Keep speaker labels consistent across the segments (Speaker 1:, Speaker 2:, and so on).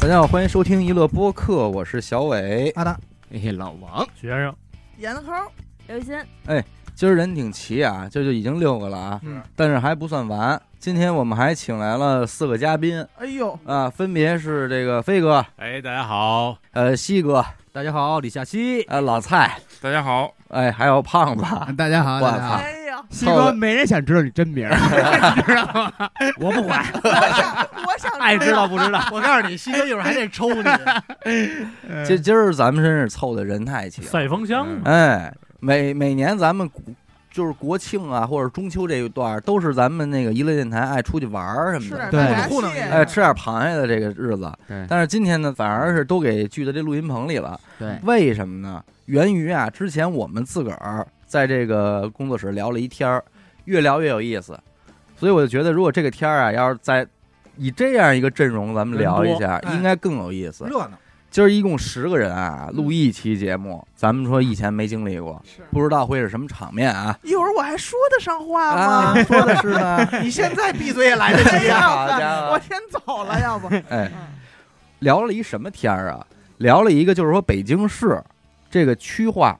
Speaker 1: 大家好，欢迎收听娱乐播客，我是小伟。
Speaker 2: 阿达
Speaker 3: 哎，老王，
Speaker 4: 学生，
Speaker 2: 演的抠，
Speaker 5: 刘鑫，
Speaker 1: 哎今儿人挺齐啊，这就已经六个了啊，
Speaker 2: 嗯，
Speaker 1: 但是还不算完。今天我们还请来了四个嘉宾
Speaker 2: 哎呦，
Speaker 1: 啊，分别是这个飞哥、
Speaker 3: 哎，大家好，
Speaker 1: 呃西哥、
Speaker 3: 大家好，李夏曦，
Speaker 1: 呃老蔡，
Speaker 6: 大家好，
Speaker 1: 哎还有胖子。
Speaker 3: 大家好
Speaker 1: 我操！
Speaker 2: 哎呀，
Speaker 3: 西
Speaker 1: 凑
Speaker 3: 哥，
Speaker 1: 了
Speaker 3: 没人 想知道你真名儿，你知道吗？我不管，
Speaker 2: 我想，我想
Speaker 3: 爱知道不知道。
Speaker 7: 我告诉你，西哥一会儿还得抽你。嗯
Speaker 1: 今今儿咱们真是凑的人太齐了，
Speaker 4: 赛风香嘛，
Speaker 1: 哎，每每年咱们古就是国庆啊，或者中秋这一段儿，都是咱们那个娱乐电台爱出去玩儿什
Speaker 2: 吃
Speaker 1: 么
Speaker 2: 点
Speaker 1: 的，
Speaker 3: 对
Speaker 2: 大闸
Speaker 7: 糊弄一
Speaker 2: 蟹
Speaker 7: 下
Speaker 1: 哎，吃点螃蟹的这个日子。
Speaker 3: 对
Speaker 1: 但是今天呢，反而是都给聚在这录音棚里了。
Speaker 3: 对
Speaker 1: 为什么呢？源于啊，之前我们自个儿在这个工作室聊了一天儿，越聊越有意思，所以我就觉得，如果这个天儿啊，要是在以这样一个阵容咱们聊一下，
Speaker 7: 人多哎
Speaker 1: 应该更有意思。
Speaker 7: 热闹，
Speaker 1: 今儿一共十个人啊，录一期节目，咱们说以前没经历过，
Speaker 7: 嗯
Speaker 2: 是
Speaker 1: 不知道会是什么场 面啊。
Speaker 2: 一会儿我还说得上话吗
Speaker 1: 啊，？说的是 呢，
Speaker 7: 你现在闭嘴也来得
Speaker 2: 哎
Speaker 7: 及啊！
Speaker 2: 呀
Speaker 1: 好家伙
Speaker 2: 我先走了，要不，
Speaker 1: 哎，
Speaker 2: 嗯
Speaker 1: 聊了一什么天儿啊？聊了一个就是说北京市这个区划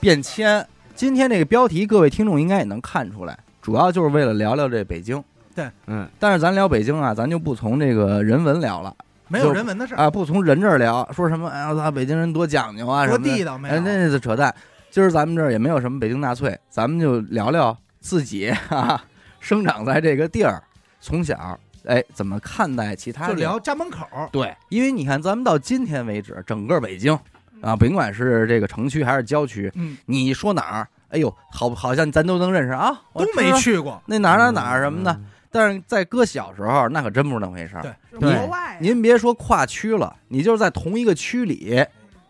Speaker 1: 变迁。今天这个标题，各位听众应该也能看出来，主要就是为了聊聊这北京。
Speaker 7: 对，
Speaker 3: 嗯，
Speaker 1: 但是咱聊北京啊，咱就不从这个人文聊了
Speaker 7: 没有人文的事儿，
Speaker 1: 啊，不从人这儿聊，说什么哎呀，我操，北京人多讲究啊，
Speaker 7: 多
Speaker 1: 什么的
Speaker 7: 地道没
Speaker 1: 哎，
Speaker 7: 有？
Speaker 1: 那是扯淡。今儿咱们这儿也没有什么北京纳粹，咱们就聊聊自己 啊，生长在这个地儿，从小哎怎么看待其他
Speaker 7: 就
Speaker 1: 人
Speaker 7: 聊家门口儿，
Speaker 1: 对，因为你看咱们到今天为止，整个北京啊，甭管是这个城区还是郊区，
Speaker 7: 嗯，
Speaker 1: 你说哪儿，哎呦，好好像咱都能认识啊，我
Speaker 7: 都没
Speaker 1: 知道
Speaker 7: 去过，
Speaker 1: 那
Speaker 2: 嗯
Speaker 1: 哪儿哪儿哪儿什么的。但是在哥小时候，那可真不是那么回事儿。
Speaker 7: 对
Speaker 2: 是
Speaker 3: 对
Speaker 2: 国外啊
Speaker 1: 您别说跨区了，你就是在同一个区里，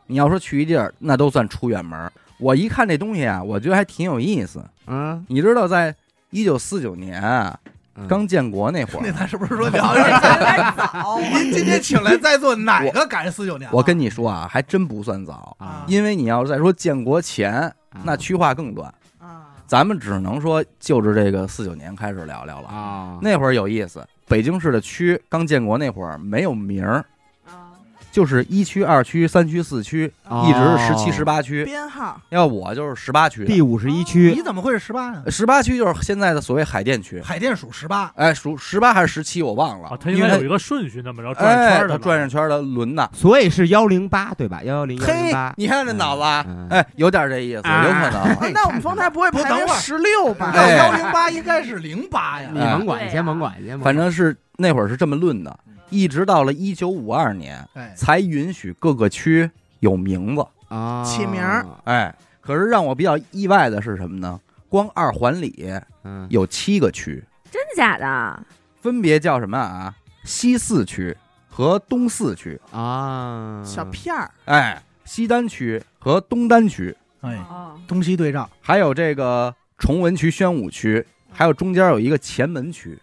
Speaker 1: 你要说去一地儿，那都算出远门儿。我一看这东西啊，我觉得还挺有意思。
Speaker 3: 嗯，
Speaker 1: 你知道，在一九四九年啊
Speaker 3: 嗯
Speaker 1: 刚建国那会
Speaker 7: 那
Speaker 1: 儿，
Speaker 7: 咱是不 是说聊
Speaker 2: 我这
Speaker 7: 聊？
Speaker 2: 还来早，
Speaker 7: 您今天请来在座哪个赶上四九年了？
Speaker 1: 我跟你说啊，还真不算早，
Speaker 3: 啊，
Speaker 1: 因为你要是再说建国前，
Speaker 3: 啊
Speaker 1: 那区划更乱。
Speaker 2: 啊，
Speaker 1: 咱们只能说就着这个四九年开始聊聊了。
Speaker 3: 啊，
Speaker 1: 那会儿有意思，北京市的区刚建国那会儿没有名儿，
Speaker 2: 啊，
Speaker 1: 就是一区、二区、三区、四区，
Speaker 3: 哦
Speaker 1: 一直是十七、十八区。
Speaker 2: 编号
Speaker 1: 要我就是十八区的，
Speaker 3: 第五十一区
Speaker 7: 你怎么会是十八呢？
Speaker 1: 十八区就是现在的所谓海淀区。
Speaker 7: 海淀属十八，
Speaker 1: 哎，数十八还是十七，我忘了。
Speaker 3: 哦
Speaker 4: 啊，他
Speaker 1: 因
Speaker 4: 应
Speaker 1: 为
Speaker 4: 该
Speaker 1: 它
Speaker 4: 有一个顺序，那么着转
Speaker 1: 哎，
Speaker 4: 圈
Speaker 1: 它
Speaker 4: 的，
Speaker 1: 转上圈的轮呐。
Speaker 3: 所以是幺零八对吧？幺幺零幺
Speaker 1: 嘿
Speaker 3: 零八，，
Speaker 1: 你看这脑子啊
Speaker 3: 嗯，嗯
Speaker 1: 哎，有点这意思，有
Speaker 3: 啊
Speaker 1: 可能。
Speaker 2: 啊那我们丰台不会
Speaker 7: 不
Speaker 2: 排
Speaker 7: 等
Speaker 2: 名
Speaker 7: 会儿
Speaker 2: 十六吧？
Speaker 1: 哎
Speaker 7: 幺零八应该是零八呀
Speaker 3: 你。
Speaker 1: 哎
Speaker 3: 甭管，
Speaker 5: 对
Speaker 3: 你
Speaker 5: 啊
Speaker 3: 先甭管，你先甭管
Speaker 1: 反正是那会儿是这么论的，一直到了一九五二年，
Speaker 7: 哎，
Speaker 1: 才允许各个区有名字。
Speaker 3: 啊，
Speaker 2: 起名儿
Speaker 1: 哎，可是让我比较意外的是什么呢？光二环里
Speaker 3: 嗯，
Speaker 1: 有七个区，
Speaker 5: 真的假的？
Speaker 1: 分别叫什么啊？西四区和东四区，
Speaker 3: 啊，
Speaker 2: 小片儿，
Speaker 1: 哎，西单区和东单区，
Speaker 7: 哎，
Speaker 5: 哦，
Speaker 7: 东西对照，
Speaker 1: 还有这个崇文区、宣武区，还有中间有一个前门区。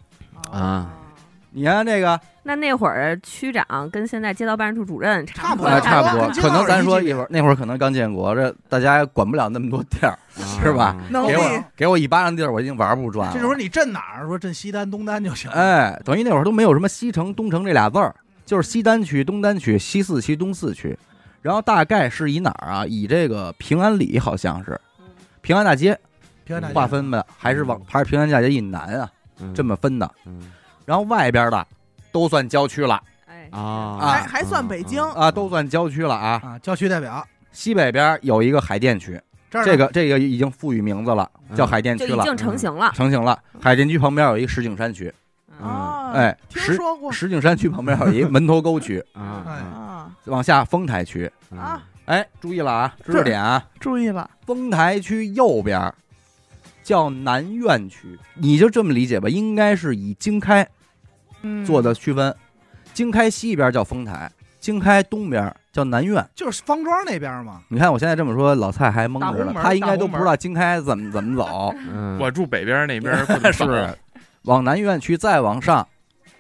Speaker 3: 啊，
Speaker 1: 你看这个，
Speaker 5: 那那会儿区长跟现在街道办事处主任
Speaker 7: 差
Speaker 5: 不
Speaker 7: 不多
Speaker 1: 啊，
Speaker 5: 差
Speaker 1: 差不多
Speaker 7: 跟，街
Speaker 1: 可
Speaker 7: 道
Speaker 1: 能咱说
Speaker 7: 一级
Speaker 1: 一会儿那会儿可能刚建国，这大家也管不了那么多地儿，是吧？
Speaker 2: 能
Speaker 1: 给
Speaker 2: 力
Speaker 1: 我给我一巴掌地儿，我已经玩不转了。
Speaker 7: 这时候你镇哪儿？说镇西单、东单就行。，
Speaker 1: 哎，等于那会儿都没有什么西城、东城这俩字儿，就是西单区、东单区、西四区、东四区，然后大概是以哪儿啊？以这个平安里好像是平安大街
Speaker 7: 嗯平安大街嗯
Speaker 1: 划分的，还是往还是平安大街以南啊
Speaker 3: 嗯
Speaker 1: 这么分的。
Speaker 3: 嗯
Speaker 1: 然后外边的都算郊区了
Speaker 5: 哎
Speaker 3: 啊，
Speaker 1: 还
Speaker 2: 还算北京
Speaker 1: 啊，都算郊区了啊。
Speaker 7: 啊，郊区代表
Speaker 1: 西北边有一个海淀区，
Speaker 7: 这儿呢
Speaker 1: 这个这个已经赋予名字了，叫海淀
Speaker 5: 就
Speaker 1: 区
Speaker 5: 已
Speaker 1: 了，
Speaker 5: 经成型了。
Speaker 1: 成型了。海淀区旁边有一石景山区，
Speaker 5: 嗯
Speaker 2: 啊，，
Speaker 1: 哎，
Speaker 2: 听
Speaker 1: 石
Speaker 2: 说过
Speaker 1: 石景山区旁边有一门头沟区，
Speaker 3: 啊
Speaker 2: 啊
Speaker 1: 往下丰台区。
Speaker 2: 啊，，
Speaker 1: 哎，注意了啊，知
Speaker 2: 这
Speaker 1: 识
Speaker 2: 儿
Speaker 1: 点啊，
Speaker 2: 注意了，
Speaker 1: 丰台区右边儿叫南苑区，你就这么理解吧，应该是以经开
Speaker 2: 嗯
Speaker 1: 做的区分，经开西边叫丰台，经开东边叫南苑。
Speaker 7: 就是方庄那边嘛。
Speaker 1: 你看我现在这么说，老蔡还蒙
Speaker 7: 大
Speaker 1: 着
Speaker 7: 红
Speaker 1: 呢，
Speaker 7: 门儿
Speaker 1: 他应该
Speaker 7: 大
Speaker 1: 都
Speaker 7: 红
Speaker 1: 不
Speaker 7: 门儿
Speaker 1: 知道经开怎么怎么走。
Speaker 3: 嗯，
Speaker 6: 我住北边那 边不是
Speaker 1: 是往南苑区再往上，
Speaker 5: 啊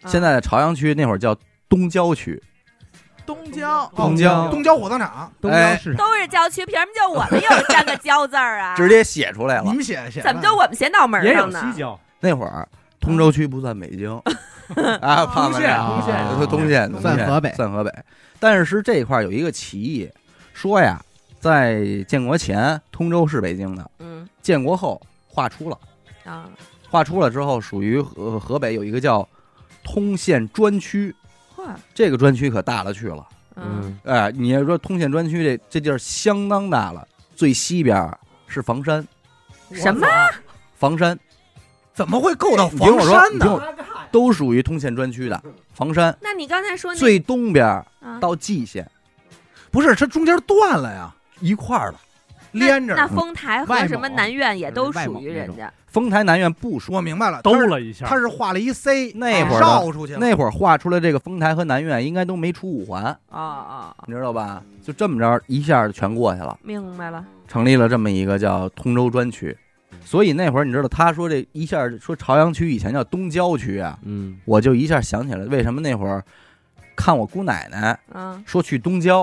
Speaker 1: 现在的朝阳区那会儿叫东郊区，
Speaker 2: 东郊
Speaker 3: 东
Speaker 1: 郊
Speaker 7: 哦
Speaker 1: 哎
Speaker 7: 东郊火葬场，
Speaker 3: 东郊市场
Speaker 5: 都是郊区，凭什么就我们有占个郊字儿啊？
Speaker 1: 直接写出来
Speaker 7: 你
Speaker 1: 了。
Speaker 7: 们写写吧，
Speaker 5: 怎么就我们先脑门
Speaker 4: 也
Speaker 5: 儿上
Speaker 4: 有
Speaker 5: 呢？
Speaker 4: 西郊，
Speaker 1: 那会
Speaker 7: 嗯
Speaker 1: 儿通州区不算北
Speaker 7: 哦
Speaker 1: 京啊，胖子
Speaker 3: 县
Speaker 1: 俩
Speaker 3: 东县
Speaker 1: 就东啊县，东
Speaker 7: 算
Speaker 1: 县
Speaker 7: 河北
Speaker 1: 算河北。但是是这块儿有一个歧义，说呀，在建国前通州是北京的，
Speaker 5: 嗯
Speaker 1: 建国后划出了，
Speaker 5: 啊，
Speaker 1: 划出了之后属于河河北有一个叫通县专区，
Speaker 5: 嚯，
Speaker 1: 这个专区可大了去了。
Speaker 5: 嗯，
Speaker 1: 哎，你要说通县专区这这地儿相当大了，最西边儿是房山，嗯
Speaker 5: 什么？
Speaker 1: 房山
Speaker 7: 怎么会够到
Speaker 1: 你听
Speaker 7: 房
Speaker 1: 我说，
Speaker 7: 山
Speaker 1: 你
Speaker 7: 呢
Speaker 1: 听？我都属于通县专区的房山，
Speaker 5: 那你刚才说那
Speaker 1: 最东边儿
Speaker 5: 啊
Speaker 1: 到蓟县
Speaker 7: 不是，它中间断了呀，
Speaker 1: 一块儿了。嗯
Speaker 5: 那
Speaker 7: 连着
Speaker 5: 那
Speaker 7: 的。
Speaker 5: 丰台和
Speaker 3: 外
Speaker 5: 什么
Speaker 3: 蒙
Speaker 5: 南苑也
Speaker 3: 嗯
Speaker 5: 都
Speaker 3: 外
Speaker 5: 属
Speaker 3: 蒙
Speaker 5: 于
Speaker 3: 那
Speaker 5: 人
Speaker 3: 种
Speaker 5: 家，
Speaker 1: 丰台南苑不说，
Speaker 7: 我明白了，
Speaker 4: 兜
Speaker 7: 它是
Speaker 4: 了一下，
Speaker 7: 它是画了一 C，
Speaker 1: 那会
Speaker 7: 哎
Speaker 1: 儿呢
Speaker 7: 绕出去了。
Speaker 1: 那会儿画出来这个丰台和南苑应该都没出五环，
Speaker 5: 哦哦，哦
Speaker 1: 你知道吧？就这么着一下就全过去了，
Speaker 5: 明白了，
Speaker 1: 成立了这么一个叫通州专区。所以那会儿你知道，他说这一下说朝阳区以前叫东郊区啊，
Speaker 3: 嗯
Speaker 1: 我就一下想起来为什么那会儿看我姑奶奶
Speaker 5: 嗯
Speaker 1: 说去东郊，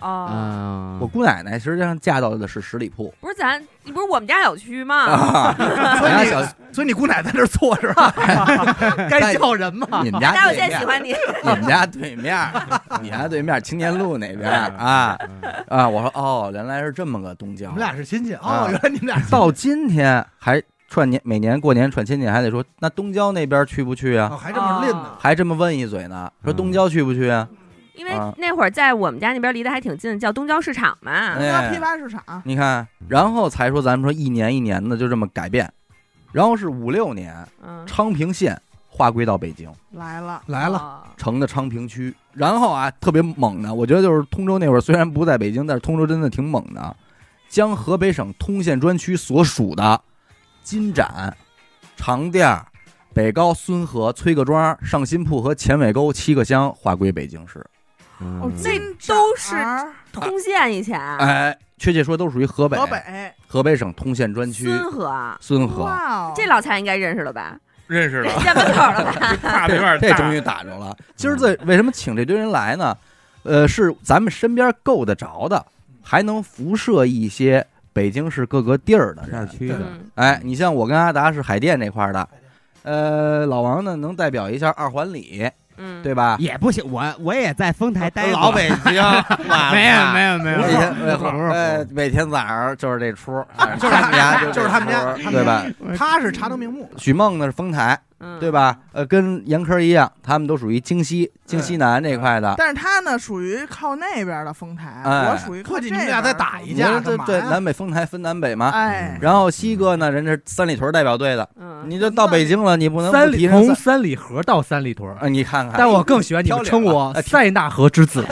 Speaker 5: 哦，
Speaker 3: 啊
Speaker 1: 我姑奶奶实际上嫁到的是十里铺
Speaker 5: 不是咱，你不是我们家小区 吗？
Speaker 1: 啊，
Speaker 7: 所以
Speaker 1: 人家小
Speaker 7: 你所以你姑奶在那儿坐 着呢，该叫人吗？
Speaker 1: 你们
Speaker 5: 但是
Speaker 1: 家
Speaker 5: 我
Speaker 1: 对
Speaker 5: 现在喜
Speaker 1: 面儿，
Speaker 5: 欢你，
Speaker 1: 你们家对面儿，你们家对面儿青年路那 边儿啊啊！我说哦，原来是这么个东
Speaker 7: 你
Speaker 1: 郊
Speaker 7: 们。俩是亲戚
Speaker 1: 啊
Speaker 7: 哦，原来你们俩是
Speaker 1: 到今天还串年，每年过年串亲戚还得说那东郊那边去不去啊？
Speaker 7: 哦还这么吝呢
Speaker 5: 哦。
Speaker 1: 还这么问一嘴呢，说
Speaker 3: 嗯
Speaker 1: 东郊去不去啊？
Speaker 5: 因为
Speaker 1: 啊
Speaker 5: 那会儿在我们家那边离得还挺近，叫东郊市场嘛。
Speaker 1: 哎
Speaker 2: 那批发市场，
Speaker 1: 你看，然后才说咱们说一年一年的就这么改变，然后是五六年
Speaker 5: 嗯，
Speaker 1: 昌平县划归到北京。
Speaker 2: 来了，
Speaker 7: 来了，
Speaker 5: 了，
Speaker 1: 成的昌平区。然后啊，特别猛的，我觉得就是通州那会儿虽然不在北京，但是通州真的挺猛的，将河北省通县专区所属的金盏、长店儿、北高、孙河、崔各庄、上新铺和前尾沟七个乡划归北京市。
Speaker 2: 哦，
Speaker 5: 这
Speaker 2: 金
Speaker 5: 都是
Speaker 2: 盏儿
Speaker 5: 通县以前，
Speaker 1: 哎，确切说都属于河北
Speaker 2: 河北
Speaker 1: 河北省通县专区
Speaker 5: 孙河，
Speaker 1: 孙河。
Speaker 2: 哇哦，
Speaker 5: 这老蔡应该认识了吧？
Speaker 6: 认识了，
Speaker 5: 家门口了吧？
Speaker 6: 怕没法
Speaker 1: 这终于打着了。今儿这为什么请这堆人来呢？呃，是咱们身边够得着的，还能辐射一些北京市各个地儿的
Speaker 3: 片
Speaker 1: 人。
Speaker 3: 区的，
Speaker 5: 嗯，
Speaker 1: 哎，你像我跟阿达是海淀这块儿的，呃，老王呢能代表一下二环里，
Speaker 5: 嗯，
Speaker 1: 对吧？
Speaker 3: 也不行，我我也
Speaker 8: 哎
Speaker 3: 在丰台待过，
Speaker 6: 老北京，
Speaker 3: 没
Speaker 6: 没
Speaker 3: 有没有没有，
Speaker 1: 每天
Speaker 3: 不是不是
Speaker 1: 呃，每天早上就是这出儿，
Speaker 7: 就是
Speaker 1: 他们家，
Speaker 7: 就是是他们家
Speaker 1: 这出儿对吧？
Speaker 7: 他是查灯 明目，
Speaker 1: 许梦呢是丰台，
Speaker 5: 嗯
Speaker 1: 对？吧？呃，跟严科一样，他们都属于京西、京西南这块的。
Speaker 2: 但是他呢属于靠那边的丰台，
Speaker 1: 啊哎
Speaker 2: 我属于靠
Speaker 7: 合计
Speaker 2: 这
Speaker 7: 你们
Speaker 2: 边
Speaker 7: 俩
Speaker 2: 的
Speaker 7: 再打一架
Speaker 1: 你说
Speaker 7: 干
Speaker 1: 这
Speaker 7: 嘛
Speaker 1: 对
Speaker 7: 呀
Speaker 1: 南北丰台分南北嘛，
Speaker 2: 哎，
Speaker 1: 然后西哥呢，人家是三里屯代表队的，
Speaker 5: 嗯，
Speaker 1: 你就到北京了，你不能
Speaker 3: 三
Speaker 1: 不提
Speaker 3: 里
Speaker 1: 人
Speaker 3: 从三里河到三里屯，
Speaker 1: 啊，你看啊看，
Speaker 3: 但我更喜欢你们称我
Speaker 1: 哎呃
Speaker 3: 塞纳河之子，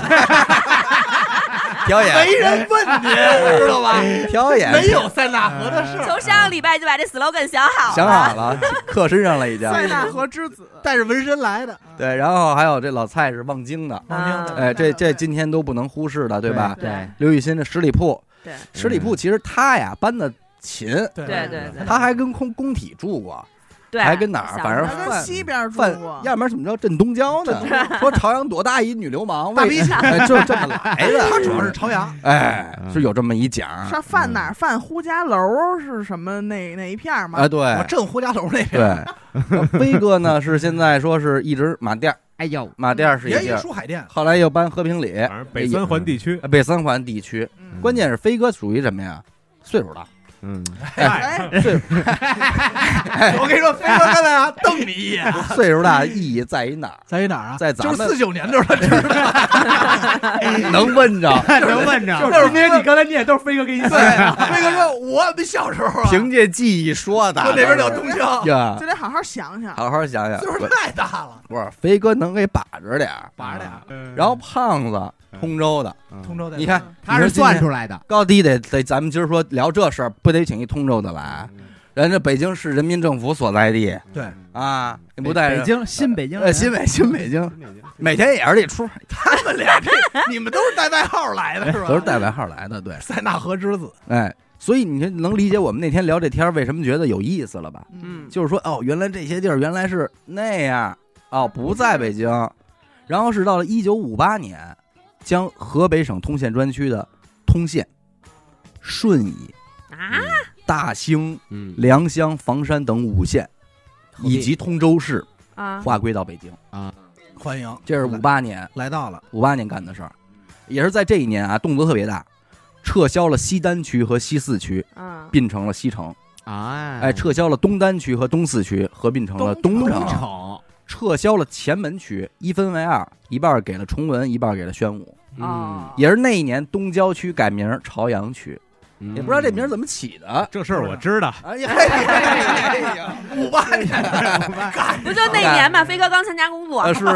Speaker 1: 表演
Speaker 7: 没人问 您，
Speaker 1: 哎
Speaker 7: 知道吧？
Speaker 9: 哎
Speaker 1: 表演
Speaker 7: 没
Speaker 5: 啊
Speaker 7: 有塞纳河的事儿，
Speaker 5: 从上个礼拜就把这 slogan 想好
Speaker 1: 想
Speaker 5: 了。
Speaker 1: 好了，刻身上了已经。
Speaker 2: 塞纳河之子，
Speaker 7: 带着纹身来的，
Speaker 1: 对，然后还有这老蔡是望京的，
Speaker 5: 啊
Speaker 2: 嗯
Speaker 1: 哎，这这
Speaker 2: 对
Speaker 1: 今天都不能忽视的，对吧？
Speaker 3: 对
Speaker 1: 刘雨欣的十里铺，
Speaker 5: 对
Speaker 1: 十里铺其实他呀搬的勤，
Speaker 7: 对
Speaker 5: 对对对
Speaker 1: 他还跟工工体住过，
Speaker 5: 对，
Speaker 1: 还跟哪儿
Speaker 5: 想
Speaker 1: 反正
Speaker 2: 他跟西边住
Speaker 1: 饭
Speaker 2: 过，
Speaker 1: 要不然怎么着镇东郊呢？说朝
Speaker 3: 哎
Speaker 1: 阳多大一女流氓，为哎就这么来的。
Speaker 7: 他主要是朝阳，
Speaker 1: 哎，
Speaker 3: 嗯
Speaker 1: 是有这么一讲儿
Speaker 2: 上饭哪儿饭呼家楼是什么那那一片儿
Speaker 1: 啊，
Speaker 2: 吗？
Speaker 1: 对
Speaker 7: 我，镇呼家楼那
Speaker 1: 对，
Speaker 7: 边，
Speaker 1: 然后飞哥呢是现在说是一直马甸儿，
Speaker 3: 哎呦，
Speaker 1: 马甸儿是一
Speaker 7: 也
Speaker 1: 地
Speaker 7: 也
Speaker 1: 儿，
Speaker 7: 出海淀，
Speaker 1: 后来又搬和平里、
Speaker 10: 反正北三环地区，
Speaker 1: 呃北三环地区。
Speaker 2: 嗯
Speaker 1: 关键是飞哥属于什么呀？岁数大，
Speaker 3: 嗯，
Speaker 2: 哎，
Speaker 1: 岁
Speaker 7: 我跟你说，飞哥刚才啊瞪你一眼，
Speaker 1: 岁数大的意义在于哪儿？
Speaker 7: 在于哪儿啊？
Speaker 1: 在咱
Speaker 7: 就是
Speaker 1: 们
Speaker 7: 四九年 就是他，
Speaker 1: 能问着，
Speaker 3: 能问着，就是因为你刚才念都是飞哥给你
Speaker 7: 对， 飞哥说我们小时候啊，
Speaker 1: 凭借记忆说的。
Speaker 7: 说那边叫东郊，
Speaker 1: 啊呀
Speaker 2: 就，得好好想想。
Speaker 1: 好好想想，
Speaker 7: 岁数
Speaker 1: 不
Speaker 7: 太大了，
Speaker 1: 不是飞哥能给把着点儿。
Speaker 7: 玩的呀，
Speaker 1: 然后胖子，通州的，
Speaker 7: 通州的，
Speaker 1: 你看
Speaker 3: 他是算出来的，
Speaker 1: 高低得得，咱们今儿说聊这事儿，不得请一通州的来，人家北京市人民政府所在地
Speaker 7: 对
Speaker 1: 啊，你不带
Speaker 3: 北
Speaker 1: 人
Speaker 3: 京新北京啊嗯
Speaker 1: 呃，新北新北京，每天也是这出，
Speaker 7: 他们俩这，你们都是带外号来的是吧？
Speaker 1: 哎都是带外号来的，对，
Speaker 7: 塞纳河之子，
Speaker 1: 哎，所以你就能理解我们那天聊这天儿为什么觉得有意思了吧？
Speaker 5: 嗯，
Speaker 1: 就是说，哦，原来这些地儿原来是那样，哦，不在北京，然后是到了一九五八年，将河北省通县专区的通县、顺义、
Speaker 5: 啊，
Speaker 1: 大兴、
Speaker 7: 嗯
Speaker 1: 良乡、房山等五县以及通州市
Speaker 5: 啊，
Speaker 1: 划归到北京。
Speaker 3: 欢迎，
Speaker 1: 这是五八年，
Speaker 3: 来到了，
Speaker 1: 五八年干的事儿，也是在这一年啊，动作特别大，撤销了西单区和西四区，
Speaker 5: 嗯，
Speaker 1: 并成了西城。
Speaker 7: 哎
Speaker 1: 哎，撤销了东单区和东四区，合并成了东城。
Speaker 3: 城，
Speaker 1: 撤销了前门区，一分为二，一半儿给了崇文，一半儿给了宣武。
Speaker 5: 哦，
Speaker 1: 也是那一年，东郊区改名儿朝阳区，
Speaker 7: 嗯
Speaker 1: 也不知道这名儿怎么起的。
Speaker 3: 这事儿我知道，
Speaker 1: 哎呀，哎呀，五八年
Speaker 5: 不就那年嘛，飞哥刚参加工作，
Speaker 1: 啊，是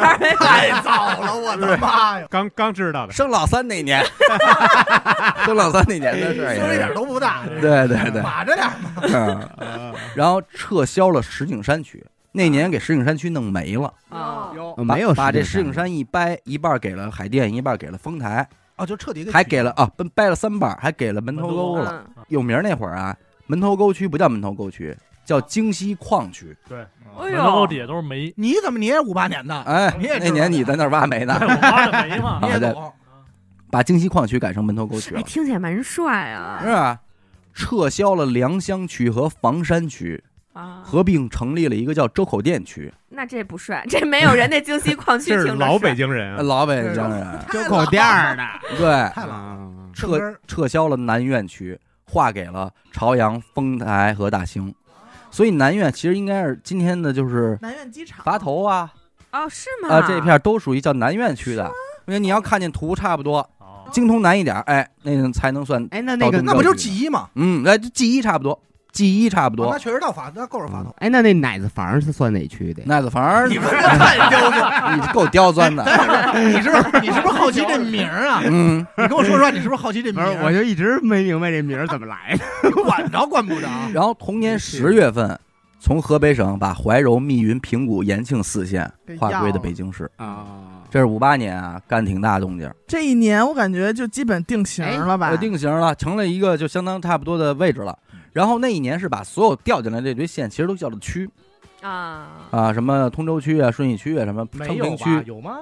Speaker 3: 太早了， 我的妈呀，刚刚知道的，
Speaker 1: 生老三 那年，生老三那年的事儿
Speaker 3: 声儿一
Speaker 1: 也
Speaker 3: 点
Speaker 1: 是。
Speaker 3: 都不大，
Speaker 1: 对对对，
Speaker 3: 把着点儿嘛，
Speaker 1: 嗯 然后撤销了石景山区，那年给石景山区弄没了，
Speaker 5: 啊，
Speaker 7: 呃
Speaker 1: 把
Speaker 7: 没有
Speaker 1: 把这石
Speaker 7: 石
Speaker 1: 景山一掰，一半儿给了海淀，一半儿给了丰台，
Speaker 3: 哦，就彻底给，
Speaker 1: 还给了啊，掰掰了三半儿，还给了门头沟了。
Speaker 5: 嗯，
Speaker 1: 有名儿那会儿啊，门头沟区不叫门头沟区，叫京西矿区。
Speaker 4: 对，啊
Speaker 5: 哎
Speaker 4: 门头沟
Speaker 5: 呦
Speaker 4: 底，下都是煤
Speaker 3: 你怎么你也五八年的？
Speaker 1: 哎，
Speaker 3: 你也知道哎
Speaker 1: 那年你在那儿挖煤呢
Speaker 4: 我，挖的煤嘛
Speaker 3: 你，也
Speaker 1: 啊对
Speaker 3: 懂，
Speaker 1: 把京西矿区改成门头沟区
Speaker 5: 哎，
Speaker 1: 了，
Speaker 5: 听起来蛮帅啊
Speaker 1: 是，吧？撤销了良乡区和房山区，
Speaker 5: 啊，
Speaker 1: 合并成立了一个叫周口店区。
Speaker 5: 那这不帅， 这没有人那京西 矿区
Speaker 3: 这是
Speaker 5: 听着
Speaker 3: 老
Speaker 5: 帅
Speaker 3: 北京人啊，
Speaker 1: 呃老北京人，
Speaker 7: 周口店儿的，
Speaker 1: 对，
Speaker 3: 太老了，
Speaker 7: 啊
Speaker 3: 正根
Speaker 1: 撤
Speaker 3: 儿
Speaker 1: 撤销了南苑区，划给了朝阳、丰台和大兴。所以南苑其实应该是今天的就是
Speaker 2: 南苑机场
Speaker 1: 垡头啊
Speaker 5: 哦，是吗？
Speaker 1: 啊这片儿都属于叫南苑区的，因为你要看见图差不多，
Speaker 4: 哦
Speaker 1: 精通南一点儿，哎，那个才能算
Speaker 7: 哎，那
Speaker 1: 到东
Speaker 3: 那不
Speaker 1: 郊
Speaker 3: 就
Speaker 1: 区
Speaker 3: 是 G 一吗？
Speaker 1: 嗯，那就 G 一差不多，G 一差不
Speaker 7: 哦
Speaker 3: 啊
Speaker 1: 多
Speaker 3: 那。确实到法，那够是法 头。
Speaker 7: 哎，那那奶子房是算哪区的？
Speaker 1: 那子房，你
Speaker 3: 你太刁钻！
Speaker 1: 够刁 钻的，
Speaker 3: 你是不是你是不是好奇这名儿啊？
Speaker 1: 嗯，
Speaker 3: 你跟我说实话，你是不是好奇这
Speaker 7: 不是，
Speaker 3: 名
Speaker 7: 我
Speaker 3: 儿？
Speaker 7: 就一直没明白这名儿怎么来的。
Speaker 3: 我管着管 不着。
Speaker 1: 然后同年十月份，从河北省把怀柔、密云、平谷、延庆四县划归的北京市，
Speaker 7: 啊，
Speaker 1: 这是五八年啊，干挺大动静儿，
Speaker 2: 这一年，我感觉就基本定型了吧？
Speaker 3: 啊
Speaker 1: 呃定型了，成了一个就相当差不多的位置了。
Speaker 3: 嗯
Speaker 1: 然后那一年是把所有调进来这堆县，其实都叫做区
Speaker 5: 啊，
Speaker 1: 啊，什么通州区啊、顺义区啊、什么昌平区，
Speaker 3: 有吗？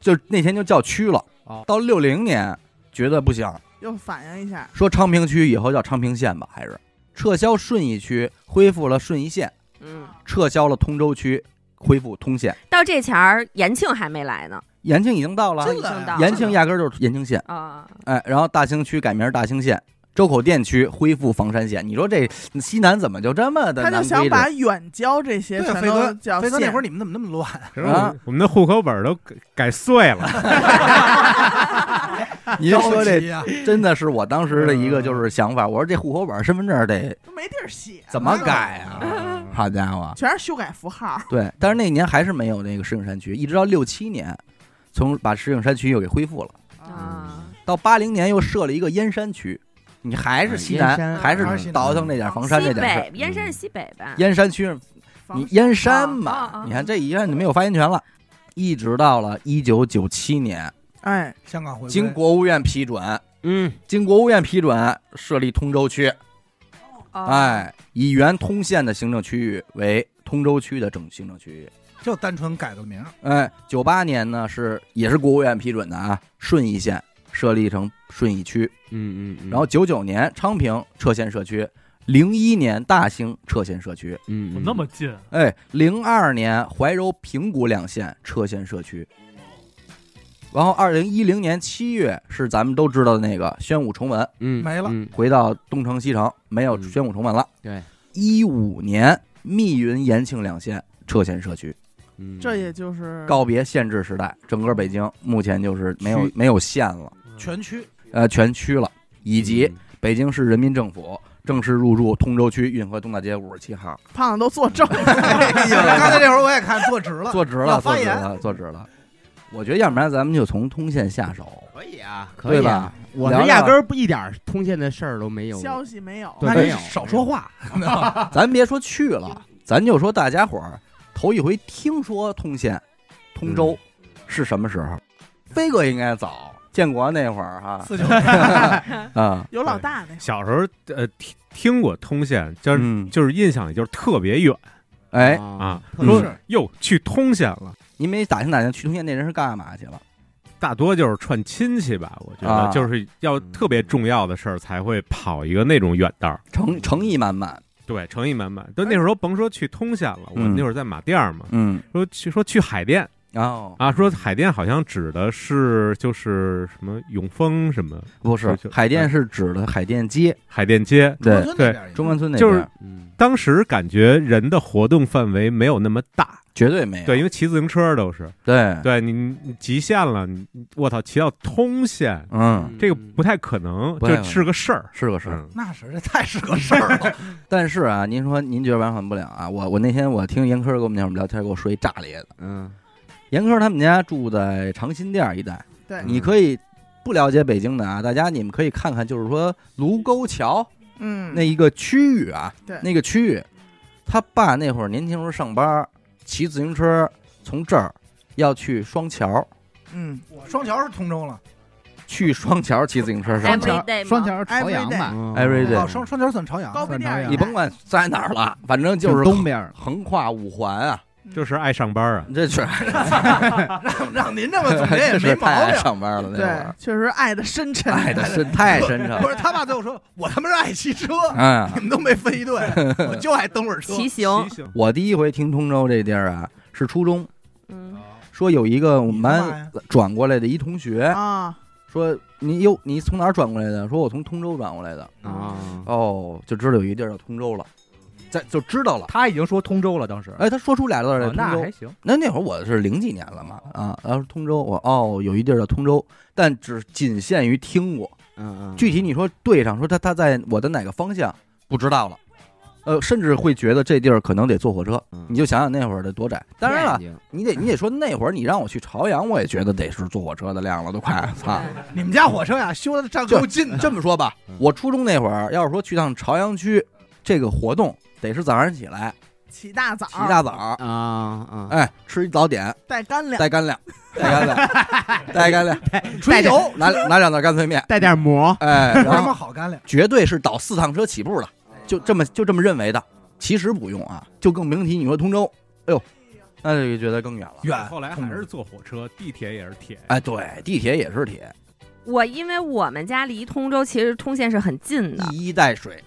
Speaker 1: 就那天就叫区了
Speaker 3: 哦。
Speaker 1: 到六零年觉得不行，
Speaker 2: 又反映一下，
Speaker 1: 说昌平区以后叫昌平县吧，还是撤销顺义区，恢复了顺义县，
Speaker 5: 嗯，
Speaker 1: 撤销了通州区，恢复通县。
Speaker 5: 到这前儿延庆还没来呢，
Speaker 1: 延庆已经到了，
Speaker 3: 真
Speaker 5: 已经
Speaker 3: 的啊
Speaker 5: 到
Speaker 3: 呀
Speaker 5: 了
Speaker 1: 延庆压根儿就是延庆县，
Speaker 5: 啊，
Speaker 1: 哎，然后大兴区改名大兴县，周口店区恢复房山县。你说这西南怎么就这么的
Speaker 2: 他就
Speaker 1: 难
Speaker 2: 想
Speaker 1: 规啊
Speaker 2: 把
Speaker 1: 制？
Speaker 2: 远郊这些
Speaker 3: 对啊
Speaker 2: 全
Speaker 3: 飞哥
Speaker 2: 都叫
Speaker 3: 飞哥那
Speaker 2: 县
Speaker 3: 会儿你们怎么那么乱？
Speaker 1: 啊
Speaker 10: 我们的户口本都改改碎了，
Speaker 1: 您说
Speaker 3: 着
Speaker 1: 这
Speaker 3: 急啊
Speaker 1: 真的是我当时的一个就是想法，我说这户口本、身份证得
Speaker 2: 都没地儿写，
Speaker 1: 怎么改啊？
Speaker 3: 嗯
Speaker 1: 好家伙，
Speaker 2: 全是修改符号。
Speaker 1: 对，但是那年还是没有那个石景山区，一直到六七年，从把石景山区又给恢复了。
Speaker 5: 啊，
Speaker 1: 到八零年又设了一个燕山区，你还是西
Speaker 7: 啊
Speaker 1: 南，
Speaker 7: 燕山
Speaker 1: 还
Speaker 3: 还是
Speaker 1: 是
Speaker 3: 西南
Speaker 1: 倒腾那点房山这
Speaker 5: 西
Speaker 1: 点事儿。嗯
Speaker 5: 北燕山是西北吧？
Speaker 1: 燕山区，
Speaker 2: 房
Speaker 1: 你燕山
Speaker 5: 啊啊
Speaker 1: 嘛
Speaker 5: 啊，
Speaker 1: 你看这一下就没有发言权了。一直到了一九九七年，
Speaker 2: 哎，
Speaker 3: 香港回归
Speaker 1: 经国务院批准，
Speaker 7: 嗯，
Speaker 1: 经国务院批准设立通州区，
Speaker 5: 哦，
Speaker 1: 哎，以原通县的行政区域为通州区的整行政区域。
Speaker 3: 就单纯改个名儿，
Speaker 1: 哎，九八年呢是也是国务院批准的啊，顺义县设立成顺义区，
Speaker 7: 嗯嗯
Speaker 1: 然后九九年昌平撤县社区，零一年大兴撤县社区，
Speaker 7: 嗯
Speaker 4: 哦怎么那么近？啊
Speaker 1: 哎，零二年怀柔、平谷两县撤县社区。然后，二零一零年七月是咱们都知道的那个宣武崇文
Speaker 7: 嗯
Speaker 3: 没了
Speaker 7: 嗯
Speaker 1: 回到东城西城，没有
Speaker 7: 嗯
Speaker 1: 宣武崇文了。
Speaker 7: 对，
Speaker 1: 一五年密云、延庆两县撤县社区，
Speaker 7: 嗯
Speaker 2: 这也就是
Speaker 1: 告别县制时代，整个北京目前就是没有
Speaker 7: 区
Speaker 1: 没有县了，
Speaker 4: 嗯
Speaker 3: 全区
Speaker 1: 呃，全区了，以及
Speaker 7: 嗯
Speaker 1: 北京市人民政府正式入驻通州区运河东大街五十七号，
Speaker 2: 胖子都作证，
Speaker 3: 刚才这会儿我也哎看坐直了，
Speaker 1: 坐直了，
Speaker 3: 要
Speaker 1: 坐
Speaker 3: 发
Speaker 1: 直
Speaker 3: 言
Speaker 1: 了，坐直了。我觉得要不然咱们就从通县下手，
Speaker 7: 可以啊，可
Speaker 1: 对
Speaker 7: 以
Speaker 1: 吧
Speaker 7: 啊。？我
Speaker 1: 聊
Speaker 7: 们
Speaker 1: 聊
Speaker 7: 压根儿不一点儿通县的事儿都没有。
Speaker 2: 消息没有。
Speaker 1: 对
Speaker 3: 那
Speaker 7: 没
Speaker 3: 你
Speaker 7: 有
Speaker 3: 少说话，
Speaker 1: 咱别说去了，咱就说大家伙儿头一回听说通县、通州
Speaker 7: 嗯
Speaker 1: 是什么时候？飞哥应该早，建国那会儿哈
Speaker 3: 四九
Speaker 1: 啊，
Speaker 2: 有老大那会儿
Speaker 10: 小时候呃听听过通县，就是、
Speaker 1: 嗯，
Speaker 10: 就是印象里就是特别远
Speaker 1: 哎，
Speaker 10: 啊，
Speaker 7: 特
Speaker 3: 嗯
Speaker 10: 说
Speaker 7: 是
Speaker 10: 哟去通县了，
Speaker 1: 您没打听打听去通县那人是干嘛去了？
Speaker 10: 大多就是串亲戚吧，我觉
Speaker 1: 啊
Speaker 10: 得就是要特别重要的事儿才会跑一个那种远道儿。
Speaker 1: 诚诚意满满，
Speaker 10: 对，诚意满满。都那时候甭说去通县了，我
Speaker 1: 嗯
Speaker 10: 那会儿在马甸儿嘛，
Speaker 1: 嗯，
Speaker 10: 说去说去海淀
Speaker 1: 哦，
Speaker 10: 啊，说海淀好像指的是就是什么永丰什么
Speaker 1: 不是
Speaker 10: 就，就
Speaker 1: 海淀是指的海淀街，
Speaker 10: 海淀街，
Speaker 1: 对，
Speaker 10: 对
Speaker 1: 中关村那
Speaker 10: 就是
Speaker 1: 边
Speaker 7: 嗯，
Speaker 10: 当时感觉人的活动范围没有那么大，
Speaker 1: 绝对没有，
Speaker 10: 对，因为骑自行车都是，
Speaker 1: 对，
Speaker 10: 对你你极限了，你我操，骑到通县，
Speaker 1: 嗯，
Speaker 10: 这个不太可能，
Speaker 1: 不太
Speaker 10: 嗯就
Speaker 1: 可能
Speaker 10: 是个事儿。
Speaker 1: 是个事儿。
Speaker 10: 嗯
Speaker 7: 那是这太是个事儿了。
Speaker 1: 但是啊，您说您觉得完全不了啊？我我那天我听严科跟我们那会儿聊天，给我说一炸裂的。
Speaker 7: 嗯，
Speaker 1: 严科他们家住在长辛店儿一带，
Speaker 10: 嗯
Speaker 2: 对
Speaker 1: 你可以不了解北京的啊，大家你们可以看看，就是说卢沟桥
Speaker 2: 嗯，
Speaker 1: 那一个区域啊，
Speaker 2: 对
Speaker 1: 那个区域，他爸那会儿年轻时候上班，骑自行车从这儿要去双桥，
Speaker 2: 嗯，
Speaker 7: 双桥是通州了
Speaker 1: 去双桥骑自行车上
Speaker 5: 双
Speaker 7: 哎
Speaker 5: 桥
Speaker 1: 班。
Speaker 5: Everyday 吗
Speaker 3: 双桥朝阳吧，
Speaker 1: Every
Speaker 7: 哦，
Speaker 1: day，
Speaker 7: 双双桥算朝阳，
Speaker 2: 高碑店儿
Speaker 3: 算朝阳
Speaker 1: 你甭管在哪儿了，反正就是
Speaker 3: 东边儿
Speaker 1: 横跨五环啊，
Speaker 10: 就是爱上班啊，
Speaker 1: 这确
Speaker 7: 让让您这么总结也
Speaker 1: 这
Speaker 7: 没
Speaker 1: 是太
Speaker 7: 毛
Speaker 1: 爱
Speaker 7: 病。
Speaker 1: 上班了那会
Speaker 2: 对
Speaker 1: 儿，，
Speaker 2: 确实爱的深沉，
Speaker 1: 爱的深太深沉
Speaker 7: 不是
Speaker 1: 了，
Speaker 7: 他爸最后说，我他妈是爱骑车，
Speaker 1: 嗯
Speaker 7: 你。们都没分一队，我就爱蹬会儿车。
Speaker 5: 骑行，
Speaker 10: 行，
Speaker 1: 我第一回听通州这地儿啊，是初中，
Speaker 5: 嗯，
Speaker 1: 说有一个我们
Speaker 7: 你干
Speaker 1: 班
Speaker 7: 嘛
Speaker 1: 转过来的一同学，
Speaker 2: 啊，
Speaker 1: 说你哟，你从哪儿转过来的？说我从通州转过来的。
Speaker 7: 啊，
Speaker 1: 哦，就知道有一地儿叫通州了，在就知道了。
Speaker 3: 嗯他已经说通州了，当时
Speaker 1: 哎，他说出俩字儿来，
Speaker 3: 哦那
Speaker 1: 通
Speaker 3: 还
Speaker 1: 州。
Speaker 3: 行，
Speaker 1: 那那会儿我是零几年了嘛，啊，然后通州，我哦，有一地儿叫通州，但只仅限于听过。
Speaker 7: 嗯嗯，
Speaker 1: 具体你说对上，说他他在我的哪个方向，不知道了。呃，甚至会觉得这地儿可能得坐火车，
Speaker 7: 嗯
Speaker 1: 你就想想那会儿得多窄。当然了，
Speaker 7: 天津，
Speaker 1: 你得你得说那会儿你让我去朝阳，我也觉得得是坐火车的量了，都快操！
Speaker 7: 你们家火车呀修的站够近的，
Speaker 1: 这么说吧
Speaker 7: 嗯，
Speaker 1: 我初中那会儿要是说去趟朝阳区，这个活动得是早上起来
Speaker 2: 起大早，
Speaker 1: 起一大早，
Speaker 7: 啊啊，
Speaker 1: 哎，吃一早点，
Speaker 2: 带干粮，
Speaker 1: 带干粮，带 干粮，带干粮，
Speaker 7: 纯油，
Speaker 1: 拿拿两袋干脆面，
Speaker 3: 带点馍，
Speaker 1: 哎，
Speaker 7: 有什
Speaker 1: 然
Speaker 7: 么
Speaker 1: 后
Speaker 7: 好干粮？
Speaker 1: 绝对是倒四趟车起步的，
Speaker 5: 哎
Speaker 1: 就这么就这么认为的。其实不用啊，就更甭提你说通州，哎呦，那就觉得更远了。
Speaker 7: 远，
Speaker 10: 后来还是坐火车，地铁也是铁。
Speaker 1: 哎，对，地铁也是铁，
Speaker 5: 我因为我们家离通州其实通县是很近的，
Speaker 1: 一衣带水，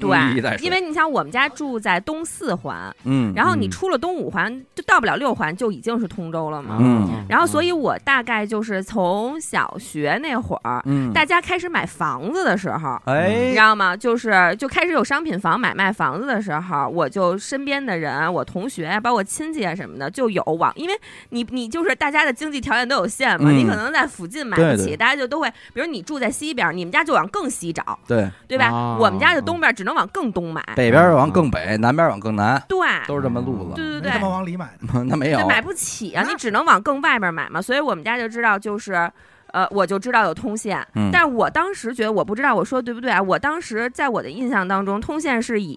Speaker 1: 一衣
Speaker 5: 对，
Speaker 1: 带水，
Speaker 5: 因为你想我们家住在东四环，
Speaker 1: 嗯，
Speaker 5: 然后你
Speaker 10: 嗯
Speaker 5: 出了东五环就到不了六环，就已经是通州了嘛。
Speaker 1: 嗯
Speaker 5: 然后，所以我大概就是从小学那会儿，
Speaker 1: 嗯，
Speaker 5: 大家开始买房子的时候，你
Speaker 1: 哎
Speaker 5: 知，道吗？就是就开始有商品房买卖房子的时候，我就身边的人，我同学，包括亲戚啊什么的，就有往，因为你你就是大家的经济条件都有限嘛，
Speaker 1: 嗯
Speaker 5: 你可能在附近买
Speaker 1: 对
Speaker 5: 不起，
Speaker 1: 对
Speaker 5: 大家就都会，比如你住在西边，你们家就往更西找，
Speaker 1: 对，
Speaker 5: 对吧？
Speaker 7: 啊
Speaker 5: 我们家就东边，只能往更东买。
Speaker 1: 北边往更北，南边往更南，
Speaker 5: 对，
Speaker 1: 嗯都是这么路子。
Speaker 5: 对对
Speaker 7: 没他妈
Speaker 5: 对。
Speaker 7: 往里 买的，
Speaker 1: 那没有
Speaker 5: 这，买不起啊，
Speaker 7: 那
Speaker 5: 你只能往更外边买嘛，所以我们家就知道就是，呃，我就知道有通县，
Speaker 1: 嗯
Speaker 5: 但是我当时觉得我不知道我说对不对啊？我当时在我的印象当中，通县是以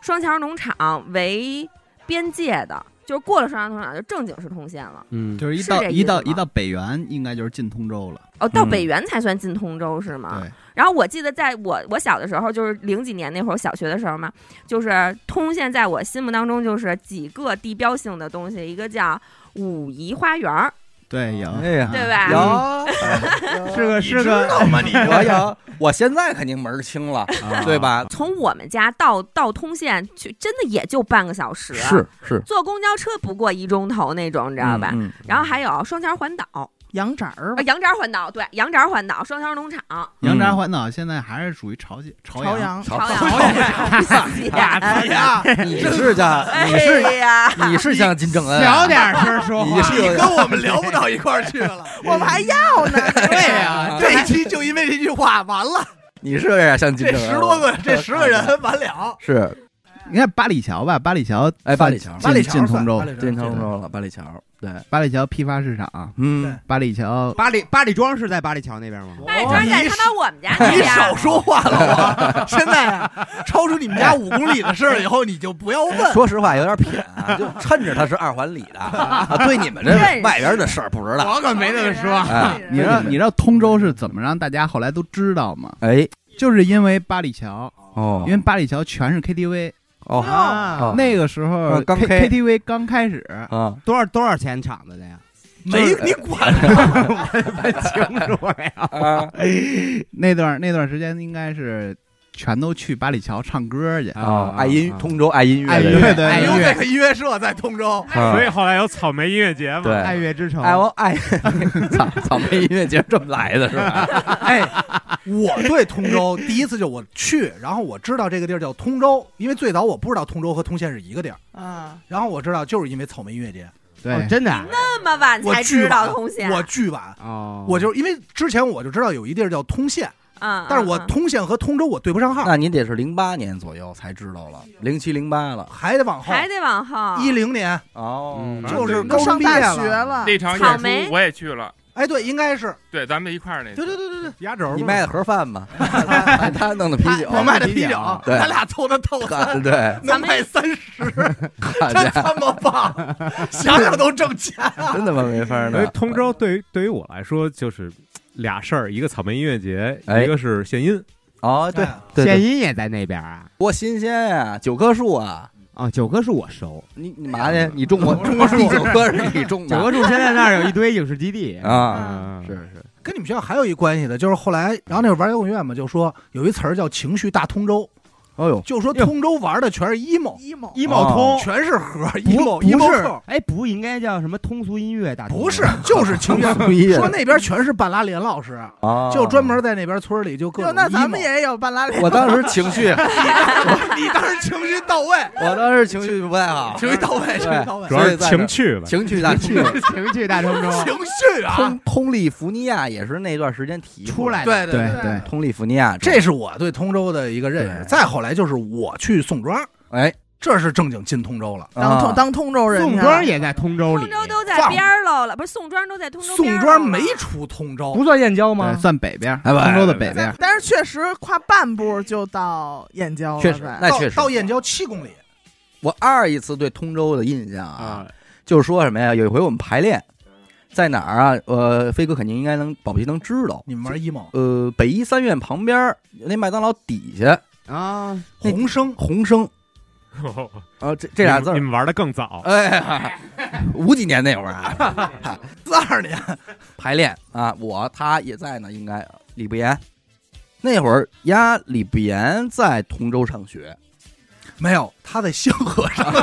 Speaker 5: 双桥农场为边界的，就是过了双桥农场就正经是通县了。
Speaker 7: 嗯，
Speaker 3: 就是一
Speaker 5: 是
Speaker 3: 到
Speaker 5: 这意
Speaker 3: 一
Speaker 5: 思
Speaker 3: 到
Speaker 5: 吗
Speaker 3: 一到北园，应该就是进通州了。
Speaker 5: 哦，到
Speaker 1: 嗯
Speaker 5: 北园才算进通州是吗？
Speaker 3: 对
Speaker 5: 然后我记得在我我小的时候，就是零几年那会儿小学的时候嘛，就是通县在我心目当中就是几个地标性的东西，一个叫武夷花园儿，
Speaker 3: 对，有
Speaker 1: 哎呀
Speaker 5: 对吧？
Speaker 1: 有
Speaker 3: 是个是
Speaker 7: 知
Speaker 3: 个，
Speaker 7: 道吗？你
Speaker 1: 我有，我现在肯定门儿清了，啊对吧？
Speaker 5: 从我们家到到通县去，真的也就半个小时，
Speaker 1: 是，
Speaker 5: 坐公交车不过一钟头那种，你知道吧？
Speaker 1: 嗯？
Speaker 5: 然后还有双桥环岛，啊，
Speaker 2: 羊崽儿嘛，
Speaker 5: 羊宅环岛，对，羊宅环岛，双桥农场，
Speaker 1: 嗯
Speaker 3: 羊杂环岛现在还是属于朝鲜朝
Speaker 2: 嗯朝
Speaker 3: 阳。
Speaker 2: 阳，
Speaker 5: 朝阳，
Speaker 7: 哎呀，
Speaker 1: 嗯 你是叫
Speaker 5: 哎
Speaker 1: 你是
Speaker 5: 呀，
Speaker 1: 你是像金正恩啊，
Speaker 3: 小点声说
Speaker 1: 你
Speaker 3: 话，
Speaker 1: 是
Speaker 7: 你
Speaker 1: 有
Speaker 7: 跟我们聊不到一块儿去 了。
Speaker 2: 我们还要 呢，
Speaker 3: 对呀，
Speaker 7: 这一期就因为这句话完了，
Speaker 1: 你是有点像金
Speaker 7: 这
Speaker 1: 正恩，
Speaker 7: 十多个 这十个人完了。
Speaker 1: 是
Speaker 3: 你看八里桥吧，八里桥
Speaker 1: 哎八里桥
Speaker 3: 进
Speaker 7: 八里桥
Speaker 3: 进
Speaker 7: 算
Speaker 3: 通州
Speaker 7: 八，里桥
Speaker 1: 进通州了，八里桥，对，
Speaker 3: 八里桥批发市场，
Speaker 1: 嗯，
Speaker 3: 八里桥
Speaker 8: 八里八里庄是在八里桥那边吗？
Speaker 1: 哦
Speaker 5: 那庄在他妈我们家那
Speaker 7: 哦你
Speaker 5: 边
Speaker 7: 少说话了，我现在啊，超出你们家五公里的事儿以后，你就不要问。
Speaker 1: 说实话有点偏啊，就趁着他是二环里的，啊对你们这
Speaker 5: 认识
Speaker 1: 外边的事儿不知道，
Speaker 8: 我可啊没这么说。
Speaker 1: 哎
Speaker 3: 你知道你知道通州是怎么让大家后来都知道吗？
Speaker 1: 哎
Speaker 3: 就是因为八里桥，
Speaker 1: 哦
Speaker 3: 因为八里桥全是 KTV
Speaker 1: 哦
Speaker 3: 啊那个时候
Speaker 1: 嗯刚
Speaker 3: K
Speaker 1: 开
Speaker 3: KTV 刚开始，
Speaker 1: 啊
Speaker 8: 多少多少钱场子的呀？
Speaker 7: 没你管
Speaker 3: 清楚呀。
Speaker 1: 啊
Speaker 3: 那段那段时间应该是全都去八里桥唱歌去，
Speaker 1: 啊！爱音通州爱音乐
Speaker 3: 爱
Speaker 1: 的
Speaker 3: 乐
Speaker 1: 人
Speaker 3: 的
Speaker 7: 哎呦，
Speaker 3: 音
Speaker 7: 这
Speaker 3: 乐，
Speaker 7: 个音乐社在通州，
Speaker 1: 啊
Speaker 10: 所以后来有草莓音乐节嘛，
Speaker 1: 对
Speaker 8: 爱乐之城，
Speaker 1: 爱我爱 草草莓音乐节这么来的是吧？
Speaker 7: 哎，我对通州第一次就我去，然后我知道这个地儿叫通州，因为最早我不知道通州和通县是一个地儿，
Speaker 2: 啊，
Speaker 7: 然后我知道就是因为草莓音乐节，
Speaker 8: 哦
Speaker 3: 对，
Speaker 8: 真的啊
Speaker 5: 这么晚
Speaker 7: 我
Speaker 5: 才
Speaker 7: 巨
Speaker 5: 知道嗯
Speaker 7: 晚
Speaker 5: 通县，
Speaker 7: 我巨晚，
Speaker 8: 哦，
Speaker 7: 我就是因为之前我就知道有一地儿叫通县，
Speaker 5: 嗯，
Speaker 7: 但是我
Speaker 5: 嗯
Speaker 7: 通县和通州我对不上号，
Speaker 1: 那您得是零八年左右才知道了，零七零八了
Speaker 7: 还得往后
Speaker 5: 还得往后
Speaker 7: 一零年，
Speaker 1: 哦
Speaker 10: 嗯
Speaker 7: 就是
Speaker 2: 都
Speaker 7: 高中
Speaker 2: 上
Speaker 7: 毕业
Speaker 2: 大学
Speaker 7: 了。
Speaker 2: 了，
Speaker 6: 那场
Speaker 5: 草
Speaker 6: 演
Speaker 5: 莓
Speaker 6: 出我也去了，
Speaker 7: 哎，对，应该是
Speaker 6: 对，咱们一块儿那次。
Speaker 7: 对对对对对，
Speaker 10: 压轴
Speaker 1: 你卖的盒饭 吗？他他弄的啤酒，
Speaker 7: 我卖的啤
Speaker 1: 酒，
Speaker 7: 酒，
Speaker 1: 对
Speaker 7: 咱俩凑的透
Speaker 1: 干对，
Speaker 7: 能卖三十，
Speaker 1: 好
Speaker 7: 真
Speaker 1: 家
Speaker 7: 他妈棒， 想想都挣钱。啊
Speaker 1: 伙，真他妈没法
Speaker 10: 因为
Speaker 1: 弄。
Speaker 10: 通州对于对于我来说就是俩事儿，一个草莓音乐节，
Speaker 1: 哎
Speaker 10: 一个是献音。
Speaker 1: 哦，对
Speaker 7: 哎
Speaker 1: 对
Speaker 8: 献
Speaker 1: 对，
Speaker 8: 音也在那边啊。
Speaker 1: 多新鲜呀！九棵树啊，
Speaker 8: 哦，九哥是我熟，
Speaker 1: 你你嘛去？你种过种过树？九棵是 你种
Speaker 8: 九
Speaker 1: 的
Speaker 8: 棵树现在那儿有一堆影视基地
Speaker 1: 啊？
Speaker 8: 啊
Speaker 1: 是是，
Speaker 7: 跟你们学校还有一关系的，就是后来，然后那会儿玩摇滚乐嘛，就说有一词儿叫“情绪大通州
Speaker 1: 哦呦”，，
Speaker 7: 就说通州玩的全是 emo，啊
Speaker 2: emo
Speaker 8: 一茂
Speaker 1: 哦
Speaker 8: 哎通，
Speaker 7: 全是核
Speaker 8: 不
Speaker 7: emo
Speaker 8: 不
Speaker 7: emo
Speaker 8: 是
Speaker 7: 扣，
Speaker 8: 哎，不应该叫什么通俗音乐大通
Speaker 7: 不是，就是 情绪。
Speaker 1: 不一
Speaker 7: 说那边全是半拉脸老师，
Speaker 1: 啊，
Speaker 7: 就专门在那边村里就各
Speaker 2: 哟，
Speaker 7: 种
Speaker 2: 那咱们
Speaker 7: emo
Speaker 2: 也有半拉脸，
Speaker 1: 我当时情绪，
Speaker 7: 你当时情绪到位，
Speaker 1: 我当时情绪不太好，
Speaker 7: 情绪到位，
Speaker 1: 对
Speaker 7: 情绪到位
Speaker 10: 主，要
Speaker 1: 所
Speaker 10: 是
Speaker 1: 以在这
Speaker 10: 情趣吧。
Speaker 1: 情绪大 去。
Speaker 8: 情绪大通州
Speaker 7: 情绪 啊！
Speaker 1: 通通利福尼亚也是那段时间提
Speaker 8: 出来的
Speaker 7: 对对对，
Speaker 3: 对对，
Speaker 1: 通利福尼亚，
Speaker 7: 这是我对通州的一个认识。
Speaker 1: 对
Speaker 7: 再后来就是我去宋庄，
Speaker 1: 哎，
Speaker 7: 这是正经进通州了。
Speaker 2: 当通
Speaker 1: 啊
Speaker 2: 当通州人去了，
Speaker 8: 宋庄也在通州里
Speaker 5: 通，州都在
Speaker 7: 放
Speaker 5: 边儿喽了，不是宋庄都在通州边
Speaker 7: 宋
Speaker 5: 儿
Speaker 7: 庄
Speaker 5: 喽
Speaker 7: 没
Speaker 5: 了
Speaker 7: 出通州，
Speaker 8: 不算燕郊吗
Speaker 3: 对？算北边，
Speaker 1: 哎不
Speaker 3: 通州的北边
Speaker 2: 但。但是确实跨半步就到燕郊了，
Speaker 1: 确实，那
Speaker 7: 到
Speaker 1: 确实
Speaker 7: 到燕。郊七公里，
Speaker 1: 我二一次对通州的印象啊
Speaker 10: 啊，，
Speaker 1: 就是说什么呀？有一回我们排练，在哪儿啊？呃，飞哥肯定应该能，保齐能知道。
Speaker 7: 你们玩 emo
Speaker 1: 呃，北医三院旁边儿那麦当劳底下
Speaker 8: 啊，
Speaker 1: 那
Speaker 7: 红生
Speaker 1: 红生
Speaker 10: 哦
Speaker 1: 啊，这这俩字
Speaker 10: 你
Speaker 1: 儿，
Speaker 10: 们玩的更早，
Speaker 1: 哎 呀，五几年那会儿啊，
Speaker 7: 四二年，
Speaker 1: 排练啊，我他也在呢，应该李不言。那会儿呀，李不言在通州上学，
Speaker 7: 没有他在香河上的，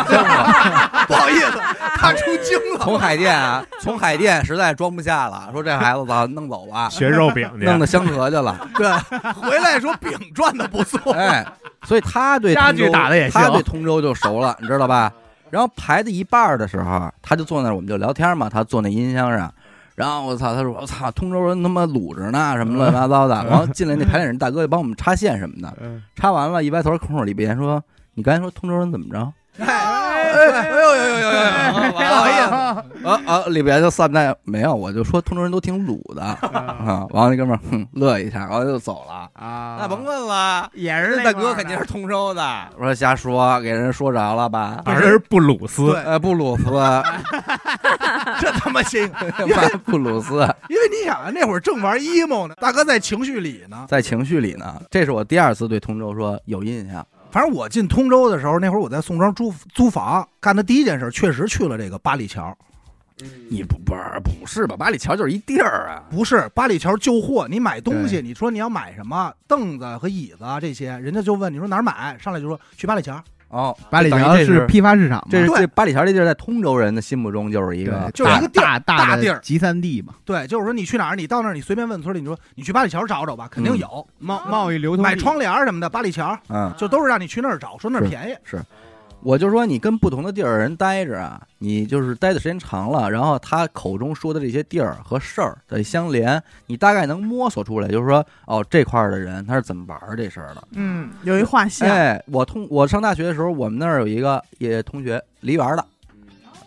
Speaker 7: 不好意思， 他出京了。
Speaker 1: 从海淀啊，从海淀实在装不下了，说这孩子吧，弄走吧，
Speaker 10: 学肉饼去，
Speaker 1: 弄到香河去了。
Speaker 7: 对，回来说饼赚的不错，
Speaker 1: 哎，所以他对
Speaker 3: 家
Speaker 1: 通州
Speaker 3: 具打得也
Speaker 1: 他
Speaker 3: 行
Speaker 1: 对通州就熟了，你知道吧？然后排到一半儿的时候，他就坐那儿，我们就聊天嘛，他坐那音箱上。然后我操，他说我操，通州人他妈卤着呢，什么乱七八糟的。
Speaker 3: 嗯
Speaker 1: 然后进来那排练人大哥就帮我们插线什么的，
Speaker 10: 嗯，
Speaker 1: 插完了，一歪头空手里边说：“你刚才说通州人怎么着
Speaker 7: 哎哎呦呦呦呦呦，不好意思，？”
Speaker 1: 啊啊，里边就散在没有，我就说通州人都挺卤的啊。完了那哥们儿哼乐一下，然后就走了。
Speaker 8: 啊，
Speaker 1: 那甭问了，
Speaker 8: 也
Speaker 1: 人
Speaker 8: 是
Speaker 1: 家
Speaker 8: 那
Speaker 1: 大哥
Speaker 8: 块儿
Speaker 1: 肯定
Speaker 8: 的
Speaker 1: 是通州的。我说瞎说，给人说着了吧？
Speaker 10: 而是布鲁斯，
Speaker 7: 对，
Speaker 1: 呃，布鲁斯，
Speaker 7: 这他妈行，
Speaker 1: 布鲁斯
Speaker 7: 因为你想啊，那会儿正玩 emo 呢，大哥在情绪里呢。
Speaker 1: 在情绪里呢。这是我第二次对通州说有印象。
Speaker 7: 反正我进通州的时候，那会儿我在宋庄租租房，干的第一件事确实去了这个八里桥，
Speaker 1: 你不不是不是吧？八里桥就是一地儿啊。
Speaker 7: 不是八里桥旧货，你买东西，你说你要买什么凳子和椅子啊这些，人家就问你说哪儿买，上来就说去八里桥，
Speaker 1: 哦，
Speaker 8: 八里
Speaker 1: 等于
Speaker 8: 桥
Speaker 1: 这
Speaker 8: 是
Speaker 1: 是
Speaker 8: 批发市场嘛，
Speaker 1: 这是
Speaker 7: 对
Speaker 1: 这八里桥这地儿在通州人的心目中就是一
Speaker 8: 对
Speaker 1: 个
Speaker 7: 就是一个地儿
Speaker 8: 大大
Speaker 7: 大
Speaker 8: 的
Speaker 7: 地儿
Speaker 8: 集散地嘛，
Speaker 7: 对，就是说你去哪儿，你到那儿你随便问村里，你说你去八里桥找找吧，肯定有、
Speaker 8: 贸贸易流通地
Speaker 7: 买窗帘儿什么的，八里桥
Speaker 1: 嗯。
Speaker 7: 就都是让你去那儿找，说那儿便宜。
Speaker 1: 我就说你跟不同的地儿人待着啊，你就是待的时间长了，然后他口中说的这些地儿和事儿的相连，你大概能摸索出来，就是说哦这块儿的人他是怎么玩儿这事儿的。
Speaker 2: 嗯，有一画像，
Speaker 1: 哎，我通我上大学的时候，我们那儿有一个也同学梨园的，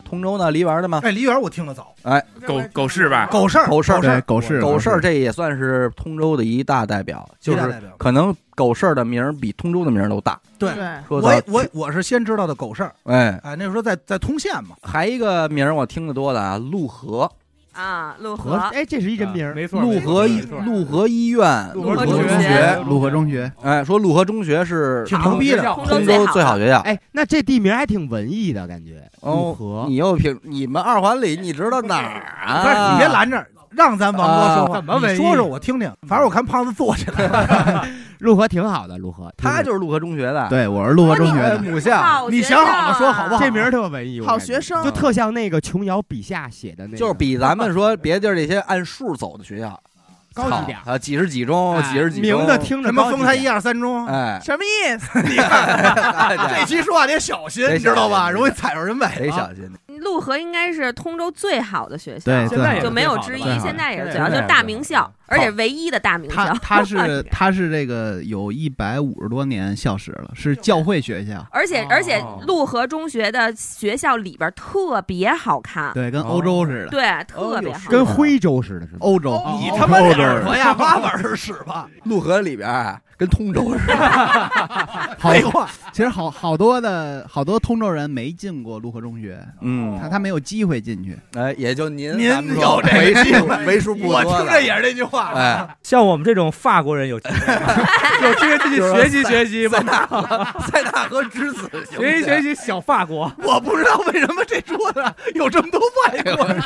Speaker 1: 通州呢梨园的嘛，
Speaker 7: 哎，梨园我听得早，
Speaker 6: 狗狗市吧，
Speaker 7: 狗市儿，
Speaker 1: 哎狗市儿
Speaker 7: 狗市
Speaker 8: 对
Speaker 7: 儿，
Speaker 8: 狗市
Speaker 1: 狗市儿这也算是通州的一大代表，就
Speaker 7: 一大
Speaker 1: 是
Speaker 7: 代表
Speaker 1: 可能狗市儿的名儿比通州的名儿都大。
Speaker 7: 对。
Speaker 2: 对，
Speaker 1: 说到
Speaker 7: 我我我是先知道的狗市儿，
Speaker 1: 哎，
Speaker 7: 哎，那时候在在通县嘛，
Speaker 1: 还一个名儿我听得多的啊，陆河，
Speaker 5: 啊，陆
Speaker 8: 和
Speaker 5: 河，
Speaker 8: 哎，这是一人名儿，
Speaker 4: 啊没错，
Speaker 1: 陆河医
Speaker 4: 没错
Speaker 1: 陆河医院，
Speaker 4: 陆
Speaker 5: 河
Speaker 1: 河
Speaker 5: 中
Speaker 1: 中
Speaker 5: 学
Speaker 1: 学，
Speaker 3: 鲁河中学，
Speaker 1: 哎，说陆河中学是
Speaker 7: 挺牛逼的
Speaker 5: 通州
Speaker 1: 通
Speaker 5: 最
Speaker 1: 州
Speaker 5: 好
Speaker 1: 最好
Speaker 5: 的
Speaker 1: 学校。
Speaker 8: 哎，那这地名还挺文艺的感觉。陆
Speaker 1: 哦
Speaker 8: 河，
Speaker 1: 你又评你们二环里，你知道哪儿啊？
Speaker 7: 不是你别拦着，让咱王哥说话，
Speaker 8: 啊怎么文艺
Speaker 7: 你说说我听听。反正我看胖子坐起来了，
Speaker 8: 陆河挺好的，陆河，
Speaker 1: 他
Speaker 8: 挺
Speaker 1: 就是陆河中学的，
Speaker 3: 对我是陆河中学
Speaker 1: 哎，
Speaker 3: 的，
Speaker 1: 母校
Speaker 5: 好
Speaker 7: 你
Speaker 5: 学
Speaker 7: 想好
Speaker 5: 校
Speaker 7: 了说
Speaker 5: 啊
Speaker 7: 好不好
Speaker 8: 这名儿特文艺，我
Speaker 2: 好
Speaker 8: 感觉
Speaker 2: 学生
Speaker 8: 就特像那个琼瑶笔下写的那个，
Speaker 1: 就是比咱们说别地儿这些按数走的学校
Speaker 8: 高级点儿
Speaker 1: 好啊，几十几中，
Speaker 8: 哎
Speaker 1: 几十几中，
Speaker 8: 名字听着
Speaker 7: 什么
Speaker 8: 高级
Speaker 7: 丰台一
Speaker 8: 点儿
Speaker 7: 二三中，哎
Speaker 1: 哎，
Speaker 2: 什么意思？
Speaker 7: 这期说话得小心，
Speaker 1: 得
Speaker 7: 你知道
Speaker 1: 小
Speaker 7: 吧？
Speaker 1: 心
Speaker 7: 容易踩着人尾。
Speaker 1: 得小 心。
Speaker 5: 陆河应该是通州最好的学校，
Speaker 3: 对
Speaker 4: 现在也
Speaker 5: 就没有
Speaker 4: 挺好
Speaker 5: 之
Speaker 4: 的
Speaker 5: 一
Speaker 3: 最好，的
Speaker 5: 现在也是最
Speaker 1: 对
Speaker 5: 好，就
Speaker 1: 对
Speaker 5: 是大名校，而且唯一的大名
Speaker 3: 他
Speaker 5: 校。
Speaker 3: 他是他是这个有一百五十多年校史了，是教会学校，
Speaker 5: 而且而且
Speaker 4: 哦，
Speaker 5: 陆河中学的学校里边特别好看，
Speaker 3: 对，跟欧洲似的，
Speaker 5: 对，特别好。
Speaker 8: 跟徽州似的，是吗？
Speaker 3: 欧洲，
Speaker 7: 哦你他妈哪儿国呀？挖耳屎吧！
Speaker 1: 陆河里边啊跟通州似的，
Speaker 3: 好
Speaker 7: 废话，
Speaker 3: 其实好好多的好多通州人没进过陆河中学，
Speaker 1: 嗯
Speaker 3: 他他没有机会进去。
Speaker 1: 哎，也就您
Speaker 7: 您
Speaker 1: 咱们说
Speaker 7: 有这个
Speaker 1: 为
Speaker 7: 机
Speaker 1: 数
Speaker 7: 会
Speaker 1: 为数不多
Speaker 7: 我
Speaker 1: 的，
Speaker 7: 听着也是这句话。
Speaker 1: 哎，
Speaker 9: 像我们这种法国人有机会，有机会进去学习学习吧，
Speaker 1: 塞纳河之子，
Speaker 9: 学习学习小法国。
Speaker 7: 我不知道为什么这桌子上有这么多外国人，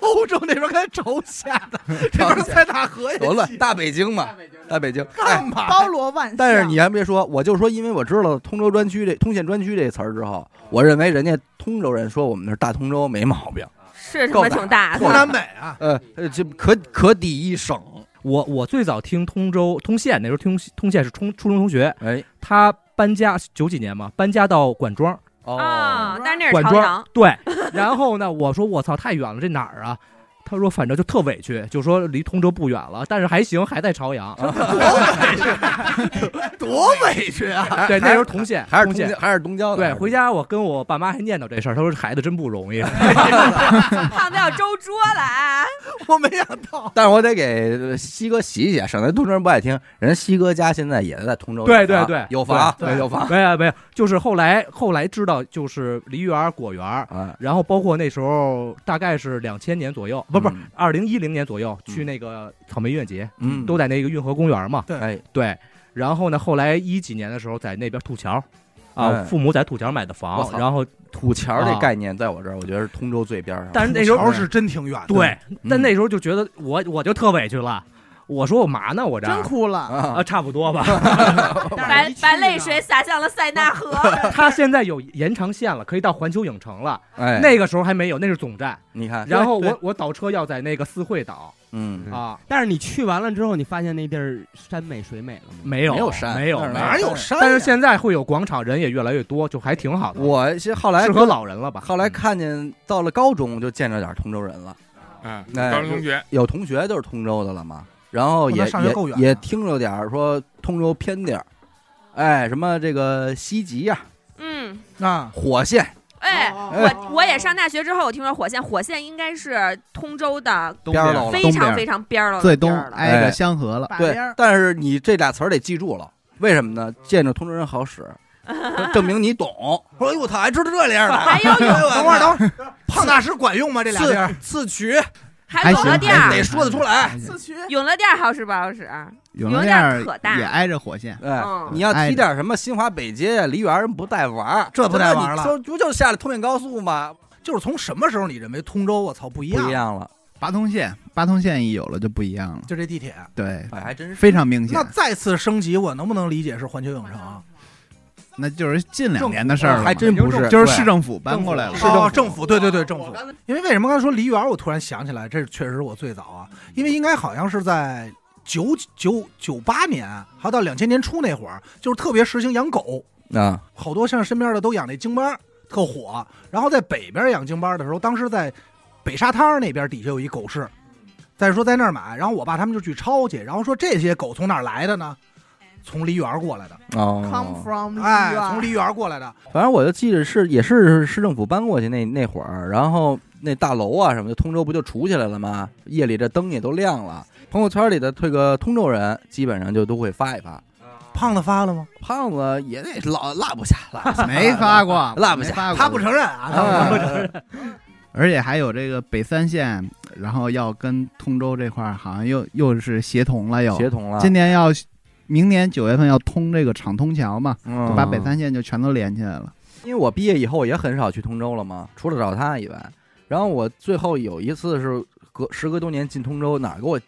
Speaker 7: 欧洲那边跟朝鲜的， 这边塞纳河也
Speaker 1: 多乱，大北京嘛，大北京。哎，
Speaker 7: 干嘛？
Speaker 2: 包罗万象。
Speaker 1: 但是你还别说，我就说，因为我知道通州专区这通县专区这词儿之后，我认为人家通州人说我们那是大通州没毛病，
Speaker 5: 是他妈
Speaker 1: 够大
Speaker 5: 挺大
Speaker 7: 中
Speaker 5: 的，
Speaker 7: 南美啊，
Speaker 1: 呃，呃这可可抵一省。
Speaker 9: 我我最早听通州通县那时候听通县是初初中同学，
Speaker 1: 哎，
Speaker 9: 他搬家九几年嘛，搬家到管庄，
Speaker 1: 哦，
Speaker 5: 啊，但是那是
Speaker 9: 管
Speaker 5: 朝阳
Speaker 9: 庄，对，然后呢，我说我操太远了，这哪儿啊？他说反正就特委屈，就说离通州不远了，但是还行，还在朝
Speaker 1: 啊
Speaker 9: 阳。
Speaker 7: 多委屈啊！
Speaker 9: 对，那时候同县
Speaker 1: 还是
Speaker 9: 同
Speaker 1: 东
Speaker 9: 县
Speaker 1: 郊，。还是东郊的。
Speaker 9: 对，回家我跟我爸妈还念叨这事儿，他说孩子真不容 易。
Speaker 5: 胖子要周桌了啊！
Speaker 7: 我没想到，
Speaker 1: 但是我得给西哥洗一洗，省得通州人不爱听。人西哥家现在也在通州有
Speaker 9: 对对
Speaker 1: 房，
Speaker 9: 对
Speaker 1: 啊有房，哎
Speaker 7: 对对
Speaker 1: 有房
Speaker 9: 没有没有，就是后来后来知道，就是梨园、果园，
Speaker 1: 啊，
Speaker 9: 然后包括那时候大概是两千年左右，不不是
Speaker 1: 嗯
Speaker 9: 二零一零年左右
Speaker 1: 嗯
Speaker 9: 去那个草莓音乐节，
Speaker 1: 嗯，
Speaker 9: 都在那个运河公园嘛。
Speaker 1: 哎，
Speaker 9: 对，然后呢，后来一几年的时候在那边土桥，啊，
Speaker 1: 哎
Speaker 9: 父母在土桥买的
Speaker 1: 我
Speaker 9: 房，
Speaker 1: 操
Speaker 9: 然后
Speaker 1: 土桥这
Speaker 9: 啊
Speaker 1: 概念在我这儿，我觉得是通州最边上。
Speaker 9: 但是那时候
Speaker 7: 桥是真挺远的。
Speaker 9: 对，但
Speaker 1: 嗯
Speaker 9: 那时候就觉得我我就特委屈了，我说我嘛呢，我这儿
Speaker 2: 真哭了，
Speaker 9: 啊，
Speaker 1: 啊，
Speaker 9: 差不多 吧。
Speaker 5: 把把泪水洒向了塞纳河，
Speaker 9: 他现在有延长线了，可以到环球影城了。
Speaker 1: 哎，
Speaker 9: 那个时候还没有，那是总站。
Speaker 1: 你看，
Speaker 9: 然后
Speaker 1: 对
Speaker 9: 我，我倒车要在那个四惠岛
Speaker 1: 嗯，
Speaker 9: 啊，
Speaker 8: 但是你去完了之后，你发现那地儿山美水美了吗？
Speaker 9: 没有
Speaker 1: 没有山
Speaker 9: 没有
Speaker 1: 那儿
Speaker 9: 没
Speaker 1: 哪
Speaker 7: 哪
Speaker 1: 有
Speaker 7: 有山？
Speaker 9: 但是现在会有广场，人也越来越多，就还挺好的。
Speaker 1: 我是后来
Speaker 9: 适合老人了吧？
Speaker 1: 后来看见到了高中就见着点通州人了，
Speaker 6: 嗯，
Speaker 1: 哎
Speaker 6: 高中同学，
Speaker 1: 有同学就是通州的了嘛，然后
Speaker 7: 哦
Speaker 1: 也
Speaker 7: 那上学够
Speaker 1: 也
Speaker 7: 远
Speaker 1: 也
Speaker 7: 啊
Speaker 1: 听着点儿说通州偏地儿，哎，什么这个西吉呀、
Speaker 5: 嗯。
Speaker 7: 啊，
Speaker 1: 火线，
Speaker 5: 哎，
Speaker 1: 哎
Speaker 5: 我我也上大学之后，我听说火线，火线应该是通州的
Speaker 3: 东
Speaker 1: 边儿
Speaker 3: 边
Speaker 1: 喽了
Speaker 5: 非
Speaker 3: 东边
Speaker 5: 常
Speaker 3: 儿
Speaker 5: 非常边儿了的
Speaker 3: 最
Speaker 5: 地
Speaker 3: 东
Speaker 5: 儿了。
Speaker 3: 挨
Speaker 1: 哎
Speaker 3: 着香河了，
Speaker 2: 把
Speaker 1: 对
Speaker 2: 边儿，
Speaker 1: 但是你这俩词儿得记住了，为什么呢？见着通州人好使， 证明你懂。说哎呦我操，还知道这样哎的，
Speaker 5: 啊还有有
Speaker 7: 哎等会儿，等会儿，胖大师管用吗？这俩地儿
Speaker 1: 刺曲
Speaker 5: 还有永乐
Speaker 3: 还行
Speaker 5: 店儿
Speaker 1: 得，哎说得出
Speaker 5: 哎
Speaker 1: 来。哎
Speaker 2: 四区
Speaker 5: 永乐店儿好使不好使？
Speaker 3: 永
Speaker 5: 永乐
Speaker 3: 乐店
Speaker 5: 店
Speaker 3: 儿
Speaker 5: 可大
Speaker 3: 也挨着火线，
Speaker 1: 哎
Speaker 5: 嗯，
Speaker 1: 你要
Speaker 3: 挨
Speaker 1: 提
Speaker 3: 着
Speaker 1: 点什么新华北街呀、梨园人不带玩儿，
Speaker 7: 这不带玩儿了
Speaker 1: 那你就不就是下了通面高速吗？
Speaker 7: 就是从什么时候你认为通州我操不一
Speaker 1: 不
Speaker 7: 样？
Speaker 1: 一，样了，
Speaker 3: 八通线八通线一有了就不一样了，
Speaker 7: 就这地铁。
Speaker 3: 对，
Speaker 1: 哎，还真是。
Speaker 3: 非常明显
Speaker 7: 那，再次升级，我能不能理解是环球影城？啊
Speaker 3: 那就是近两年的事儿了嘛，
Speaker 1: 还真不是，
Speaker 3: 就是市政府搬过来了
Speaker 1: 政，府
Speaker 7: 哦政府，对对对，政府。因为为什么刚才说梨园，我突然想起来，这确实是我最早啊，因为应该好像是在九九九八年，还有到两千年初那会儿，就是特别实行养狗，
Speaker 1: 对啊，
Speaker 7: 好多像身边的都养那京巴，特火。然后在北边养京巴的时候，当时在北沙滩那边底下有一狗市，再说在那儿买，然后我爸他们就去抄去，然后说这些狗从哪儿来的呢？从梨园过来的，
Speaker 2: come
Speaker 1: 哦，
Speaker 2: from
Speaker 7: 哎
Speaker 2: 医，院
Speaker 7: 从梨园过来的，
Speaker 1: 反正我就记得是也是市政府搬过去那那会儿，然后那大楼啊什么的，通州不就杵起来了吗？夜里这灯也都亮了，朋友圈里的这个通州人基本上就都会发一发。
Speaker 7: 胖子发了吗？
Speaker 1: 胖子也得落落不下，落不下
Speaker 3: 没发过，
Speaker 1: 落不啊
Speaker 3: 没
Speaker 1: 下
Speaker 3: 发过，
Speaker 7: 他不承认啊，他不承认。
Speaker 3: 而且还有这个北三县，然后要跟通州这块儿好像又又是协同了又，
Speaker 1: 协同了，
Speaker 3: 今年要明年九月份要通这个厂通桥嘛，就
Speaker 1: 嗯
Speaker 3: 把北三县就全都连起来了。
Speaker 1: 因为我毕业以后也很少去通州了嘛，除了找他以外，然后我最后有一次是隔时隔多年进通州，哪儿给我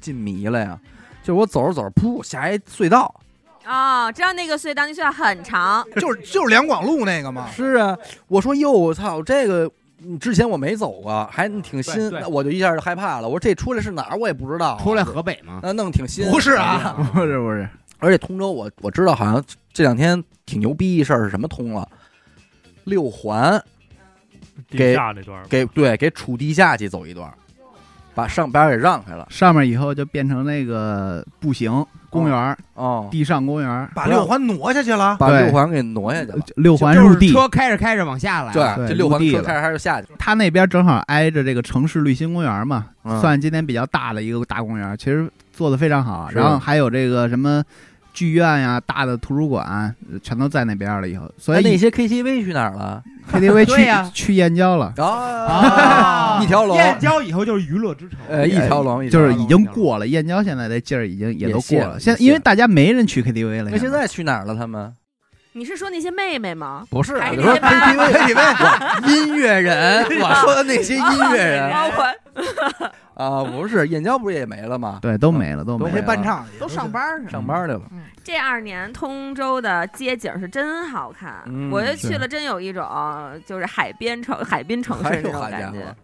Speaker 1: 进迷了呀？就是我走着走着，噗下一隧道，
Speaker 5: 哦，知道那个隧道，那隧道很长，
Speaker 7: 就是就是两广路那个嘛，
Speaker 1: 是啊，我说哟，我操，这个嗯之前我没走过，还挺新，
Speaker 9: 对对
Speaker 1: 那我就一下就害怕了。我说这出来是哪儿，我也不知道啊。
Speaker 8: 出来河北嘛，
Speaker 1: 那弄挺新，哎
Speaker 7: 不是啊？
Speaker 3: 不是不是，
Speaker 1: 而且通州我我知道，好像这两天挺牛逼一事儿是什么通了，六环
Speaker 4: 地下那段儿
Speaker 1: 给对给楚地下去走一段，把上边儿给让开了。
Speaker 3: 上面以后就变成那个步行公园儿、
Speaker 1: 哦，
Speaker 3: 地上公园儿，
Speaker 7: 把六环挪下去了。
Speaker 1: 把
Speaker 3: 对
Speaker 1: 六环给挪下去了。
Speaker 3: 六环
Speaker 8: 就
Speaker 3: 入
Speaker 8: 是
Speaker 3: 地。
Speaker 8: 车开着开着往下来，
Speaker 1: 对，
Speaker 3: 啊对
Speaker 1: 这六环
Speaker 3: 入地
Speaker 1: 车
Speaker 3: 了
Speaker 1: 开着开着下去了。
Speaker 3: 它那边正好挨着这个城市绿心公园嘛，
Speaker 1: 嗯
Speaker 3: 算今年比较大的一个大公园，其实做的非常好。啊
Speaker 1: 是
Speaker 3: 然后还有这个什么剧院呀、大的图书馆，呃全都在那边了。以后，所
Speaker 1: 哎，那
Speaker 3: 以
Speaker 1: 些 KTV 去哪儿了？
Speaker 3: KTV 去、
Speaker 8: 对呀
Speaker 3: 去燕郊了，
Speaker 1: 啊，一条龙，
Speaker 8: 燕郊以后就是娱乐之城，
Speaker 3: 哎
Speaker 1: 呃，一条龙，一条
Speaker 3: 就
Speaker 1: 龙
Speaker 3: 是已经过了。燕郊现在的劲儿已经也都
Speaker 1: 也泄
Speaker 3: 过
Speaker 1: 了
Speaker 3: 了，
Speaker 1: 也
Speaker 3: 现在
Speaker 1: 泄了
Speaker 3: 因为大家没人去 KTV 了。
Speaker 1: 那现在去哪儿了？他们
Speaker 5: 你是说那些妹妹吗？
Speaker 1: 不是
Speaker 5: 还
Speaker 1: 我
Speaker 5: 是
Speaker 1: 说
Speaker 5: 那些吧
Speaker 1: KTV，我音乐人，我说的那些音乐人
Speaker 5: 哦包括
Speaker 1: 啊，不是燕郊不是也没了吗？
Speaker 3: 对，都没了，都没
Speaker 1: 都
Speaker 7: 这
Speaker 1: 没
Speaker 3: 了。
Speaker 7: 伴唱也
Speaker 2: 都
Speaker 7: 是
Speaker 2: 上，班去了，
Speaker 1: 上班去了，
Speaker 5: 这二年通州的街景是真好看，
Speaker 1: 嗯
Speaker 5: 我就去了，真有一种就是海边城、海滨城
Speaker 8: 哎
Speaker 1: 还
Speaker 5: 市那
Speaker 1: 有
Speaker 5: 种
Speaker 1: 好家
Speaker 5: 感
Speaker 1: 伙
Speaker 5: 觉。，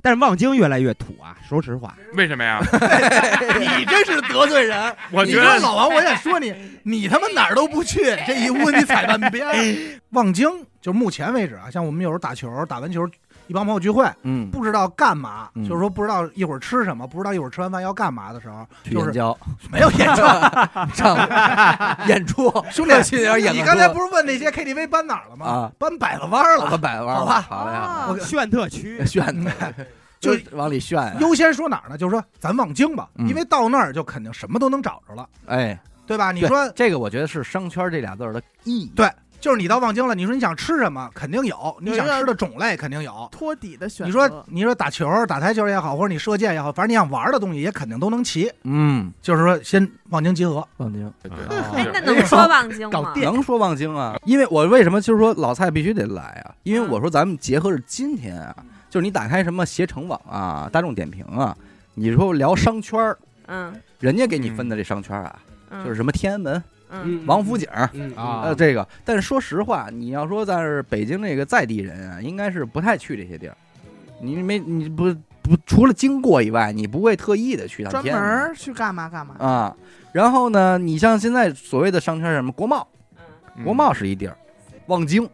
Speaker 8: 但是望京越来越土啊，说实话，
Speaker 6: 为什么呀？
Speaker 7: 你真是得罪人。
Speaker 6: 我
Speaker 7: 你
Speaker 6: 觉
Speaker 7: 说
Speaker 6: 得
Speaker 7: 老王，我也说你，你他妈哪儿都不去，这一屋你踩半边 儿。望京就是目前为止啊，像我们有时候打球，打完球一帮朋友聚会，
Speaker 1: 嗯，
Speaker 7: 不知道干嘛，
Speaker 1: 嗯
Speaker 7: 就是说不知道一会儿吃什么，不知道一会儿吃完饭要干嘛的时候，
Speaker 1: 去
Speaker 7: 就
Speaker 1: 燕
Speaker 7: 是
Speaker 1: 郊
Speaker 7: 没有演出。
Speaker 1: 上 演出，
Speaker 7: 兄
Speaker 1: 我去
Speaker 7: 弟
Speaker 1: 要演，个
Speaker 7: 你刚才
Speaker 1: 歌
Speaker 7: 不是问那些 KTV 搬哪儿了吗？
Speaker 1: 啊
Speaker 7: 搬百了弯儿
Speaker 1: 我
Speaker 7: 了。
Speaker 1: 摆弯
Speaker 7: 好
Speaker 1: 了，
Speaker 7: 吧
Speaker 1: 好嘞，好
Speaker 7: 我
Speaker 8: 炫特区
Speaker 1: 嘞，炫的，
Speaker 7: 就
Speaker 1: 往里炫啊，
Speaker 7: 优先说哪儿呢？就是说咱望京吧，
Speaker 1: 嗯
Speaker 7: 因为到那儿就肯定什么都能找着了，
Speaker 1: 哎，
Speaker 7: 对吧？你
Speaker 1: 对
Speaker 7: 说
Speaker 1: 这个我觉得是商圈这俩字儿的意义，
Speaker 7: 就是你到望京了，你说你想吃什么，肯定有；你想
Speaker 2: 有一个
Speaker 7: 吃的种类肯定有。
Speaker 2: 托底的选择。
Speaker 7: 你说你说打球、打台球也好，或者你射箭也好，反正你想玩的东西也肯定都能齐。
Speaker 1: 嗯，
Speaker 7: 就是说，先望京集合，啊
Speaker 1: 望京。
Speaker 5: 哎，那能说望京吗？
Speaker 1: 哦能说望京啊？因为我为什么就是说老蔡必须得来啊？因为我
Speaker 5: 嗯
Speaker 1: 说咱们结合是今天啊，就是你打开什么携程网啊、大众点评啊，你说聊商圈儿，
Speaker 5: 嗯
Speaker 1: 人家给你分的这商圈儿啊，
Speaker 5: 嗯，
Speaker 1: 就是什么天安门、
Speaker 5: 嗯，
Speaker 1: 王府井。
Speaker 8: 嗯
Speaker 3: 啊
Speaker 1: 呃，这个，但是说实话，你要说在北京这个在地人啊，应该是不太去这些地儿。你没你不不除了经过以外，你不会特意的去趟
Speaker 2: 专
Speaker 1: 天
Speaker 2: 门
Speaker 1: 安门
Speaker 2: 儿去干嘛干嘛，
Speaker 1: 啊。然后呢，你像现在所谓的商圈儿什么国贸，国贸是一地儿，望京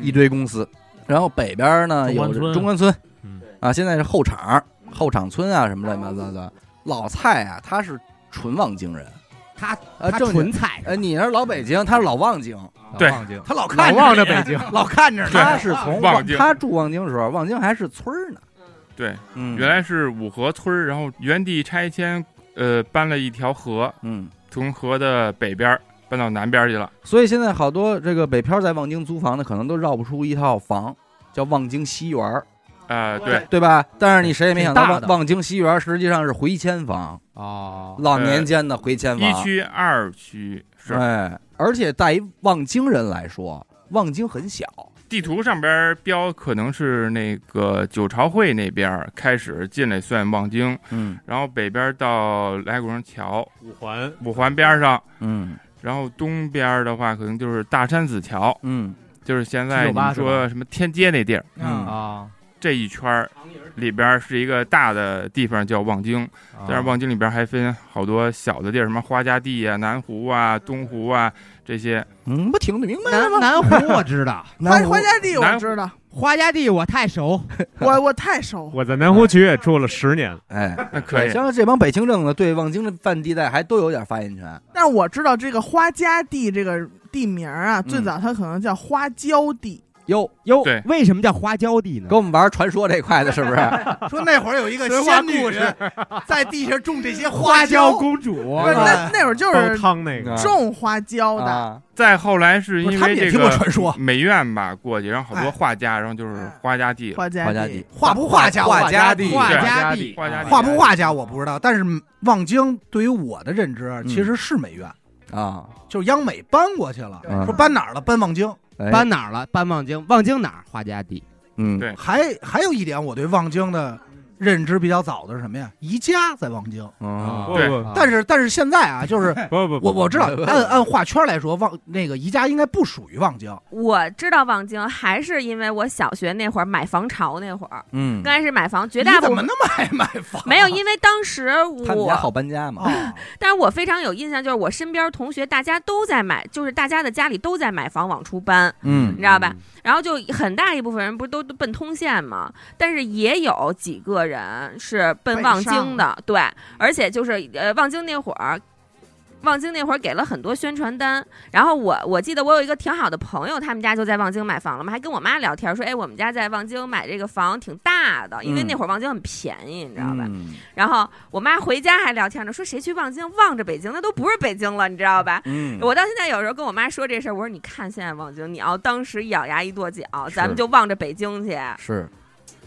Speaker 1: 一堆公司，然后北边儿呢
Speaker 4: 中
Speaker 1: 有
Speaker 4: 关村
Speaker 1: 中关村
Speaker 4: 嗯
Speaker 1: 啊，现在是后厂、后厂村啊什么乱七八糟的。老蔡啊，他是纯望京人，
Speaker 8: 他
Speaker 1: 呃
Speaker 8: 他
Speaker 1: 正经
Speaker 8: 纯菜，
Speaker 1: 呃，你是老北京，他是老望京，
Speaker 6: 对
Speaker 3: 望京
Speaker 7: 他老看
Speaker 3: 老
Speaker 7: 着
Speaker 3: 望着
Speaker 7: 你
Speaker 3: 北京，
Speaker 7: 老看着你
Speaker 1: 他是从
Speaker 6: 望
Speaker 1: 望
Speaker 6: 京
Speaker 1: 他住望京的时候，望京还是村儿呢。
Speaker 6: 对，
Speaker 1: 嗯，
Speaker 6: 原来是五河村儿，然后原地拆迁，呃，搬了一条河，
Speaker 1: 嗯，
Speaker 6: 从河的北边儿搬到南边儿去了。
Speaker 1: 所以现在好多这个北漂在望京租房的，可能都绕不出一套房。叫望京西园儿，
Speaker 6: 啊，对，
Speaker 1: 对吧？但是你谁也没想到，
Speaker 9: 挺大
Speaker 1: 望
Speaker 9: 的
Speaker 1: 望京西园儿实际上是回迁房，
Speaker 8: 哦，
Speaker 1: 老年间的回
Speaker 6: 呃
Speaker 1: 迁
Speaker 6: 一
Speaker 1: 房。
Speaker 6: 区、二区是
Speaker 1: 哎，而且在于望京人来说，望京很小，
Speaker 6: 地图上边儿标，可能是那个九朝会那边儿开始进来算望京，
Speaker 1: 嗯
Speaker 6: 然后北边儿到来古城桥、
Speaker 4: 五环
Speaker 6: 五环边儿上，
Speaker 1: 嗯
Speaker 6: 然后东边儿的话可能就是大山子桥，
Speaker 1: 嗯
Speaker 6: 就是现在
Speaker 9: 798
Speaker 6: 你说什么天街那地儿，
Speaker 1: 嗯
Speaker 9: 啊，
Speaker 6: 这一圈儿里边儿是一个大的地方叫望京，但是望京里边儿还分好多小的地儿，什么花家地啊、南湖啊、东湖啊这些。
Speaker 1: 嗯，不挺明白
Speaker 8: 南南湖我知道，
Speaker 2: 花花家地我
Speaker 6: 南
Speaker 2: 知道，
Speaker 8: 花家地我太熟，
Speaker 2: 我我太熟，
Speaker 10: 我在南湖区也住了十年，
Speaker 1: 哎，
Speaker 6: 那可以，
Speaker 1: 像这帮北清政的对望京的泛地带还都有点发言权。
Speaker 2: 但是我知道这个花家地这个地名儿啊，
Speaker 1: 嗯
Speaker 2: 最早它可能叫花椒地，
Speaker 1: 哟
Speaker 8: 哟
Speaker 6: 对，
Speaker 8: 为什么叫花椒地呢？
Speaker 1: 跟我们玩传说这块的，是不是？
Speaker 7: 说 那会儿有 一个
Speaker 6: 神话
Speaker 7: 仙女
Speaker 6: 故事
Speaker 7: 在地下种这些
Speaker 10: 花椒
Speaker 7: 椒，
Speaker 10: 公主
Speaker 2: 不是那那会儿就
Speaker 10: 煲
Speaker 2: 是
Speaker 10: 汤那个
Speaker 1: 啊
Speaker 2: 种花椒的，
Speaker 1: 啊，
Speaker 6: 再后来是
Speaker 7: 不是
Speaker 6: 因
Speaker 7: 他
Speaker 6: 为
Speaker 7: 们也
Speaker 6: 这
Speaker 7: 听过
Speaker 6: 个
Speaker 7: 传说，
Speaker 6: 美院吧过去，然后好多
Speaker 7: 哎
Speaker 6: 画家，然后就是花家地，
Speaker 2: 花
Speaker 1: 花
Speaker 2: 家
Speaker 1: 家
Speaker 2: 地
Speaker 1: 地。
Speaker 7: 画不画家我啊
Speaker 1: 画家地，
Speaker 6: 画
Speaker 8: 画
Speaker 6: 家
Speaker 8: 家
Speaker 6: 地，
Speaker 8: 地
Speaker 6: 画家地，
Speaker 7: 画不画家我不知道，但是望京对于我的认知啊
Speaker 1: 嗯
Speaker 7: 其实是美院，
Speaker 1: 啊，
Speaker 7: 就是央美搬过去了，
Speaker 1: 嗯
Speaker 7: 说搬哪儿了？搬望京。
Speaker 1: 哎
Speaker 8: 搬哪儿了？搬望京，望京哪儿？花家地。
Speaker 1: 嗯，
Speaker 6: 对
Speaker 7: 还还有一点，我对望京的认知比较早的是什么呀？宜家在望京，
Speaker 1: 啊
Speaker 10: 不
Speaker 6: 对
Speaker 8: 哦
Speaker 10: 不
Speaker 7: 但是但是现在啊，就是
Speaker 10: 不不不，
Speaker 7: 我我知道，
Speaker 1: 不
Speaker 7: 按按画圈来说，望那个宜家应该不属于望京。
Speaker 5: 我知道望京，还是因为我小学那会儿买房潮那会儿，
Speaker 1: 嗯，
Speaker 5: 刚开始买房，绝
Speaker 7: 你
Speaker 5: 大
Speaker 7: 怎
Speaker 5: 部
Speaker 7: 么
Speaker 5: 分
Speaker 7: 那么爱买房？
Speaker 5: 没有，因为当时
Speaker 1: 他们家好
Speaker 5: 我，
Speaker 1: 搬家嘛，
Speaker 7: 啊，
Speaker 5: 但是我非常有印象，就是我身边同学大家都在买，就是大家的家里都在买房往出搬，
Speaker 1: 嗯
Speaker 5: 你知道吧？然后就很大一部分人不是都都奔通县嘛，但是也有几个人是奔
Speaker 2: 北
Speaker 5: 望
Speaker 2: 上
Speaker 5: 京的，对，而且就是呃，望京那会儿。望京那会儿给了很多宣传单，然后我我记得我有一个挺好的朋友，他们家就在望京买房了嘛，还跟我妈聊天说，哎，我们家在望京买这个房挺大的，因为
Speaker 1: 嗯
Speaker 5: 那会儿望京很便宜，你知道吧？
Speaker 1: 嗯
Speaker 5: 然后我妈回家还聊天呢，说谁去望京望着北京，那都不是北京了，你知道吧？
Speaker 1: 嗯，
Speaker 5: 我到现在有时候跟我妈说这事儿，我说你看现在望京，你要当时一咬牙一跺脚，咱们就望着北京去。
Speaker 1: 是，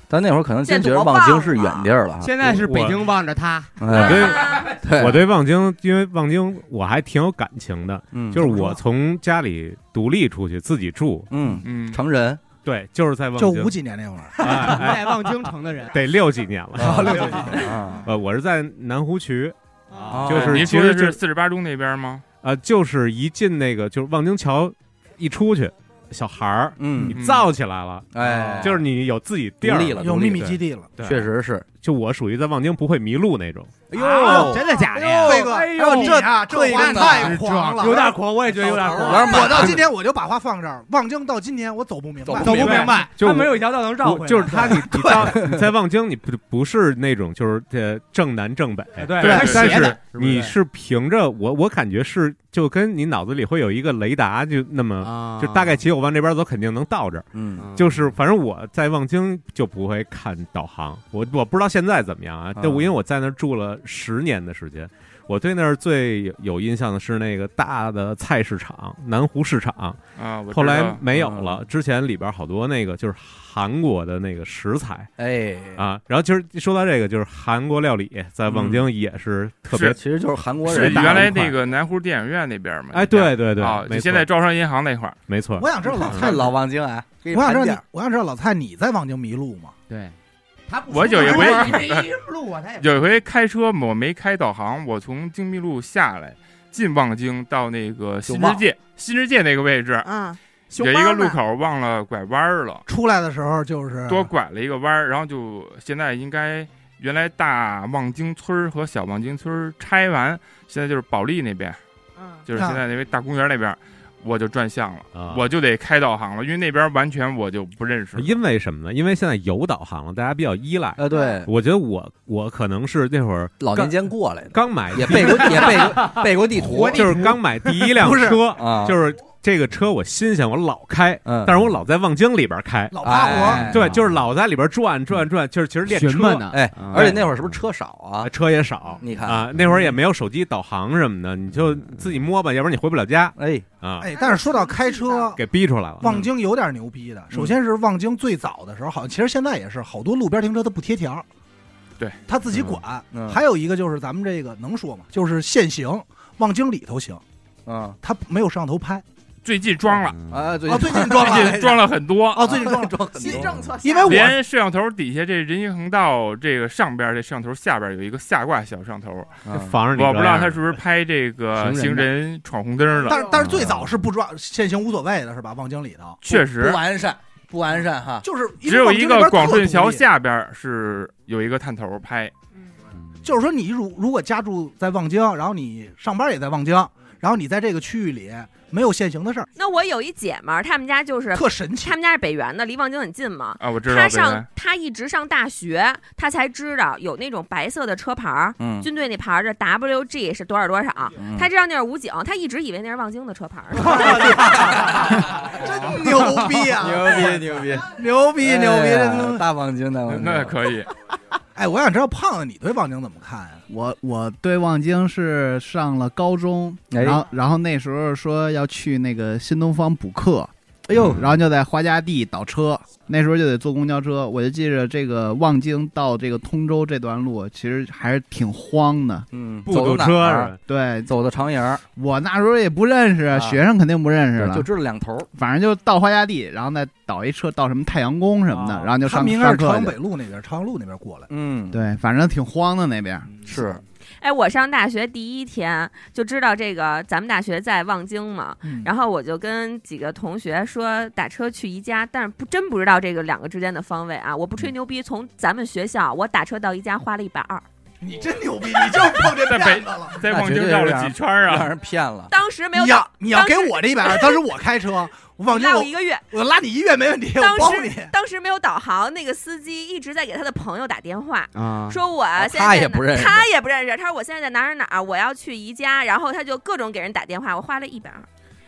Speaker 1: 但那会儿可能
Speaker 5: 这
Speaker 1: 真觉
Speaker 5: 多
Speaker 1: 得望
Speaker 5: 棒
Speaker 1: 京是远
Speaker 5: 啊
Speaker 1: 地 儿了啊，
Speaker 8: 现在是
Speaker 10: 我
Speaker 8: 北京望着他，
Speaker 1: 哎
Speaker 10: 对
Speaker 5: 啊
Speaker 1: 对，
Speaker 10: 我对望京，因为望京我还挺有感情的，
Speaker 1: 嗯
Speaker 10: 就是我从家里独立出去自己住，
Speaker 1: 嗯，
Speaker 6: 嗯，
Speaker 1: 成人
Speaker 10: 对，就是在望
Speaker 7: 就
Speaker 10: 京，
Speaker 7: 五几年那会儿，
Speaker 10: 哎哎
Speaker 8: 在望京城的人
Speaker 10: 得六几年
Speaker 1: 哦
Speaker 10: 了。
Speaker 1: 啊，
Speaker 10: 呃，我是在南湖区，
Speaker 1: 啊
Speaker 10: 就是
Speaker 6: 哦您
Speaker 10: 其
Speaker 6: 说的
Speaker 10: 实就是
Speaker 6: 四十八中那边吗？
Speaker 10: 呃，就是一进那个就是望京桥一出去，小孩儿
Speaker 1: 嗯，
Speaker 10: 你造起来了，
Speaker 1: 哎，
Speaker 10: 就是你有自己地儿
Speaker 1: 独立了
Speaker 7: 有秘密基地了。
Speaker 10: 对
Speaker 1: 确，实是，
Speaker 10: 就我属于在望京不会迷路那种。
Speaker 1: 哎
Speaker 8: 啊
Speaker 1: 呦，
Speaker 8: 真的假的呀？
Speaker 7: 飞哥，哎呦，这啊，这
Speaker 1: 这
Speaker 7: 话
Speaker 1: 真的
Speaker 7: 太狂了，
Speaker 9: 有点狂，我也觉得有点
Speaker 1: 有点
Speaker 9: 狂，
Speaker 1: 满
Speaker 7: 我到今天我就把话放这儿，望京到今天我走不明
Speaker 1: 走
Speaker 7: 白，
Speaker 1: 不明白
Speaker 8: 白，
Speaker 10: 就
Speaker 9: 他
Speaker 10: 我
Speaker 9: 没有一条道能绕回
Speaker 10: 我
Speaker 9: 来，
Speaker 10: 就是他，你你到你在望京，你不不是那种就是呃正南正北，
Speaker 9: 哎对
Speaker 6: 对
Speaker 10: 但
Speaker 6: 对
Speaker 10: 但
Speaker 8: 斜的
Speaker 10: 是你是凭着我我感觉是就跟你脑子里会有一个雷达，就那么
Speaker 8: 啊
Speaker 10: 就大概起我往这边走，肯定能到这儿。
Speaker 1: 嗯，
Speaker 10: 就是反正我在望京就不会看导航，我我不知道现在怎么样啊
Speaker 1: 啊，
Speaker 10: 但我因为我在那儿住了十年的时间。我对那儿最有有印象的是那个大的菜市场南湖市场，
Speaker 6: 啊，我知道
Speaker 10: 后来没有
Speaker 1: 嗯
Speaker 10: 了。之前里边好多那个就是韩国的那个食材，
Speaker 1: 哎，
Speaker 10: 啊，然后其实说到这个，就是韩国料理在望京也是特别，
Speaker 6: 是
Speaker 1: 其实嗯就是韩国
Speaker 6: 是
Speaker 1: 人
Speaker 10: 大
Speaker 6: 原来
Speaker 10: 一块
Speaker 6: 那个南湖电影院那边吗？
Speaker 10: 哎，对对对，
Speaker 6: 啊，就
Speaker 10: 没错
Speaker 6: 现在招商银行那块儿，
Speaker 10: 没错，
Speaker 7: 我想知道老蔡
Speaker 1: 看老望京啊，给你
Speaker 7: 我想知道
Speaker 1: 盘
Speaker 7: 你
Speaker 1: 点儿，
Speaker 7: 我想知道老蔡你在望京迷路吗？
Speaker 8: 对，他不
Speaker 6: 我有一回
Speaker 8: 路啊，他也
Speaker 6: 有一回开车嘛我没开导航，我从京密路下来，进望京到那个新世界，新世界那个位置
Speaker 7: 啊
Speaker 2: 嗯，熊
Speaker 6: 有一
Speaker 2: 猫
Speaker 6: 个
Speaker 2: 呢
Speaker 6: 路口忘了拐弯儿了，
Speaker 7: 出来的时候就是
Speaker 6: 多拐了一个弯儿，然后就现在应该原来大望京村儿和小望京村儿拆完，现在就是保利那边，
Speaker 2: 嗯，
Speaker 6: 就是现在那边大公园那边，我就转向了，
Speaker 10: 啊
Speaker 6: 我就得开导航了，因为那边完全我就不认识。
Speaker 10: 因为什么呢？因为现在有导航了，大家比较依赖。
Speaker 1: 呃，对，
Speaker 10: 我觉得我我可能是那会儿
Speaker 1: 老年
Speaker 10: 刚
Speaker 1: 间过来的，
Speaker 10: 刚买，
Speaker 1: 也背过也背 过背过地图，
Speaker 10: 就是刚买第一 辆
Speaker 7: 不是
Speaker 10: 车，
Speaker 1: 啊，
Speaker 10: 就是这个车我新鲜，我老开，
Speaker 1: 嗯，
Speaker 10: 但是我老在望京里边开，
Speaker 7: 老
Speaker 1: 哎
Speaker 7: 趴
Speaker 1: 哎
Speaker 10: 对，就是老在里边转转转，就是其实练
Speaker 8: 询问
Speaker 10: 车
Speaker 8: 呢，
Speaker 1: 哎
Speaker 8: 啊，
Speaker 1: 而且那会儿是不是车少啊
Speaker 10: 啊，？车也少。
Speaker 1: 你看，
Speaker 10: 啊，那会儿也没有手机导航什么的，你就自己摸吧，要不然你回不了家
Speaker 1: 哎，
Speaker 10: 啊
Speaker 7: 活。。哎，但是说到开车，
Speaker 10: 给逼出
Speaker 6: 啊
Speaker 10: 来了。
Speaker 7: 望京有点牛逼
Speaker 6: 嗯
Speaker 7: 的。首先是望京最早的时候，好像其实现在也是好多路边停车它不贴条，
Speaker 6: 对，
Speaker 7: 他自己管
Speaker 1: 嗯嗯。
Speaker 7: 还有一个就是咱们这个能说吗？就是限行，望京里头行，
Speaker 1: 嗯，
Speaker 7: 他没有摄像头拍。
Speaker 6: 最近装了，
Speaker 1: 啊，最
Speaker 7: 哦，最近装
Speaker 6: 最
Speaker 7: 了
Speaker 6: 近，装了很多，
Speaker 7: 哦，最近装了，
Speaker 1: 装很
Speaker 2: 新
Speaker 1: 多，
Speaker 2: 政策下，
Speaker 7: 因为我
Speaker 6: 连摄像头底下这人行横道这个上边儿这摄像头下边儿有一个下挂小摄像头，
Speaker 1: 嗯
Speaker 10: 防着你这
Speaker 6: 我
Speaker 10: 样的，
Speaker 6: 不知道他是不是拍这个行
Speaker 8: 行人的
Speaker 6: 人闯红灯了，
Speaker 7: 但是但
Speaker 1: 哦
Speaker 7: 是最早是不抓限行无所谓的是吧？望京里头
Speaker 6: 确
Speaker 1: 不
Speaker 6: 实
Speaker 1: 完善，不完善哈，
Speaker 7: 就是因为
Speaker 6: 只有
Speaker 7: 望
Speaker 6: 一
Speaker 7: 京那
Speaker 6: 个
Speaker 7: 边
Speaker 6: 广
Speaker 7: 特
Speaker 6: 顺桥
Speaker 7: 独立，
Speaker 6: 下边儿是有一个探头拍，
Speaker 2: 嗯
Speaker 7: 就是说你如如果家住在望京，然后你上班也在望京，然后你在这个区域里没有现行的事儿，
Speaker 5: 那我有一姐们儿，他们家就是
Speaker 7: 特神奇
Speaker 5: 他。们家是北园的，离望京很近嘛。
Speaker 6: 啊，我知道。
Speaker 5: 她
Speaker 6: 北
Speaker 5: 上
Speaker 6: 园，
Speaker 5: 她一直上大学，她才知道有那种白色的车牌儿，
Speaker 1: 嗯，
Speaker 5: 军队那牌儿是 WG 是多少多少，
Speaker 1: 嗯
Speaker 5: 她知道那是武警，她一直以为那是望京的车牌儿呢。
Speaker 7: 真牛逼啊！
Speaker 1: 啊 牛逼牛 逼
Speaker 7: 牛逼牛逼！这
Speaker 1: 哎呀
Speaker 7: 他妈
Speaker 1: 大望京大望京，
Speaker 6: 那可以，
Speaker 7: 哎，我想知道胖子你对望京怎么看啊呀？
Speaker 3: 我我对望京是上了高中，
Speaker 1: 哎
Speaker 3: 然后然后那时候说要去那个新东方补课，
Speaker 1: 哎呦，
Speaker 3: 然后就在花家地倒车，那时候就得坐公交车。我就记着这个望京到这个通州这段路，其实还是挺荒的。
Speaker 1: 嗯，
Speaker 10: 不
Speaker 1: 走
Speaker 10: 堵
Speaker 1: 哪
Speaker 10: 车
Speaker 1: 儿
Speaker 10: 是吧
Speaker 3: 对
Speaker 1: 走的长营儿，
Speaker 3: 我那时候也不认识，
Speaker 1: 啊
Speaker 3: 学生肯定不认识了，
Speaker 1: 就知道两头儿，
Speaker 3: 反正就到花家地，然后再倒一车到什么太阳宫什么的，
Speaker 1: 啊
Speaker 3: 然后就
Speaker 7: 他
Speaker 3: 上
Speaker 7: 们应该
Speaker 3: 上
Speaker 7: 是朝
Speaker 3: 课
Speaker 7: 阳
Speaker 3: 去
Speaker 7: 北。路那边，朝阳路那边 过来。
Speaker 1: 嗯，，
Speaker 3: 对，反正挺荒的那边。
Speaker 1: 是，
Speaker 5: 哎，我上大学第一天就知道这个，咱们大学在望京嘛，
Speaker 7: 嗯
Speaker 5: 然后我就跟几个同学说打车去宜家，但是不真不知道这个两个之间的方位啊，我不吹
Speaker 7: 嗯
Speaker 5: 牛逼，从咱们学校我打车到宜家花了一百二，
Speaker 7: 你真牛逼，你 就是碰这
Speaker 6: 在北
Speaker 7: 骗子了。
Speaker 6: 在
Speaker 1: 那
Speaker 6: 望
Speaker 1: 绝
Speaker 6: 京
Speaker 1: 对
Speaker 6: 绕
Speaker 1: 是
Speaker 6: 了
Speaker 1: 这
Speaker 6: 几
Speaker 1: 样
Speaker 6: 圈儿
Speaker 1: 让
Speaker 6: 啊？
Speaker 1: 人骗了。
Speaker 5: 当时没有
Speaker 7: 你要你要
Speaker 5: 当
Speaker 7: 给
Speaker 5: 时
Speaker 7: 我这一百 二，当时我开车，我望京
Speaker 5: 拉我
Speaker 7: 我
Speaker 5: 一个月，
Speaker 7: 我拉你一月没问题，
Speaker 5: 当
Speaker 7: 我包你。
Speaker 5: 时当时没有导航，那个司机一直在给他的朋友打电话。
Speaker 8: 啊，
Speaker 5: 说我
Speaker 7: 哦
Speaker 5: 现在
Speaker 1: 他也
Speaker 5: 在哪
Speaker 1: 不认识
Speaker 5: 他也不认识。他说我现在在哪儿哪儿哪儿，我要去宜家，然后他就各种给人打电话，我花了一百二，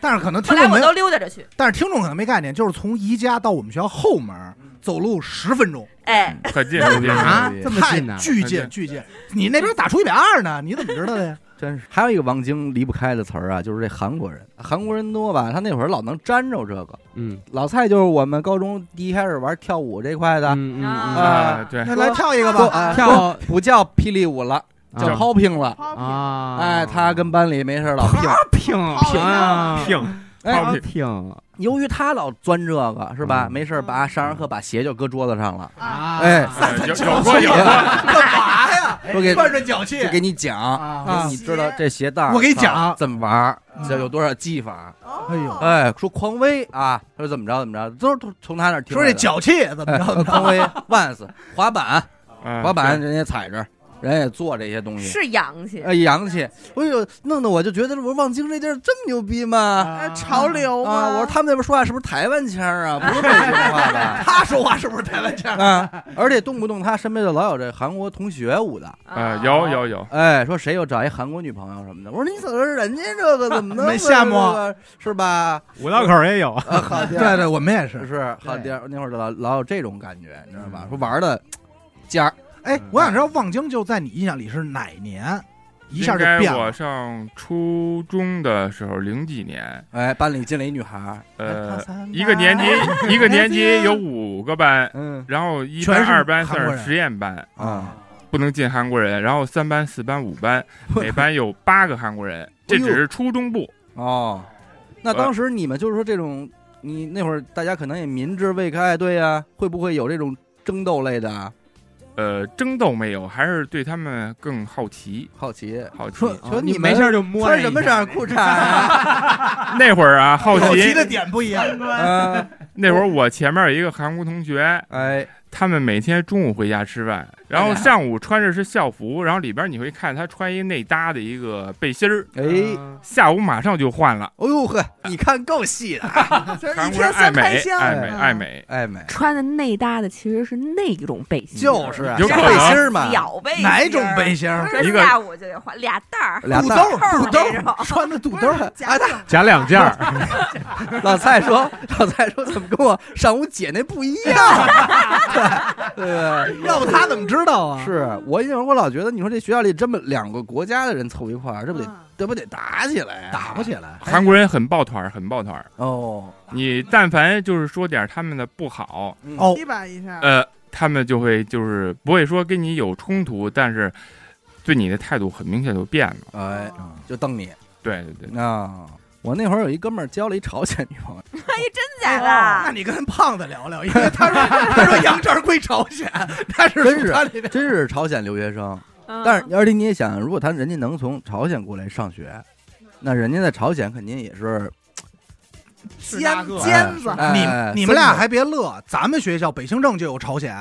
Speaker 7: 但是可能
Speaker 5: 后
Speaker 7: 听
Speaker 5: 来
Speaker 7: 众
Speaker 5: 我
Speaker 7: 没
Speaker 5: 都
Speaker 7: 有，
Speaker 5: 溜达着去。
Speaker 7: 但是听众可能没概念，就是从宜家到我们学校后门走路十分钟，
Speaker 5: 嗯哎，
Speaker 1: 嗯
Speaker 6: 可近 可近，
Speaker 8: 啊
Speaker 1: 哎
Speaker 8: 这么
Speaker 7: 太
Speaker 8: 近呢？
Speaker 7: 巨近巨近。你那边打出一百二呢，你怎么知道的呀？
Speaker 1: 真是，还有一个望京离不开的词儿啊，就是这韩国人，韩国人多吧，他那会儿老能沾着这个。
Speaker 8: 嗯
Speaker 1: 老蔡就是我们高中第一开始玩跳舞这块的，
Speaker 8: 嗯嗯
Speaker 5: 啊
Speaker 8: 嗯，
Speaker 6: 啊，对，
Speaker 7: 那来跳一个
Speaker 1: 不
Speaker 7: 吧，
Speaker 1: 啊
Speaker 8: 跳
Speaker 1: 不叫霹雳舞了，叫
Speaker 8: 啊
Speaker 1: popping 了。
Speaker 8: 啊，
Speaker 1: 哎，他跟班里没事老跳。
Speaker 8: 挺挺啊
Speaker 6: 挺
Speaker 1: 哎，
Speaker 6: Popping
Speaker 8: 挺
Speaker 1: 由于他老钻这个是吧？
Speaker 8: 嗯
Speaker 1: 没事把上上课把鞋就搁桌子上了，
Speaker 8: 啊，
Speaker 1: 哎
Speaker 6: 呃有有过有过，
Speaker 7: 干嘛呀？
Speaker 1: 说给
Speaker 7: 哎惯着脚气
Speaker 1: 就。给你讲，
Speaker 7: 啊
Speaker 1: 给你知道这鞋带儿
Speaker 7: 我给你
Speaker 1: 操
Speaker 7: 讲啊
Speaker 1: 怎么玩儿，这有多少技法。
Speaker 7: 哎呦，
Speaker 1: 哎，说匡威啊，他说怎么着怎么着，都是从他那儿听
Speaker 7: 说
Speaker 1: 来
Speaker 7: 这
Speaker 1: 的
Speaker 7: 脚气怎么
Speaker 1: 哎，
Speaker 7: 着？
Speaker 1: 匡威、Vans、滑板、
Speaker 6: 嗯
Speaker 1: 滑板，人家踩着，人也做这些东西，
Speaker 5: 是洋气。
Speaker 1: 哎，洋气。哎呦，弄得我就觉得，我说望京这地儿这么牛逼吗？
Speaker 2: 呃，潮流
Speaker 1: 啊，我
Speaker 2: 吗
Speaker 1: 说他们那边说话是不是台湾腔儿啊？不是北京话吧？
Speaker 7: 他说话是不是台湾腔？
Speaker 1: 啊，而且动不动他身边就老有这韩国同学舞的，
Speaker 6: 啊，有有有，
Speaker 1: 哎，说谁又找一韩国女朋友什么的。我说你怎么人家这个 怎么能
Speaker 7: 没羡慕啊
Speaker 1: 是吧？
Speaker 10: 五道口儿也有，
Speaker 1: 啊，好
Speaker 7: 对
Speaker 1: 地儿
Speaker 7: 对，我们也是。
Speaker 1: 是好地儿，那会儿老老有这种感觉，你知道
Speaker 6: 嗯
Speaker 1: 吧？说玩的尖儿，
Speaker 7: 哎，我想知道望京就在你印象里是哪年，一下
Speaker 6: 应
Speaker 7: 就
Speaker 6: 该
Speaker 7: 变
Speaker 6: 我
Speaker 7: 了。
Speaker 6: 上初中的时候，零几年，
Speaker 1: 哎，班里进来一女孩儿，
Speaker 6: 呃，一个 年级一个年级有五个班，
Speaker 1: 嗯
Speaker 6: 然后一
Speaker 7: 全
Speaker 6: 班、
Speaker 7: 是
Speaker 6: 二班
Speaker 7: 韩国
Speaker 6: 算
Speaker 7: 人
Speaker 6: 是实验班，
Speaker 1: 啊，
Speaker 6: 不能进韩国人，然后三班、四班、五 班，每班有八个韩国人，这只是初中部。
Speaker 1: 哎哦，那当时你们就是说这种，你那会儿大家可能也民智未开，对呀、会不会有这种争斗类的啊？
Speaker 6: 呃，争斗没有，还是对他们更好奇，
Speaker 1: 好奇，啊
Speaker 6: 好奇
Speaker 1: 说。说
Speaker 8: 你
Speaker 1: 们
Speaker 8: 没事儿就摸
Speaker 1: 穿什么色儿裤衩啊？
Speaker 6: 那会儿啊，好
Speaker 7: 好
Speaker 6: 奇
Speaker 7: 奇。的点不一样，
Speaker 1: 嗯，
Speaker 6: 那会儿我前面有一个韩国同学，
Speaker 1: 哎，
Speaker 6: 他们每天中午回家吃饭，然后上午穿着是校服，然后里边你会看他穿一内搭的一个背心儿，
Speaker 1: 哎，
Speaker 6: 下午马上就换了。啊
Speaker 1: 哦呦呵，你看够细的，
Speaker 2: 就是
Speaker 6: 韩
Speaker 2: 一
Speaker 6: 国人爱
Speaker 2: 天三
Speaker 6: 美
Speaker 2: 开，箱，
Speaker 6: 爱美，
Speaker 2: 嗯
Speaker 6: 爱美。
Speaker 1: 啊爱美，
Speaker 5: 穿的内搭的其实是那种背心，
Speaker 1: 就是啊
Speaker 6: 有
Speaker 1: 这
Speaker 6: 可
Speaker 1: 背
Speaker 6: 能
Speaker 1: 心儿嘛，
Speaker 5: 小背心，
Speaker 7: 哪种背心儿？
Speaker 5: 这
Speaker 6: 一个
Speaker 5: 下午就得换俩袋儿，
Speaker 1: 俩
Speaker 7: 肚
Speaker 1: 大
Speaker 7: 兜儿，
Speaker 5: 扣
Speaker 7: 肚兜
Speaker 5: 那
Speaker 7: 儿
Speaker 5: 种
Speaker 7: 穿着肚兜儿，
Speaker 2: 夹子
Speaker 10: 假两件儿，
Speaker 1: 哎老蔡说，老蔡说怎么跟我上午姐那不一样？对对不对？
Speaker 7: 要不他怎么知道啊？
Speaker 1: 是我因为我老觉得你说这学校里这么两个国家的人凑一块儿，这不得
Speaker 2: 嗯
Speaker 1: 这不得打起来呀？啊哎
Speaker 7: 打不起来，
Speaker 6: 韩国人很抱团儿，很抱团儿。
Speaker 1: 哦，
Speaker 6: 你但凡就是说点儿他们的不好，
Speaker 1: 嗯
Speaker 7: 哦
Speaker 2: 一把一下，
Speaker 6: 呃，他们就会就是不会说跟你有冲突，但是对你的态度很明显就变了。
Speaker 1: 哎，就瞪你
Speaker 6: 对对对，
Speaker 1: 啊！我那会儿有一哥们儿交了一朝鲜女朋友，
Speaker 5: 哎真假的
Speaker 7: 哦那？你跟胖子聊聊，因为他说 他说杨晨归朝鲜，但是
Speaker 1: 真是
Speaker 7: 他那边
Speaker 1: 真是朝鲜留学生。
Speaker 5: 嗯
Speaker 1: 但是而且你也想，如果他人家能从朝鲜过来上学，那人家在朝鲜肯定也是
Speaker 2: 尖尖子
Speaker 1: 哎
Speaker 7: 你
Speaker 1: 哎
Speaker 7: 哎你们俩
Speaker 1: 真的
Speaker 7: 还别乐，咱们学校北清政就有朝鲜，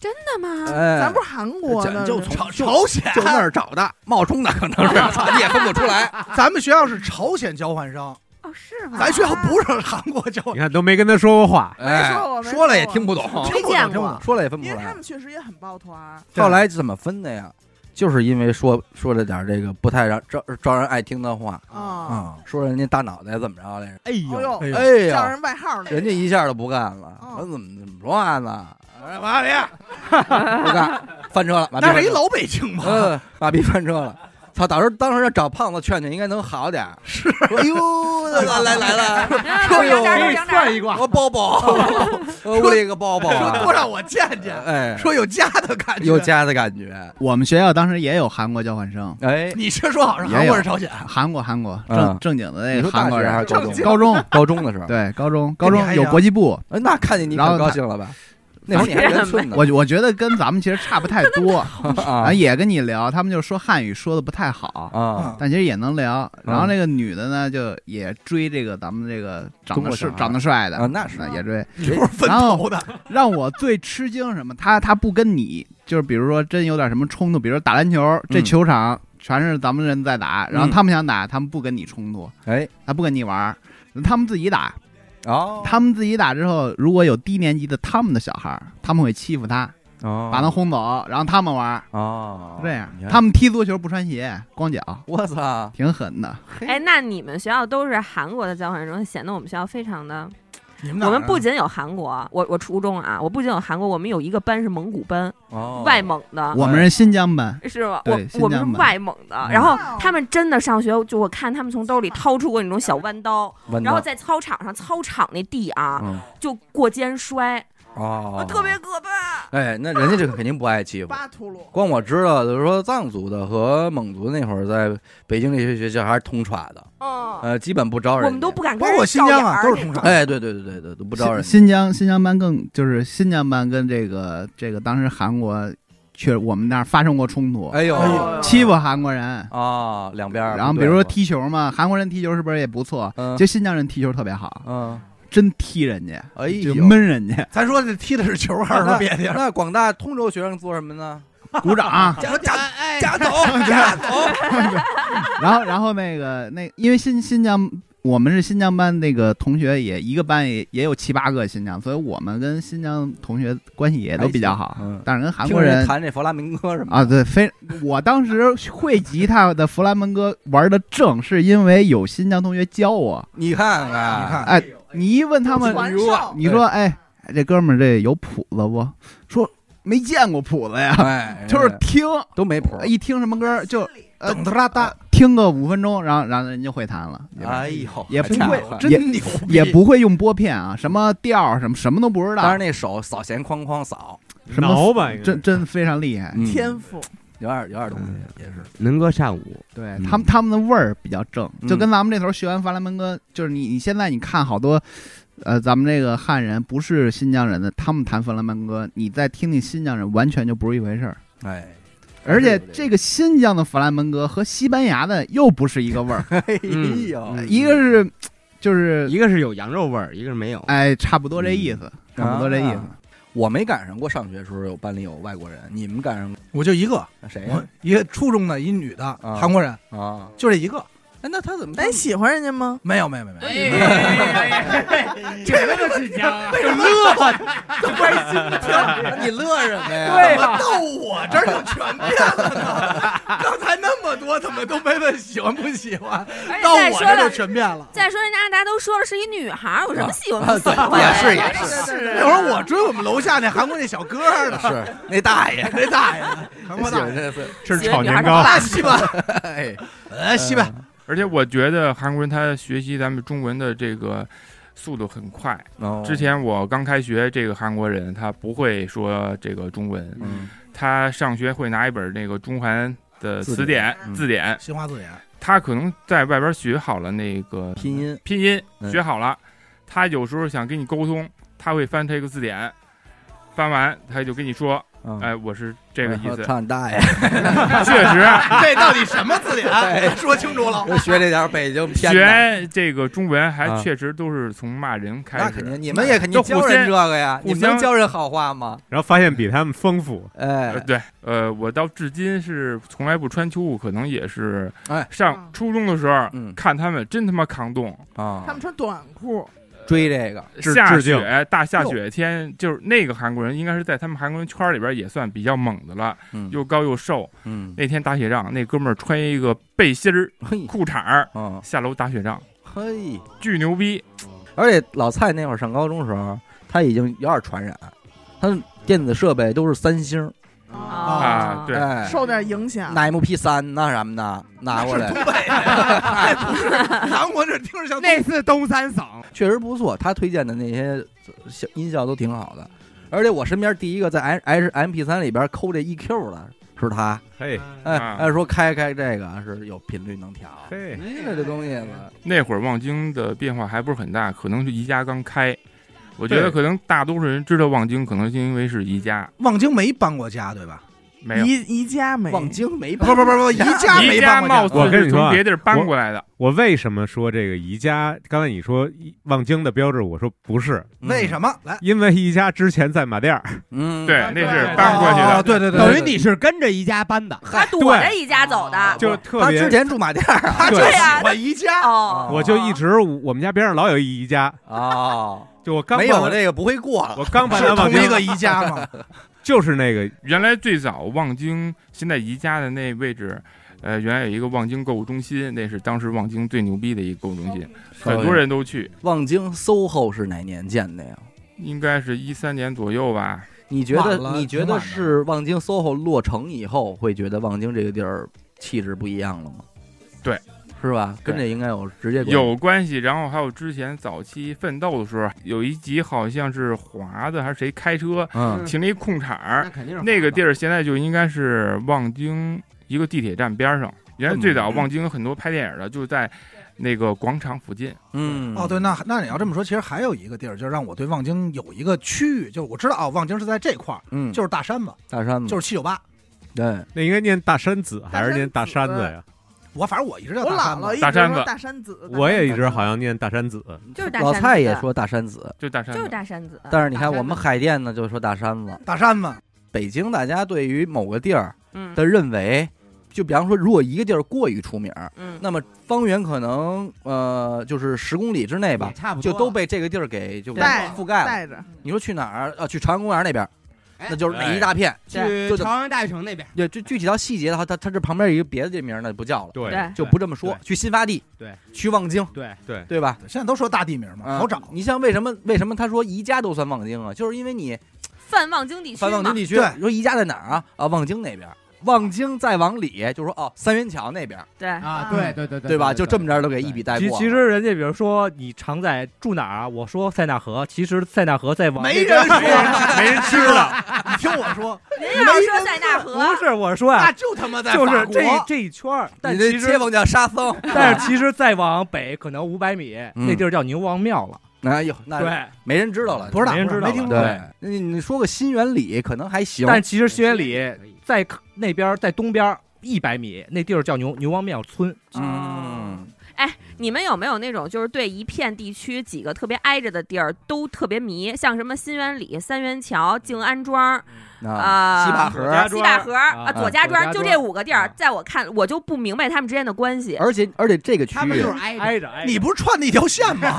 Speaker 5: 真的吗？
Speaker 1: 哎
Speaker 2: 咱不是韩国的，
Speaker 7: 就从朝鲜
Speaker 1: 就那儿找的， 冒充的可能 是，操你也分不出来。
Speaker 7: 咱们学校是朝鲜交换生，
Speaker 5: 哦，是吗？啊
Speaker 7: 咱学校不是韩国交换
Speaker 10: 你看都没跟他说过话，
Speaker 1: 哎
Speaker 2: 没说我，没
Speaker 1: 说了也
Speaker 2: 说
Speaker 1: 听不懂，
Speaker 7: 生，
Speaker 5: 没
Speaker 7: 听不
Speaker 5: 见过
Speaker 7: 懂，听不懂。
Speaker 1: 说了也分不
Speaker 2: 因
Speaker 1: 出
Speaker 2: 为他
Speaker 1: 来。
Speaker 2: 们确实也很抱团儿。
Speaker 1: 后来怎么分的呀？就是因为说说了点儿这个不太让招招人爱听的话，
Speaker 2: 啊，
Speaker 7: 啊，
Speaker 1: 嗯说人家大脑袋怎么着来着？
Speaker 8: 哎
Speaker 2: 哎
Speaker 8: 呦，
Speaker 2: 呦，
Speaker 1: 哎
Speaker 2: 叫
Speaker 1: 呀，
Speaker 2: 人外号那个
Speaker 1: 人家一下就不干了，
Speaker 2: 嗯
Speaker 1: 我怎么怎么说话呢？
Speaker 7: 马里，
Speaker 1: 不干，翻车了，把逼
Speaker 7: 那是
Speaker 1: 翻
Speaker 7: 一
Speaker 1: 车了，
Speaker 7: 老北京嘛，
Speaker 1: 嗯，把逼翻车了。操，到时候当时要找胖子劝劝，应该能好点儿。是，哎呦，来来来来，
Speaker 5: 说嗯有点儿有点儿
Speaker 8: 一卦，
Speaker 1: 我包 包，我屋里一个包包
Speaker 7: 说多
Speaker 1: 啊，
Speaker 7: 让我见见，
Speaker 1: 哎，
Speaker 7: 说有家的感 觉。
Speaker 1: 有，家的感觉，
Speaker 3: 我们学校当时也有韩国交换生，
Speaker 1: 哎，
Speaker 7: 你先说好是韩国是朝鲜？
Speaker 3: 韩国韩国
Speaker 1: 嗯
Speaker 3: 正正经的
Speaker 1: 你说
Speaker 3: 那个
Speaker 1: 大学
Speaker 3: 韩国人
Speaker 1: 还是，高中
Speaker 3: 高中
Speaker 1: 高中的时候，
Speaker 3: 对高中
Speaker 7: 跟
Speaker 3: 高
Speaker 7: 你
Speaker 3: 中
Speaker 7: 还
Speaker 3: 有
Speaker 7: 一样
Speaker 3: 国际部，
Speaker 1: 哎，那看见你
Speaker 3: 然
Speaker 1: 可
Speaker 3: 后
Speaker 1: 高
Speaker 3: 他
Speaker 1: 兴了吧？那会儿你还圆寸呢，
Speaker 3: 我我觉得跟咱们其实差不太 多，
Speaker 1: 啊
Speaker 3: 啊也跟你聊，他们就说汉语说的不太好，
Speaker 1: 啊，
Speaker 3: 但其实也能聊。然后
Speaker 1: 嗯
Speaker 3: 那个女的呢，就也追这个咱们这个长
Speaker 1: 中
Speaker 3: 得
Speaker 1: 国小
Speaker 3: 帅
Speaker 1: 孩
Speaker 3: 长得帅的
Speaker 1: 啊那是
Speaker 3: 也追。
Speaker 7: 你不是分头的，
Speaker 3: 让我最吃惊是什么？他他不跟你，就是比如说真有点什么冲突，比如说打篮球，这
Speaker 1: 嗯
Speaker 3: 球场全是咱们人在打，然后
Speaker 1: 嗯
Speaker 3: 他们想打，他们不跟你冲突，
Speaker 1: 哎，
Speaker 3: 他不跟你玩儿，他们自己打。
Speaker 1: 哦，
Speaker 3: 他们自己打之后，如果有低年级的他们的小孩儿，他们会欺负他，把
Speaker 1: 把
Speaker 3: 他轰走，然后他们玩儿。
Speaker 1: 哦，
Speaker 3: 这样
Speaker 1: 你，看
Speaker 3: 他们踢足球不穿鞋，光脚，
Speaker 1: 我操，
Speaker 3: 挺狠的。
Speaker 5: 哎，那你们学校都是韩国的交换生，显得我们学校非常的。
Speaker 7: 你们哪
Speaker 5: 我
Speaker 7: 儿
Speaker 5: 们不
Speaker 7: 啊
Speaker 5: 仅有韩国，我我初中啊，我不仅有韩国，我们有一个班是蒙古班，
Speaker 1: 哦，
Speaker 5: 外蒙的。
Speaker 3: 我们是新疆班，
Speaker 5: 是吗？
Speaker 3: 对
Speaker 5: 我
Speaker 3: 新
Speaker 5: 我们
Speaker 3: 疆
Speaker 5: 是
Speaker 3: 版
Speaker 5: 外蒙的，然后他们真的上学，就我看他们从兜里掏出过那种小弯刀，
Speaker 1: 文
Speaker 5: 然后
Speaker 1: 道，
Speaker 5: 在操场上，操场那地啊，
Speaker 1: 嗯，
Speaker 5: 就过肩摔，
Speaker 1: 哦
Speaker 5: 我，特别可怕。
Speaker 1: 哎，那人家这个肯定不爱欺负。
Speaker 2: 巴图鲁，
Speaker 1: 光我知道，就是说藏族的和蒙族那会儿在北京那些学校还是通传的，
Speaker 2: 哦
Speaker 5: 嗯，
Speaker 1: 呃，基本不招人家。
Speaker 5: 我们都不敢跟
Speaker 7: 包
Speaker 5: 人
Speaker 7: 括新疆
Speaker 5: 照眼
Speaker 7: 啊，
Speaker 5: 儿
Speaker 7: 都是同场。
Speaker 1: 哎，对对对对对，都不招人家。
Speaker 3: 新新疆新疆班更就是新疆班跟这个这个当时韩国确我们那儿发生过冲突，
Speaker 1: 哎呦
Speaker 7: 哎
Speaker 2: 呦
Speaker 3: 欺负韩国人。
Speaker 1: 啊，两边儿。
Speaker 3: 然后
Speaker 1: 不
Speaker 3: 比
Speaker 1: 对
Speaker 3: 如说
Speaker 1: 付，
Speaker 3: 踢球嘛，韩国人踢球是不是也不错？
Speaker 1: 嗯
Speaker 3: 就新疆人踢球特别好，
Speaker 1: 嗯，
Speaker 3: 真踢人家，
Speaker 1: 哎
Speaker 3: 就
Speaker 1: 呦，
Speaker 3: 闷人家，
Speaker 7: 咱说这踢的是球还是说别的地 儿？
Speaker 1: 那广大通州学生做什么呢？
Speaker 3: 鼓掌。啊
Speaker 1: 夹夹
Speaker 2: 哎
Speaker 1: 夹走，夹走。
Speaker 3: 然后然后那个那因为新新疆。我们是新疆班那个同学也一个班也也有七八个新疆，所以我们跟新疆同学关系也都比较好
Speaker 1: 还行嗯。
Speaker 3: 但是跟韩
Speaker 1: 听
Speaker 3: 国人
Speaker 1: 弹这弗拉明戈什么
Speaker 3: 啊，对，非我当时会吉他的弗兰门哥玩的正，是因为有新疆同学教我。
Speaker 1: 你看啊看，
Speaker 7: 你看
Speaker 3: 哎，你一问他们，
Speaker 2: 传授
Speaker 3: 你说，哎，这哥们儿这有谱子不？说没见过谱子呀，
Speaker 1: 哎，
Speaker 3: 就是听，
Speaker 1: 都没谱。
Speaker 3: 一听什么歌儿就呃
Speaker 7: 等哒啦哒，
Speaker 3: 听个五分钟，然后然后人就会弹了，
Speaker 1: 哎呦，
Speaker 3: 也不
Speaker 1: 还
Speaker 3: 会
Speaker 1: 真好
Speaker 3: 也
Speaker 7: 真牛逼！
Speaker 3: 也不会用拨片啊，什么调儿什么什么都不知
Speaker 1: 当
Speaker 3: 道
Speaker 1: 然，那手扫弦哐哐扫，
Speaker 3: 什么
Speaker 10: 挠吧，应该
Speaker 3: 真真非常厉害。
Speaker 1: 嗯
Speaker 2: 天赋，
Speaker 1: 有点有点东西，也是。
Speaker 8: 能歌善舞，
Speaker 3: 对
Speaker 1: 嗯
Speaker 3: 他们，他们的味儿比较正，
Speaker 1: 嗯
Speaker 3: 就跟咱们这头学完法兰门歌，就是你你现在你看好多，呃，咱们这个汉人不是新疆人的，他们弹法兰门歌，你再听听新疆人，完全就不是一回事儿。
Speaker 1: 哎，
Speaker 3: 而且
Speaker 1: 对
Speaker 3: 这个新疆的法兰门歌和西班牙的又不是一个 味儿，
Speaker 1: 哎
Speaker 8: 嗯
Speaker 1: 呦，
Speaker 8: 嗯
Speaker 3: 一个是就是
Speaker 8: 一个是有羊肉味儿，一个是没有。嗯
Speaker 3: 哎，差不多这意思，差不多这意思。
Speaker 1: 啊我没赶上过上学的时候有班里有外国人，你们赶上过
Speaker 7: 我就一个，
Speaker 1: 那谁
Speaker 7: 我
Speaker 1: 呀？
Speaker 7: 一个初中的一女的
Speaker 1: 啊
Speaker 7: 韩国人，
Speaker 1: 啊，
Speaker 7: 就这一 个。
Speaker 1: 哎，那他怎么
Speaker 2: 哎，喜欢人家吗？
Speaker 7: 没有没有没有没有，
Speaker 4: 哎这个就新疆啊，
Speaker 1: 你乐什么呀？
Speaker 7: 怎么到我这儿就全变了呢？刚才那么多，怎么都没问喜欢不喜欢，
Speaker 5: 而且
Speaker 7: 到
Speaker 5: 再
Speaker 7: 我
Speaker 5: 说
Speaker 7: 这儿就
Speaker 5: 了，
Speaker 7: 全变了。
Speaker 5: 再说人家大家都说了是一女孩儿，有什么喜欢
Speaker 1: 啊
Speaker 5: 不喜
Speaker 1: 对
Speaker 5: 欢的呀？
Speaker 1: 也是也是
Speaker 7: 那会儿我追我们楼下那韩国那小哥儿呢，
Speaker 1: 是那大爷，
Speaker 7: 那大爷，韩国
Speaker 1: 喜
Speaker 7: 大爷，
Speaker 1: 欢这是
Speaker 10: 吃
Speaker 5: 喜欢
Speaker 10: 炒
Speaker 5: 女孩儿
Speaker 10: 年糕
Speaker 5: 的，
Speaker 7: 大西吧，
Speaker 1: 哎，嗯
Speaker 7: 哎西吧，
Speaker 6: 而且我觉得韩国人他学习咱们中文的这个速度很快。
Speaker 1: 哦
Speaker 6: 之前我刚开学，这个韩国人他不会说这个中文，
Speaker 1: 嗯
Speaker 6: 他上学会拿一本那个中韩的
Speaker 1: 字
Speaker 6: 词典
Speaker 1: 嗯
Speaker 6: 字典，
Speaker 7: 新华字典，，
Speaker 6: 他可能在外边学好了那个
Speaker 1: 拼音
Speaker 6: 拼音
Speaker 1: 嗯
Speaker 6: 学好了，他有时候想跟你沟通，他会翻他一个字典，翻完他就跟你说
Speaker 1: 嗯
Speaker 6: 哎，我是这个意思。
Speaker 1: 操你大 爷！
Speaker 6: 确实
Speaker 7: 这到底什么字典？说清楚了。
Speaker 1: 学这点儿北京偏的，
Speaker 6: 学这个中文还
Speaker 1: 啊
Speaker 6: 确实都是从骂人开
Speaker 1: 那
Speaker 6: 始
Speaker 1: 肯。定，你们也肯定
Speaker 6: 就
Speaker 1: 教
Speaker 6: 互相
Speaker 1: 人这个呀，
Speaker 6: 互
Speaker 1: 你
Speaker 6: 相
Speaker 1: 们能教人好话吗？
Speaker 10: 然后发现比他们丰富，
Speaker 1: 哎
Speaker 6: 呃，，对，呃，我到至今是从来不穿秋裤，可能也是
Speaker 1: 哎
Speaker 6: 上初中的时候
Speaker 1: 嗯
Speaker 6: 看他们真他妈抗冻，
Speaker 1: 啊
Speaker 2: 他，们穿短裤，
Speaker 1: 追这个，
Speaker 10: 致
Speaker 6: 呃下
Speaker 10: 致敬
Speaker 6: 雪大下雪天，就是那个韩国人应该是在他们韩国人圈里边也算比较猛的了，
Speaker 1: 嗯
Speaker 6: 又高又瘦。
Speaker 1: 嗯，
Speaker 6: 那天打雪仗，那哥们儿穿一个背心儿、
Speaker 1: 嘿，
Speaker 6: 裤衩儿
Speaker 1: 嗯，
Speaker 6: 下楼打雪仗，
Speaker 1: 嘿，
Speaker 6: 巨牛逼。
Speaker 1: 而且老蔡那会儿上高中的时候，他已经有点传染，他的电子设备都是三星，
Speaker 6: 啊对
Speaker 1: 哎，
Speaker 2: 受点影响。
Speaker 1: 那 MP 三那什么的哎拿过来， 哎
Speaker 7: 韩国这听着像
Speaker 4: 那是东三省，
Speaker 1: 确实不错。他推荐的那些小音效都挺好的，而且我身边第一个在 H H MP 三里边抠这 EQ 的是他，
Speaker 10: 嘿
Speaker 1: 哎
Speaker 6: 啊
Speaker 1: 哎，说开开这个是有频率能调，哎
Speaker 10: 嘿，
Speaker 1: 这这东西呢，
Speaker 6: 那会儿望京的变化还不是很大，可能是宜家刚开。我觉得
Speaker 10: 对
Speaker 6: 可能大多数人知道望京，可能是因为是宜家，
Speaker 7: 望京没搬过家对吧？
Speaker 6: 没有。
Speaker 2: 宜宜家没
Speaker 1: 望京没
Speaker 7: 不不不不，宜家没
Speaker 6: 宜
Speaker 7: 搬
Speaker 6: 家貌
Speaker 7: 过家。
Speaker 6: 似
Speaker 10: 我跟你
Speaker 6: 是
Speaker 10: 说啊
Speaker 6: 从别地儿搬过来的，
Speaker 10: 我为什么说这个宜家？刚才你说宜望京的标志，我说不是，嗯
Speaker 7: 为
Speaker 1: 么？
Speaker 7: 什么？来，
Speaker 10: 因为宜家之前在马甸儿，
Speaker 1: 嗯，
Speaker 6: 对，那是搬过去
Speaker 7: 啊
Speaker 6: 的。
Speaker 7: 对对对，
Speaker 4: 等于你是跟着宜家搬的。
Speaker 5: 他躲着宜家走的。
Speaker 10: 就特
Speaker 1: 他
Speaker 10: 别
Speaker 1: 之。前住马甸儿啊，
Speaker 7: 他就
Speaker 10: 对
Speaker 7: 喜
Speaker 5: 啊
Speaker 7: 欢宜家。
Speaker 5: 哦，
Speaker 10: 我就一直我们家边上老有一宜家，
Speaker 1: 哦，
Speaker 10: 就我刚
Speaker 1: 没
Speaker 10: 搬
Speaker 1: 有
Speaker 10: 到
Speaker 1: 这个不会过了
Speaker 10: 我刚搬
Speaker 7: 是
Speaker 10: 到望
Speaker 7: 同
Speaker 10: 京
Speaker 7: 一，个宜家吗？
Speaker 10: 就是那个
Speaker 6: 原来最早望京，现在宜家的那位置，呃，原来有一个望京购物中心，那是当时望京最牛逼的一个购物中心，很多人都去，
Speaker 1: 望京 SOHO 是哪年建的呀？
Speaker 6: 应该是一三年左右吧。
Speaker 1: 你觉
Speaker 7: 晚了
Speaker 1: 得你觉
Speaker 7: 挺
Speaker 1: 得
Speaker 7: 晚的
Speaker 1: 是望京 SOHO 落成以后，会觉得望京这个地儿气质不一样了吗？
Speaker 6: 对，
Speaker 1: 是吧？
Speaker 6: 对
Speaker 1: 跟这应该有直接关系。
Speaker 6: 有关系。然后还有之前早期奋斗的时候，有一集好像是华子还是谁开车
Speaker 1: 嗯，
Speaker 6: 停了一空场儿，
Speaker 8: 那肯定是
Speaker 6: 那个地
Speaker 8: 儿
Speaker 6: 儿现在就应该是望京一个地铁站边上。原来最早
Speaker 1: 嗯
Speaker 6: 望京有很多拍电影的就在那个广场附近，
Speaker 1: 嗯，
Speaker 7: 哦，对，那那你要这么说，其实还有一个地儿，就是让我对望京有一个区域，就是我知道啊，望京是在这块儿，
Speaker 1: 嗯，
Speaker 7: 就是大山子，
Speaker 1: 大
Speaker 9: 嗯
Speaker 1: 山嘛，
Speaker 7: 就是七九八。
Speaker 1: 对，
Speaker 10: 那应该念大山子还是念大山子呀？
Speaker 7: 我反正我一直叫
Speaker 2: 我
Speaker 7: 大
Speaker 2: 姥
Speaker 7: 山
Speaker 2: 姥
Speaker 7: 子。
Speaker 2: 一
Speaker 6: 大
Speaker 2: 直
Speaker 6: 山
Speaker 2: 说
Speaker 6: 子
Speaker 2: 大山子，
Speaker 10: 我也一直好像念大山子，
Speaker 5: 就是大
Speaker 1: 老
Speaker 5: 山
Speaker 1: 蔡
Speaker 5: 子
Speaker 1: 也，说大山子，
Speaker 6: 就大山
Speaker 5: 就是
Speaker 6: 子。
Speaker 5: 大山子。
Speaker 1: 但是你看
Speaker 8: 大山
Speaker 1: 我们海淀呢，就说大山子。
Speaker 7: 大山子，
Speaker 1: 北京大家对于某个地儿
Speaker 5: 嗯
Speaker 1: 的认为，就比方说，如果一个地儿过于出名儿，
Speaker 5: 嗯，
Speaker 1: 那么方圆可能呃就是十公里之内吧，
Speaker 8: 差不多
Speaker 1: 就
Speaker 8: 了
Speaker 1: 都被这个地儿给就
Speaker 2: 带
Speaker 1: 覆盖了。
Speaker 2: 带着
Speaker 1: 你说去哪儿？呃，去朝阳公园那边，
Speaker 8: 哎
Speaker 1: 那就是那一大片。
Speaker 8: 去
Speaker 1: 就就
Speaker 8: 朝阳大悦城那边，
Speaker 1: 对，就具体到细节的话，它它这旁边有一个别的这名儿，那就不叫了，
Speaker 10: 对
Speaker 5: 对
Speaker 1: 就不这么说。去新发地，
Speaker 8: 对，
Speaker 1: 去望京，
Speaker 8: 对
Speaker 10: 对
Speaker 1: 对吧？
Speaker 7: 现在都说大地名嘛，
Speaker 1: 嗯
Speaker 7: 好找。
Speaker 1: 你像为什么为什么他说宜家都算望京啊？就是因为你
Speaker 5: 泛望京地区
Speaker 1: 翻望京
Speaker 5: 嘛，
Speaker 1: 地区，
Speaker 7: 对
Speaker 1: 说宜家在哪儿啊？啊，望京那边。望京再往里就说哦，三元桥那边，
Speaker 5: 对，
Speaker 8: 啊，
Speaker 7: 嗯
Speaker 8: 对对对对
Speaker 1: 对吧？就这么着都给一笔带
Speaker 9: 其
Speaker 1: 过。
Speaker 9: 其实人家比如说你常在住哪儿啊？我说塞纳河，其实塞纳河在往
Speaker 7: 没人说，
Speaker 9: 没人吃了，
Speaker 7: 你听我 说，
Speaker 5: 您要说塞纳河，
Speaker 9: 不是我说
Speaker 7: 那
Speaker 9: 呀，
Speaker 7: 就他妈在
Speaker 9: 就是
Speaker 7: 法国
Speaker 9: 这这一圈儿，但
Speaker 1: 你这
Speaker 9: 其
Speaker 1: 街
Speaker 9: 实
Speaker 1: 坊叫沙僧，
Speaker 9: 但
Speaker 7: 啊
Speaker 9: 是其实再往北可能五百米，那地儿叫牛王庙了，
Speaker 1: 哎呦，那
Speaker 9: 对。
Speaker 1: 没人知道了，
Speaker 7: 不知道，
Speaker 9: 没人
Speaker 7: 不
Speaker 9: 知道
Speaker 7: 没听
Speaker 9: 了
Speaker 7: 说过。
Speaker 1: 对，你你说个新源里可能还行，
Speaker 9: 但其实新源里在那边儿，在东边一百米，那地儿叫牛牛王庙村。
Speaker 1: 嗯，
Speaker 5: 哎你们有没有那种就是对一片地区几个特别挨着的地儿都特别迷，像什么新源里、三元桥、静安庄、
Speaker 1: 啊，
Speaker 5: 啊
Speaker 1: 西坝
Speaker 10: 家
Speaker 1: 河，
Speaker 5: 西坝河
Speaker 9: 啊
Speaker 5: 左家
Speaker 9: 左家
Speaker 5: 庄，就这
Speaker 9: 庄
Speaker 5: 五个地儿
Speaker 9: 啊，
Speaker 5: 在我看我就不明白他们之间的关系。
Speaker 1: 而且而且这个区
Speaker 4: 他们
Speaker 1: 域
Speaker 4: 就，是挨着。
Speaker 9: 挨着挨着，
Speaker 7: 你不是串的一条线吗？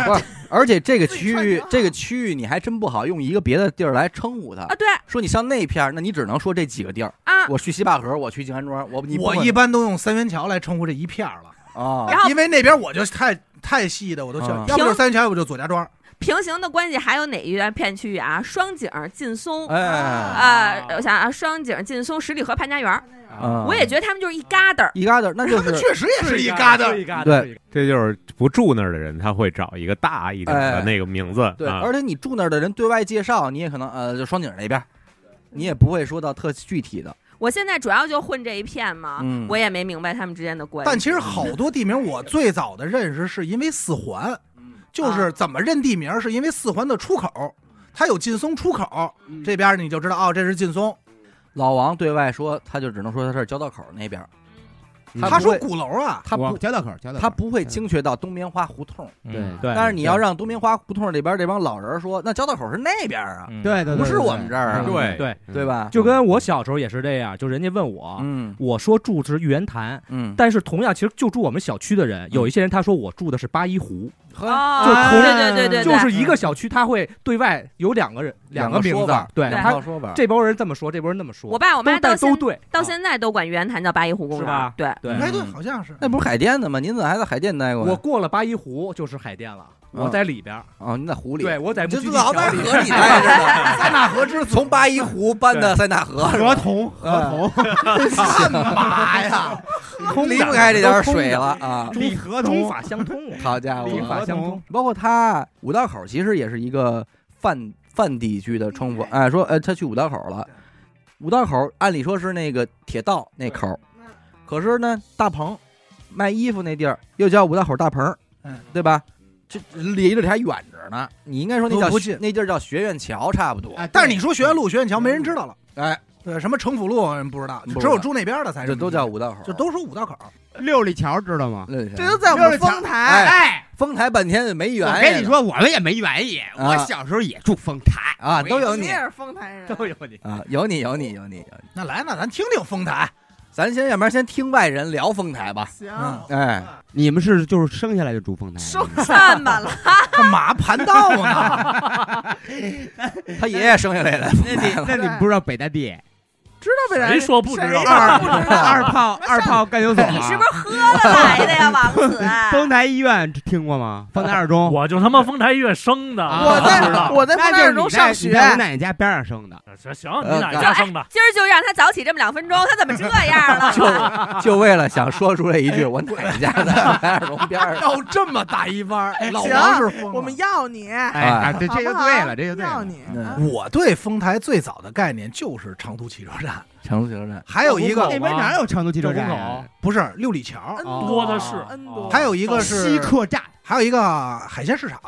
Speaker 1: 而且这个
Speaker 2: 自己
Speaker 1: 区
Speaker 2: 串
Speaker 1: 域
Speaker 2: 挺，好
Speaker 1: 这个区域你还真不好用一个别的地儿来称呼它
Speaker 5: 啊，。对
Speaker 1: 说你上那片儿，那你只能说这几个地儿。
Speaker 5: 啊，
Speaker 1: 我去西坝河，我去静安庄，我你不
Speaker 7: 我
Speaker 1: 能
Speaker 7: 一般都用三元桥来称呼这一片儿了，
Speaker 1: 啊
Speaker 5: 然，后
Speaker 7: 因为那边我就太太细的我都喜
Speaker 1: 啊
Speaker 7: 欢，要不就是三元桥，要不就左家庄。
Speaker 5: 平行的关系还有哪一个片区域啊？双井、劲松，
Speaker 1: 哎，
Speaker 5: 啊，我想啊，双井、劲松、十里河、潘家园儿，
Speaker 1: 啊
Speaker 5: 我也觉得他们就是一疙瘩儿。
Speaker 1: 一疙瘩，那就
Speaker 7: 他们
Speaker 1: 是
Speaker 7: 确实也是一
Speaker 9: 疙
Speaker 7: 疙瘩，
Speaker 9: 一疙瘩，
Speaker 1: 对
Speaker 9: 是一疙瘩，
Speaker 10: 这就是不住那儿的人，他会找一个大一点的那个名字
Speaker 1: 哎对，
Speaker 10: 啊
Speaker 1: 而。且你住那儿的人对外介绍，你也可能呃，就双井那边儿，你也不会说到特具体的。
Speaker 5: 我现在主要就混这一片嘛，
Speaker 1: 嗯
Speaker 5: 我也没明白他们之间的关系。
Speaker 7: 但其实好多地名我最早的认识是因为四环，就是怎么认地名，是因为四环的出口，它有劲松出口，这边你就知道哦，这是劲松。
Speaker 1: 老王对外说，他就只能说他是交道口那边儿，
Speaker 7: 他
Speaker 1: 不
Speaker 7: 说
Speaker 1: 会
Speaker 7: 鼓楼啊，
Speaker 1: 他不
Speaker 4: 交道口儿，交道口
Speaker 1: 他
Speaker 4: 儿，
Speaker 1: 不会精确到东棉花胡同。
Speaker 4: 对
Speaker 8: 嗯
Speaker 10: 对
Speaker 1: 但是你要让东棉花胡同里边这帮老人说，那交道口是那边儿啊，
Speaker 8: 嗯
Speaker 4: 对对，
Speaker 1: 不是我们这儿啊，
Speaker 10: 对
Speaker 9: 嗯对，
Speaker 1: 对吧？
Speaker 9: 就跟我小时候也是这样，就人家问我，
Speaker 1: 嗯
Speaker 9: 我说住是玉渊潭，
Speaker 1: 嗯，
Speaker 9: 但是同样其实就住我们小区的人，有一些人他说我住的是八一湖，
Speaker 5: 哦，
Speaker 1: 啊
Speaker 9: 就同
Speaker 5: 对对对对，
Speaker 9: 就是一个小区他会对外有两个人
Speaker 1: 两
Speaker 9: 个名
Speaker 1: 说
Speaker 9: 字
Speaker 1: 法，，
Speaker 9: 对
Speaker 1: 两
Speaker 9: 他
Speaker 1: 套说法。
Speaker 9: 这波人这么说，这波人那么说，
Speaker 5: 我爸我妈
Speaker 9: 都带
Speaker 5: 到
Speaker 9: 都
Speaker 5: 现
Speaker 9: 对，
Speaker 5: 到
Speaker 9: 啊
Speaker 5: 现在都管玉渊潭叫八一湖公
Speaker 9: 是
Speaker 5: 园
Speaker 9: 吧
Speaker 5: 儿，对，
Speaker 9: 对。
Speaker 7: 哎，对，
Speaker 1: 嗯
Speaker 7: 好像是
Speaker 1: 那不是海淀的吗？您怎么还在海淀待过呀？
Speaker 9: 我过了八一湖就是海淀了，我
Speaker 1: 嗯
Speaker 9: 在里边儿，
Speaker 1: 哦，您在湖里，
Speaker 9: 对我在
Speaker 1: 这
Speaker 9: 木樨地
Speaker 1: 老在
Speaker 9: 桥
Speaker 1: 河
Speaker 9: 里，
Speaker 1: 里待 着呢，塞纳河之从八一湖搬到塞纳河，
Speaker 4: 合同
Speaker 9: 嗯
Speaker 1: 合
Speaker 7: 干嘛呀？
Speaker 1: 同离不开这点水了啊！
Speaker 4: 理合
Speaker 9: 中
Speaker 4: 同
Speaker 9: 法相通啊，
Speaker 1: 好家
Speaker 9: 中
Speaker 1: 伙，
Speaker 9: 法相通，
Speaker 1: 包括他五道口其实也是一个泛泛地区的称呼，哎，说哎他去五道口了，五道口按理说是那个铁道那口儿，
Speaker 2: 嗯
Speaker 1: 可是呢大棚卖衣服那地儿又叫五道口大棚儿，
Speaker 7: 嗯
Speaker 1: 对吧？这离着这还远着呢，你应该说那叫
Speaker 7: 都不近
Speaker 1: 那地儿叫学院桥差不多，
Speaker 4: 啊，
Speaker 7: 但是你说学院路、学院桥，没人知道了。
Speaker 1: 哎，
Speaker 7: 对，什么城府路人不知道
Speaker 1: 不，知道
Speaker 7: 只有住那边的才
Speaker 1: 这
Speaker 7: 是。
Speaker 1: 都叫，五道口，
Speaker 7: 就都说五道口。
Speaker 4: 六里桥知道吗？
Speaker 1: 这
Speaker 2: 这都在我
Speaker 4: 就是
Speaker 2: 们
Speaker 4: 墙
Speaker 2: 丰台，
Speaker 4: 哎，
Speaker 1: 丰台半天也没缘。
Speaker 4: 我跟你说，我们也没原意，我小时候也住丰台
Speaker 1: 啊，
Speaker 4: 我
Speaker 1: 都有
Speaker 2: 你
Speaker 1: 你
Speaker 2: 也是丰台人，
Speaker 9: 都有你。
Speaker 1: 啊，有你有你有你有你。
Speaker 7: 那来嘛，咱听听丰台。
Speaker 1: 咱先要不然先听外人聊丰台吧。
Speaker 2: 行，
Speaker 7: 嗯
Speaker 1: 哎，
Speaker 4: 你们是就是生下来就住丰台？
Speaker 2: 收
Speaker 5: 散吧了，
Speaker 7: 干嘛盘道 呢？
Speaker 1: 他爷爷生下来的，
Speaker 4: 那你那你们不知道北大地
Speaker 2: 知道呗？
Speaker 8: 谁说不知道
Speaker 2: 谁说不知道？
Speaker 4: 二炮二炮干酒所啊？
Speaker 5: 你是不是喝了来 的呀，王子？
Speaker 4: 丰台医院听过吗？丰台二中，
Speaker 8: 我就他妈丰台医院生的，
Speaker 4: 啊
Speaker 2: 我
Speaker 8: 不知
Speaker 2: 在
Speaker 8: 道。
Speaker 2: 我在丰台二中上
Speaker 4: 你
Speaker 2: 学，
Speaker 4: 在我奶奶家边上生的，
Speaker 1: 啊
Speaker 8: 行行，你哪家生的？
Speaker 5: 今儿就让他早起这么两分钟，他怎么这样 了？
Speaker 1: 就为了想说出来一句，我奶奶家在二龙 边儿上。
Speaker 7: 绕这么大一弯儿，老
Speaker 2: 哎行
Speaker 7: 王是疯了。
Speaker 2: 我们要你，
Speaker 4: 哎，啊这
Speaker 2: 好
Speaker 4: 这
Speaker 2: 不
Speaker 4: 就
Speaker 2: 好
Speaker 4: 对了，这就对
Speaker 2: 要
Speaker 4: 了。
Speaker 2: 你，
Speaker 1: 嗯
Speaker 2: 啊
Speaker 7: 我对丰台最早的概念就是长途汽车站，
Speaker 1: 成都汽车站，
Speaker 7: 还有一
Speaker 8: 我
Speaker 7: 个
Speaker 8: 不
Speaker 4: 那边哪有长途汽车站
Speaker 8: 这
Speaker 4: 啊
Speaker 8: 不？
Speaker 7: 不是六里桥，
Speaker 2: N
Speaker 4: 哦
Speaker 8: 多的是
Speaker 2: ，N 多，
Speaker 7: 还有一个
Speaker 4: 西
Speaker 7: 是，
Speaker 4: 客站
Speaker 7: 还有一个海鲜市场，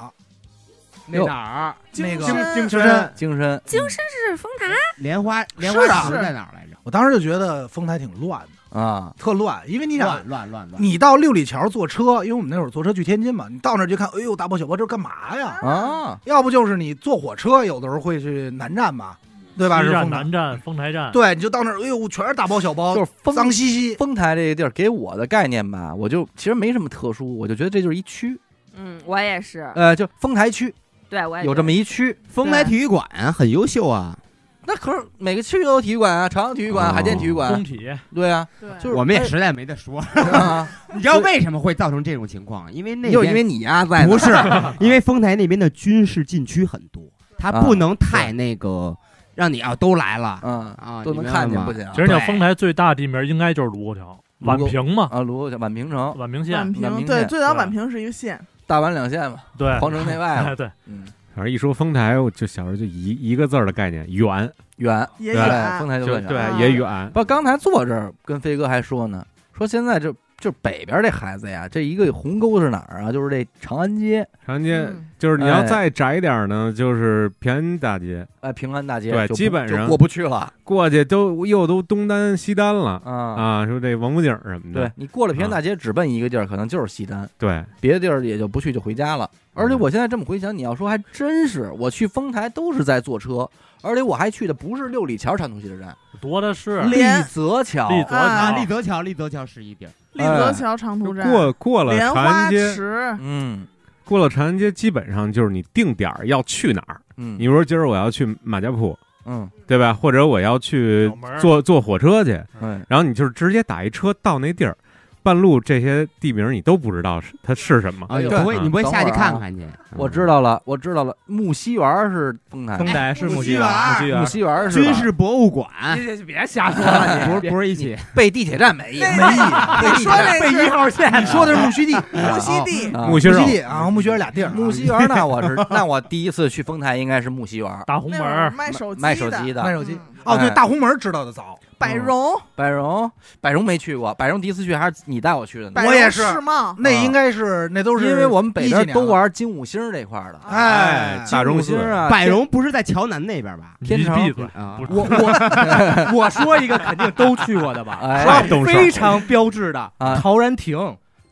Speaker 4: 那哪儿？
Speaker 7: 那个
Speaker 2: 京
Speaker 4: 京
Speaker 7: 深。
Speaker 1: 啊京深，
Speaker 5: 京深是丰台，
Speaker 4: 莲花莲花
Speaker 7: 啊
Speaker 4: 池在哪儿来着？
Speaker 7: 我当时就觉得丰台挺乱的，
Speaker 1: 啊，
Speaker 7: 特乱，因为你想
Speaker 4: 乱。乱乱乱！
Speaker 7: 你到六里桥坐车，因为我们那会儿坐车去天津嘛，你到那儿就看，哎呦，大包小包，这是干嘛呀？
Speaker 1: 啊，
Speaker 7: 要不就是你坐火车，有的时候会去南站嘛，对吧？
Speaker 8: 西
Speaker 7: 是
Speaker 8: 站、
Speaker 7: 丰台
Speaker 8: 南，站、丰台站，
Speaker 7: 对，你就到那儿，哎呦，全是大包小包，
Speaker 1: 就是丰
Speaker 7: 脏兮兮。
Speaker 1: 丰台这个地儿给我的概念吧，我就其实没什么特殊，我就觉得这就是一区，
Speaker 5: 嗯，我也是，
Speaker 1: 呃，就丰台区
Speaker 5: 对哎我也
Speaker 1: 有这么一区，
Speaker 4: 丰台体育馆哎很优秀啊，
Speaker 1: 那可是每个区都有体育馆啊，朝阳体育馆、
Speaker 4: 哦
Speaker 1: 海淀体育
Speaker 8: 工
Speaker 1: 馆，
Speaker 8: 体
Speaker 1: 对啊，
Speaker 2: 对，
Speaker 1: 就是
Speaker 4: 我们也实在没得说。
Speaker 1: 哎 啊，
Speaker 4: 你知道为什么会造成这种情况？因为那
Speaker 1: 就是因为
Speaker 4: 边
Speaker 1: 你呀在呢，
Speaker 4: 不是 因为丰台那边的军事禁区很多，它
Speaker 1: 啊
Speaker 4: 不能太那个，让你啊都来了
Speaker 1: 嗯，
Speaker 4: 啊
Speaker 1: 都能看见不
Speaker 4: 行？
Speaker 1: 行
Speaker 8: 其实讲丰台最大地名应该就是卢沟桥、宛平嘛，
Speaker 1: 啊？卢沟桥、宛平城、
Speaker 8: 宛平县
Speaker 2: 宛，
Speaker 1: 宛平
Speaker 2: 平，对，
Speaker 1: 县
Speaker 2: 最早
Speaker 8: 对
Speaker 2: 宛平是一个县，
Speaker 1: 大宛两县嘛，
Speaker 8: 对，
Speaker 1: 皇城内外嘛
Speaker 8: 哎，对，
Speaker 1: 嗯，
Speaker 10: 反正一说丰台，我就小时候就一一个字儿的概念，远，
Speaker 1: 远，
Speaker 2: 也
Speaker 10: 对
Speaker 7: 啊
Speaker 1: 对，
Speaker 2: 远
Speaker 1: 丰，台就啊
Speaker 10: 就
Speaker 1: 问上了
Speaker 10: 对，也远。
Speaker 1: 不，刚才坐这儿跟飞哥还说呢，说现在这就北边这孩子呀，这一个鸿沟是哪儿啊？就是这长安街，
Speaker 10: 长安街
Speaker 2: 嗯
Speaker 10: 就是你
Speaker 1: 哎
Speaker 10: 要再窄点儿呢，就是平安大街
Speaker 1: 哎，平安大街，
Speaker 10: 对
Speaker 1: 就不
Speaker 10: 基本上
Speaker 1: 就过不去了
Speaker 10: 过去都又都东单西单了
Speaker 1: 啊
Speaker 10: 啊，说这王府井什么
Speaker 1: 对
Speaker 10: 的，
Speaker 1: 你过了平安大街，只奔一个地儿，可能就是西单，
Speaker 10: 对，
Speaker 1: 别的地儿也就不去，就回家了。而且
Speaker 4: 嗯
Speaker 1: 我现在这么回想，你要说还真是，我去丰台都是在坐车，而且我还去的不是六里桥长途汽车站，
Speaker 8: 多的是。
Speaker 1: 丽
Speaker 2: 连
Speaker 1: 泽桥，
Speaker 8: 丽泽
Speaker 2: 啊
Speaker 4: 啊，
Speaker 8: 桥
Speaker 4: 立，泽桥，立泽桥是一地儿，
Speaker 2: 立泽桥长途
Speaker 10: 就
Speaker 2: 站，
Speaker 10: 过过了
Speaker 2: 莲
Speaker 10: 长
Speaker 2: 花
Speaker 10: 安街，
Speaker 2: 池，
Speaker 1: 嗯
Speaker 10: 过了长安街，基本上就是你定点儿要去哪儿。
Speaker 1: 嗯，
Speaker 10: 你比如说今儿我要去马家铺，
Speaker 1: 嗯，
Speaker 10: 对吧？或者我要去
Speaker 8: 小门儿
Speaker 10: 坐坐火车去，
Speaker 1: 对，
Speaker 10: 然后你就是直接打一车到那地儿，半路这些地名你都不知道是它是什么。
Speaker 4: 啊，你
Speaker 1: 对
Speaker 4: 不会，你不会嗯
Speaker 1: 等会
Speaker 4: 下
Speaker 1: 儿
Speaker 4: 去
Speaker 1: 啊
Speaker 4: 看看去？
Speaker 1: 我知道了，我知道了，木樨园是丰台
Speaker 9: 丰，台是
Speaker 4: 木
Speaker 9: 木
Speaker 4: 樨
Speaker 9: 樨园儿，木樨园
Speaker 1: 木
Speaker 9: 儿。
Speaker 1: 樨园是吧
Speaker 4: 军事博物馆，
Speaker 9: 你别瞎说 了，
Speaker 4: 不
Speaker 9: 你
Speaker 4: 是不是一起，
Speaker 1: 被地铁站没意义，
Speaker 2: 那
Speaker 1: 没意义，被地
Speaker 2: 说那是
Speaker 1: 铁站。
Speaker 9: 号线
Speaker 7: 你说的是木须地，
Speaker 2: 木樨地，
Speaker 1: 啊
Speaker 10: 木
Speaker 7: 木
Speaker 10: 须肉
Speaker 7: 须地啊，木须园俩地儿啊，
Speaker 1: 木樨园， 那我是那我第一次去丰台应该是木樨园，
Speaker 8: 大红
Speaker 2: 那
Speaker 8: 门
Speaker 2: 会儿
Speaker 8: 儿，
Speaker 2: 卖手
Speaker 1: 卖手
Speaker 2: 的
Speaker 1: 机，的
Speaker 7: 卖手机。
Speaker 2: 嗯
Speaker 7: 哦，对，
Speaker 1: 哎
Speaker 7: 大红门知道的早，
Speaker 2: 百荣，
Speaker 1: 百荣，百荣没去过，百荣第一次去还是你带我去的呢
Speaker 2: 百
Speaker 7: 我也
Speaker 2: 荣
Speaker 7: 是
Speaker 2: 世贸，
Speaker 7: 那应该是那都是
Speaker 1: 因为我们北
Speaker 7: 边
Speaker 1: 边都，玩金五星这块儿的，
Speaker 7: 哎，
Speaker 10: 大
Speaker 1: 金
Speaker 10: 荣
Speaker 1: 五
Speaker 10: 寺
Speaker 1: 星啊，
Speaker 8: 百荣不是在桥南那边吧？
Speaker 1: 天成
Speaker 9: 闭嘴！
Speaker 8: 啊
Speaker 10: 不，是
Speaker 9: 我我 我 说一个肯定都去过的吧，
Speaker 1: 哎，
Speaker 10: 懂事儿
Speaker 9: 非常标志的
Speaker 1: 啊
Speaker 9: 陶然亭，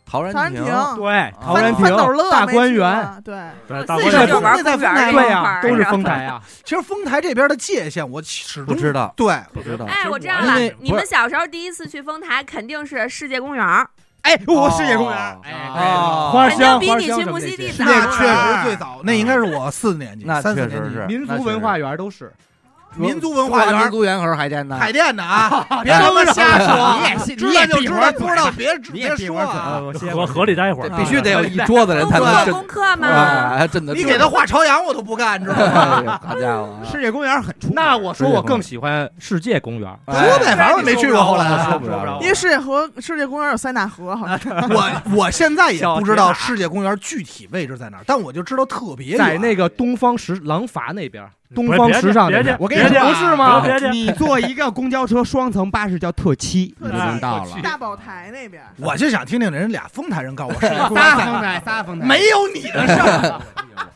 Speaker 1: 陶然
Speaker 2: 唐人
Speaker 1: 亭哦
Speaker 2: 亭，
Speaker 9: 对，陶
Speaker 2: 范
Speaker 9: 然
Speaker 2: 范斗
Speaker 9: 亭
Speaker 2: 乐
Speaker 9: 大
Speaker 2: 没
Speaker 9: 观
Speaker 2: 去
Speaker 9: 园，
Speaker 1: 啊
Speaker 2: 过，对，
Speaker 10: 对
Speaker 5: 自
Speaker 10: 大
Speaker 5: 己
Speaker 10: 观
Speaker 7: 在
Speaker 5: 就
Speaker 7: 丰
Speaker 5: 玩
Speaker 7: 那在
Speaker 5: 公园儿那
Speaker 7: 丰台吗
Speaker 9: 对
Speaker 5: 块
Speaker 9: 呀，
Speaker 5: 儿
Speaker 9: 都是
Speaker 5: 然后
Speaker 9: 丰台呀，
Speaker 7: 其实丰台这边的界限我始
Speaker 1: 不
Speaker 7: 终
Speaker 1: 知道，
Speaker 7: 对，
Speaker 1: 不知道，
Speaker 5: 哎，我知道
Speaker 1: 因
Speaker 5: 了
Speaker 1: 为，
Speaker 5: 你
Speaker 1: 不
Speaker 5: 们
Speaker 1: 是
Speaker 5: 小时候第一次去丰台肯定是世界公园儿，
Speaker 8: 哎，我
Speaker 1: 哦
Speaker 8: 世界公园，哎，
Speaker 1: 哦
Speaker 9: 花
Speaker 5: 肯定
Speaker 9: 香
Speaker 5: 比
Speaker 9: 花
Speaker 5: 你
Speaker 9: 香
Speaker 5: 去
Speaker 9: 什
Speaker 5: 木
Speaker 9: 么
Speaker 5: 樨地
Speaker 9: 那些
Speaker 5: 早
Speaker 7: 啊那个确
Speaker 5: 啊。
Speaker 7: 实最早，那应该是我四年级
Speaker 1: 那，
Speaker 7: 三四
Speaker 1: 确
Speaker 7: 年
Speaker 1: 实
Speaker 7: 级
Speaker 1: 是
Speaker 9: 民族文化园都是。
Speaker 7: 民族文化
Speaker 1: 民
Speaker 7: 园。
Speaker 1: 族园可是海淀的，
Speaker 7: 海淀的啊，别他妈瞎
Speaker 8: 你也
Speaker 7: 说，
Speaker 8: 信
Speaker 7: 知道就知道，
Speaker 8: 你也闭
Speaker 7: 不
Speaker 8: 会儿嘴
Speaker 7: 知道别
Speaker 8: 你也
Speaker 7: 别
Speaker 8: 闭
Speaker 7: 说
Speaker 8: 会儿嘴
Speaker 7: 啊！
Speaker 9: 我
Speaker 10: 河河里待一会儿，
Speaker 1: 必须得有一桌子人
Speaker 5: 都
Speaker 1: 才
Speaker 5: 不
Speaker 1: 能
Speaker 5: 做
Speaker 1: 真
Speaker 5: 功课吗？
Speaker 1: 啊，真的，
Speaker 7: 你给他画朝阳我都不干，知道吗？
Speaker 1: 哎呀好家伙啊，
Speaker 8: 世界公园很出名。
Speaker 9: 那 我说我更喜欢世界公园，
Speaker 7: 说呗，反正我没去过。后来
Speaker 1: 哎说
Speaker 7: 啊
Speaker 1: 不着了
Speaker 2: 因为世界河世界公园有塞纳河，好像
Speaker 7: 我我现在也不知
Speaker 2: 啊
Speaker 7: 道世界公园具体位置在哪儿，但我就知道特别远
Speaker 9: 在那个东方时廊坊那边，东方时尚那
Speaker 10: 别
Speaker 9: 边
Speaker 10: 介，
Speaker 8: 我跟你
Speaker 10: 别
Speaker 8: 说
Speaker 10: 介
Speaker 8: 啊，
Speaker 10: 不是吗别介
Speaker 8: 你坐一个公交车双层巴士叫特七，
Speaker 2: 特
Speaker 8: 你
Speaker 2: 七
Speaker 8: 就能到了。
Speaker 2: 大宝台那边。
Speaker 7: 我就想听听人俩丰台人告我世界公园
Speaker 8: 仨丰
Speaker 7: 在哪儿，
Speaker 8: 台，仨丰台，
Speaker 7: 没有你的事 儿。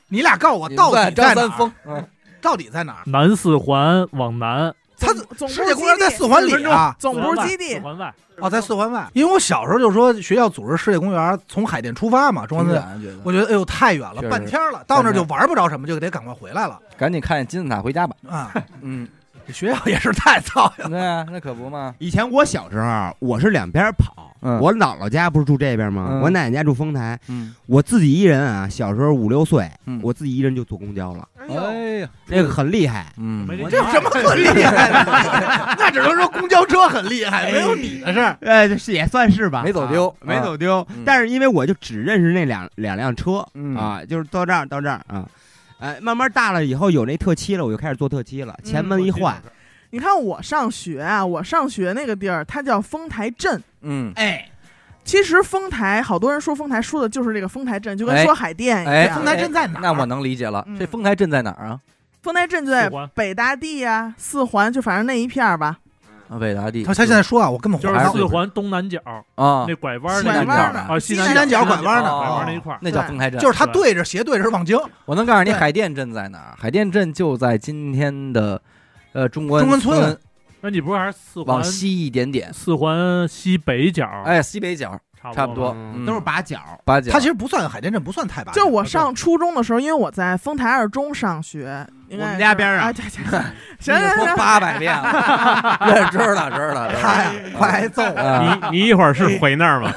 Speaker 7: 你俩告诉我到底在
Speaker 1: 张
Speaker 7: 哪
Speaker 1: 三
Speaker 7: 儿？
Speaker 1: 丰，嗯
Speaker 7: 到底在哪儿？
Speaker 11: 南四环往南，
Speaker 7: 它
Speaker 2: 总
Speaker 7: 世界公园在四环里啊，
Speaker 2: 总部基
Speaker 11: 四
Speaker 2: 地，
Speaker 11: 环外，
Speaker 7: 哦，在四环外。因为我小时候就说学校组织世界公园从海淀出发嘛，中
Speaker 1: 挺
Speaker 7: 关
Speaker 1: 远
Speaker 7: 村。
Speaker 1: 啊觉得，
Speaker 7: 我觉得哎呦太远了
Speaker 1: 确，实
Speaker 7: 半天了，到那儿就玩不着什么，就得赶快回来了
Speaker 1: 赶紧看见金字塔回家吧。
Speaker 7: 啊！
Speaker 1: 嗯，
Speaker 7: 学校也是太操心了。
Speaker 1: 对啊，那可不嘛。
Speaker 8: 以前我小时候啊，我是两边跑。
Speaker 1: 嗯
Speaker 8: 我姥姥家不是住这边吗？
Speaker 1: 嗯
Speaker 8: 我奶奶家住丰台，
Speaker 1: 嗯，
Speaker 8: 我自己一人啊，小时候五六岁，
Speaker 1: 嗯
Speaker 8: 我自己一人就坐公交了，
Speaker 2: 哎呦，
Speaker 1: 哎呀，
Speaker 8: 这个很厉害。
Speaker 1: 嗯，
Speaker 11: 没
Speaker 1: 我
Speaker 11: 这
Speaker 7: 有什么可厉害的？那只能说公交车很厉害，
Speaker 8: 哎
Speaker 7: 没有你的事儿。
Speaker 8: 呃，这是也算是吧，
Speaker 1: 哎没走丢
Speaker 8: 啊没走丢
Speaker 1: 嗯。
Speaker 8: 但是因为我就只认识那两两辆车
Speaker 1: 嗯
Speaker 8: 啊，就是到这儿到这儿啊，哎，慢慢大了以后有那特七了，我就开始坐特七了，
Speaker 1: 嗯
Speaker 8: 前门一换，
Speaker 2: 你看我上学啊，我上学那个地儿，它叫丰台镇。
Speaker 1: 嗯，
Speaker 8: 哎，
Speaker 2: 其实丰台，好多人说丰台说的就是这个丰台镇，就
Speaker 1: 哎
Speaker 2: 跟说海淀一
Speaker 1: 哎，
Speaker 2: 样。
Speaker 7: 丰台镇在哪儿啊
Speaker 1: 那我能理解了。
Speaker 2: 嗯
Speaker 1: 这丰台镇在哪儿啊？
Speaker 2: 丰台镇就在
Speaker 11: 四环
Speaker 2: 北大地啊、四环，就反正那一片儿吧。
Speaker 1: 啊北大地。
Speaker 7: 他他现在说啊，我根本
Speaker 11: 就
Speaker 7: 还
Speaker 11: 是
Speaker 1: 是
Speaker 11: 四环东南角
Speaker 1: 啊，
Speaker 11: 那拐弯儿
Speaker 1: 西
Speaker 11: 那
Speaker 2: 拐
Speaker 1: 南角
Speaker 11: 个
Speaker 2: 弯儿
Speaker 1: 的
Speaker 2: 呢，
Speaker 11: 啊，西
Speaker 7: 西
Speaker 11: 南
Speaker 7: 南角拐弯儿
Speaker 11: 呢，
Speaker 7: 呢
Speaker 11: 拐弯儿那
Speaker 1: 哦
Speaker 11: 一块儿，
Speaker 1: 那叫丰台镇。
Speaker 7: 就是他对着斜对着是望京，
Speaker 1: 我能告诉你，
Speaker 7: 对
Speaker 1: 海淀镇在哪儿？海淀镇就在今天的呃中关
Speaker 7: 中关村
Speaker 1: 村
Speaker 11: 那你不是还是四环
Speaker 1: 往西一点点，
Speaker 11: 四环西北角？，
Speaker 1: 哎，西北角差不多
Speaker 11: 吧，
Speaker 1: 嗯
Speaker 8: 都是把角。
Speaker 1: 八角。
Speaker 7: 他其实不算海淀镇，不算太白。
Speaker 2: 就我上初中的时候，因为我在丰台二中上学，应该
Speaker 8: 我们家边儿
Speaker 2: 是
Speaker 8: 啊
Speaker 2: 啊，对对，对行行
Speaker 1: 说
Speaker 2: 行，
Speaker 1: 八百遍了， 这知道 知道。
Speaker 4: 哎
Speaker 1: 知道
Speaker 7: 太快 揍我！
Speaker 1: 啊，
Speaker 10: 你你一会儿是回那儿吗？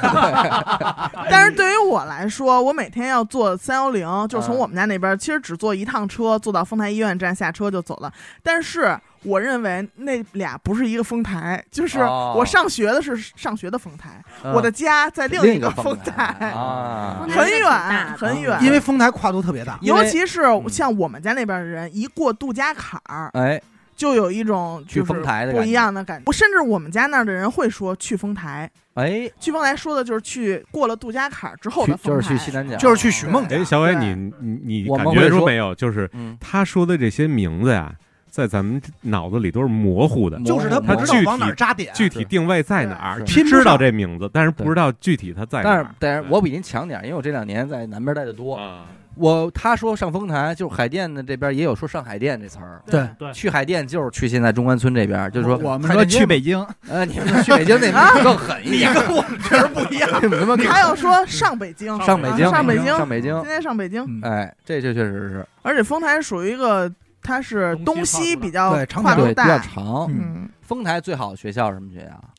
Speaker 2: 但是对于我来说，我每天要坐三幺零，就是
Speaker 1: 啊
Speaker 2: 从我们家那边，其实只坐一趟车，坐到丰台医院站下车就走了。但是我认为那俩不是一个丰台，就是
Speaker 1: 哦
Speaker 2: 我上学的是上学的丰台，
Speaker 1: 嗯
Speaker 2: 我的家在
Speaker 1: 另
Speaker 2: 一个
Speaker 1: 丰
Speaker 2: 哎台，
Speaker 1: 啊
Speaker 5: 丰，台
Speaker 2: 很
Speaker 5: 真的挺大
Speaker 2: 远
Speaker 5: 的啊
Speaker 2: 很远，
Speaker 7: 因为丰台跨度特别大，
Speaker 1: 因
Speaker 2: 尤
Speaker 1: 为嗯
Speaker 2: 其是像我们家那边的人，一过杜家坎儿，
Speaker 1: 哎，
Speaker 2: 就有一种
Speaker 1: 去
Speaker 2: 就是
Speaker 1: 丰台的
Speaker 2: 不
Speaker 1: 感
Speaker 2: 一
Speaker 1: 觉，
Speaker 2: 样的感觉。我甚至我们家那儿的人会说去丰台，
Speaker 1: 哎，
Speaker 2: 去丰台说的就是去过了杜家坎儿之后
Speaker 1: 去
Speaker 2: 的
Speaker 1: 就
Speaker 2: 丰
Speaker 1: 是
Speaker 2: 台，
Speaker 1: 去西南角，
Speaker 7: 就是去寻梦
Speaker 10: 哎，
Speaker 7: 家。
Speaker 10: 小伟，
Speaker 2: 对
Speaker 10: 你你你
Speaker 1: 我
Speaker 10: 感
Speaker 1: 们
Speaker 10: 觉
Speaker 1: 会
Speaker 10: 出
Speaker 1: 说
Speaker 10: 没有？就是
Speaker 1: 嗯，
Speaker 10: 他说的这些名字呀，在咱们脑子里都是模糊的，
Speaker 7: 就是他
Speaker 10: 他
Speaker 7: 不知道
Speaker 10: 具
Speaker 7: 往哪
Speaker 10: 体
Speaker 7: 儿扎点，
Speaker 10: 具体定位在哪儿，
Speaker 1: 是
Speaker 10: 只
Speaker 7: 拼不
Speaker 10: 知道
Speaker 7: 上
Speaker 10: 这名字，但是不知道具体他在哪
Speaker 1: 但是
Speaker 10: 儿。
Speaker 1: 但是我比您强点儿，因为我这两年在南边待的多。
Speaker 10: 啊，
Speaker 1: 我他说上丰台，就是海淀的这边也有说上海淀这词儿。
Speaker 7: 对
Speaker 1: 去海淀就是去现在中关村这边，就是说，
Speaker 3: 我们
Speaker 7: 海
Speaker 3: 说
Speaker 7: 淀街
Speaker 3: 去
Speaker 7: 嘛
Speaker 3: 北京，
Speaker 1: 呃，你们啊去北京那
Speaker 2: 啊
Speaker 1: 边更狠一
Speaker 7: 你
Speaker 1: 点，
Speaker 7: 跟我们确实不一样。
Speaker 1: 你们他妈更
Speaker 2: 还有说上北京，
Speaker 1: 上北京，
Speaker 2: 上北京
Speaker 1: 上北京
Speaker 2: 今，天 上北京，
Speaker 7: 嗯
Speaker 1: 哎，这这确实是
Speaker 2: 而且丰台属于一个，它是东西比较
Speaker 7: 对长
Speaker 2: 跨
Speaker 7: 条
Speaker 2: 度
Speaker 1: 对比
Speaker 2: 大，
Speaker 1: 较长。
Speaker 2: 嗯，
Speaker 1: 丰台最好的学校是什么学校？啊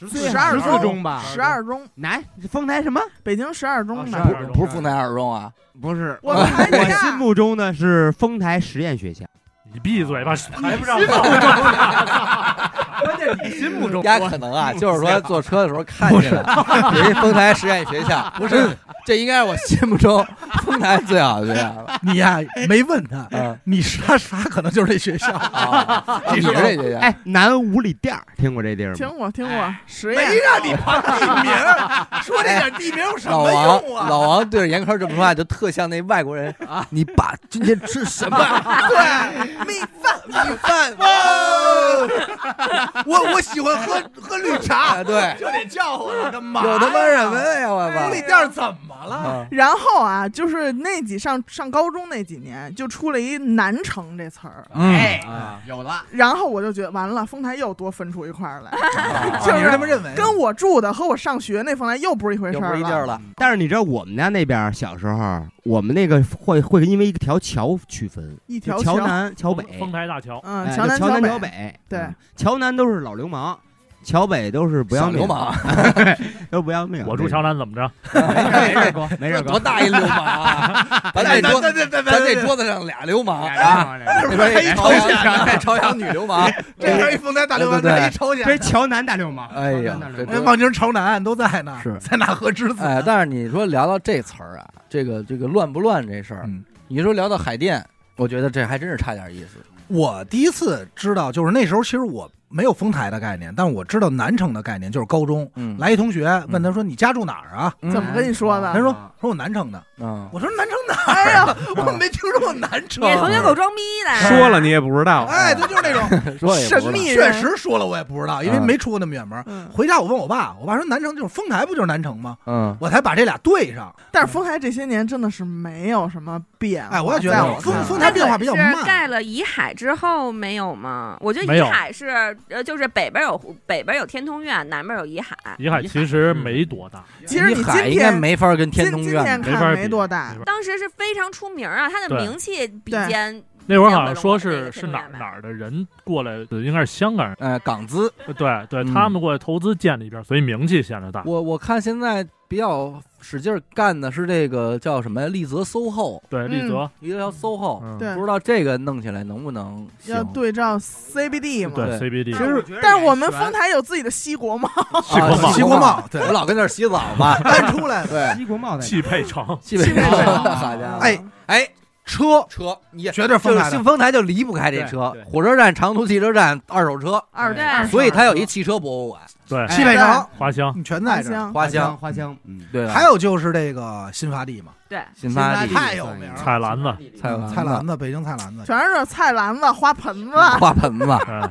Speaker 2: 十二
Speaker 8: 中
Speaker 2: 中
Speaker 9: 吧
Speaker 2: 十二中，
Speaker 8: 来，丰台什么？
Speaker 2: 北京十二中
Speaker 1: 不
Speaker 2: 吧。
Speaker 1: 是不是丰台二中啊，
Speaker 8: 不是，
Speaker 2: 我们还
Speaker 8: 我
Speaker 2: 得
Speaker 8: 心目中呢是丰台实验学校。
Speaker 11: 你闭嘴吧，还不让跑。
Speaker 9: 你心 目中
Speaker 1: 家可能啊，就是说坐嗯车的时候看见了，人家丰台实验学校，不是，这应该是我心目中丰台最好学校了。
Speaker 7: 你呀、没问他，
Speaker 1: 嗯
Speaker 7: 你是他啥可能就是这学校，
Speaker 1: 啊
Speaker 7: 你是 这学校。
Speaker 8: 哎，南 五里店儿听过这地儿吗？
Speaker 2: 听过听过，实验
Speaker 7: 没让你报地名儿， 说这点地名有什
Speaker 1: 老
Speaker 7: 么
Speaker 1: 王
Speaker 7: 用啊？
Speaker 1: 老王对着严科这么说话，就特像那外国人啊！你爸今天吃什 么？
Speaker 7: 对，
Speaker 2: 米
Speaker 7: 饭，
Speaker 1: 米饭，
Speaker 7: 我我喜欢喝喝绿茶，
Speaker 1: 啊对
Speaker 7: 就得叫唤我的妈，
Speaker 1: 有他妈什么呀？我
Speaker 2: 哎
Speaker 7: 五里
Speaker 1: 操！
Speaker 7: 店儿怎么了？
Speaker 1: 啊
Speaker 2: 然后啊，就是那几上上高中那几年，就出了一“南城”这词儿，
Speaker 1: 嗯
Speaker 7: 嗯
Speaker 3: 哎
Speaker 8: 啊，
Speaker 3: 有了，
Speaker 2: 然后我就觉得完了，丰台又多分出一块儿来，
Speaker 7: 就你是这么认为？
Speaker 2: 跟我住的和我上学那丰台又不是一回事
Speaker 1: 又
Speaker 2: 儿
Speaker 1: 不一地儿了，
Speaker 8: 嗯但是你知道我们家那边儿小时候，我们那个会会因为一条桥区分，
Speaker 2: 一条
Speaker 8: 就
Speaker 2: 桥
Speaker 8: 桥南、桥北、
Speaker 11: 丰台大桥，
Speaker 2: 嗯，
Speaker 8: 哎
Speaker 2: 桥
Speaker 8: 就
Speaker 2: 南
Speaker 8: 桥
Speaker 2: 桥
Speaker 8: 南、
Speaker 2: 北，
Speaker 8: 桥北。
Speaker 2: 对
Speaker 8: 嗯，桥南都是老流氓，桥北都是不要
Speaker 1: 小
Speaker 8: 命，
Speaker 1: 流氓，
Speaker 8: 都不要命。
Speaker 11: 我住桥南怎么着？
Speaker 8: 没事儿哥，没事儿哥，
Speaker 1: 多大一流氓 啊！咱这桌，
Speaker 7: 对对
Speaker 1: 咱这桌子上俩流氓啊！
Speaker 8: 啊！
Speaker 1: 那边一朝阳，那朝阳女流 氓。
Speaker 7: 这边一丰台大流氓，
Speaker 1: 对对对
Speaker 7: 那一朝鲜
Speaker 8: 这，是桥南大流氓，
Speaker 1: 哎呀
Speaker 8: 桥南大流
Speaker 1: 这
Speaker 8: 氓
Speaker 7: 那望京朝南都在呢，
Speaker 1: 是
Speaker 7: 在哪河之子？
Speaker 1: 哎，但是你说聊到这词儿啊，这个这个乱不乱这事儿
Speaker 7: 嗯，
Speaker 1: 你说聊到海淀，我觉得这还真是差点意思。
Speaker 7: 我第一次知道，就是那时候其实我没有丰台的概念，但我知道南城的概念，就是高中。
Speaker 1: 嗯，
Speaker 7: 来一同学问他说：“你家住哪儿啊
Speaker 1: 嗯
Speaker 2: 怎么跟你说？”
Speaker 7: 他
Speaker 2: 的？
Speaker 7: 说：“说我南城的。”
Speaker 1: 嗯，
Speaker 7: 我说：“哦南城哪儿呀？我没听说过南城。
Speaker 5: 你同学狗装逼的，
Speaker 10: 说 了你也不知”道，
Speaker 7: 哎，对，就是那种，
Speaker 1: 说也不
Speaker 2: 神
Speaker 1: 知道
Speaker 2: 秘
Speaker 7: 确
Speaker 2: 人
Speaker 7: 实说了我也不知道，因为
Speaker 10: 啊
Speaker 1: 嗯
Speaker 7: 没出过那么远门。
Speaker 2: 嗯，
Speaker 7: 回家我问我爸，我爸说：“南城就是丰台，不就是南城吗
Speaker 1: 嗯？”，
Speaker 7: 我才把这俩对上。
Speaker 2: 但是丰台这些年真的是没有什么变化。
Speaker 7: 哎，我也觉
Speaker 2: 在
Speaker 7: 得
Speaker 2: 我
Speaker 7: 丰
Speaker 2: 看
Speaker 7: 丰
Speaker 2: 来
Speaker 7: 台变化比较
Speaker 5: 是
Speaker 7: 慢。
Speaker 5: 盖了怡海之后没有吗？我觉得
Speaker 11: 没
Speaker 5: 怡
Speaker 11: 有
Speaker 5: 海是呃，就是北边有湖北边有天通苑，南边有怡海。
Speaker 11: 怡海其实没多大，
Speaker 2: 其实你今
Speaker 1: 你嗯海应该
Speaker 2: 天
Speaker 1: 没法跟天
Speaker 2: 今
Speaker 1: 通
Speaker 2: 今
Speaker 1: 苑
Speaker 2: 天
Speaker 1: 比。
Speaker 11: 没法
Speaker 2: 看
Speaker 11: 比
Speaker 2: 没多大
Speaker 11: 没，法
Speaker 5: 当时是非常出名啊，它的
Speaker 11: 对
Speaker 5: 名气比
Speaker 2: 对
Speaker 5: 肩。
Speaker 11: 那会儿好像说
Speaker 5: 见过
Speaker 11: 是
Speaker 5: 了
Speaker 11: 是
Speaker 5: 我
Speaker 11: 哪
Speaker 5: 那个
Speaker 11: 儿哪儿的人过来，应该是香港人，
Speaker 1: 呃，港资，
Speaker 11: 对对，
Speaker 1: 嗯
Speaker 11: 他们过来投资建了一边，所以名气显得大。
Speaker 1: 我我看现在比较使劲儿干的是这个叫什么呀？丽泽 SOHO，
Speaker 11: 对，丽泽，
Speaker 1: 一个叫 SOHO，
Speaker 11: 嗯，
Speaker 2: 对
Speaker 1: 不知道这个弄起来能不能
Speaker 2: 要
Speaker 1: 行？
Speaker 2: 对照 CBD 嘛。
Speaker 1: 对
Speaker 11: 对 CBD，
Speaker 8: 但我觉得
Speaker 2: 但是我们
Speaker 8: 你还
Speaker 2: 丰台有自己的西国贸，
Speaker 11: 西国
Speaker 1: 啊
Speaker 11: 贸
Speaker 7: 西国贸对
Speaker 1: 我老跟那儿洗澡嘛。
Speaker 7: 搬出来，
Speaker 1: 对，
Speaker 8: 西国贸在哪
Speaker 11: 汽配城，
Speaker 1: 基本上好家伙，
Speaker 7: 哎
Speaker 1: 哎，
Speaker 7: 车
Speaker 1: 车，你
Speaker 7: 绝对是丰
Speaker 1: 就
Speaker 7: 台的
Speaker 1: 是新。丰台就离不开这车
Speaker 11: 对，对
Speaker 1: 火车站、长途汽车站、二手车，
Speaker 5: 二
Speaker 8: 对
Speaker 5: 对，
Speaker 1: 所以它有一汽车博物馆，哎
Speaker 11: 对，
Speaker 7: 西北 城，
Speaker 11: 花香，
Speaker 7: 你全在这儿。
Speaker 2: 香。
Speaker 1: 花
Speaker 8: 乡
Speaker 1: 香，
Speaker 8: 花香，嗯，
Speaker 1: 对吧，
Speaker 7: 还有就是这个新发地嘛，
Speaker 5: 对，
Speaker 1: 新发
Speaker 7: 新
Speaker 1: 地
Speaker 7: 发、太有名了
Speaker 11: 菜篮子，
Speaker 1: 菜篮子
Speaker 7: 菜篮子，北京菜篮子。
Speaker 2: 全是菜篮子、花盆子，
Speaker 1: 花盆子、
Speaker 11: 嗯，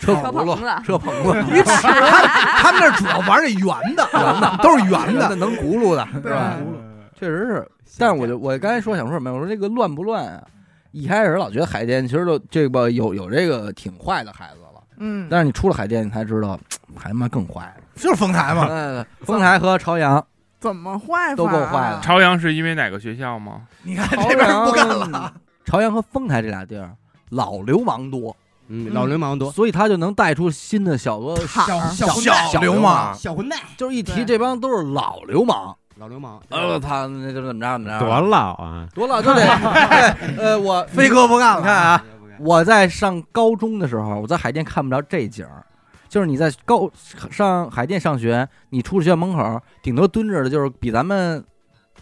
Speaker 1: 车
Speaker 5: 车
Speaker 1: 轱
Speaker 5: 棚
Speaker 1: 辘、
Speaker 5: 子，
Speaker 1: 车棚子，
Speaker 7: 鱼池，他们那儿主要玩这 圆的，圆的都是圆
Speaker 1: 那
Speaker 7: 的，
Speaker 1: 能轱辘的，是
Speaker 2: 对
Speaker 1: 吧？嗯确实是，但是我就我刚才说想说什么呀？我说这个乱不乱啊？一开始老觉得海淀其实就这个有有这个挺坏的孩子了，
Speaker 2: 嗯，
Speaker 1: 但是你出了海淀，你才知道，还他妈更坏了。
Speaker 7: 就是丰台嘛。
Speaker 1: 嗯，丰台和朝阳，
Speaker 2: 怎么坏法
Speaker 1: 都够
Speaker 2: 啊
Speaker 1: 坏的
Speaker 6: 朝阳是因为哪个学校吗？
Speaker 7: 你看
Speaker 1: 朝
Speaker 7: 这边
Speaker 1: 阳
Speaker 7: 不干了，
Speaker 1: 朝阳和丰台这俩地儿老流氓多，
Speaker 8: 嗯，老流氓多，
Speaker 1: 所以他就能带出新的小哥。
Speaker 2: 躺
Speaker 8: 小小混蛋，
Speaker 7: 小流氓，
Speaker 8: 小混蛋，
Speaker 1: 就是一
Speaker 2: 对
Speaker 1: 提这帮都是老流氓，
Speaker 8: 老流氓，
Speaker 1: 呃，我操，那就怎么着怎么着，
Speaker 10: 多老啊！
Speaker 1: 多老就 得，对呃，我
Speaker 7: 飞哥不干
Speaker 1: 你
Speaker 7: 了。
Speaker 1: 看啊，我在上高中的时候，我在海淀看不着这景儿，就是你在高上海淀上学，你出学校门口，顶多蹲着的就是比咱们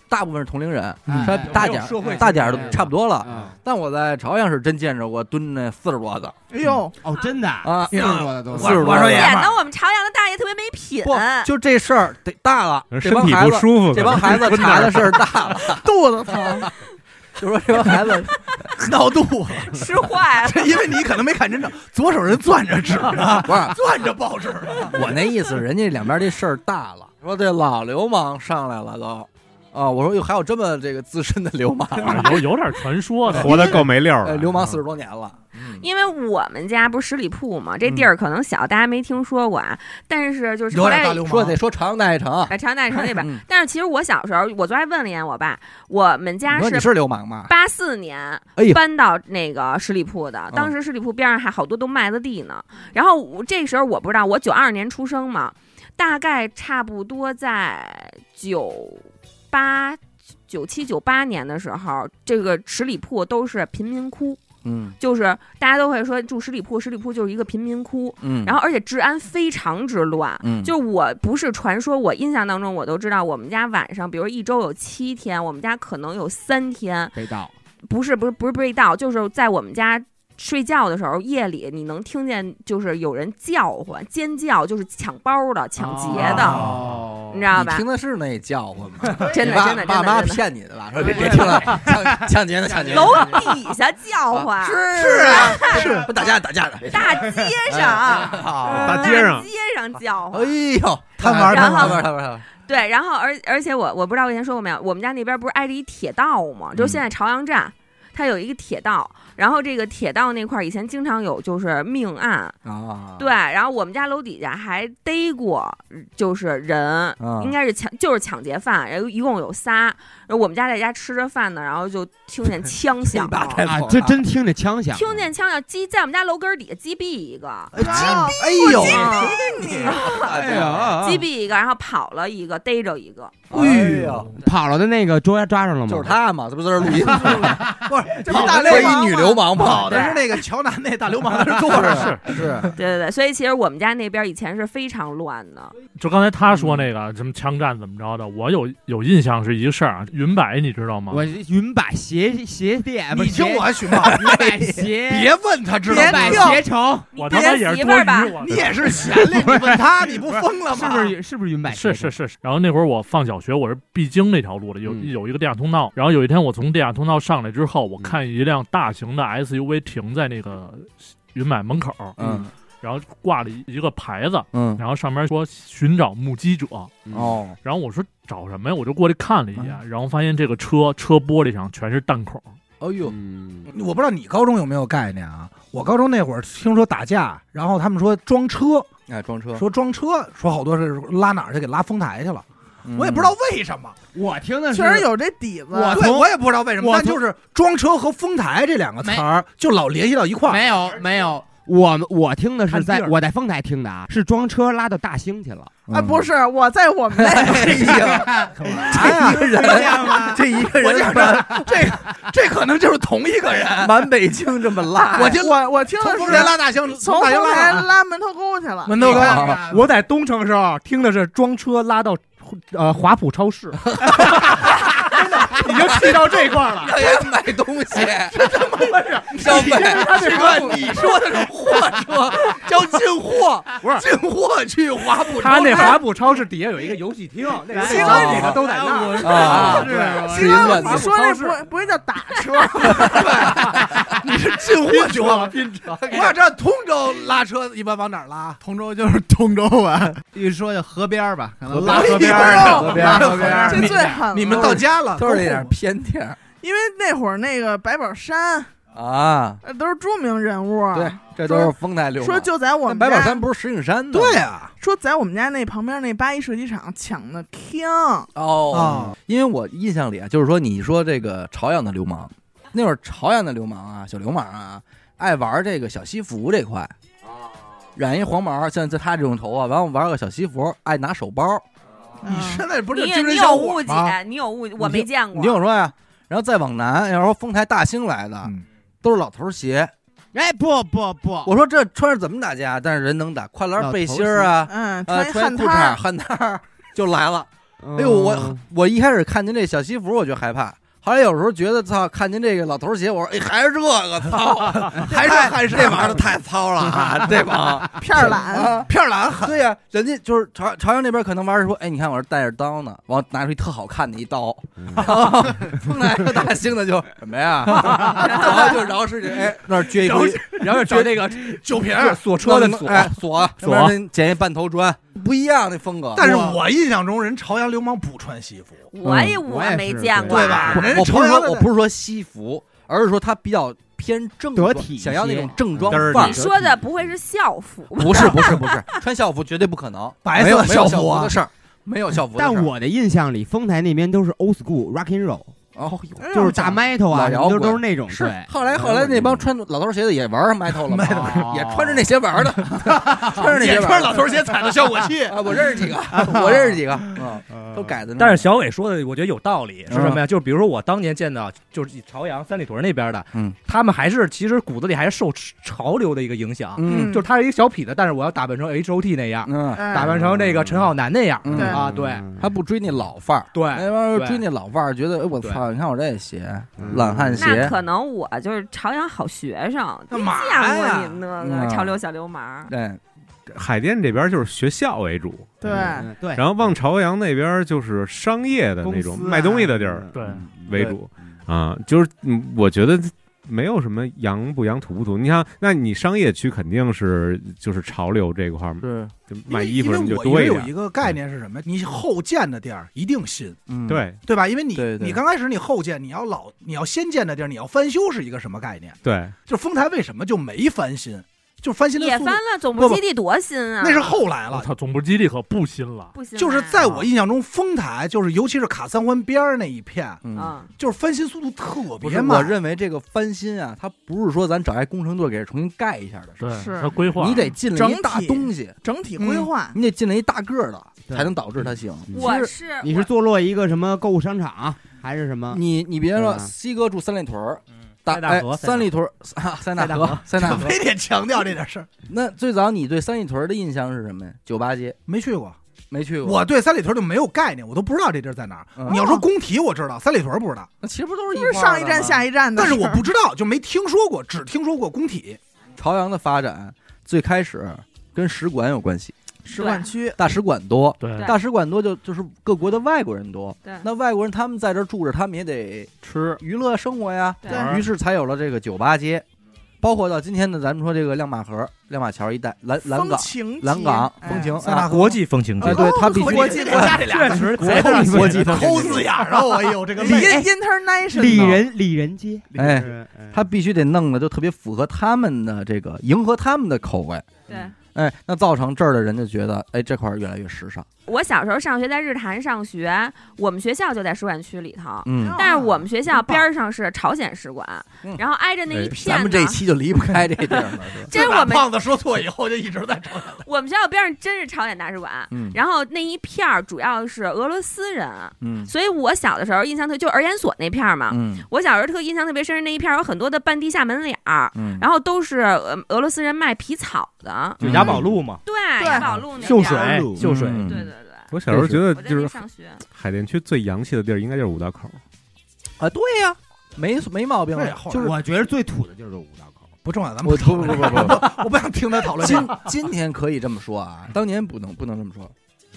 Speaker 1: 大部分是同龄人，
Speaker 7: 嗯
Speaker 8: 哎
Speaker 1: 稍微大点儿大点儿都差不多了。
Speaker 8: 啊，
Speaker 1: 但我在朝阳是真见着过蹲那四十多的
Speaker 2: 哎呦，
Speaker 8: 哦，真的
Speaker 1: 啊
Speaker 8: 四十多的都
Speaker 1: 四十多
Speaker 7: 我说爷
Speaker 1: 的，
Speaker 7: 们儿
Speaker 5: 显得我们朝阳的大爷特别没品。
Speaker 1: 不就这事儿得大了，这
Speaker 10: 身
Speaker 1: 帮
Speaker 10: 体
Speaker 1: 孩
Speaker 10: 不
Speaker 1: 子
Speaker 10: 舒服，
Speaker 1: 这帮孩子查的事 儿大了，
Speaker 2: 肚子疼，
Speaker 1: 就说这帮孩子
Speaker 7: 闹肚子，
Speaker 5: 吃坏了
Speaker 7: 。这因为你可能没看真着，左手人攥着纸呢，
Speaker 1: 啊 不是
Speaker 7: 攥着报纸呢。
Speaker 1: 我那意 思，人家两边这事儿大了，说这老流氓上来了都，啊，我说哟，还有这么这个资深的流 氓，
Speaker 11: 啊有有点传 说的，
Speaker 10: 活得够没溜儿
Speaker 1: 呃，
Speaker 10: 的，
Speaker 1: 流氓四十多年了，
Speaker 5: 因为我们家不是十里铺嘛，这地儿可能小，大家没听说过啊。但是就是
Speaker 7: 有
Speaker 5: 后
Speaker 7: 点
Speaker 5: 来
Speaker 7: 大流
Speaker 1: 说
Speaker 7: 氓
Speaker 1: 得，说朝阳大悦城，
Speaker 5: 在朝阳哎大悦城那边
Speaker 1: 嗯，
Speaker 5: 但是其实我小时候，我昨天问了一眼我爸，我们家
Speaker 1: 你说你
Speaker 5: 是
Speaker 1: 是流氓吗？
Speaker 5: 八四年
Speaker 1: 哎呦嗯
Speaker 5: 搬到那个十里铺的，当时十里铺边上还好多都麦子地呢。然后我这时候我不知道，我九二年出生嘛，大概差不多在九八、九七、九八年的时候，这个十里铺都是贫民窟，
Speaker 1: 嗯
Speaker 5: 就是大家都会说住十里铺，十里铺就是一个贫民窟，
Speaker 1: 嗯
Speaker 5: 然后而且治安非常之乱，
Speaker 1: 嗯
Speaker 5: 就我不是传说，我印象当中我都知道，我们家晚上，比如一周有七天，我们家可能有三天
Speaker 8: 被盗，
Speaker 5: 不是不是不是被盗，就是在我们家。睡觉的时候，夜里你能听见就是有人叫唤、尖叫，就是抢包的、抢劫的，你知道
Speaker 1: 哦你
Speaker 5: 吧？
Speaker 1: 听的是那叫唤吗？
Speaker 5: 真的
Speaker 1: 你爸
Speaker 5: 真的真的
Speaker 1: 爸妈
Speaker 5: 真的
Speaker 1: 骗你的吧？说别别听了，抢抢劫的抢劫的。
Speaker 5: 楼啊底下叫唤，
Speaker 1: 是啊，哎是不打架的打架的，啊
Speaker 5: 大街上，
Speaker 1: 大街上
Speaker 5: 大街上叫
Speaker 1: 哎
Speaker 5: 唤。
Speaker 1: 呦，贪玩
Speaker 5: 然
Speaker 1: 贪
Speaker 5: 后
Speaker 1: 哎玩贪玩贪玩，
Speaker 5: 对，然后而而且我我不知道我以前说过没有，我们家那边不是挨着一铁道
Speaker 1: 嗯
Speaker 5: 吗？就是现在朝阳站，它有一个铁道，然后这个铁道那块儿以前经常有就是命案。
Speaker 1: 啊，
Speaker 5: 对，然后我们家楼底下还逮过，就是人，
Speaker 1: 啊
Speaker 5: 应该是抢，就是抢劫犯，然后一共有仨。然后我们家在家吃着饭呢，然后就听见 枪响了，
Speaker 8: 啊，这真听着枪响，
Speaker 5: 听见枪响，击在我们家楼根儿底下击毙一个，
Speaker 7: 哎呦， 啊
Speaker 8: 哎呀，
Speaker 5: 击毙一个，然后跑了一个，逮着一个。
Speaker 8: 哎呦，跑了的那个抓抓上了吗？就是
Speaker 1: 他嘛，这不在这录音吗？
Speaker 7: 不是，这不
Speaker 1: 跑
Speaker 7: 大
Speaker 1: 的
Speaker 7: 流
Speaker 1: 是
Speaker 7: 氓
Speaker 1: 一女
Speaker 7: 吗
Speaker 1: 流氓跑的
Speaker 7: 这是那个乔南那大流氓在那坐着，
Speaker 1: 是是，
Speaker 5: 对对对，所以其实我们家那边以前是非常乱的。
Speaker 11: 就刚才他
Speaker 8: 嗯
Speaker 11: 说那个什么枪战怎么着的，我有有印象是一个事儿啊，云柏你知道吗？
Speaker 8: 我云柏鞋鞋店，
Speaker 7: 你听 我
Speaker 8: 许
Speaker 7: 许茂
Speaker 8: 云柏鞋，
Speaker 7: 别问他知道
Speaker 8: 云
Speaker 7: 不知
Speaker 8: 柏
Speaker 7: 道
Speaker 8: 鞋城，
Speaker 11: 我他妈也是多余，我
Speaker 7: 你也是闲的，你问他你不疯了吗？
Speaker 8: 是不是是不是云柏？
Speaker 11: 是是是是。然后那会儿我放小学，我是必经那条路的，
Speaker 1: 嗯
Speaker 11: 有有一个地下通道。然后有一天我从地下通道上来之后，我看一辆大型的 SUV 停在那个云买门口，
Speaker 1: 嗯，
Speaker 11: 然后挂了一个牌子，
Speaker 1: 嗯
Speaker 11: 然后上面说寻找目击者，
Speaker 1: 哦，
Speaker 11: 然后我说找什么呀？我就过去看了一
Speaker 1: 嗯
Speaker 11: 眼，然后发现这个车车玻璃上全是弹孔。
Speaker 1: 哎呦，
Speaker 7: 我不知道你高中有没有概念啊？我高中那会儿听说打架，然后他们说装车，
Speaker 1: 哎，装车，
Speaker 7: 说装车，说好多是拉哪儿去给拉丰台去了，
Speaker 1: 嗯
Speaker 7: 我也不知道为什么，
Speaker 8: 我听的
Speaker 2: 确实有这底子。
Speaker 8: 我
Speaker 7: 对
Speaker 8: 从
Speaker 7: 我也不知道为什么，
Speaker 8: 我
Speaker 7: 但
Speaker 8: 从
Speaker 7: 就是装车和丰台这两个词儿就老联系到一块儿。
Speaker 8: 没有没有，我们我听的是
Speaker 7: 看地
Speaker 8: 在
Speaker 7: 儿
Speaker 8: 我在丰台听的啊，是装车拉到大兴去了。
Speaker 2: 啊，不是，我在我们
Speaker 7: 哎呀，
Speaker 1: 这一个人，这一个
Speaker 7: 我想说
Speaker 1: 人满，
Speaker 7: 这这可能就是同一个人。
Speaker 1: 满北京这么拉，
Speaker 7: 我听
Speaker 2: 我我听的
Speaker 7: 从
Speaker 2: 是
Speaker 7: 丰台拉大兴，
Speaker 2: 从
Speaker 7: 大兴
Speaker 2: 后台
Speaker 7: 拉哪儿
Speaker 2: 拉门头沟去了。
Speaker 12: 门头沟啊
Speaker 7: 你看
Speaker 9: 啊
Speaker 7: 看，
Speaker 12: 我在东城时候啊听的是装车拉到呃华普超 市，已经去到这块儿了。哎
Speaker 1: 也买东西， 消
Speaker 12: 你听着他这
Speaker 1: 费。哥，你说的是货车， 叫进货，
Speaker 12: 不是
Speaker 1: 进货去华普超市。
Speaker 12: 他那华普超市底下有一个游戏厅，那
Speaker 1: 西
Speaker 12: 西
Speaker 1: 安
Speaker 12: 安
Speaker 1: 那
Speaker 12: 那
Speaker 1: 个
Speaker 12: 个
Speaker 1: 都
Speaker 12: 都
Speaker 1: 在
Speaker 12: 在
Speaker 1: 那儿
Speaker 12: 那
Speaker 1: 啊是
Speaker 12: 是
Speaker 1: 一
Speaker 12: 吧？
Speaker 1: 个
Speaker 2: 你说那不不会叫打车？
Speaker 7: 你是进货去了。
Speaker 12: 拼车，
Speaker 7: 我想知道通州拉车一般往哪儿拉？
Speaker 3: 通州就是通州啊， 一说就河边儿吧，可能拉
Speaker 7: 河边
Speaker 3: 河边
Speaker 7: 儿
Speaker 3: 儿
Speaker 7: 啊
Speaker 3: 河边儿
Speaker 7: 河
Speaker 3: 河
Speaker 7: 边
Speaker 3: 边
Speaker 7: 儿
Speaker 3: 儿，
Speaker 2: 这最狠了。
Speaker 7: 你们到家了，
Speaker 1: 都是那点偏地儿
Speaker 2: 因为那会儿那个白宝山
Speaker 1: 啊。
Speaker 2: 呃都是著名人物，
Speaker 1: 对，这都是丰台六
Speaker 2: 啊说
Speaker 1: 号。
Speaker 2: 就在我
Speaker 1: 但
Speaker 2: 们
Speaker 1: 白宝
Speaker 2: 家
Speaker 1: 山不是石景山的，
Speaker 7: 对啊，
Speaker 2: 说在我们家那旁边那八一射击场抢的枪，
Speaker 1: 哦
Speaker 7: 啊，
Speaker 1: 因为我印象里啊，就是说你说这个朝阳的流氓，那会儿朝阳的流氓啊，小流氓啊，爱玩这个小西服这块，染一黄毛，像就他这种头啊发，完了玩个小西服，爱拿手包，
Speaker 7: 你现在不
Speaker 5: 嗯
Speaker 7: 是
Speaker 5: 你
Speaker 7: 精
Speaker 5: 你
Speaker 7: 神
Speaker 5: 有
Speaker 7: 小伙
Speaker 5: 误
Speaker 7: 吗？
Speaker 5: 解，你有误解，我没见过。
Speaker 1: 你听我说呀。然后再往南，要说丰台大兴来的，
Speaker 7: 嗯
Speaker 1: 都是老头鞋。
Speaker 8: 哎，不不不，
Speaker 1: 我说这穿着怎么打架？啊但是人能打，跨栏背心儿啊，
Speaker 2: 嗯，
Speaker 1: 呃，
Speaker 2: 一
Speaker 1: 穿
Speaker 2: 汗
Speaker 1: 裤衩
Speaker 2: 衫，
Speaker 1: 汗衫儿就来 了。
Speaker 8: 哎
Speaker 1: 哎呦，我我一开始看您这小西服我就害怕，后来有时候觉得操，看您这个老头儿鞋，我说哎还是这个 操，还是还是这玩意儿太糙了啊，对 吧？
Speaker 2: 片儿懒，
Speaker 1: 啊，片儿懒狠。对呀、人家就是朝朝阳那边可能玩儿说，哎，你看我这带着刀呢，完拿出一特好看的一刀，
Speaker 5: 嗯
Speaker 1: 然后从来个大兴的就什么呀， 然后就饶世界哎那儿 撅一
Speaker 12: 然后
Speaker 1: 回
Speaker 12: 然后找那个
Speaker 7: 酒瓶儿，
Speaker 12: 锁车的锁，
Speaker 1: 哎锁
Speaker 12: 锁
Speaker 1: 要不然捡一半头砖，不一样那风格。
Speaker 7: 但是我印象中人朝阳流氓不穿西服，
Speaker 5: 我也
Speaker 8: 嗯
Speaker 5: 我
Speaker 8: 我也
Speaker 5: 没
Speaker 8: 是
Speaker 5: 见
Speaker 8: 对
Speaker 5: 过，啊
Speaker 7: 对吧
Speaker 1: 我
Speaker 7: 人
Speaker 1: 我
Speaker 7: 家
Speaker 1: 不
Speaker 7: 朝
Speaker 1: 是
Speaker 7: 阳
Speaker 1: 说
Speaker 7: 的
Speaker 1: 我不是说西服，而是说它比较偏正
Speaker 8: 得
Speaker 1: 装
Speaker 8: 体一些
Speaker 1: 想要那种正装
Speaker 10: 嗯得
Speaker 1: 范
Speaker 10: 体
Speaker 5: 你
Speaker 1: 儿。
Speaker 5: 说的不会是校服吧？
Speaker 1: 不是不是不是，穿校服绝对不可 能，
Speaker 7: 白
Speaker 1: 没有
Speaker 7: 色
Speaker 1: 没有
Speaker 7: 校服
Speaker 1: 服
Speaker 7: 啊
Speaker 1: 的事儿，没有校服的事
Speaker 8: 但
Speaker 1: 儿。
Speaker 8: 我的印象里，丰台那边都是 old school rock and roll，
Speaker 1: 哦，
Speaker 8: 就是大 metal 啊，
Speaker 13: 老
Speaker 8: 什
Speaker 13: 摇
Speaker 8: 么
Speaker 13: 滚
Speaker 8: 就都是那种
Speaker 13: 是
Speaker 8: 对。
Speaker 13: 后来后来那帮穿老头鞋的也玩上 metal 了嘛，也穿着那鞋玩的，穿着那鞋玩
Speaker 1: 也
Speaker 13: 的
Speaker 1: 穿老头鞋踩的效果器
Speaker 13: 啊，我认识几 个，我认识几个，嗯，都改的。
Speaker 9: 但是小伟说的，我觉得有道理，是什么呀？
Speaker 13: 嗯
Speaker 9: 就是比如说我当年见到，就是朝阳三里屯那边的，
Speaker 1: 嗯，
Speaker 9: 他们还是其实骨子里还是受潮流的一个影响，
Speaker 1: 嗯
Speaker 9: 就是他是一个小痞子，但是我要打扮成 H O T 那样，
Speaker 1: 嗯
Speaker 9: 打扮成那个陈浩南那样、
Speaker 1: 嗯
Speaker 9: 啊，对，
Speaker 1: 他不追那老范儿，
Speaker 9: 对，
Speaker 1: 那帮
Speaker 9: 对
Speaker 1: 人追那老范儿，觉得哎我操，你看我这鞋，懒汉
Speaker 5: 那
Speaker 1: 鞋，
Speaker 5: 可能我就是朝阳好学生，没见
Speaker 1: 嘛
Speaker 5: 过
Speaker 1: 呀
Speaker 5: 你们那
Speaker 10: 嗯
Speaker 5: 个潮流小流氓。
Speaker 1: 对，
Speaker 10: 海淀这边就是学校为主，
Speaker 5: 对嗯对
Speaker 10: 然后望朝阳那边就是商业的那种
Speaker 11: 公司啊
Speaker 10: 卖东西的地儿，
Speaker 11: 对
Speaker 10: 为主啊，就是嗯我觉得。没有什么洋不洋土不土，你看，那你商业区肯定是就是潮流这块儿，
Speaker 1: 对，
Speaker 10: 卖衣服什么
Speaker 7: 因
Speaker 10: 就
Speaker 7: 为我
Speaker 10: 多
Speaker 7: 觉
Speaker 10: 一
Speaker 7: 得有一
Speaker 10: 点。
Speaker 7: 个概念是什么？你后建的地儿一定新，
Speaker 1: 嗯
Speaker 10: 对
Speaker 7: 对吧？因为你
Speaker 10: 对对
Speaker 7: 你刚开始你后建，你要老你要先建的地儿，你要翻修是一个什么概念？
Speaker 10: 对，
Speaker 7: 就是丰台为什么就没翻新？就是翻新的
Speaker 5: 也
Speaker 7: 速
Speaker 5: 翻
Speaker 7: 度
Speaker 5: 了，总
Speaker 7: 不
Speaker 5: 部
Speaker 7: 不
Speaker 5: 基地多新啊！
Speaker 7: 那是后来了
Speaker 11: 我。操，总部基地可不新了，
Speaker 5: 不行，
Speaker 7: 就是
Speaker 9: 啊
Speaker 7: 在我印象中，丰台就是尤其是卡三环边儿那一片，
Speaker 5: 嗯，
Speaker 7: 就是翻新速度特
Speaker 1: 不
Speaker 7: 别
Speaker 1: 是，
Speaker 7: 慢。
Speaker 1: 我认为这个翻新啊，它不是说咱找一工程队给它重新盖一下的事儿，
Speaker 11: 对是它规划
Speaker 1: 你得进来
Speaker 2: 整
Speaker 1: 一大
Speaker 2: 体
Speaker 1: 东西，
Speaker 2: 整体规
Speaker 8: 嗯
Speaker 2: 划，
Speaker 1: 你得进来一大个儿的，
Speaker 8: 对
Speaker 1: 才能导致它行。
Speaker 5: 我是
Speaker 8: 你是坐落一个什么购物商场还是什
Speaker 7: 啊
Speaker 8: 么？
Speaker 1: 你你别说
Speaker 8: 对吧
Speaker 1: 西哥住三里屯儿，大
Speaker 8: 塞大
Speaker 1: 哎
Speaker 8: 河塞大
Speaker 1: 三里屯儿啊塞纳
Speaker 8: 塞大
Speaker 1: 河
Speaker 8: 河
Speaker 1: 塞纳河，
Speaker 7: 非得强调这点事儿，
Speaker 1: 那最早你对三里屯的印象是什么呀？酒吧街
Speaker 7: 没去过，
Speaker 1: 没去过。
Speaker 7: 我对三里屯就没有概念，我都不知道这地儿在哪儿。
Speaker 1: 嗯
Speaker 7: 你要说工体，我知道，三里屯不知道。
Speaker 1: 那其实不都是
Speaker 2: 就是上一站下一站的
Speaker 7: 但
Speaker 2: 事
Speaker 7: 是
Speaker 2: 儿，
Speaker 7: 我不知道，就没听说过，只听说过工体。
Speaker 1: 朝阳的发展最开始跟使馆有关系，
Speaker 2: 使馆区，
Speaker 1: 大使馆多，
Speaker 11: 对
Speaker 1: 大使馆多就就是各国的外国人多
Speaker 2: 对，
Speaker 1: 那外国人他们在这儿住着，他们也得
Speaker 11: 吃
Speaker 1: 娱乐生活呀，
Speaker 11: 对
Speaker 1: 于是才有了这个酒吧街，包括到今天的咱们说这个亮马河、亮马桥一带，蓝蓝港
Speaker 2: 风情、街
Speaker 1: 蓝港
Speaker 2: 哎
Speaker 1: 风情
Speaker 2: 塞纳
Speaker 1: 啊，
Speaker 2: 河
Speaker 9: 国际风情街
Speaker 1: 啊，对，他必须
Speaker 2: 国际国家这俩
Speaker 9: 确实
Speaker 1: 国
Speaker 9: 贼大
Speaker 1: 际国际风情
Speaker 7: 抠字眼儿啊！我有这个
Speaker 2: 里
Speaker 7: 累。
Speaker 2: international
Speaker 8: 里仁里仁街，
Speaker 1: 哎
Speaker 8: 人，
Speaker 1: 他必须得弄的就特别符合他们的这个，迎合他们的口味。
Speaker 5: 对。
Speaker 1: 哎，那造成这儿的人就觉得，哎，这块儿越来越时尚。
Speaker 5: 我小时候上学在日坛上学，我们学校就在使馆区里头，
Speaker 1: 嗯
Speaker 5: 但是我们学校边儿上是朝鲜使馆，然后挨着那一片呢，
Speaker 1: 哎咱们这一期就离不开这地儿了。
Speaker 5: 这是我们
Speaker 7: 胖子说错以后就一直在吵。
Speaker 5: 我们学校边上真是朝鲜大使馆，
Speaker 1: 嗯
Speaker 5: 然后那一片儿主要是俄罗斯人，
Speaker 1: 嗯
Speaker 5: 所以我小的时候印象特就儿研所那片儿嘛，
Speaker 1: 嗯
Speaker 5: 我小时候特印象特别深，那一片儿有很多的半地下门脸儿，
Speaker 1: 嗯
Speaker 5: 然后都是俄俄罗斯人卖皮草的，
Speaker 9: 就雅宝路嘛，
Speaker 5: 嗯对，雅宝路那
Speaker 9: 秀
Speaker 5: 边儿
Speaker 9: 水秀水，
Speaker 5: 对对对，
Speaker 10: 我小时候觉得
Speaker 5: 我在
Speaker 10: 就
Speaker 5: 那
Speaker 10: 是
Speaker 5: 上学
Speaker 10: 海淀区最洋气的地儿应该就是五道口，
Speaker 1: 啊，对呀，没没毛病啊
Speaker 7: 对后，来
Speaker 1: 就是
Speaker 8: 我觉得最土的就是五道口，
Speaker 7: 不重要，咱们
Speaker 1: 我
Speaker 7: 讨
Speaker 1: 不不
Speaker 7: 论
Speaker 1: 不不 不，
Speaker 7: 我不想听他讨论这
Speaker 1: 今
Speaker 7: 个。
Speaker 1: 今天可以这么说啊，当年不能不能这么说。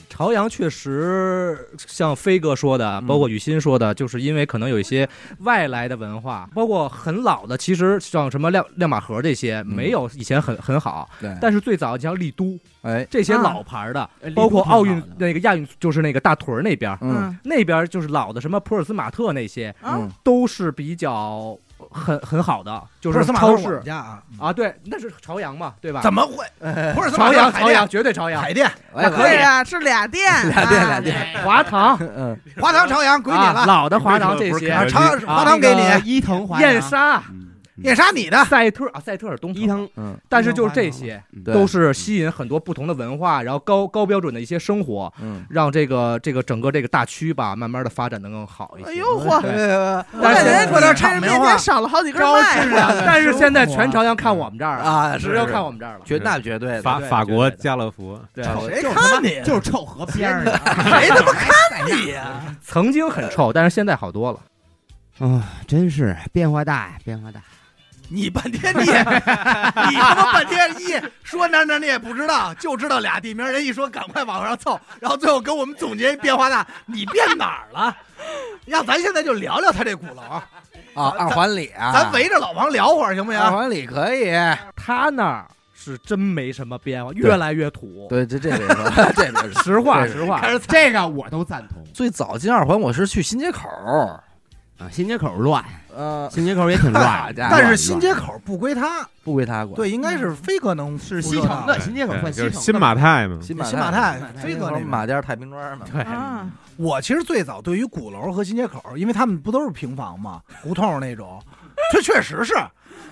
Speaker 9: 朝阳确实像飞哥说的，
Speaker 7: 嗯
Speaker 9: 包括雨欣说的，就是因为可能有一些外来的文化，包括很老的，其实像什么亮亮马河这些，没有以前很很好。
Speaker 7: 嗯
Speaker 1: 对
Speaker 9: 但是最早你像丽都，
Speaker 1: 哎，
Speaker 9: 这些
Speaker 8: 啊
Speaker 9: 老牌的
Speaker 7: 哎
Speaker 8: 呃，
Speaker 9: 包括
Speaker 8: 丽都挺好
Speaker 9: 奥运那个亚运，就是那个大屯儿那边，
Speaker 1: 嗯，
Speaker 9: 那边就是老的什么普尔斯马特那些，
Speaker 7: 啊
Speaker 1: 嗯
Speaker 9: 都是比较很很好的，就
Speaker 7: 普
Speaker 9: 是
Speaker 7: 尔斯马特
Speaker 9: 超
Speaker 7: 是我
Speaker 9: 市
Speaker 7: 们家啊哎
Speaker 9: 啊，对，那是朝阳嘛，对吧？
Speaker 7: 怎么会普尔斯马特
Speaker 9: 朝阳，
Speaker 7: 海
Speaker 9: 朝
Speaker 7: 淀
Speaker 9: 阳，绝对朝阳，
Speaker 7: 海淀
Speaker 9: 那可
Speaker 2: 对
Speaker 7: 啊
Speaker 9: 以。
Speaker 2: 哎呀，是 俩店，
Speaker 1: 俩店俩店，
Speaker 9: 啊华堂，
Speaker 1: 嗯，
Speaker 7: 华堂朝阳归你了，
Speaker 9: 啊老的华堂这些
Speaker 7: 啊朝阳
Speaker 9: 啊
Speaker 7: 华堂给
Speaker 9: 那
Speaker 7: 你，
Speaker 9: 个
Speaker 8: 伊藤华
Speaker 9: 燕
Speaker 8: 阳，
Speaker 9: 莎、
Speaker 7: 燕莎你的
Speaker 9: 赛特啊，赛特尔东伊
Speaker 8: 嗯藤，
Speaker 1: 嗯，
Speaker 9: 但是就是这些
Speaker 1: 对
Speaker 9: 都是吸引很多不同的文化，然后高高标准的一些生活，
Speaker 1: 嗯，
Speaker 9: 让这个这个整个这个大区吧，慢慢的发展的更好一些。
Speaker 2: 哎呦嚯
Speaker 9: 对
Speaker 2: 哎我
Speaker 9: 但
Speaker 2: 感
Speaker 9: 是
Speaker 2: 觉
Speaker 9: 过点场
Speaker 2: 场
Speaker 9: 面
Speaker 2: 面
Speaker 9: 话
Speaker 2: 前少了好几根麦。
Speaker 9: 但是现在全朝阳看我们这儿了
Speaker 1: 啊，
Speaker 9: 只有看我们这儿了。
Speaker 1: 绝那绝对的
Speaker 10: 法
Speaker 1: 对
Speaker 10: 法国家乐福，
Speaker 9: 对，
Speaker 7: 谁
Speaker 8: 就是他
Speaker 7: 看
Speaker 8: 妈
Speaker 7: 你？啊
Speaker 8: 就是臭河边儿的，
Speaker 7: 谁他妈看
Speaker 5: 哎
Speaker 7: 你啊呀？
Speaker 9: 啊 曾经很臭，但是现在好多了。
Speaker 8: 啊，真是变化大呀，变化大。
Speaker 7: 你半天你 也，你 他妈半天一说哪哪你也不知道，就知道俩地名。人一说赶快往上凑，然后最后给我们总结一变化大，你变哪儿了？ 让咱现在就聊聊他这鼓楼啊，
Speaker 1: 啊，二环里
Speaker 8: 哎
Speaker 1: 啊，
Speaker 7: 咱围着老王聊会儿行不行？
Speaker 1: 二环里可以。
Speaker 9: 他那儿是真没什么变化，越来越土。
Speaker 1: 对，这这得 说，这得说
Speaker 9: 实话
Speaker 1: 这
Speaker 9: 实话，
Speaker 8: 这个我都赞同。
Speaker 1: 最早进二环我是去新街口儿，
Speaker 8: 啊，新街口乱，
Speaker 7: 呃，，
Speaker 8: 新街口也挺乱
Speaker 7: 但是新街口不归他，
Speaker 1: 不归他管。
Speaker 7: 对，应该是飞哥能是
Speaker 8: 嗯西城的新街口算西城的就是新
Speaker 10: 马泰嘛
Speaker 1: 哎新
Speaker 7: 新马泰飞哥那边
Speaker 1: 马甸太平庄嘛。对
Speaker 2: 啊，
Speaker 7: 我其实最早对于鼓楼和新街口，因为他们不都是平房嘛，胡同那种，这确实是。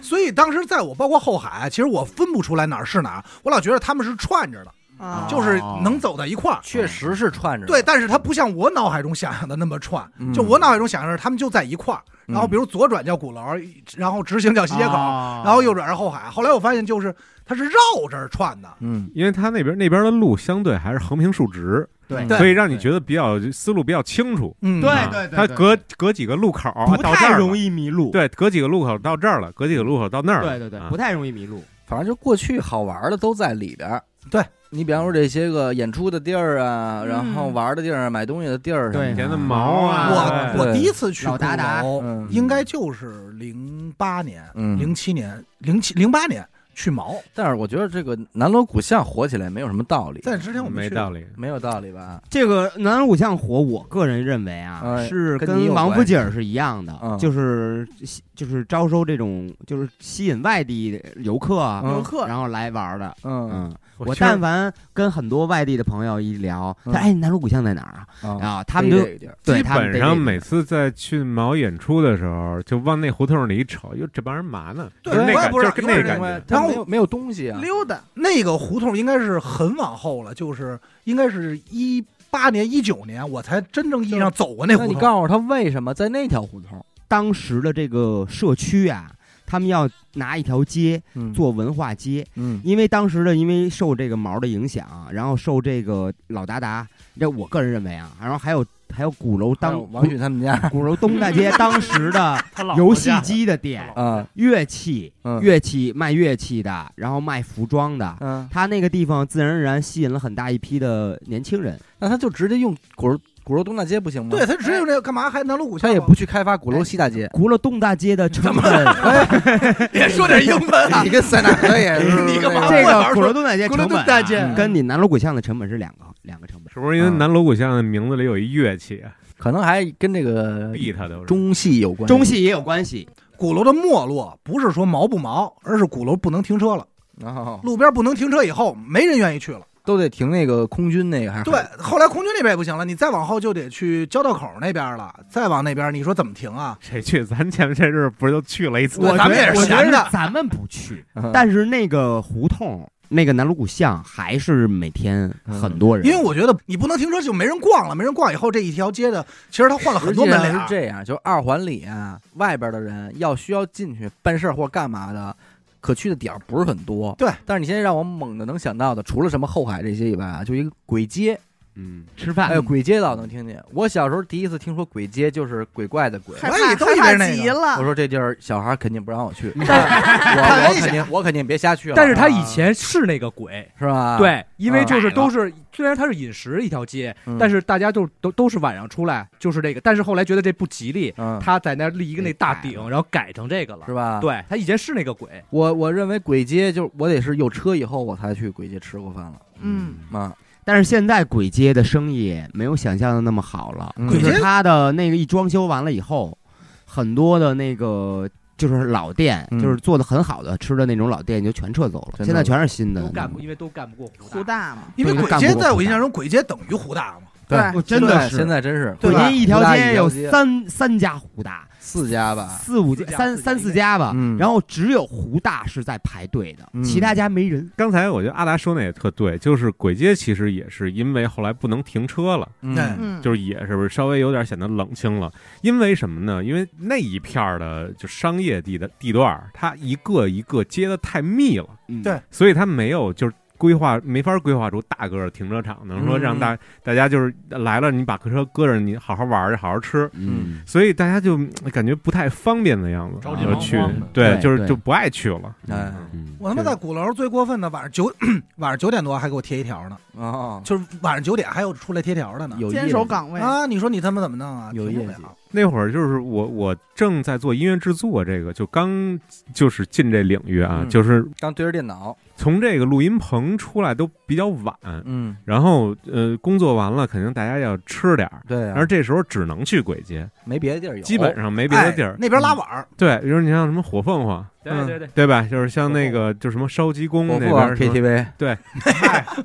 Speaker 7: 所以当时在我包括后海，啊其实我分不出来哪儿是哪儿，我老觉得他们是串着的，
Speaker 8: 哦
Speaker 2: 啊
Speaker 7: 就是能走到一块儿。
Speaker 1: 确实是串着的。
Speaker 7: 对，但是它不像我脑海中想象的那么串。
Speaker 10: 嗯
Speaker 7: 就我脑海中想象是他们就在一块儿，然后比如左转叫鼓楼，然后直行叫新街口，
Speaker 10: 啊
Speaker 7: 然后右转是后海。后来我发现就是它是绕着儿串的，
Speaker 1: 嗯，
Speaker 10: 因为它那边那边的路相对还是横平竖直，
Speaker 8: 嗯
Speaker 7: 对
Speaker 10: 所以让你觉得比较思路比较清楚。
Speaker 7: 嗯
Speaker 10: 啊
Speaker 7: 对对对
Speaker 10: 它
Speaker 7: 对
Speaker 10: 隔隔几个路口啊
Speaker 8: 不
Speaker 10: 到
Speaker 8: 太
Speaker 10: 这儿
Speaker 8: 容
Speaker 10: 易
Speaker 8: 迷路。
Speaker 10: 对，隔几个路口到这儿了，隔几个路口到那儿了。
Speaker 8: 对对对
Speaker 10: 啊
Speaker 8: 不太容易迷路。
Speaker 1: 反正就过去好玩的都在里边儿。
Speaker 7: 对
Speaker 1: 你比方说这些个演出的地儿啊，然后玩的地儿啊，买东西的地儿什么的，
Speaker 10: 以前的毛啊
Speaker 7: 我我
Speaker 1: 对
Speaker 7: 第一次去
Speaker 1: 老达达
Speaker 7: 鼓楼
Speaker 1: 嗯
Speaker 7: 应该就是零八年、
Speaker 1: 嗯
Speaker 7: 零七年、零七零八年去毛。
Speaker 1: 但是我觉得这个南锣鼓巷火起来没有什么道理，
Speaker 7: 在之前我们没去道
Speaker 10: 理，
Speaker 1: 没有道理吧？
Speaker 8: 这个南锣鼓巷火，我个人认为啊，
Speaker 1: 哎
Speaker 8: 是
Speaker 1: 跟你有
Speaker 8: 王府
Speaker 1: 关系
Speaker 8: 井儿是一样的，
Speaker 1: 嗯
Speaker 8: 就是吸就是招收这种就是吸引外地游客啊，
Speaker 1: 游客
Speaker 8: 然后来玩儿的。
Speaker 1: 嗯我嗯
Speaker 8: 我
Speaker 1: 确实
Speaker 8: 但凡跟很多外地的朋友一聊，他哎，南锣鼓巷在哪儿
Speaker 1: 嗯
Speaker 8: 啊？啊，他们就对，
Speaker 10: 基
Speaker 8: 他们
Speaker 10: 本
Speaker 8: 得
Speaker 10: 上
Speaker 8: 这个
Speaker 10: 每次在去毛演出的时候，就往那胡同里一瞅，哟，这帮人嘛呢？
Speaker 7: 对
Speaker 10: 就是那
Speaker 7: 我也
Speaker 10: 感，
Speaker 7: 不
Speaker 10: 就
Speaker 7: 知
Speaker 10: 是跟
Speaker 7: 道有
Speaker 10: 那
Speaker 7: 点
Speaker 10: 感
Speaker 7: 明白
Speaker 10: 觉。
Speaker 7: 然后
Speaker 1: 没有东西啊，
Speaker 2: 溜达。
Speaker 7: 那个胡同应该是很往后了，就是应该是一八年、一九年我才真正意义上走过那胡
Speaker 1: 那
Speaker 7: 同。
Speaker 1: 你告诉我他为什么在那条胡同？
Speaker 8: 当时的这个社区啊，他们要拿一条街做文化街，
Speaker 1: 嗯
Speaker 8: 因为当时的因为受这个毛的影响，啊然后受这个老达达，这我个人认为啊，然后还有还有鼓楼
Speaker 1: 还有
Speaker 8: 当
Speaker 1: 王迅他们家
Speaker 8: 鼓楼 东大 街当时
Speaker 7: 啊
Speaker 8: 的
Speaker 1: 他老
Speaker 8: 游
Speaker 1: 婆
Speaker 8: 戏
Speaker 1: 家
Speaker 8: 机的店
Speaker 1: 啊，
Speaker 8: 乐器
Speaker 1: 嗯
Speaker 8: 乐器卖乐器的，然后卖服装的，
Speaker 1: 嗯，
Speaker 8: 他那个地方自然而然吸引了很大一批的年轻人。
Speaker 1: 那他就直接用鼓楼鼓楼东大街不行吗？
Speaker 7: 对他直接用这个干嘛？还南锣鼓巷
Speaker 1: 他
Speaker 7: 吗？
Speaker 1: 也不去开发鼓楼西大街，
Speaker 8: 鼓楼东大街 的成本，
Speaker 1: 哎
Speaker 7: 也说点英文啊
Speaker 1: 你跟塞纳河 也是
Speaker 7: 你干嘛
Speaker 8: 这
Speaker 7: 我哪
Speaker 8: 个
Speaker 7: 儿
Speaker 8: 鼓
Speaker 7: 说
Speaker 8: 楼东大街
Speaker 7: 鼓楼
Speaker 8: 成
Speaker 7: 东
Speaker 8: 本
Speaker 7: 大
Speaker 8: 啊
Speaker 7: 街
Speaker 8: 跟你南锣鼓巷的成本是两个两个成本，
Speaker 10: 是不是因为南锣鼓巷的名字里有一乐器？啊
Speaker 1: 可能还跟这个
Speaker 10: 逼他都是
Speaker 1: 中戏有关系，
Speaker 8: 中戏也有关系。
Speaker 7: 鼓楼的没落不是说毛不毛，而是鼓楼不能停车了，
Speaker 1: 哦
Speaker 7: 路边不能停车以后，没人愿意去了。
Speaker 1: 都得停那个空军那个还是
Speaker 7: 对，后来空军那边也不行了，你再往后就得去交道口那边了，再往那边，你说怎么停啊？
Speaker 10: 谁去？咱前这日不是都去了一次？
Speaker 8: 我
Speaker 7: 咱们
Speaker 8: 觉得
Speaker 7: 也是
Speaker 8: 我觉得
Speaker 7: 闲的
Speaker 8: 咱们不去，
Speaker 1: 嗯
Speaker 7: 嗯
Speaker 8: 但是那个胡同、那个南锣鼓巷还是每天
Speaker 7: 嗯
Speaker 8: 很多人。
Speaker 7: 因为我觉得你不能停车就没人逛了，没人逛以后这一条街的，其实它换了很多门啊
Speaker 1: 实际
Speaker 7: 脸
Speaker 1: 上
Speaker 7: 儿
Speaker 1: 是。这样，就二环里啊，外边的人要需要进去办事儿或干嘛的，可去的点儿不是很多。
Speaker 7: 对，
Speaker 1: 但是你现在让我猛的能想到的，除了什么后海这些以外啊，就一个鬼街。
Speaker 8: 嗯，吃饭
Speaker 1: 哎呦，鬼街老能听见。我小时候第一次听说鬼街，就是鬼怪的鬼。
Speaker 2: 害怕
Speaker 7: 都以为
Speaker 2: 害怕
Speaker 7: 那个
Speaker 2: 极了
Speaker 1: 我。说这地儿小孩肯定不让 我去，我
Speaker 7: 看
Speaker 1: 我
Speaker 7: 一下
Speaker 1: 肯定我肯定别瞎去了。
Speaker 9: 但是他以前啊是嗯那个鬼，
Speaker 1: 是吧？
Speaker 9: 对，因为就是
Speaker 1: 啊
Speaker 9: 都是虽然它是饮食一条街
Speaker 1: 嗯，
Speaker 9: 但是大家就都都是晚上出来，就是这个。但是后来觉得这不吉利
Speaker 1: 嗯，哎
Speaker 9: 他在那儿立一个那大顶，然后改成这个了，
Speaker 1: 是吧？。
Speaker 9: 对他以前是那个鬼，
Speaker 1: 我我认为鬼街就是我得是有车以后我才去鬼街吃过饭了。啊
Speaker 2: 嗯，
Speaker 1: 妈，
Speaker 8: 但是现在鬼街的生意没有想象的那么好了，
Speaker 1: 嗯
Speaker 8: 就
Speaker 1: 鬼
Speaker 8: 是
Speaker 1: 街
Speaker 8: 它的那个一装修完了以后，很多的那个就是老店，
Speaker 1: 嗯
Speaker 8: 就是做的很好的吃的那种老店就全撤走了，
Speaker 1: 全
Speaker 8: 现在
Speaker 1: 撤走
Speaker 8: 全是新的
Speaker 9: 都
Speaker 8: 那
Speaker 9: 干不，
Speaker 8: 种。
Speaker 9: 因为都干不过胡
Speaker 2: 胡大嘛，
Speaker 7: 因为
Speaker 8: 对
Speaker 7: 鬼
Speaker 8: 干不
Speaker 7: 街
Speaker 8: 过
Speaker 7: 在
Speaker 8: 胡
Speaker 7: 我印
Speaker 8: 大
Speaker 7: 象中，鬼街等于胡大嘛。
Speaker 8: 我哦真
Speaker 1: 现在
Speaker 8: 的是
Speaker 1: 现在真是
Speaker 8: 鬼街一条街有
Speaker 1: 三。
Speaker 8: 三三家胡大，
Speaker 1: 四家吧，
Speaker 8: 四五
Speaker 9: 四
Speaker 8: 家
Speaker 9: 家
Speaker 8: 三
Speaker 9: 四家
Speaker 8: 三四家吧
Speaker 1: 嗯，
Speaker 8: 然后只有胡大是在排队的，
Speaker 10: 嗯
Speaker 8: 其他家没人。
Speaker 10: 刚才我觉得阿达说那也特对，就是鬼街其实也是因为后来不能停车了，
Speaker 7: 嗯
Speaker 2: 嗯
Speaker 10: 就是也是不是稍微有点显得冷清了。因为什么呢？因为那一片儿的就商业地的地段儿，它一个一个接的太密了，
Speaker 8: 嗯
Speaker 7: 对，
Speaker 10: 所以它没有就是。规划没法规划出大个儿的停车场，能说让
Speaker 11: 嗯
Speaker 10: 大、大家就是来了，你把车搁着，你好好玩儿去，好好吃。
Speaker 8: 嗯，
Speaker 10: 所以大家就嗯感觉不太方便的样子，
Speaker 11: 着急
Speaker 10: 呃
Speaker 11: 忙
Speaker 10: 去
Speaker 11: 慌的
Speaker 10: 对，
Speaker 8: 对
Speaker 10: 就是
Speaker 8: 对
Speaker 10: 就不爱去了。嗯
Speaker 1: 哎，
Speaker 7: 我他妈在鼓楼最过分的，晚上九晚上九点多还给我贴一条呢，
Speaker 1: 哦，
Speaker 7: 就是晚上九点还有出来贴条的呢。
Speaker 1: 有
Speaker 2: 坚
Speaker 1: 业
Speaker 2: 守
Speaker 1: 绩
Speaker 2: 岗位，
Speaker 7: 啊，你说你他妈怎么弄啊？
Speaker 1: 有
Speaker 7: 停不
Speaker 1: 业
Speaker 7: 了
Speaker 1: 绩
Speaker 10: 那会儿就是我我正在做音乐制作，这个就刚就是进这领域啊，
Speaker 1: 嗯
Speaker 10: 就是
Speaker 1: 刚对着电脑，
Speaker 10: 从这个录音棚出来都比较晚，
Speaker 1: 嗯，
Speaker 10: 然后呃，工作完了肯定大家要吃点儿，
Speaker 1: 对啊
Speaker 10: 而这时候只能去簋街，
Speaker 1: 没别的地儿有
Speaker 10: 基本上没别的地儿嗯
Speaker 7: 哎，那边拉碗儿，
Speaker 10: 对，就是你像什么火凤凰，
Speaker 7: 对
Speaker 10: 嗯
Speaker 7: 对对
Speaker 10: 对吧？就是像那个就什么烧鸡公
Speaker 1: 火
Speaker 10: 那
Speaker 1: 凤凰
Speaker 10: 边什么
Speaker 1: KTV
Speaker 10: 对，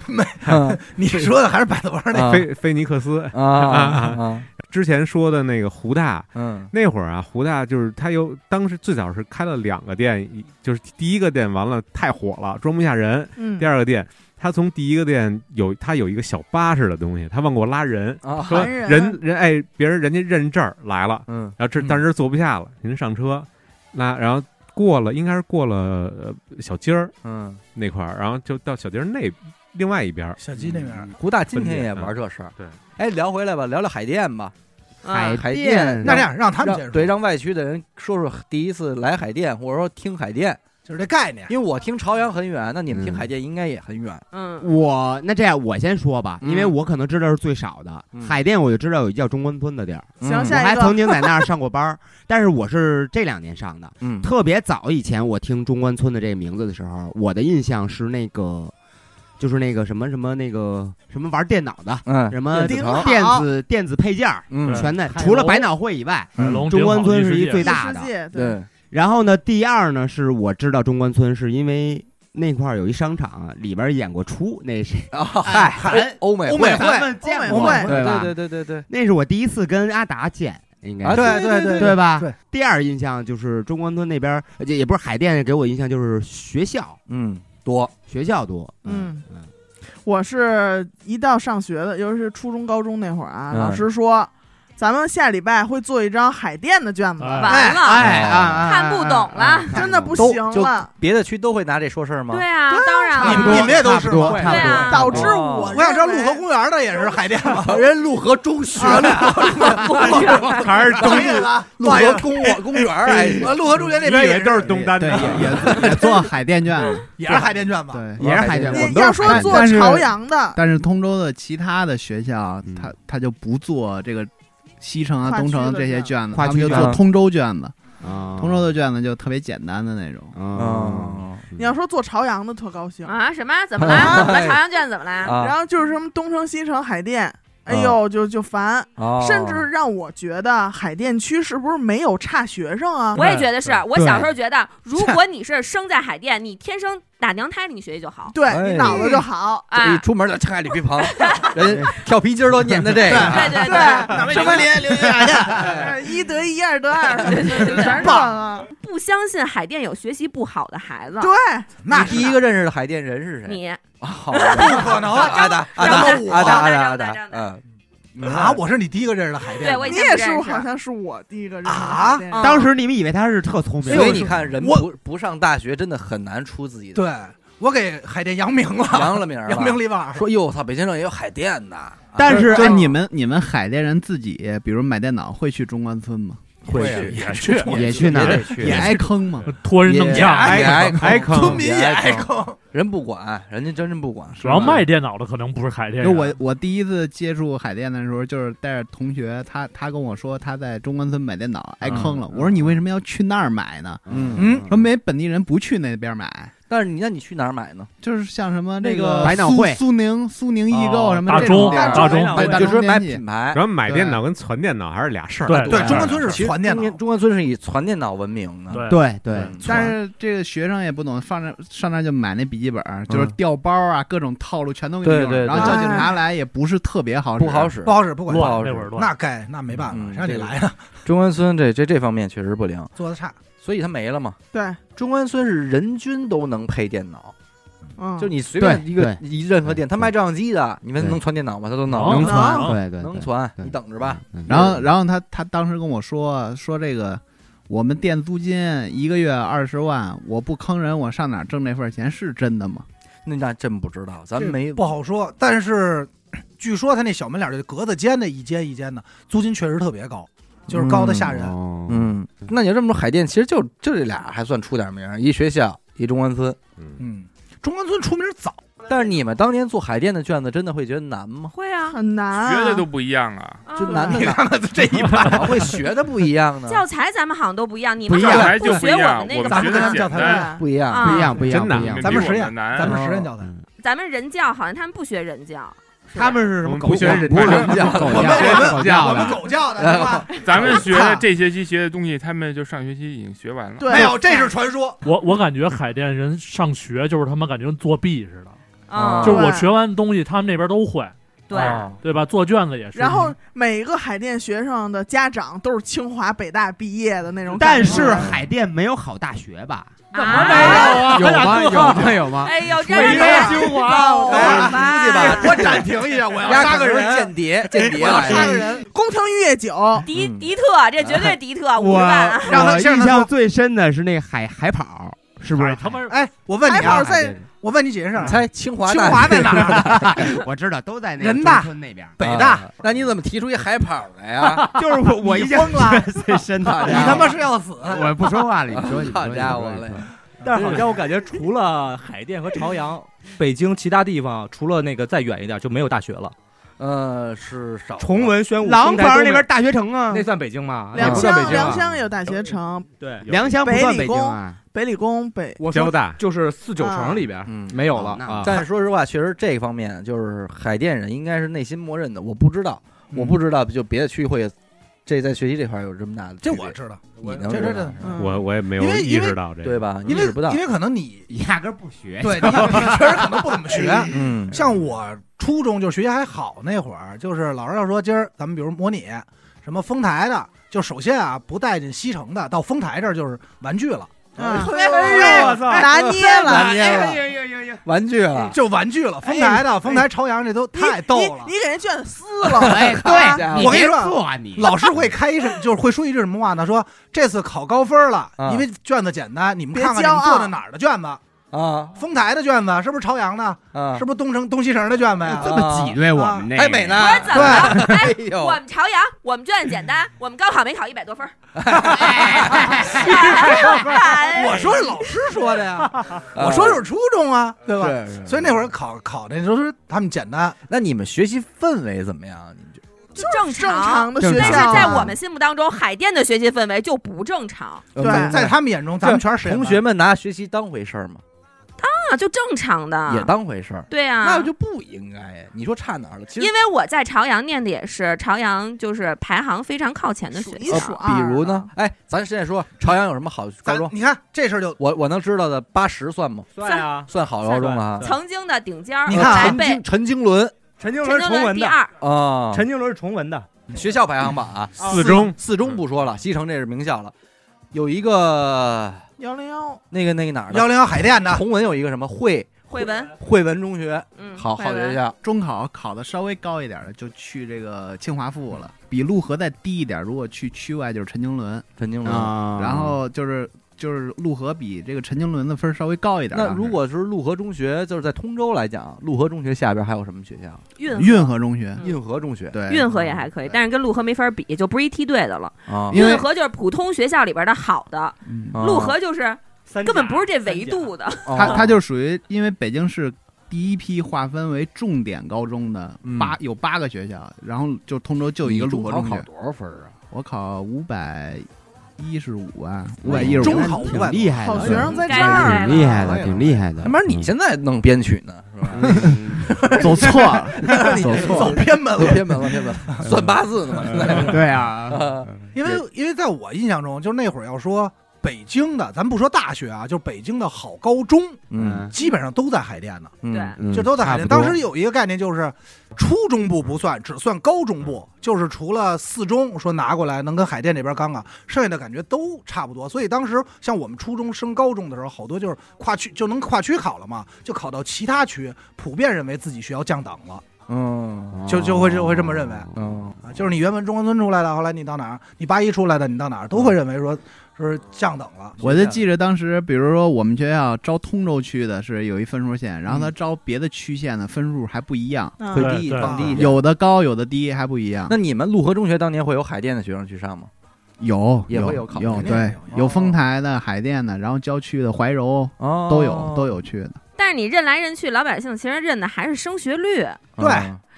Speaker 7: 没
Speaker 10: 嗯，
Speaker 7: 你说的还是百乐湾那
Speaker 10: 菲菲尼克斯
Speaker 1: 啊啊啊！
Speaker 10: 之前说的那个胡大，
Speaker 1: 嗯，
Speaker 10: 那会儿啊，胡大就是他有当时最早是开了两个店，一就是第一个店完了太火了，装不下人，
Speaker 2: 嗯
Speaker 10: 第二个店。他从第一个店有他有一个小巴似的东西，他往过拉人，
Speaker 1: 啊
Speaker 10: 说
Speaker 1: 盘人
Speaker 10: 人人哎，别人人家认证儿来了，
Speaker 1: 嗯，
Speaker 10: 然后这但是这儿坐不下了，您上车，那然后过了应该是过了呃小街儿，
Speaker 1: 嗯
Speaker 10: 那块儿，然后就到小街儿那另外一边儿，嗯
Speaker 7: 小鸡那边儿。
Speaker 1: 胡大今天也玩这事儿，
Speaker 10: 对。
Speaker 1: 哎，聊回来吧，聊聊海淀吧。
Speaker 5: 啊海
Speaker 1: 海
Speaker 5: 淀
Speaker 1: 淀，
Speaker 7: 那这样让他们先说
Speaker 1: 对，让外区的人说说第一次来海淀，或者说听海淀，
Speaker 7: 就是这概念。
Speaker 1: 因为我听朝阳很远，那你们听海淀应该也很远。
Speaker 5: 嗯，
Speaker 8: 我那这样，我先说吧，因为
Speaker 1: 嗯
Speaker 8: 我可能知道是最少的。
Speaker 1: 嗯
Speaker 8: 海淀我就知道有一叫中关村的地儿，
Speaker 2: 行
Speaker 8: 我
Speaker 2: 下一
Speaker 8: 还
Speaker 2: 个
Speaker 8: 曾经在那儿上过班儿，但是我是这两年上的。
Speaker 1: 嗯
Speaker 8: 特别早以前我听中关村的这个名字的时候，我的印象是那个。就是那个什么什么那个什么玩电脑的，
Speaker 1: 嗯
Speaker 8: 什么
Speaker 1: 电子
Speaker 8: 电
Speaker 1: 城
Speaker 8: 子电子配件儿，
Speaker 1: 嗯
Speaker 8: 全在
Speaker 1: 海
Speaker 8: 除了
Speaker 1: 龙
Speaker 8: 百脑汇以外，
Speaker 1: 海嗯龙
Speaker 8: 中关村
Speaker 1: 鼎好
Speaker 8: 是
Speaker 1: 异世
Speaker 8: 一
Speaker 1: 界
Speaker 8: 最大
Speaker 2: 异世界
Speaker 8: 的。
Speaker 2: 对对。
Speaker 8: 然后呢，第二呢，是我知道中关村是因为那块儿有一商场，里边儿演过出 那谁
Speaker 1: 啊，嗨，
Speaker 8: 韩
Speaker 1: 欧美
Speaker 8: 欧美
Speaker 1: 会
Speaker 8: 咱们见过
Speaker 1: 欧美会
Speaker 8: 对吧？
Speaker 1: 对对对对对
Speaker 8: 那是我第一次跟阿达见。应该
Speaker 1: 啊
Speaker 8: 是
Speaker 1: 对对对对对
Speaker 8: 对吧
Speaker 1: 对？
Speaker 8: 第二印象就是中关村那边儿，也也不是海淀，给我印象就是学校，
Speaker 1: 嗯，多
Speaker 8: 学校多，
Speaker 2: 嗯，我是一到上学的，尤其是初中、高中那会儿啊，
Speaker 8: 嗯
Speaker 2: 老师说。咱们下礼拜会做一张海淀的卷子，
Speaker 1: 哎
Speaker 2: 哎
Speaker 1: 完了哎哎哎
Speaker 2: 看不懂了，真的不
Speaker 1: 都
Speaker 2: 行
Speaker 1: 就
Speaker 2: 了。
Speaker 1: 别的区都会拿这说事儿吗？
Speaker 5: 对啊，当然了，
Speaker 1: 差不多
Speaker 7: 你们也都是吗
Speaker 1: 差不多差不多对啊
Speaker 2: 导致我
Speaker 7: 我想知道陆河公园的也是海 淀吗？
Speaker 1: 人陆河中学了，
Speaker 7: 还是东陆河公 我公园哎，陆河中学那边也
Speaker 10: 都是东单
Speaker 3: 的，也 也也做海淀卷子，
Speaker 7: 也是海淀卷子，
Speaker 3: 对，
Speaker 7: 也是海淀
Speaker 3: 嗯我
Speaker 7: 卷子
Speaker 3: 们都
Speaker 7: 要
Speaker 3: 是
Speaker 7: 说
Speaker 3: 海淀
Speaker 7: 做
Speaker 3: 但是
Speaker 7: 朝阳的
Speaker 3: 但是通州的其他的学校，他他就不做这个西城啊、
Speaker 8: 跨区
Speaker 3: 东
Speaker 8: 的
Speaker 3: 城这
Speaker 8: 卷
Speaker 3: 些
Speaker 8: 子
Speaker 3: 卷子，哦
Speaker 8: 跨
Speaker 3: 他们
Speaker 8: 区
Speaker 3: 就
Speaker 8: 的
Speaker 3: 做通州卷子。
Speaker 8: 啊
Speaker 3: 通州的卷子就特别简单的那种。哦嗯
Speaker 8: 啊，
Speaker 2: 你要说做朝阳的特高兴哎
Speaker 5: 啊，什么怎么啦？怎么了朝阳卷怎么啦？
Speaker 8: 啊
Speaker 2: 然后就是什么东城、西城、海淀，哎呦，就就烦
Speaker 1: 哦，
Speaker 2: 甚至让我觉得海淀区是不是没有差学生啊？
Speaker 5: 我也觉得是，我小时候
Speaker 2: 对
Speaker 5: 觉得，如果你是生在海淀，你天生打娘胎里你学习就好，啊
Speaker 2: 对你脑子就好
Speaker 1: 这一出门就青海绿皮棚，人家跳皮筋儿都念的这个，
Speaker 5: 对对
Speaker 2: 对
Speaker 1: 什么连
Speaker 2: 留下 去，一得一，二得二，全棒！啊
Speaker 5: 不相信海淀有学习不好的孩子。
Speaker 2: 对，
Speaker 1: 那第一个认识的海淀人是谁？
Speaker 5: 你
Speaker 1: 好不可能，阿达阿达阿达阿达阿达，嗯。
Speaker 7: 啊，我是你第一个认识的海淀，
Speaker 2: 你也是，我好像是我第一个认识啊
Speaker 5: 嗯
Speaker 8: 当时你们以为他是特聪明，
Speaker 1: 所以你看，人不不上大学，真的很难出自己的。
Speaker 7: 对，我给海淀扬名了，
Speaker 1: 扬了名了，
Speaker 7: 扬名立万。
Speaker 1: 说哟，我操，北京城也有海淀呐。
Speaker 3: 但是，
Speaker 1: 啊
Speaker 3: 哎，你们你们海淀人自己，比如买电脑，会去中关村吗？
Speaker 1: 会去也去
Speaker 3: 也去那
Speaker 1: 也
Speaker 3: 儿
Speaker 1: 得，去
Speaker 3: 也挨坑吗？
Speaker 11: 托人弄
Speaker 1: 也
Speaker 11: 呛，
Speaker 1: 挨坑，
Speaker 11: 村民
Speaker 1: 也挨
Speaker 7: 坑，
Speaker 1: 人不管，人家真真不管。
Speaker 11: 主要卖电脑的可能不是海淀
Speaker 3: 就
Speaker 11: 人，
Speaker 3: 我我第一次接触海淀的时候，就是带着同学，他他跟我说他在中关村买电脑挨坑了。我说你为什么要去那儿买呢？
Speaker 1: 嗯
Speaker 3: 嗯，说没本地人不去那边买，
Speaker 1: 但是你那你去哪儿买呢？
Speaker 3: 就是像什么
Speaker 1: 那
Speaker 3: 个
Speaker 1: 百脑汇
Speaker 3: 苏苏宁苏宁易
Speaker 1: 哦
Speaker 3: 购什么
Speaker 10: 大
Speaker 3: 这种
Speaker 10: 中
Speaker 3: 地儿
Speaker 10: 大中
Speaker 3: 百大
Speaker 10: 就说买
Speaker 3: 电器
Speaker 1: 品牌
Speaker 10: 然后买电脑跟传电脑还是俩事儿。
Speaker 1: 其实中间，中关村是以传电脑闻名的。
Speaker 3: 嗯对对
Speaker 1: 嗯
Speaker 3: 但是这个学生也不懂，放那上那就买那笔记本，就是掉包啊，各种套路全都给
Speaker 1: 嗯
Speaker 3: 你
Speaker 1: 对
Speaker 3: 用
Speaker 1: 对对
Speaker 3: 上，然后叫警察来也不是特别好使，
Speaker 1: 不好使
Speaker 7: 不好使，嗯不管
Speaker 1: 乱那会儿乱
Speaker 7: 那该那没办法，谁让你来呢？
Speaker 1: 中关村这这这方面确实不灵，
Speaker 7: 做的差，
Speaker 1: 所以它没了嘛。
Speaker 2: 对，
Speaker 1: 中关村是人均都能配电脑，
Speaker 2: 嗯，
Speaker 1: 就你随便
Speaker 8: 对
Speaker 1: 一个
Speaker 8: 对
Speaker 1: 一任何店，他卖照相机的，你问
Speaker 8: 对
Speaker 1: 能传电脑吗？他都
Speaker 3: 能传啊能
Speaker 8: 对对
Speaker 1: 能传，你等着吧。
Speaker 3: 嗯然后，然后他他当时跟我说说这个，我们店租金一个月二十万，我不坑人，我上哪儿挣这份钱是真的吗？
Speaker 1: 那那真不知道，咱
Speaker 7: 这
Speaker 1: 没
Speaker 7: 不好说。但是 据说他那小门脸儿就格子间的一间一间的，租金确实特别高，就是高的吓人。
Speaker 1: 嗯，那你要这么说，海淀其实就就这俩还算出点名儿，一学校，一中关村。
Speaker 7: 嗯，中关村出名早，
Speaker 1: 但是你们当年做海淀的卷子，真的会觉得难吗？
Speaker 5: 会啊，
Speaker 2: 很难啊
Speaker 6: 学的都不一样啊，
Speaker 1: 就难的难，
Speaker 7: 这 一
Speaker 1: 盘会学的不一样呢。
Speaker 5: 教材咱们好像都不一样，你们
Speaker 1: 不一
Speaker 5: 好
Speaker 1: 样
Speaker 5: 像
Speaker 1: 就不
Speaker 5: 学
Speaker 1: 一样
Speaker 5: 们那
Speaker 1: 我
Speaker 5: 个教
Speaker 1: 们学的
Speaker 5: 材
Speaker 1: 简单不一样
Speaker 5: 啊
Speaker 1: 不一样不一样
Speaker 8: 真难
Speaker 1: 不一样
Speaker 7: 咱们实
Speaker 8: 比我
Speaker 7: 验，
Speaker 8: 难
Speaker 7: 咱们实验教材。
Speaker 5: 咱们人教好像他们不学人教，
Speaker 8: 他们是什么狗
Speaker 6: 不学人
Speaker 8: 不是
Speaker 6: 教
Speaker 8: 人教，
Speaker 6: 我们
Speaker 8: 狗教
Speaker 6: 我们
Speaker 8: 狗教
Speaker 6: 我
Speaker 8: 的
Speaker 6: 们
Speaker 7: 狗教的是吧
Speaker 6: 咱们学的这学期学的东西，他们就上学期已经学完了。
Speaker 7: 没有，这是传说。
Speaker 11: 我我感觉海淀人上学就是他们感觉跟作弊似的，
Speaker 5: 啊
Speaker 11: 就是我学完东西，他们那边都会，
Speaker 5: 对
Speaker 11: 啊对吧？做卷子也 是。
Speaker 2: 然后每一个海淀学生的家长都是清华北大毕业的那种感
Speaker 8: 但
Speaker 2: 觉，
Speaker 8: 是
Speaker 5: 嗯
Speaker 8: 海淀没有好大学吧？
Speaker 5: 怎
Speaker 8: 么没有啊？有吗？有吗？有啊吗？
Speaker 5: 哎呦，这
Speaker 8: 没
Speaker 5: 是
Speaker 8: 有
Speaker 5: 清
Speaker 8: 华啊
Speaker 5: 走 吧，
Speaker 7: 我暂停
Speaker 5: 啊
Speaker 7: 一下，我要杀个人，
Speaker 13: 间谍，间谍
Speaker 1: 哦
Speaker 7: 我
Speaker 13: 来
Speaker 7: 要
Speaker 1: 啊
Speaker 7: 杀个
Speaker 13: 的。
Speaker 7: 人，
Speaker 2: 宫廷御姐酒，
Speaker 5: 迪迪特，这绝对迪特，五
Speaker 8: 我
Speaker 5: 十万啊。
Speaker 7: 让他
Speaker 8: 我
Speaker 7: 先让
Speaker 8: 印
Speaker 7: 他
Speaker 8: 象最深的是那海海跑，是不是？
Speaker 11: 他妈
Speaker 7: 哎，我问你
Speaker 8: 海
Speaker 7: 啊
Speaker 8: 跑在，
Speaker 7: 我问你几件事儿，啊
Speaker 13: 猜清华
Speaker 7: 清
Speaker 13: 大
Speaker 7: 华在哪儿？啊
Speaker 8: 我知道都在那个
Speaker 7: 人大
Speaker 8: 中村那边。
Speaker 7: 北大，
Speaker 13: 啊那你怎么提出一海跑来
Speaker 1: 啊
Speaker 13: 呀？
Speaker 8: 就是我，我
Speaker 7: 你
Speaker 8: 印象
Speaker 7: 疯了，
Speaker 8: 最深的。
Speaker 7: 你他妈是要死！
Speaker 8: 我不说话了，你说你说
Speaker 13: 好家伙嘞！
Speaker 12: 但是好像我感觉除了海淀和朝阳，北京其他地方除了那个再远一点就没有大学了。
Speaker 1: 呃，是少
Speaker 12: 崇文、宣武、
Speaker 8: 廊
Speaker 12: 丰台
Speaker 8: 坊
Speaker 12: 东
Speaker 8: 那
Speaker 12: 北
Speaker 8: 边大学城啊
Speaker 12: 那，算北京吗？
Speaker 2: 良
Speaker 12: 不算北
Speaker 2: 乡
Speaker 12: 京啊
Speaker 2: 良乡也有大学城，
Speaker 12: 对，
Speaker 8: 良乡不
Speaker 2: 北
Speaker 8: 算
Speaker 2: 理
Speaker 8: 北京
Speaker 2: 工、
Speaker 8: 啊。
Speaker 2: 北理工、北
Speaker 12: 我说
Speaker 8: 交大
Speaker 12: 就是四九城里边
Speaker 1: 嗯
Speaker 12: 没有了
Speaker 8: 哦那
Speaker 12: 啊。
Speaker 1: 但是说实话，确实这一方面就是海淀人应该是内心默认的。我不知道，
Speaker 7: 嗯
Speaker 1: 我不知道，就别的区会这在学习这块有这么大的区
Speaker 7: 这
Speaker 1: 别，
Speaker 7: 我知道，
Speaker 1: 你能
Speaker 7: 这
Speaker 1: 知
Speaker 7: 这
Speaker 1: 道
Speaker 7: 这，
Speaker 2: 嗯
Speaker 10: 我我也没有
Speaker 7: 因为
Speaker 10: 意
Speaker 7: 因为
Speaker 10: 识到这个，
Speaker 1: 对吧？
Speaker 7: 因
Speaker 1: 意识不到
Speaker 7: 为因，为可能你
Speaker 8: 压根儿不学，
Speaker 7: 对，你你确实可能不怎么学。
Speaker 1: 嗯，
Speaker 7: 像我初中就学习还好那会儿，就是老师要说今儿咱们比如模拟什么丰台的，就首先啊不带进西城的，到丰台这儿就是玩具了，
Speaker 5: 嗯
Speaker 2: 啊，
Speaker 7: 哎呦我操
Speaker 2: 拿 捏了。哎
Speaker 1: 完捏了，玩具了，
Speaker 7: 就玩具了。丰台的、丰台、朝阳这都
Speaker 2: 你
Speaker 7: 太逗了
Speaker 2: 你。你给人卷子 撕 了，
Speaker 8: 哎，
Speaker 2: 啊
Speaker 8: 对，
Speaker 7: 我跟
Speaker 8: 别
Speaker 7: 你说
Speaker 8: 做啊你
Speaker 7: 老师会开一什， 就是会说一句什么话呢？说这次考高分了，
Speaker 1: 啊
Speaker 7: 因为卷子简单，你们
Speaker 2: 别
Speaker 7: 看看你
Speaker 2: 骄
Speaker 7: 们做
Speaker 2: 傲
Speaker 7: 的哪儿的卷子？
Speaker 1: 啊
Speaker 7: 丰台的卷子是不是朝阳的？
Speaker 1: 啊
Speaker 7: 是，不是东城东西城的卷子呀？啊
Speaker 8: 这么挤兑我们那个
Speaker 13: 还美呢，
Speaker 5: 我说怎么了？哎，
Speaker 1: 哎呦
Speaker 5: 我，们朝阳，我们卷子简单，我们高考没考一百多分儿。哎
Speaker 7: 我说是老师说的呀，我说是初中啊，对吧？
Speaker 1: 是，
Speaker 7: 所以那会儿考考那都是他们简单，
Speaker 1: 那你们学习氛围怎么样？你们觉得
Speaker 5: 就正
Speaker 2: 正常。的
Speaker 8: 正
Speaker 2: 学
Speaker 5: 但是
Speaker 2: 校
Speaker 5: 在
Speaker 2: 啊，
Speaker 5: 我们心目当中，海淀的学习氛围就不正常
Speaker 1: 呃
Speaker 2: 对
Speaker 1: 咱
Speaker 7: 在他们眼中咱们全是实验
Speaker 1: 同
Speaker 7: 班
Speaker 1: 学。们拿学习当回事儿吗？
Speaker 5: 啊，就正常
Speaker 1: 也
Speaker 5: 的。
Speaker 1: 当回事儿，
Speaker 5: 对啊，
Speaker 1: 那就不应该呀。你说差哪儿了？其
Speaker 5: 因
Speaker 1: 实
Speaker 5: 为我在朝阳念的也是朝阳，就是排行非常靠前的学
Speaker 2: 一
Speaker 5: 校。
Speaker 2: 数
Speaker 1: 呃比
Speaker 2: 二，
Speaker 1: 如
Speaker 5: 啊
Speaker 1: 呢，哎，咱现在说朝阳有什么好高
Speaker 7: 咱
Speaker 1: 中？
Speaker 7: 你看这事儿就
Speaker 1: 我我能知道的八十算吗？
Speaker 12: 算啊，
Speaker 1: 算好高中了啊。
Speaker 5: 曾经的顶尖儿，
Speaker 7: 你看啊
Speaker 5: 来
Speaker 1: 陈
Speaker 5: 被
Speaker 1: 经陈经纶
Speaker 12: 陈经
Speaker 5: 陈
Speaker 12: 纶
Speaker 5: 经
Speaker 12: 是
Speaker 5: 纶
Speaker 12: 崇文
Speaker 5: 第
Speaker 12: 的，
Speaker 5: 二，
Speaker 1: 啊，嗯
Speaker 12: 陈经纶是崇文的，
Speaker 1: 学校排行榜啊，
Speaker 10: 四中
Speaker 1: 四中不说了，西城这是名校了，有一个
Speaker 2: 幺零幺，
Speaker 1: 那个那个哪儿
Speaker 7: 幺
Speaker 1: 的，
Speaker 7: 零幺海淀的，
Speaker 1: 崇文有一个什么惠
Speaker 5: 惠文，
Speaker 1: 惠文中学，
Speaker 5: 嗯，
Speaker 1: 好
Speaker 5: 惠
Speaker 1: 好
Speaker 5: 文
Speaker 1: 学校，
Speaker 3: 中考考的稍微高一点的，就去这个清华附了，比陆河再低一点。如果去区外，就是陈经纶，
Speaker 1: 陈经纶。
Speaker 8: 啊
Speaker 3: 然后就是就是陆河比这个陈经纶的分儿稍啊微高一点。
Speaker 1: 那
Speaker 3: 当时
Speaker 1: 如果是陆河中学，就是在通州来讲，陆河中学下边还有什么学校？
Speaker 5: 运
Speaker 3: 运河中学，
Speaker 5: 嗯
Speaker 1: 运河中学
Speaker 3: 对，哦
Speaker 5: 运河也还可以，但是跟陆河没法比，就不是一梯队的了。
Speaker 1: 啊，
Speaker 3: 因为
Speaker 5: 运河就是普通学校里边的好的，
Speaker 3: 嗯
Speaker 1: 啊
Speaker 5: 陆河就是
Speaker 12: 根
Speaker 5: 根本不是这维度的。
Speaker 1: 哦
Speaker 3: 它它就属于因为北京市第一批划分为重点高中的
Speaker 1: 嗯
Speaker 3: 八有八个学校，然后就通州就一个
Speaker 13: 你
Speaker 3: 陆河
Speaker 13: 中
Speaker 3: 中
Speaker 13: 考考
Speaker 3: 学，
Speaker 1: 嗯
Speaker 13: 多少分儿啊？
Speaker 3: 我考五百一十五啊，五百一十五，
Speaker 7: 中考
Speaker 8: 挺厉害的，
Speaker 2: 好学生在这
Speaker 5: 该
Speaker 2: 儿
Speaker 1: 啊
Speaker 3: 哎
Speaker 5: 的
Speaker 8: 挺厉害的，挺厉害的。
Speaker 1: 他妈你现在弄编曲呢，是吧？
Speaker 3: 嗯 走 错了，
Speaker 1: 你
Speaker 3: 走错
Speaker 7: 走
Speaker 3: 了，
Speaker 7: 偏门
Speaker 1: 走
Speaker 7: 了。
Speaker 1: 偏门了，偏门 了， 算八字呢嘛，
Speaker 8: 嗯
Speaker 1: 现在
Speaker 3: 对啊，
Speaker 7: 因为因为在我印象中，就是那会儿要说北京的，咱不说大学啊，就是北京的好高中，
Speaker 1: 嗯，
Speaker 7: 基本上都在海淀呢，
Speaker 1: 嗯
Speaker 5: 对，
Speaker 8: 嗯
Speaker 7: 就都在海淀。
Speaker 8: 差不
Speaker 7: 当
Speaker 8: 多
Speaker 7: 时有一个概念就是，初中部不算，只算高中部，就是除了四中说拿过来能跟海淀这边刚刚，啊剩下的感觉都差不多。所以当时像我们初中升高中的时候，好多就是跨区就能跨区考了嘛，就考到其他区，普遍认为自己学校降档了，
Speaker 3: 哦
Speaker 1: 嗯
Speaker 7: 就就会就会这么认为。
Speaker 1: 嗯，
Speaker 7: 啊，就是你原本中关村出来的，后来你到哪儿，你八一出来的，你到哪儿都会认为说是降等了。
Speaker 3: 我就记着当时，比如说我们学校招通州区的是有一分数线，然后他招别的区县的分数还不一样，
Speaker 2: 嗯
Speaker 1: 嗯会低一
Speaker 11: 对
Speaker 1: 放低一点。
Speaker 3: 有的高，有的低，还不一样。
Speaker 1: 那你们陆河中学当年会有海淀的学生去上吗？
Speaker 3: 有
Speaker 1: 也会有
Speaker 3: 有
Speaker 1: 考
Speaker 3: 有
Speaker 1: 肯定
Speaker 3: 对
Speaker 1: 有
Speaker 3: 有丰台的、海淀的，然后郊区的、怀柔
Speaker 1: 哦
Speaker 3: 都有都有去的。
Speaker 5: 但但是你认来认去，老百姓其实认的还是升学率。
Speaker 3: 嗯
Speaker 7: 对，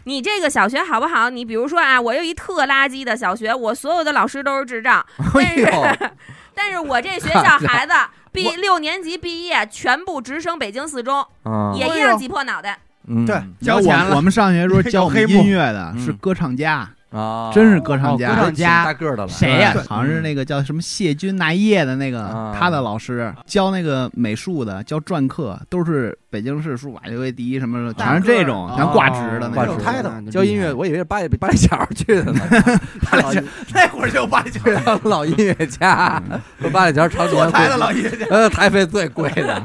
Speaker 5: 你这个小学好不好？你比如说啊，我有一特垃圾的小学，我所有的老师都是智 障，
Speaker 3: 哎
Speaker 5: 但是、 但是我这学校孩子毕六年级毕业全部直升北京四中，
Speaker 3: 啊
Speaker 5: 也一样挤破脑袋。
Speaker 1: 嗯，
Speaker 7: 对，
Speaker 3: 交
Speaker 7: 钱了
Speaker 3: 我们上学 的时候教我
Speaker 7: 黑
Speaker 3: 们
Speaker 7: 幕
Speaker 3: 音乐的是歌唱家
Speaker 1: 啊
Speaker 3: 真是歌唱家，
Speaker 1: 哦歌唱家大个儿的了
Speaker 3: 谁呀
Speaker 1: 对？
Speaker 3: 好像是那个叫什么谢军拿叶的那
Speaker 1: 啊
Speaker 3: 个，他的老师教那个美术的，教篆刻，都是北京市书法学会第一什么的，全是这种，全挂职的那种，
Speaker 1: 哦挂职教音乐，我以为是八里八里桥去的呢，八里桥 那会儿就八里桥老音乐家，说八里桥常年
Speaker 7: 坐台的嗯 老音乐家
Speaker 1: 呃，台费最贵 的，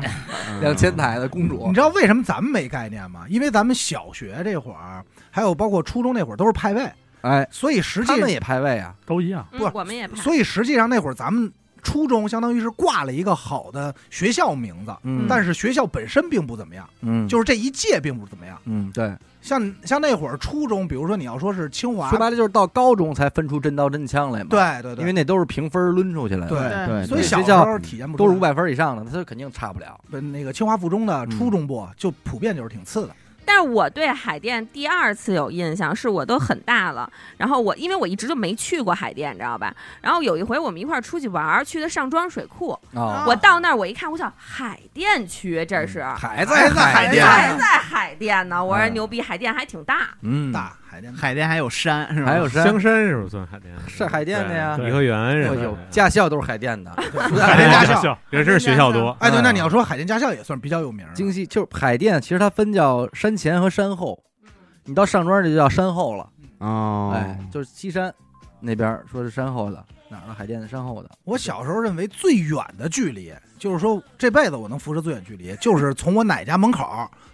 Speaker 1: 两千台的公主
Speaker 7: 你，知道为什么咱们没概念吗？因为咱们小学这会儿，还有包括初中那会儿都是派位，
Speaker 1: 哎，
Speaker 7: 所以实际
Speaker 1: 他们也排位啊，
Speaker 11: 都一样。
Speaker 5: 嗯，我们也怕。
Speaker 7: 所以实际上那会儿咱们初中相当于是挂了一个好的学校名字，
Speaker 1: 嗯
Speaker 7: 但是学校本身并不怎么样，
Speaker 1: 嗯，
Speaker 7: 就是这一届并不怎么样。
Speaker 1: 嗯对，
Speaker 7: 像像那会儿初中，比如说你要说是清华，
Speaker 1: 说白了就是到高中才分出真刀真枪来嘛，
Speaker 7: 对对对
Speaker 1: 因为那都是评分抡出去来
Speaker 7: 对
Speaker 1: 的，对，
Speaker 7: 所以小
Speaker 1: 学
Speaker 7: 时候
Speaker 1: 校
Speaker 7: 体验不
Speaker 1: 都是
Speaker 7: 出
Speaker 1: 五百分以上的，他肯定差不了。嗯
Speaker 7: 不那个清华附中的初中部啊就普遍就是挺次的，
Speaker 5: 但是我对海淀第二次有印象，是我都很大了，然后我因为我一直就没去过海淀，你知道吧？然后有一回我们一块儿出去玩儿，去的上庄水库，
Speaker 1: 哦
Speaker 5: 我到那儿我一看，我想海淀区这是
Speaker 1: 还在海淀
Speaker 5: 还在海淀呢。我说
Speaker 1: 嗯
Speaker 5: 牛逼，海淀还挺大。
Speaker 1: 嗯，
Speaker 7: 大海淀，
Speaker 3: 海淀还有山是吧？
Speaker 1: 还有山
Speaker 10: 香山是不是算海淀？
Speaker 1: 是海淀的呀，
Speaker 10: 嗯颐和园什
Speaker 1: 哎
Speaker 10: 么
Speaker 1: 呦
Speaker 10: 的。
Speaker 1: 驾校都是海淀的，
Speaker 7: 海淀驾校，
Speaker 10: 也是学校多。嗯
Speaker 7: 哎，对，那你要说海淀驾校也算比较有名儿，
Speaker 1: 京西就是海淀，其实它分叫山前和山后，
Speaker 7: 嗯
Speaker 1: 你到上庄这就叫山后了，
Speaker 8: 哦，
Speaker 1: 哎，就是西山那边儿说是山后的哪儿的海淀的山后的，
Speaker 7: 我小时候认为最远的距离，就是说这辈子我能辐射最远距离，就是从我奶家门口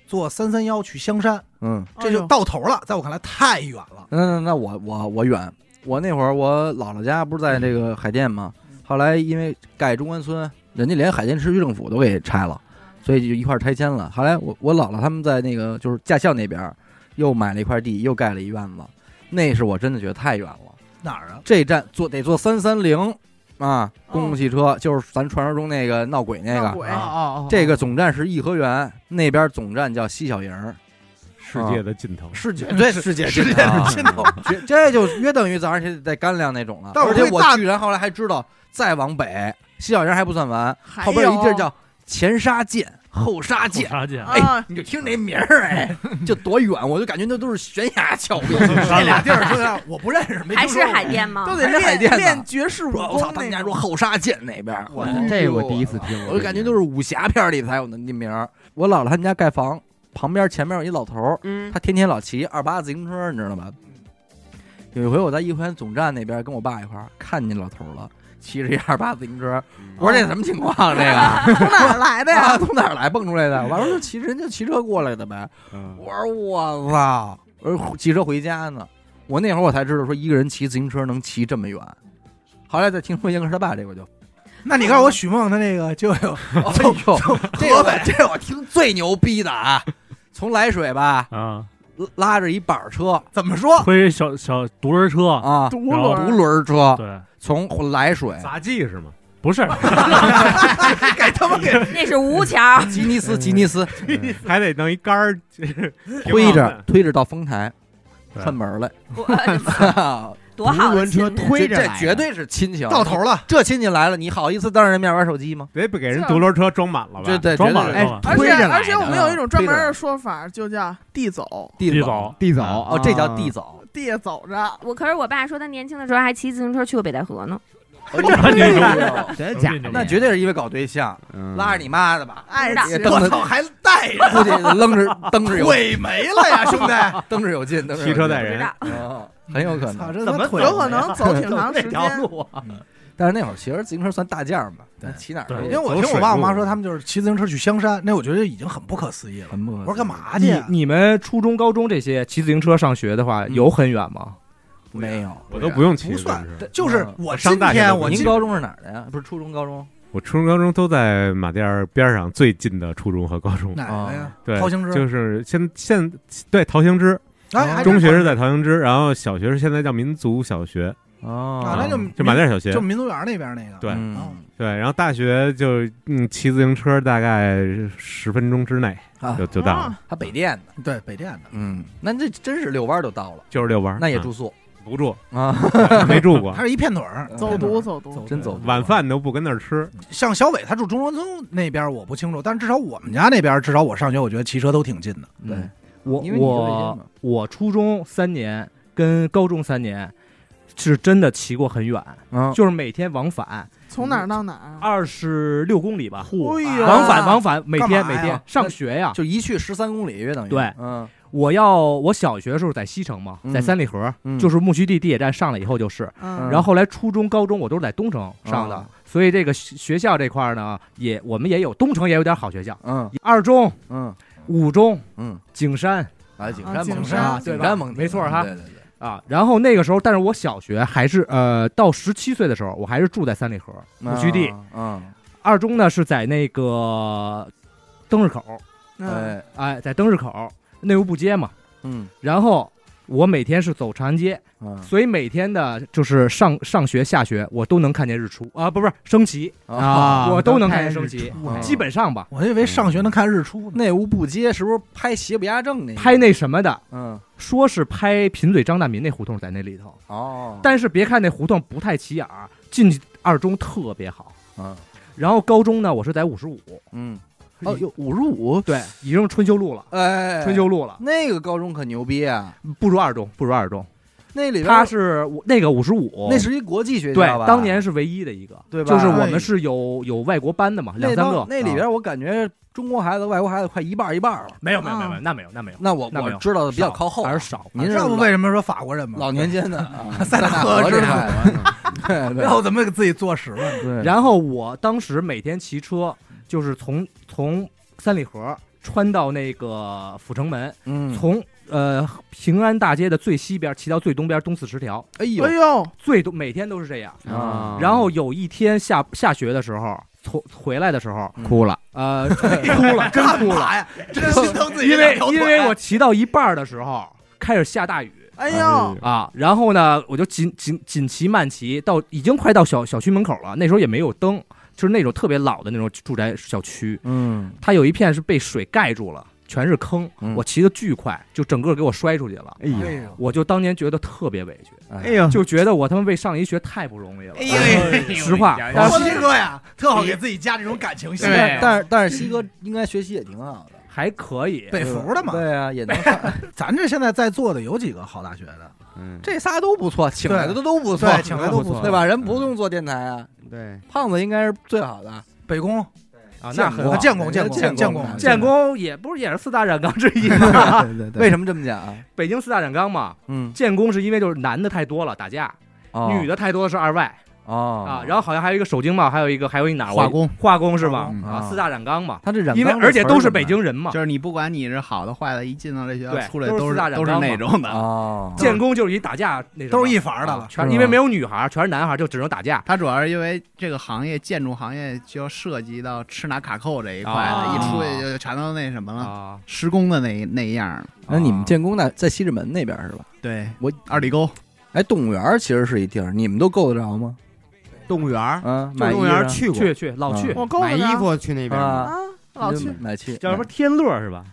Speaker 7: 坐三三幺去香山，
Speaker 1: 嗯，
Speaker 7: 这就到头了。在我看来太远了。
Speaker 1: 那那那我我我远，我那会儿我姥姥家不是在这个海淀吗？后来因为盖中关村，人家连海淀市区政府都给拆了，所以就一块儿拆迁了。后来我我姥姥他们在那个就是驾校那边儿又买了一块地，又盖了一院子，那是我真的觉得太远了。
Speaker 7: 哪儿啊？
Speaker 1: 这站坐得坐三三零啊，
Speaker 7: 哦
Speaker 1: 公共汽车就是咱传说中那个闹鬼那
Speaker 2: 闹
Speaker 1: 个
Speaker 2: 鬼
Speaker 1: 啊。
Speaker 3: 哦
Speaker 1: 这个总站是颐和园，那边总站叫西小营儿，
Speaker 10: 世界的尽头
Speaker 1: 啊世界对世界
Speaker 7: 世界
Speaker 1: 的啊
Speaker 7: 的尽头，
Speaker 1: 这这就约等于早上起得干粮那种了。
Speaker 7: 但我
Speaker 1: 而且
Speaker 7: 会
Speaker 1: 我
Speaker 7: 大
Speaker 1: 居然后来还知道，再往北西小营还不算完，
Speaker 2: 还
Speaker 1: 后边有一地儿
Speaker 2: 有
Speaker 1: 叫前沙涧后沙涧。
Speaker 11: 沙见
Speaker 1: 哎
Speaker 2: 啊，
Speaker 1: 你就听这名儿，哎， 就多远，我就感觉那都是悬崖峭 壁。这
Speaker 7: 俩地儿说实话我不认识，没
Speaker 5: 还
Speaker 7: 听
Speaker 5: 是
Speaker 7: 说过
Speaker 5: 海淀吗？
Speaker 2: 都
Speaker 1: 还
Speaker 2: 得
Speaker 1: 是海淀的
Speaker 2: 练练绝世武
Speaker 1: 说我操，
Speaker 2: 功
Speaker 1: 他们
Speaker 2: 那
Speaker 1: 家
Speaker 2: 种哎
Speaker 1: 说。后沙涧那边儿，我
Speaker 7: 嗯
Speaker 8: 这我第一次听，
Speaker 1: 我就感觉都是武侠片儿里才有的那名儿。我姥姥他们家盖房，旁边前面有一老头儿，
Speaker 5: 嗯
Speaker 1: 他天天老骑二八自行车，你知道吧？有一回我在颐和园总站那边跟我爸一块儿看见老头儿了，骑着一二八自行车，我说这什么情况？啊这个
Speaker 2: 哦从哪儿来的
Speaker 1: 啊，
Speaker 2: 呀？
Speaker 1: 从哪儿来蹦出来的？我爸说就骑人就骑车过来的呗。
Speaker 10: 嗯
Speaker 1: 我说我操！我说骑车回家呢。我那会儿我才知道说一个人骑自行车能骑这么远。后来再听说严哥他爸这个我就，
Speaker 7: 那你告诉我许梦他那个就有
Speaker 1: 哎呦，这
Speaker 7: 河
Speaker 1: 我
Speaker 7: 北
Speaker 1: 这我听最牛逼的啊！从涞水吧
Speaker 11: 啊，
Speaker 1: 拉拉着一板车
Speaker 7: 怎么说？
Speaker 11: 推小小独轮车，
Speaker 1: 啊，
Speaker 2: 独
Speaker 11: 然后
Speaker 2: 轮
Speaker 1: 独轮车
Speaker 11: 对，
Speaker 1: 从涞水
Speaker 10: 杂技是吗？
Speaker 11: 不是
Speaker 7: 给他们给
Speaker 5: 那是吴桥，
Speaker 1: 吉尼斯吉尼斯
Speaker 10: 还得弄一杆儿，
Speaker 1: 推着推着到丰台
Speaker 11: 对
Speaker 1: 串门儿来，
Speaker 5: 我 多好的
Speaker 8: 轮车
Speaker 5: 亲戚
Speaker 8: 推着
Speaker 1: 这
Speaker 8: 来
Speaker 1: 绝对是亲情。
Speaker 9: 啊
Speaker 7: 到头了，
Speaker 1: 这亲戚来了，你好意思当着人面玩手机吗？
Speaker 10: 得不给人独轮车装满了吧？
Speaker 1: 这对，
Speaker 11: 装满
Speaker 1: 绝
Speaker 11: 了
Speaker 2: 而
Speaker 9: 哎
Speaker 1: 对是哎
Speaker 11: 装满了
Speaker 8: 推
Speaker 2: 且
Speaker 8: 着来的
Speaker 2: 而且我们有一种专门
Speaker 1: 推着
Speaker 2: 的说法，就叫地走，
Speaker 11: 地
Speaker 1: 地
Speaker 11: 走，
Speaker 8: 地走啊
Speaker 1: 哦，这叫地走。
Speaker 2: 地下走着。
Speaker 5: 我可是我爸说他年轻的时候还骑自行车去过北戴河呢。
Speaker 11: 真牛逼
Speaker 8: 走，真的假的？
Speaker 1: 那绝对是因为搞对象，拉着你妈的
Speaker 7: 嗯
Speaker 1: 吧，哎
Speaker 2: 爱
Speaker 5: 不
Speaker 2: 情
Speaker 1: 知，道
Speaker 7: 我操，还带着
Speaker 1: 估计 扔着蹬着有
Speaker 7: 腿没了呀，兄弟！
Speaker 1: 蹬着有 劲，蹬着有
Speaker 10: 哎骑车
Speaker 1: 劲
Speaker 10: 带人，
Speaker 1: 啊，很有可
Speaker 7: 操，
Speaker 1: 能。
Speaker 7: 这
Speaker 12: 怎么
Speaker 7: 腿
Speaker 2: 有可能走挺长时
Speaker 12: 条
Speaker 2: 间。
Speaker 12: 路啊？
Speaker 1: 但是那会儿骑着自行车算大件儿嘛，那骑哪儿都
Speaker 11: 对
Speaker 7: 因
Speaker 1: 有
Speaker 7: 为我听
Speaker 10: 走水
Speaker 7: 我爸我妈
Speaker 10: 路
Speaker 7: 说，他们就是骑自行车去香山，那我觉得已经很不可思议了。
Speaker 1: 很不可思
Speaker 7: 我说
Speaker 1: 议
Speaker 7: 干？嘛去啊
Speaker 9: 你
Speaker 7: 呀？
Speaker 9: 你们初中、高中这些骑自行车上学的话，
Speaker 1: 嗯
Speaker 9: 有很远吗？
Speaker 1: 没有，
Speaker 10: 我都不用骑
Speaker 7: 不
Speaker 10: 自行
Speaker 7: 算
Speaker 10: 车。，
Speaker 7: 就是
Speaker 1: 嗯
Speaker 7: 我
Speaker 10: 我
Speaker 7: 今
Speaker 10: 上大学
Speaker 7: 天
Speaker 10: 都
Speaker 7: 我
Speaker 1: 您
Speaker 7: 今
Speaker 1: 高中是哪儿的呀？不是初中、高中？
Speaker 10: 我初中、高中都在马甸儿边上最近的初中和高中。
Speaker 7: 哪个
Speaker 1: 哦
Speaker 7: 呀？
Speaker 10: 对，
Speaker 7: 陶行知
Speaker 10: 就是现现对陶行知，嗯
Speaker 7: 哎，还真
Speaker 10: 中学
Speaker 7: 好
Speaker 10: 是在陶行知，然后小学是现在叫民族小学，
Speaker 1: 哦
Speaker 7: 啊，那就
Speaker 10: 就马甸小学
Speaker 7: 就民族园那边那个，
Speaker 10: 对
Speaker 7: 嗯
Speaker 10: 对，然后大学就嗯骑自行车大概十分钟之内
Speaker 1: 啊
Speaker 10: 就就到
Speaker 7: 哦
Speaker 9: 哦
Speaker 10: 了，
Speaker 1: 他北电的，
Speaker 7: 对北电的，
Speaker 1: 嗯，那这真是遛弯儿就到了，
Speaker 10: 就是遛弯儿，
Speaker 1: 那也
Speaker 10: 嗯
Speaker 1: 住宿
Speaker 10: 不住
Speaker 1: 啊
Speaker 10: 没住 过，
Speaker 7: 他是一片腿
Speaker 1: 嗯
Speaker 7: 儿，
Speaker 2: 走读走读，
Speaker 1: 真走
Speaker 10: 晚饭都不跟那儿吃，
Speaker 7: 像小伟他住中关村那边我不清楚，但至少我们家那边，至少我上学，我觉得骑车都挺近的。
Speaker 1: 对，
Speaker 9: 我
Speaker 7: 因为你就这些
Speaker 9: 我
Speaker 7: 嘛
Speaker 9: 我初中三年跟高中三年是真的骑过很远，
Speaker 1: 嗯
Speaker 9: 就是每天往返
Speaker 2: 从哪儿到哪儿？啊
Speaker 9: 二十六公里吧，
Speaker 2: 哎呀
Speaker 9: 往返往返，每天
Speaker 1: 干嘛
Speaker 9: 每
Speaker 1: 呀
Speaker 9: 天上学呀，
Speaker 1: 就一去十三公里，约等于
Speaker 9: 对
Speaker 1: 嗯，
Speaker 9: 我要我小学的时候在西城嘛，
Speaker 1: 嗯
Speaker 9: 在三里河，
Speaker 1: 嗯
Speaker 9: 就是木樨地地铁站上来以后就是，
Speaker 1: 嗯
Speaker 9: 然后后来初中、高中我都是在东城上的，
Speaker 1: 哦
Speaker 9: 所以这个学学校这块儿呢，也我们也有东城也有点好学校，
Speaker 1: 嗯，
Speaker 9: 二中，
Speaker 1: 嗯，
Speaker 9: 五中，
Speaker 1: 嗯，
Speaker 9: 景山
Speaker 1: 啊，景山
Speaker 9: 景
Speaker 1: 蒙
Speaker 9: 山
Speaker 1: 山，
Speaker 9: 对
Speaker 1: 景
Speaker 9: 吧
Speaker 1: 山蒙
Speaker 9: 没错哈
Speaker 1: 对对对，
Speaker 9: 啊，然后那个时候，但是我小学还是呃，到十七岁的时候，我还是住在三里河木樨地，
Speaker 1: 啊嗯，
Speaker 9: 二中呢是在那个灯市口，
Speaker 1: 哎，
Speaker 9: 哎，在灯市口内务部街嘛，
Speaker 1: 嗯，
Speaker 9: 然后我每天是走长安街，
Speaker 1: 嗯
Speaker 9: 所以每天的就是上上学、下学，我都能看见日出
Speaker 1: 哎
Speaker 9: 啊，不不是升旗
Speaker 1: 啊
Speaker 9: 我都能看见
Speaker 1: 能
Speaker 9: 升
Speaker 1: 看见
Speaker 9: 旗
Speaker 1: 日出啊，
Speaker 9: 基本上吧。嗯
Speaker 7: 我以为上学能看日出呢。
Speaker 1: 内务部街是不是拍邪不压正那个？
Speaker 9: 拍那什么的，
Speaker 1: 嗯，
Speaker 9: 说是拍贫嘴张大民那胡同在那里头，
Speaker 1: 哦，
Speaker 9: 但是别看那胡同不太起眼儿，进去二中特别好。
Speaker 1: 嗯
Speaker 9: 然后高中呢，我是在五十五，
Speaker 1: 嗯，
Speaker 9: 哦，
Speaker 1: 有五十五，
Speaker 9: 对，已经春秋路了，
Speaker 1: 哎，
Speaker 9: 春秋路了，
Speaker 1: 那个高中可牛逼啊，
Speaker 9: 不如二中，不如二中。
Speaker 1: 那里边
Speaker 9: 他是我那个五十五，
Speaker 1: 那是一国际学
Speaker 9: 对
Speaker 1: 校吧？，
Speaker 9: 当年是唯一的一个，
Speaker 1: 对吧哎
Speaker 9: 就是我们是有有外国班的嘛，两
Speaker 1: 那
Speaker 9: 三
Speaker 1: 帮
Speaker 9: 个。
Speaker 1: 那里
Speaker 9: 啊
Speaker 1: 边我感觉中国孩子、外国孩子快一半一半了。
Speaker 9: 没有没有没有没
Speaker 1: 啊
Speaker 9: 有，那没有那没有。
Speaker 1: 那我
Speaker 9: 那没
Speaker 1: 我
Speaker 9: 有
Speaker 1: 知道的比较
Speaker 9: 少
Speaker 1: 靠后啊
Speaker 9: 还是少。
Speaker 1: 您
Speaker 7: 知
Speaker 1: 是
Speaker 7: 道
Speaker 1: 老
Speaker 7: 为什么说法国人吗？
Speaker 1: 老年 间的啊
Speaker 7: 塞纳
Speaker 1: 河
Speaker 7: 河
Speaker 1: 这
Speaker 7: 知道
Speaker 1: 块
Speaker 7: 吗
Speaker 1: 对对
Speaker 7: 那我怎么给自己做实了呢？
Speaker 1: 对
Speaker 9: 然后我当时每天骑车，就是从从三里河穿到那个阜成门，
Speaker 1: 嗯
Speaker 9: 从呃平安大街的最西边骑到最东边东四十条，
Speaker 1: 哎呦
Speaker 2: 哎呦，
Speaker 9: 最东每天都是这样。
Speaker 1: 啊
Speaker 9: 然后有一天下下学的时候，从回来的时候
Speaker 1: 嗯
Speaker 8: 哭了，
Speaker 9: 呃，
Speaker 7: 哎
Speaker 9: 哭了，真哭了
Speaker 7: 呀，真心疼自己
Speaker 9: 因
Speaker 7: 两
Speaker 9: 为
Speaker 7: 条腿。
Speaker 9: 因为我骑到一半的时候开始下大雨
Speaker 2: 哎呦，
Speaker 9: 啊，然后呢，我就紧紧紧骑慢骑，到已经快到小小区门口了，那时候也没有灯，就是那种特别老的那种住宅小区，
Speaker 1: 嗯，
Speaker 9: 它有一片是被水盖住了。全是坑，我骑的巨快，就整个给我摔出去了。
Speaker 8: 哎呦，
Speaker 9: 我就当年觉得特别委屈，
Speaker 1: 哎
Speaker 8: 呦
Speaker 9: 就觉得我他妈为上一学太不容易了。
Speaker 7: 哎
Speaker 9: 呦实话
Speaker 7: 我
Speaker 9: 但是
Speaker 7: 西哥呀，啊特好给自己加这种感情戏。
Speaker 1: 但但是但是西哥应该学习也挺好的，
Speaker 9: 还可以，
Speaker 7: 北服的嘛，
Speaker 1: 对啊，也能上，
Speaker 7: 咱这现在在座的有几个好大学的？
Speaker 8: 嗯，
Speaker 1: 这仨都不错，请来的都不错，
Speaker 7: 对请来都不错嗯
Speaker 1: 对吧？人不用做电台啊，
Speaker 8: 对，
Speaker 1: 胖子应该是最好的，
Speaker 7: 北工
Speaker 9: 啊，那很好。
Speaker 7: 建工
Speaker 1: 建
Speaker 7: 建
Speaker 1: 工
Speaker 7: 工
Speaker 1: 建
Speaker 7: 建
Speaker 1: 工
Speaker 7: 工
Speaker 9: 建工也不是也是四大染缸之一 吗？
Speaker 8: 对对对，
Speaker 1: 为什么这么讲啊？
Speaker 9: 北京四大染缸嘛，
Speaker 1: 嗯，
Speaker 9: 建工是因为就是男的太多了打架，女
Speaker 1: 的
Speaker 9: 的太多的是二外
Speaker 1: 哦
Speaker 9: 啊，然后好像还有一个首经贸，还有一个还有一哪儿我
Speaker 3: 化工
Speaker 9: 化工是吧？
Speaker 3: 嗯
Speaker 9: 啊
Speaker 1: 啊，
Speaker 9: 四大染缸嘛，
Speaker 1: 他这染缸
Speaker 9: 因为
Speaker 1: 这
Speaker 9: 而且
Speaker 1: 词儿
Speaker 9: 都是
Speaker 1: 怎么
Speaker 9: 北
Speaker 1: 来
Speaker 9: 京人嘛
Speaker 3: 就，是你不管你是好的坏的，一进到这学
Speaker 9: 对
Speaker 3: 校出来
Speaker 9: 都是
Speaker 3: 都
Speaker 9: 四
Speaker 3: 是
Speaker 9: 大染
Speaker 3: 都是
Speaker 9: 缸
Speaker 3: 那
Speaker 9: 嘛
Speaker 3: 种的。
Speaker 1: 哦，
Speaker 9: 建工就是一打架那什么
Speaker 7: 都是一法儿的
Speaker 9: 啊
Speaker 7: 了
Speaker 9: 全
Speaker 1: 是
Speaker 9: 因为
Speaker 1: 吗
Speaker 9: 没有女孩儿，全是男孩儿，就只能打架。
Speaker 3: 它主要是因为这个行业，建筑行业就涉及到吃拿卡扣这一块的，
Speaker 9: 哦
Speaker 3: 一出去就全都那什么了，
Speaker 9: 啊，
Speaker 3: 施工的那那一样了。
Speaker 1: 那你们建工在在西直门那边是吧？
Speaker 3: 对
Speaker 1: 我
Speaker 3: 二里沟
Speaker 1: 哎，动物园儿其实是一地儿，你们都够得着吗？
Speaker 8: 动物园儿，
Speaker 1: 嗯，买
Speaker 8: 动物园
Speaker 1: 衣
Speaker 8: 儿
Speaker 1: 裳
Speaker 8: 去过，嗯
Speaker 9: 去去老去，
Speaker 2: 我够
Speaker 8: 买
Speaker 2: 了
Speaker 8: 衣
Speaker 2: 呢
Speaker 8: 服去那边吗，
Speaker 1: 啊，
Speaker 2: 啊，老去，
Speaker 1: 买去
Speaker 9: 叫什么天乐是吧？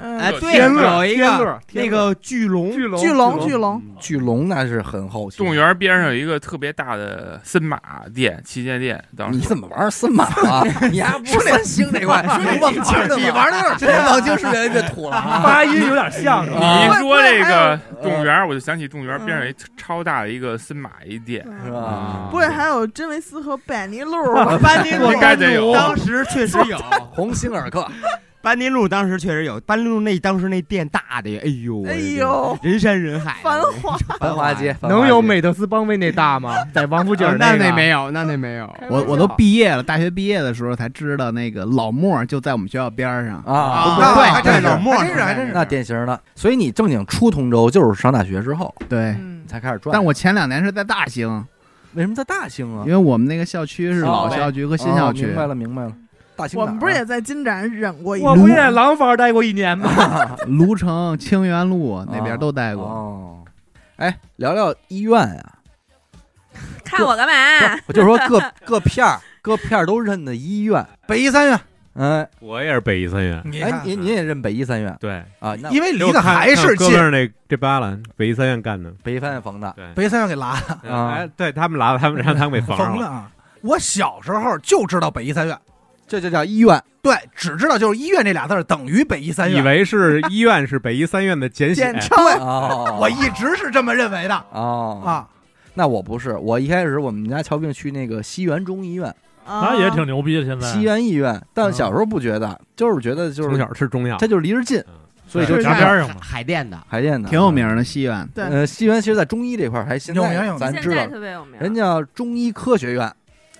Speaker 2: 嗯，
Speaker 8: 哎，对，
Speaker 9: 天
Speaker 8: 有
Speaker 9: 乐
Speaker 8: 一
Speaker 9: 天乐
Speaker 8: 个
Speaker 9: 天
Speaker 8: 那
Speaker 9: 乐
Speaker 8: 个巨龙，
Speaker 9: 龙
Speaker 2: 巨龙巨龙，
Speaker 1: 巨龙那是很后期。
Speaker 6: 动物园儿边上有一个特别大的森马店、旗舰店，当
Speaker 1: 你
Speaker 6: 时
Speaker 1: 怎么玩森马 啊？你还不是三星那块？你忘情的吗？你啊玩的有点望京是越来越土了 啊。
Speaker 9: 发音有点像是吧？
Speaker 6: 你一说这个
Speaker 1: 有
Speaker 6: 动物园儿，我就想起动物园儿边上有一超大的一个森马一店，啊
Speaker 1: 是
Speaker 2: 嗯
Speaker 1: 吧？
Speaker 2: 不会还有真维斯和班尼路 吧？班尼路
Speaker 6: 应该得有。
Speaker 8: 当时 确实 有
Speaker 1: 鸿星尔克，
Speaker 8: 班尼路，当时确实有班尼路那当时那店大的，哎呦，我的
Speaker 2: 哎
Speaker 8: 天
Speaker 2: 呦，
Speaker 8: 人山人海，
Speaker 2: 繁华，
Speaker 8: 啊
Speaker 1: 繁华街
Speaker 9: 能有美特斯邦威那大 吗？在王府井
Speaker 3: 啊
Speaker 8: 哦
Speaker 9: 那
Speaker 8: 那
Speaker 9: 个嗯
Speaker 8: 那没
Speaker 1: 啊
Speaker 8: 有，那那没有，
Speaker 3: 我我都毕业了，大学毕业的时候才知道那个老莫就在我们学校边儿上。
Speaker 1: 啊？
Speaker 8: 啊
Speaker 7: 对，还真
Speaker 8: 对
Speaker 7: 是
Speaker 8: 老莫
Speaker 7: 还真是还真是。
Speaker 1: 那典型的。 所以你正经出通州，就是上大学之后
Speaker 3: 对，
Speaker 2: 嗯，
Speaker 1: 才开始转。
Speaker 3: 但我前两年是在大兴，
Speaker 1: 为什么在大兴啊
Speaker 3: 因？为我们那个校区是老校区和新校
Speaker 1: 哦
Speaker 3: 区
Speaker 1: 明。白了，明白了。大兴哪
Speaker 2: 我
Speaker 1: 儿啊，
Speaker 2: 们不是也在金展忍过一
Speaker 9: 我
Speaker 2: 次
Speaker 9: 不
Speaker 3: 哎
Speaker 9: 是在廊坊待过一年吗？ 哦
Speaker 3: 卢城、清源路那边都待过。
Speaker 1: 哦，哎，聊聊医院呀、
Speaker 5: 看我干嘛？
Speaker 1: 我就说各各片儿，各片儿都认的医院，
Speaker 7: 北医三院。
Speaker 1: 嗯，
Speaker 10: 我也是北医三院，
Speaker 1: 哎，您您也认北医三院？
Speaker 10: 对
Speaker 1: 啊，那
Speaker 7: 因为离
Speaker 10: 就
Speaker 7: 得
Speaker 10: 看
Speaker 7: 还
Speaker 10: 看
Speaker 7: 是
Speaker 10: 哥
Speaker 7: 近
Speaker 10: 们儿那这疤了，北医三院干的，
Speaker 1: 北医三院缝的，
Speaker 10: 对，
Speaker 7: 北医三院给拉的
Speaker 1: 啊
Speaker 10: 嗯哎，对他们拉了，他们让他们给缝上
Speaker 7: 缝了
Speaker 10: 了，
Speaker 7: 啊！我小时候就知道北医三院，
Speaker 1: 这就叫医院。
Speaker 7: 对，只知道就是医院这俩字儿等于北医三
Speaker 10: 以
Speaker 7: 院。
Speaker 10: 为是医院 是北医三院的简写
Speaker 7: 简，称，啊
Speaker 1: 哦
Speaker 7: 我一直是这么认为的
Speaker 1: 哦
Speaker 7: 啊。
Speaker 1: 那我不是，我一开始我们家乔病去那个西园中医院，
Speaker 3: 啊
Speaker 11: 那也挺牛逼的。现在
Speaker 1: 西园医院，但小时候不觉得，就是觉得就是
Speaker 10: 从小吃中药嗯
Speaker 1: 它，就是离着近，所以就
Speaker 3: 对
Speaker 1: 家
Speaker 3: 家边
Speaker 1: 儿
Speaker 3: 上嘛
Speaker 1: 海淀的，海淀的
Speaker 3: 挺有名的西苑。
Speaker 1: 呃，西园其实，在中医这块儿还现在
Speaker 3: 有名有名
Speaker 1: 咱知
Speaker 5: 现
Speaker 1: 道
Speaker 5: 在特别有名
Speaker 1: 人家中医科学院，
Speaker 2: 哎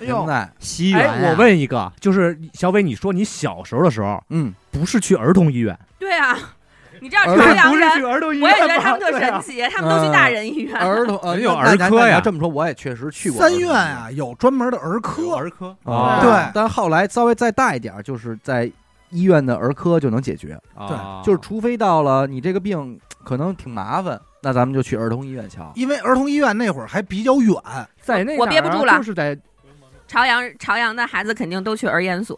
Speaker 1: 现在
Speaker 4: 西
Speaker 9: 哎，
Speaker 1: 啊
Speaker 9: 我问一个，就是小伟，你说你小时候的时候，
Speaker 1: 嗯，
Speaker 9: 不是去儿童医院，
Speaker 5: 对啊，你知道
Speaker 9: 儿
Speaker 5: 朝
Speaker 9: 童
Speaker 5: 阳
Speaker 9: 不是去
Speaker 5: 人，
Speaker 9: 儿童医
Speaker 5: 我也觉
Speaker 9: 院
Speaker 5: 得他们
Speaker 9: 吗
Speaker 5: 特
Speaker 9: 对啊
Speaker 5: 神奇，他们都去大人医院。
Speaker 1: 儿童呃，
Speaker 10: 人有
Speaker 1: 那
Speaker 10: 儿
Speaker 1: 那
Speaker 10: 科
Speaker 1: 那你
Speaker 10: 呀
Speaker 1: 要这么说，我也确实 去过
Speaker 7: 三
Speaker 1: 儿童
Speaker 7: 院啊，有专门的儿科，
Speaker 10: 儿科
Speaker 1: 啊
Speaker 7: 对
Speaker 1: 但后来稍微再大一点儿，就是在医院的儿科就能解决。
Speaker 10: 啊
Speaker 1: 就是除非到了你这个病可能挺麻烦，那咱们就去儿童医院瞧。
Speaker 7: 因为儿童医院那会儿还比较远，
Speaker 9: 在那啊
Speaker 5: 我憋不住了
Speaker 9: 就是在
Speaker 5: 朝阳朝阳的孩子肯定都去儿研所，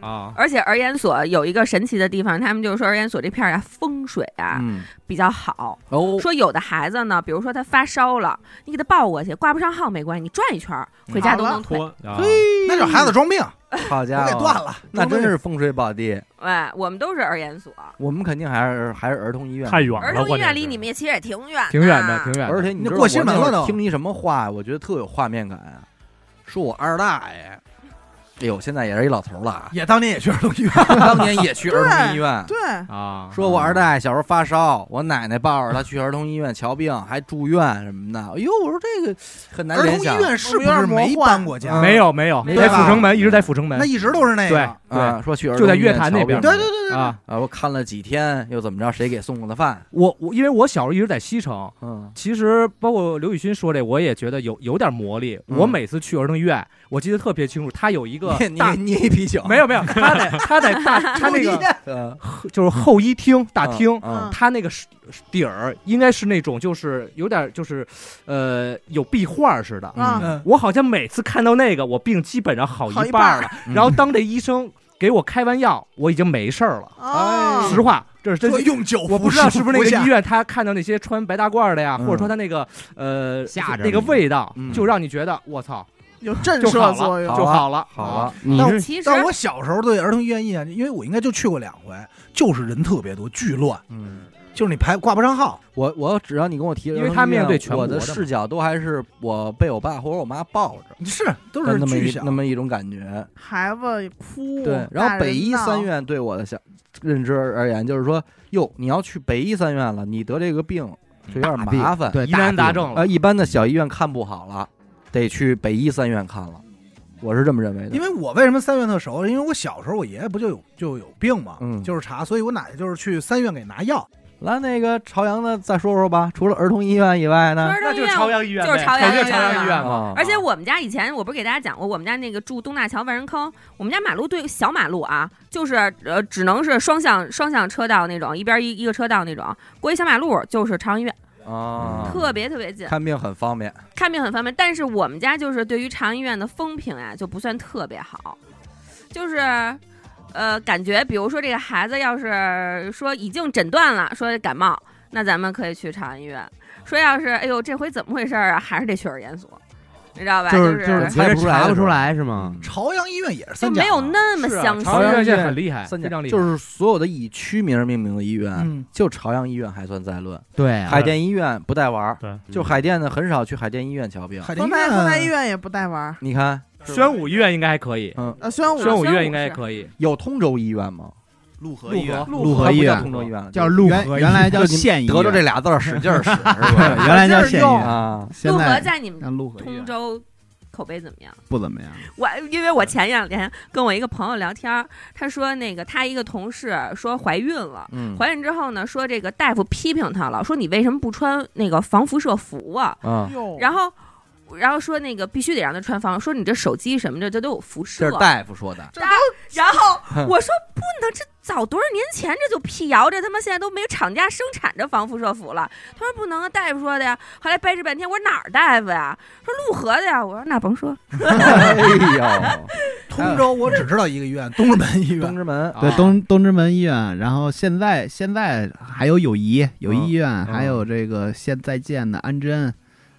Speaker 10: 啊，
Speaker 5: 而且儿研所有一个神奇的地方，他们就是说儿研所这片儿啊风水啊、
Speaker 1: 嗯，
Speaker 5: 比较好。
Speaker 1: 哦，
Speaker 5: 说有的孩子呢，比如说他发烧了，你给他报过去，挂不上号没关系，你转一圈儿
Speaker 9: 嗯
Speaker 5: 回家都能退。
Speaker 10: 脱啊，
Speaker 7: 那就是孩子装病，
Speaker 1: 好家
Speaker 7: 我
Speaker 1: 伙，
Speaker 7: 给断了，
Speaker 1: 那真是风水宝地。
Speaker 5: 哎，我们都是儿研所，
Speaker 1: 我们肯定还是还是儿童医院
Speaker 11: 太远了
Speaker 5: 儿童医院离你们也其实也挺远，
Speaker 9: 挺远的，挺远的。
Speaker 1: 而且你
Speaker 7: 那
Speaker 1: 知道
Speaker 7: 过
Speaker 1: 我
Speaker 7: 新闻
Speaker 1: 那会儿
Speaker 7: 了都，
Speaker 1: 听一什么话，我觉得特有画面感啊。说我二大爷，哎呦，现在也是一老头了啊
Speaker 7: 也当年也去儿童医院，
Speaker 1: 当年也去儿童医院。
Speaker 2: 对，
Speaker 9: 啊，
Speaker 1: 说我二大爷小时候发烧，我奶奶抱着他去儿童医院瞧病，还住院什么的。哎呦，我说这个很难
Speaker 7: 儿童
Speaker 1: 联
Speaker 7: 医
Speaker 1: 想。
Speaker 7: 院是不是没搬过家？
Speaker 1: 嗯
Speaker 9: 没有没有，
Speaker 5: 没
Speaker 9: 在
Speaker 7: 有
Speaker 9: 阜成门一直在阜成门
Speaker 7: 那，一直都是那
Speaker 9: 对
Speaker 7: 个，
Speaker 1: 啊，
Speaker 9: 对
Speaker 1: 说去儿
Speaker 9: 就在
Speaker 1: 童医院
Speaker 9: 乐坛那
Speaker 1: 瞧
Speaker 9: 边
Speaker 1: 病
Speaker 7: 对对对对，
Speaker 9: 啊。
Speaker 1: 啊，我看了几天，又怎么着？谁给送过的饭？
Speaker 9: 我我因为我小时候一直在西城，
Speaker 1: 嗯，
Speaker 9: 其实包括刘雨欣说这，我也觉得有有点魔力。
Speaker 1: 嗯
Speaker 9: 我每次去儿童医院，我记得特别清楚，他有一个
Speaker 1: 你
Speaker 9: 大
Speaker 1: 你你一啤酒
Speaker 9: 没 有没有，他在他在大他那个
Speaker 1: 呃
Speaker 9: 就是后衣厅大
Speaker 1: 嗯
Speaker 9: 厅，
Speaker 1: 嗯
Speaker 9: 他那个是底儿应该是那种就是有点就是，呃，有壁画似的。
Speaker 2: 啊
Speaker 1: 嗯
Speaker 9: 我好像每次看到那个，我病基本上好
Speaker 2: 好一
Speaker 9: 一半儿
Speaker 2: 半
Speaker 9: 了。然后当这医生给我开完药，我已经没事儿了。
Speaker 2: 哦
Speaker 9: 实话，这是真
Speaker 7: 这用酒
Speaker 9: 我不
Speaker 7: 服
Speaker 9: 知道
Speaker 7: 食
Speaker 9: 是不是那
Speaker 7: 下
Speaker 9: 个医院，他看到那些穿白大褂的呀，
Speaker 1: 嗯
Speaker 9: 或者说他那个呃
Speaker 4: 吓着
Speaker 9: 那个
Speaker 4: 你
Speaker 9: 味道
Speaker 1: 嗯，
Speaker 9: 就让你觉得我操
Speaker 2: 有震
Speaker 9: 就
Speaker 2: 慑
Speaker 9: 好了
Speaker 2: 作
Speaker 9: 就
Speaker 2: 用，
Speaker 9: 好了啊嗯
Speaker 1: 好了，，
Speaker 4: 你
Speaker 7: 那
Speaker 4: 是
Speaker 5: 其实
Speaker 7: 啊但我小时候对儿童医院印象，因为我应该就去过两回，就是人特别多，巨乱，
Speaker 1: 嗯，
Speaker 7: 就是你排挂不上号。
Speaker 1: 我我只要你跟我提儿童医
Speaker 9: 因
Speaker 1: 院，
Speaker 9: 为他面对全
Speaker 1: 我
Speaker 9: 国
Speaker 1: 的
Speaker 9: 的嘛
Speaker 1: 视角都还是我被我爸或者我妈抱 着，
Speaker 7: 是，都
Speaker 1: 但
Speaker 7: 是
Speaker 1: 那么
Speaker 7: 巨
Speaker 1: 一
Speaker 7: 小
Speaker 1: 那。么一种感觉。
Speaker 2: 孩子哭，
Speaker 1: 对，然
Speaker 2: 大
Speaker 1: 后
Speaker 2: 人
Speaker 1: 北医
Speaker 2: 闹
Speaker 1: 三院对我的想认知而言，就是说，哟，你要去北医三院了，你得这个病
Speaker 9: 嗯
Speaker 1: 就有点
Speaker 4: 病
Speaker 1: 麻烦。
Speaker 4: 对
Speaker 9: 疑难
Speaker 4: 大
Speaker 9: 杂
Speaker 4: 病
Speaker 9: 症了
Speaker 1: 呃，。一般的小医院看不好了，得去北医三院看了，我是这么认为的。
Speaker 7: 因为我为什么三院特熟？因为我小时候我爷爷不就有就有病嘛，
Speaker 1: 嗯
Speaker 7: 就是查，所以我奶奶就是去三院给拿药。
Speaker 1: 来，那个朝阳的再说说吧，除了儿童 医院以外呢？
Speaker 5: 儿童医院
Speaker 9: 阳医院
Speaker 5: 就是
Speaker 9: 呗
Speaker 5: 朝阳
Speaker 9: 肯定
Speaker 5: 医
Speaker 9: 朝阳
Speaker 5: 院
Speaker 9: 医院嘛。
Speaker 4: 哦
Speaker 1: 啊
Speaker 5: 而且我们家以前我不是给大家讲过，我们家那个住东大桥万人坑，我们家马路对小马路啊，就是呃只能是双向双向车道那种，一边一一个车道那种，过一小马路就是朝阳医院，
Speaker 1: 啊，
Speaker 5: 特别特别近，
Speaker 1: 看病很方便。
Speaker 5: 看病很方便。但是我们家就是对于朝阳医院的风评呀、就不算特别好，就是。呃，感觉比如说这个孩子要是说已经诊断了，说感冒，那咱们可以去朝阳医院。说要是哎呦这回怎么回事儿啊，还是得去儿研所，你知道吧？
Speaker 4: 就是
Speaker 5: 是
Speaker 4: 就是
Speaker 1: 猜不出来
Speaker 4: 查
Speaker 1: 的
Speaker 4: 不
Speaker 1: 时
Speaker 4: 出
Speaker 1: 候
Speaker 4: 来是吗？
Speaker 7: 朝阳医院也是
Speaker 5: 就
Speaker 7: 三甲，
Speaker 5: 没有那么
Speaker 9: 是啊
Speaker 5: 相
Speaker 9: 朝阳医
Speaker 5: 似。
Speaker 9: 院现在很厉害，
Speaker 1: 三
Speaker 9: 非
Speaker 1: 甲
Speaker 9: 常厉害。
Speaker 1: 就是所有的以区名命名的医院，
Speaker 7: 嗯，
Speaker 1: 就朝阳医院还算在论，
Speaker 4: 对啊，
Speaker 1: 海淀医院不带玩儿，
Speaker 11: 对，
Speaker 1: 就海淀的很少去海淀医院瞧病。
Speaker 7: 海淀
Speaker 2: 丰
Speaker 7: 医
Speaker 2: 台丰台医
Speaker 7: 院
Speaker 2: 院也啊不带玩儿，
Speaker 1: 你看嗯
Speaker 9: 宣武医院应该还可以，
Speaker 2: 呃，宣武
Speaker 9: 宣武医
Speaker 5: 宣
Speaker 9: 院
Speaker 5: 武
Speaker 9: 应该
Speaker 5: 是
Speaker 9: 可以。
Speaker 1: 有通州医院吗？
Speaker 13: 陆河
Speaker 9: 陆
Speaker 13: 医院
Speaker 9: 河
Speaker 3: 陆河
Speaker 1: 它
Speaker 3: 医
Speaker 1: 不叫
Speaker 3: 院
Speaker 1: 通州医院，
Speaker 4: 叫陆
Speaker 3: 原
Speaker 4: 河医
Speaker 3: 原来叫
Speaker 1: 就你
Speaker 3: 县医院，
Speaker 1: 得着这俩字儿使劲儿 使，是吧？
Speaker 3: 原来叫县医
Speaker 2: 用
Speaker 3: 院，
Speaker 1: 啊，
Speaker 3: 现
Speaker 5: 陆河
Speaker 3: 在
Speaker 5: 在你们
Speaker 3: 像陆河医
Speaker 5: 通
Speaker 3: 院
Speaker 5: 州口碑怎么样？
Speaker 3: 不怎么样。
Speaker 5: 我因为我前两天跟我一个朋友聊天儿，他说那个他一个同事说怀孕了。
Speaker 1: 嗯
Speaker 5: 怀孕之后呢，说这
Speaker 7: 嗯
Speaker 5: 个大夫批评她了，说你为什么不穿那个防辐射服啊？
Speaker 1: 啊，
Speaker 2: 哟，
Speaker 5: 然后然后说那个必须得让他穿防，说你这手机什么的这都有辐射。
Speaker 13: 这是大夫说的，
Speaker 5: 然后， 然后我说不能，这早多少年前这就辟谣，这他妈现在都没有厂家生产这防辐射服了。他说不能，啊，大夫说的呀。后来掰扯半天，我说哪儿大夫呀？说陆河的呀。我说那甭说，
Speaker 1: 哎呦，
Speaker 7: 通州我只知道一个医院，东直门医院。东
Speaker 1: 直门
Speaker 3: 对，东东直门医院，然后现在现在还有友谊友
Speaker 1: 嗯
Speaker 3: 谊医院，还有这个现在建的安贞，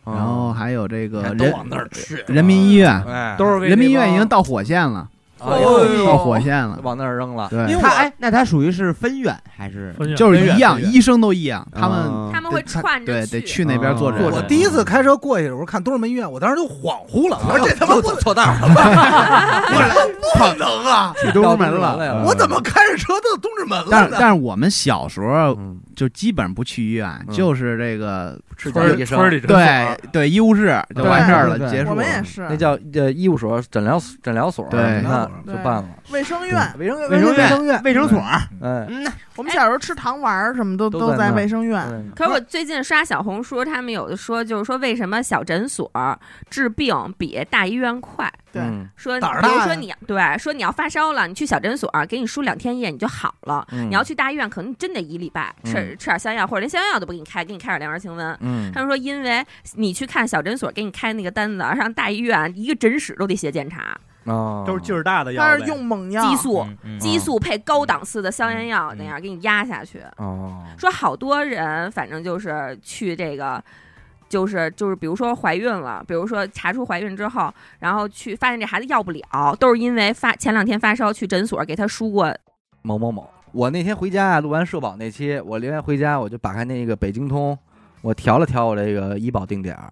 Speaker 3: 然后
Speaker 1: 嗯
Speaker 3: 还有这个
Speaker 13: 都
Speaker 3: 人
Speaker 13: 往那儿去
Speaker 3: 人民医院
Speaker 13: 哎，
Speaker 3: 都是人民医院已经到火线了，
Speaker 1: 哎呦
Speaker 3: 到火线了，
Speaker 1: 往那儿扔了。
Speaker 3: 对，
Speaker 8: 他哎，那他属于是分院还是
Speaker 3: 就是一样，
Speaker 8: 分院
Speaker 3: 医生都一样，他
Speaker 8: 哦
Speaker 1: 嗯
Speaker 3: 们
Speaker 5: 他们会串着
Speaker 3: 对得去那边做诊。
Speaker 7: 嗯啊我第一次开车过去的时候，看东直门医院，我当时就恍惚
Speaker 1: 啊
Speaker 7: 了，我说这他妈不
Speaker 13: 错道了，
Speaker 7: 我不能啊！
Speaker 3: 去东直门了
Speaker 7: 我怎么开着车到东直门了呢？
Speaker 3: 但但是我们小时候就基本不去医院，
Speaker 1: 嗯
Speaker 3: 就是这个
Speaker 1: 吃
Speaker 3: 村
Speaker 1: 家医生村嗯里诊所
Speaker 3: 对对医务室就完事儿了，
Speaker 1: 对
Speaker 3: 结束了。
Speaker 2: 我们也是
Speaker 1: 那叫呃医务所、诊疗诊疗所，
Speaker 3: 对
Speaker 1: 你看就
Speaker 2: 对
Speaker 1: 办了。
Speaker 2: 卫生院、
Speaker 7: 嗯
Speaker 1: 卫生院
Speaker 3: 卫生院
Speaker 2: 院、嗯
Speaker 3: 卫生所嗯
Speaker 1: 哎，
Speaker 2: 我们小时候吃糖丸儿什么都
Speaker 1: 都在
Speaker 2: 在
Speaker 1: 那
Speaker 2: 卫生院。
Speaker 1: 对
Speaker 5: 可是我最近刷小红书，他们有的说就是说为什么小诊所治病比大医院快？
Speaker 2: 对
Speaker 1: 嗯
Speaker 5: 说
Speaker 2: 胆儿
Speaker 5: 比如
Speaker 2: 大
Speaker 5: 说
Speaker 2: 呀
Speaker 5: 你啊对，说你要发烧了，你去小诊所啊给你输两天液你就好了。
Speaker 1: 嗯
Speaker 5: 你要去大医院，可能真得一礼拜吃、
Speaker 1: 嗯
Speaker 5: 吃点香药，或者连香药都不给你开，给你开点凉儿清瘟。
Speaker 1: 嗯
Speaker 5: 他们说，因为你去看小诊所给你开那个单子，啊上大医院一个诊室都得写检查，
Speaker 1: 啊，
Speaker 12: 都是劲儿大的药呗，
Speaker 2: 他是用猛药
Speaker 5: 激素、
Speaker 1: 嗯
Speaker 5: 激
Speaker 9: 哦
Speaker 5: 素配高档次的消炎药、那样给你压下去。
Speaker 1: 哦，
Speaker 5: 说好多人，反正就是去这个，就是就是，比如说怀孕了，比如说查出怀孕之后，然后去发现这孩子要不了，都是因为发前两天发烧去诊所给他输过，
Speaker 1: 某某某。我那天回家啊，录完社保那期，我临完回家我就打开那个北京通，我调了调我这个医保定点儿，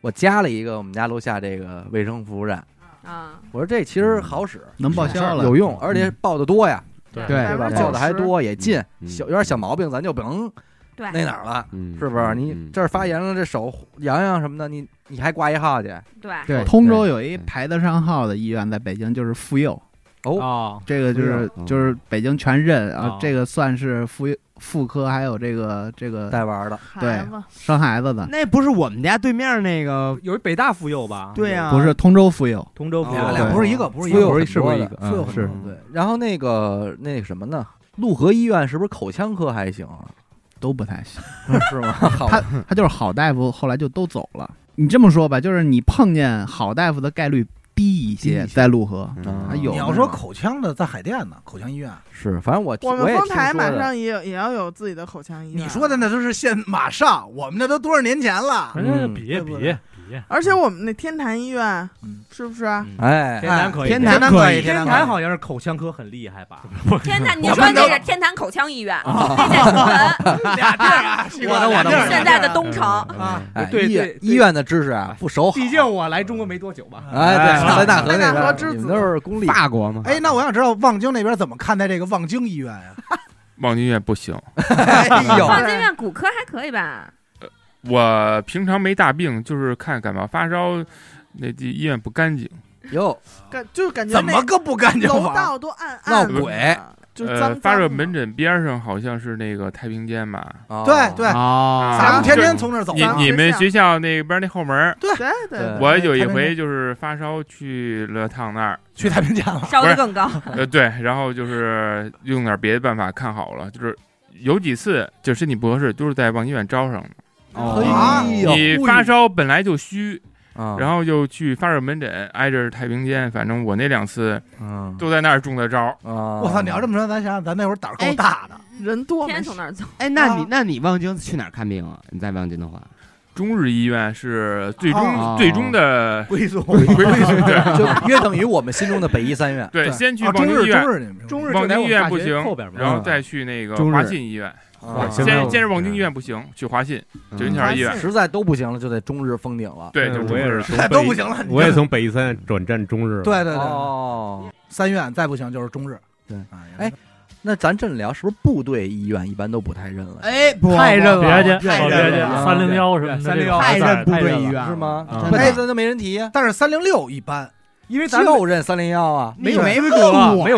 Speaker 1: 我加了一个我们家楼下这个卫生服务站。
Speaker 5: 啊，
Speaker 1: 我说这其实好使，
Speaker 3: 能报销了
Speaker 1: 有用，而且报的多呀，
Speaker 3: 嗯对
Speaker 1: 对吧？
Speaker 3: 对
Speaker 1: 报的还多，
Speaker 3: 90
Speaker 1: 也近，
Speaker 3: 嗯
Speaker 1: 小有点小毛病咱就甭
Speaker 5: 对
Speaker 1: 那哪儿了，
Speaker 3: 嗯
Speaker 1: 是不是？你
Speaker 3: 嗯
Speaker 1: 这儿发炎了，这手痒痒什么的，你你还挂一号去？
Speaker 5: 对
Speaker 3: 通州有一排得上号的医院，在北京就是妇幼。
Speaker 1: 哦
Speaker 3: 这个就是
Speaker 1: 妇幼
Speaker 3: 就是北京全认啊
Speaker 1: 哦，
Speaker 3: 这个算是妇妇科，还有这个这个
Speaker 1: 带娃的，
Speaker 3: 对
Speaker 12: 孩子
Speaker 3: 生孩子的，
Speaker 8: 那不是我们家对面那个
Speaker 12: 有一北大妇幼吧？
Speaker 8: 对啊呀
Speaker 3: 不是通州妇幼，
Speaker 12: 通州妇
Speaker 1: 哦
Speaker 12: 幼，
Speaker 1: 俩不是一个不是一个妇幼很多的妇幼
Speaker 3: 嗯
Speaker 1: 很
Speaker 3: 是
Speaker 1: 对，然后那个那个什么呢？陆河医院是不是口腔科还行啊？
Speaker 3: 都不太行，
Speaker 1: 是吗？好
Speaker 3: 他他就是好大夫，后来就都走了。你这么说吧，就是你碰见好大夫的概率低一些，在陆河，
Speaker 1: 嗯
Speaker 3: 还啊有
Speaker 7: 你要说口腔的，在海淀呢，口腔医院。
Speaker 1: 是，反正我
Speaker 2: 我
Speaker 1: 我
Speaker 2: 们
Speaker 1: 也
Speaker 2: 丰
Speaker 1: 听
Speaker 2: 台
Speaker 1: 说
Speaker 2: 马
Speaker 1: 的
Speaker 2: 上也有也要有自己的口腔医院。
Speaker 7: 你说的那都是现马上，我们那都多少年前了。
Speaker 11: 嗯
Speaker 7: 对
Speaker 11: 别
Speaker 7: 不
Speaker 11: 别
Speaker 7: 对
Speaker 11: 别，
Speaker 2: 而且我们那天坛医院是不是？
Speaker 1: 哎
Speaker 12: 天坛可以，
Speaker 7: 嗯天坛可以
Speaker 12: 天
Speaker 7: 天坛可以
Speaker 12: 好像是口腔科很厉害吧？
Speaker 5: 天坛，你说那是天坛口腔医院，
Speaker 12: 啊
Speaker 5: 那叫崇文，
Speaker 12: 俩地儿啊
Speaker 5: 是
Speaker 12: 我的我的我的
Speaker 5: 现在的东城，
Speaker 12: 啊，
Speaker 9: 嗯
Speaker 1: 哎，
Speaker 12: 对
Speaker 1: 医
Speaker 12: 对，
Speaker 1: 医院的知识啊不熟好。
Speaker 12: 毕竟我来中国没多久吧？
Speaker 1: 哎，对，塞纳河那边
Speaker 12: 河
Speaker 1: 儿，啊你们都是公立
Speaker 3: 法国吗
Speaker 7: 哎，那我想知道望京那边怎么看待这个望京医院呀？
Speaker 6: 望京医院不行。
Speaker 7: 哎
Speaker 6: 哎
Speaker 1: 哎
Speaker 5: 望京医院骨科还可以吧？
Speaker 6: 我平常没大病，就是看感冒发烧，那地医院不干净。
Speaker 1: 哟，
Speaker 2: 感就是感觉
Speaker 7: 怎么
Speaker 2: 那
Speaker 7: 个不干净法
Speaker 2: 楼道都暗暗的，就脏
Speaker 6: 呃，
Speaker 2: 脏
Speaker 6: 发热
Speaker 2: 的
Speaker 6: 门诊边上好像是那个太平间吧？
Speaker 7: 对对
Speaker 6: 啊
Speaker 7: 咱们天天
Speaker 6: 就
Speaker 7: 从那儿走
Speaker 6: 你
Speaker 7: 咱们
Speaker 6: 你们
Speaker 7: 学
Speaker 6: 学校那边那后门儿？
Speaker 7: 对
Speaker 2: 对对对
Speaker 6: 我有一
Speaker 7: 太平
Speaker 6: 回
Speaker 7: 间
Speaker 6: 就是发烧去了趟那儿，
Speaker 7: 去太平间了
Speaker 5: 烧得更高
Speaker 6: 呃，对，然后就是用点别的办法看好了，就是有几次就身体不合适，都是在往医院招上的。
Speaker 1: 哦哎呦
Speaker 6: 你你发烧本来就虚，
Speaker 1: 啊
Speaker 6: 然后就去发热门诊，挨着太平间，反正我那两次
Speaker 13: 嗯
Speaker 6: 都在那儿中的招儿。
Speaker 13: 啊
Speaker 7: 我操！你要这么说，咱想想，咱那会儿胆儿够大的。
Speaker 2: 人多，
Speaker 5: 哎嗯
Speaker 2: 啊
Speaker 5: 天天从那儿走。
Speaker 8: 哎，那你那你望京去哪儿看病啊？你在望京的话，
Speaker 6: 中日医院是最终、
Speaker 8: 哦
Speaker 6: 最终的
Speaker 8: 归宿
Speaker 6: 归宿， 对，
Speaker 1: 就约等于啊我们心中的北医三院。
Speaker 6: 对，先去望京医院，望京医院不行，然
Speaker 13: 嗯
Speaker 6: 后再去那个
Speaker 1: 啊中日
Speaker 6: 华信医院。
Speaker 1: 啊嗯
Speaker 6: 先
Speaker 1: 行
Speaker 6: 先是望京医院不行，去华信
Speaker 13: 嗯
Speaker 6: 九云桥医院。
Speaker 1: 实在都不行了，就得中日封顶了。哎
Speaker 6: 对就
Speaker 10: 我也是从
Speaker 7: 都
Speaker 10: 北
Speaker 7: 不行了
Speaker 10: 我也从北医三院转战中日了。
Speaker 7: 对对对，
Speaker 1: 哦，
Speaker 7: 三院再不行就是中日。
Speaker 1: 对，哎，那咱这么聊，是不是部队医院一般都不太认了？
Speaker 8: 哎，
Speaker 1: 太认了
Speaker 11: 别介，
Speaker 1: 太
Speaker 11: 别
Speaker 1: 认
Speaker 11: 介，
Speaker 1: 了
Speaker 11: 三零幺什么的，
Speaker 1: 对
Speaker 11: 这
Speaker 1: 301
Speaker 11: 种太
Speaker 1: 太认
Speaker 11: 了
Speaker 1: 了是吗？
Speaker 11: 啊
Speaker 7: 哎
Speaker 1: 那咱就没人提。
Speaker 7: 但是三零六一般，
Speaker 1: 因为
Speaker 7: 咱们
Speaker 1: 就认三零幺啊，
Speaker 8: 你没问
Speaker 1: 资格了
Speaker 8: 我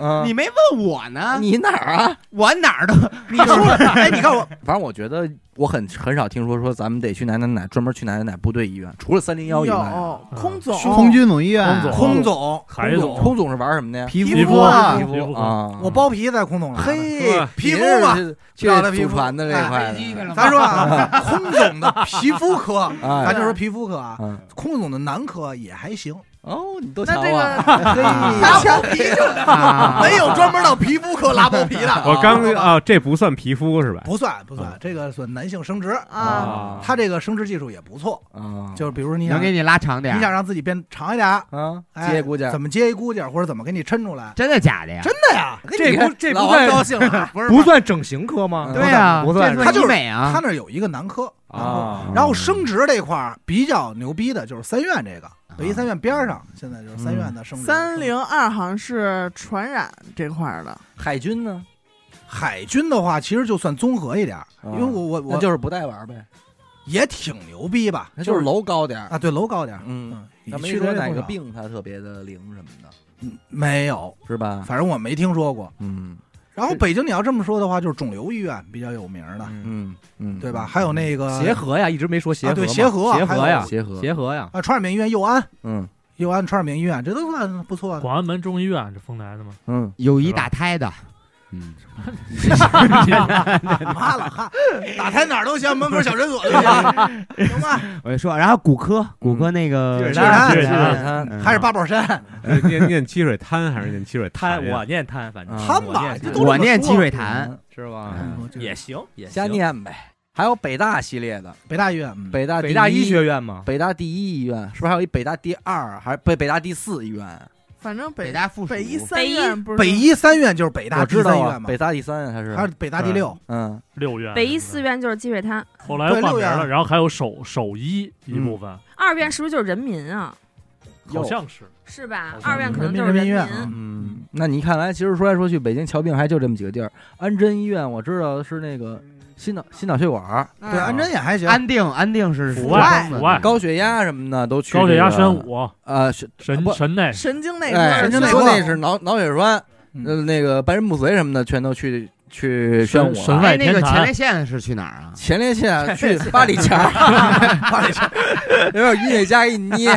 Speaker 1: 嗯
Speaker 8: 你没问我呢？
Speaker 1: 你哪儿啊？
Speaker 8: 我哪儿都，
Speaker 1: 啊
Speaker 7: 哎
Speaker 1: 你说，哎，你看我，反正我觉得我很很少听说说咱们得去哪哪哪专门去哪哪哪部队医院，除了三零幺以外啊，
Speaker 2: 有空总，
Speaker 3: 空军总医院
Speaker 7: 空总，
Speaker 1: 海总，空总是玩什么的呀？
Speaker 3: 皮
Speaker 7: 皮
Speaker 1: 肤
Speaker 7: 肤
Speaker 1: 啊，
Speaker 7: 啊
Speaker 1: 皮肤啊，
Speaker 7: 我包皮在空总了，嘿皮肤嘛，
Speaker 1: 去
Speaker 7: 漂亮皮
Speaker 1: 祖
Speaker 7: 肤哎
Speaker 1: 传的这一块的，
Speaker 7: 咱说 啊，空总的皮肤科，
Speaker 1: 哎
Speaker 7: 咱就说皮肤科啊
Speaker 1: 嗯，
Speaker 7: 空总的男科也还行。
Speaker 1: 哦，你都
Speaker 7: 那
Speaker 1: 瞧
Speaker 7: 这个
Speaker 1: 啊
Speaker 7: 嘿拉包皮就 没有专门到皮肤科拉包皮 的。哦
Speaker 10: 我刚啊，这不算皮肤是吧？
Speaker 7: 不算不
Speaker 1: 嗯
Speaker 7: 算，这个算男性生殖
Speaker 10: 啊
Speaker 7: 他这个生殖技术也不错，
Speaker 1: 啊，
Speaker 7: 就是比如你
Speaker 8: 能
Speaker 7: 想
Speaker 8: 给你拉长点儿
Speaker 7: 你想让自己变长一点哎
Speaker 1: 啊
Speaker 8: 接一骨架
Speaker 7: 怎么接一骨架，或者怎么给你抻出来？
Speaker 8: 真的假的呀？
Speaker 7: 真的呀，
Speaker 12: 这不这不
Speaker 7: 算
Speaker 12: 算
Speaker 7: 高兴 了，
Speaker 12: 不算整形科吗？
Speaker 7: 对啊
Speaker 12: 呀，不算，
Speaker 7: 他就是
Speaker 12: 美
Speaker 8: 啊
Speaker 7: 他那儿有一个男科，
Speaker 8: 嗯
Speaker 1: 啊
Speaker 7: 然后生殖这块儿比较牛逼的就是三院这个，北医三院边儿上，现在就是三院的生殖。
Speaker 2: 三零二好像是传染这块儿的，
Speaker 1: 海军呢？
Speaker 7: 海军的话，其实就算综合一点儿，
Speaker 1: 啊
Speaker 7: 因为我我我
Speaker 13: 那就是不带玩呗，
Speaker 7: 也挺牛逼吧，
Speaker 13: 那
Speaker 7: 就
Speaker 13: 就是楼高点儿
Speaker 7: 啊，对楼高点儿，
Speaker 1: 嗯，
Speaker 7: 你
Speaker 1: 咱没
Speaker 7: 去
Speaker 1: 说
Speaker 7: 的
Speaker 1: 哪个病它特别的灵什么的，
Speaker 7: 没有，
Speaker 1: 是吧？
Speaker 7: 反正我没听说过。
Speaker 1: 嗯
Speaker 7: 然后北京你要这么说的话，就是肿瘤医院比较有名儿的，
Speaker 1: 嗯嗯，
Speaker 7: 对吧？还有那个
Speaker 12: 协和呀，一直没说协和嘛，
Speaker 7: 啊对协和
Speaker 12: 协和呀，
Speaker 7: 还有
Speaker 12: 协和呀，
Speaker 7: 啊，传染病医院佑安，
Speaker 1: 嗯
Speaker 7: 佑安传染病医院，这都算不错的。
Speaker 11: 广安门中医院是丰台的吗？
Speaker 1: 嗯，
Speaker 8: 有一打胎的，嗯，
Speaker 7: 妈了哈，打胎哪儿都行，门口小诊所就 行，行 吧？
Speaker 8: 我就说，然后骨科，骨
Speaker 10: 嗯
Speaker 8: 科那个
Speaker 7: 积水潭积水
Speaker 10: 潭
Speaker 8: 嗯
Speaker 7: 还是八宝山，
Speaker 10: 呃念念积水滩还是念积水
Speaker 12: 贪
Speaker 10: 滩 呀？
Speaker 12: 我念贪，反正
Speaker 10: 嗯
Speaker 7: 贪吧
Speaker 12: 我念
Speaker 7: 这
Speaker 12: 贪
Speaker 7: 都这么说嗯我念
Speaker 8: 积水潭
Speaker 12: 是吧？也行，也行
Speaker 1: 嗯瞎念呗。还有北大系列的，
Speaker 7: 北大医院，嗯
Speaker 1: 北大
Speaker 12: 北
Speaker 1: 第
Speaker 12: 大
Speaker 1: 一
Speaker 12: 医学院嘛，
Speaker 1: 北大第一医院是不是还有一北大第二，啊还是北北大第四医院？啊
Speaker 2: 反正北
Speaker 8: 北大附属
Speaker 2: 北医三院不是
Speaker 7: 北医三院就是北大
Speaker 1: 我
Speaker 7: 第
Speaker 1: 知
Speaker 7: 三
Speaker 1: 道
Speaker 7: 医
Speaker 1: 啊
Speaker 7: 院，嘛，
Speaker 1: 北大第三还是
Speaker 7: 还是北大第六，
Speaker 1: 嗯
Speaker 11: 六院
Speaker 5: 北医四院就是积水潭，
Speaker 11: 后来
Speaker 7: 对六
Speaker 11: 换名
Speaker 7: 院
Speaker 11: 了，然后还有首首医一部分，
Speaker 5: 二院是不是就是人民啊？
Speaker 11: 好像是
Speaker 5: 是吧
Speaker 11: 好？像是
Speaker 5: 二院可能就是
Speaker 7: 人民
Speaker 5: 人
Speaker 7: 医院
Speaker 5: 民。
Speaker 1: 嗯，那你看来，其实说来说去，北京瞧病还就这么几个地儿。安贞医院我知道是那个心脑心脑血管儿，
Speaker 7: 对，安贞也还行，
Speaker 8: 安定，安定是
Speaker 11: 阜
Speaker 8: 是
Speaker 11: 外
Speaker 8: 中
Speaker 11: 阜
Speaker 8: 的嗯
Speaker 11: 外
Speaker 1: 高血压什么的都去这个。
Speaker 11: 高血压宣武、
Speaker 1: 呃，神
Speaker 11: 神
Speaker 1: 不
Speaker 11: 神内
Speaker 2: 神经内
Speaker 1: 哎，
Speaker 2: 科，
Speaker 7: 神经内
Speaker 1: 说
Speaker 7: 科
Speaker 1: 那是脑脑血栓，
Speaker 7: 嗯
Speaker 1: 呃，那个白人不遂什么的，全都去去宣武了。
Speaker 11: 神
Speaker 8: 哎，
Speaker 11: 外
Speaker 8: 那
Speaker 11: 天
Speaker 8: 个前
Speaker 11: 坛
Speaker 8: 列腺是去哪儿啊？
Speaker 1: 前列腺去 八里桥儿，八里桥儿，有点晕血加 一捏，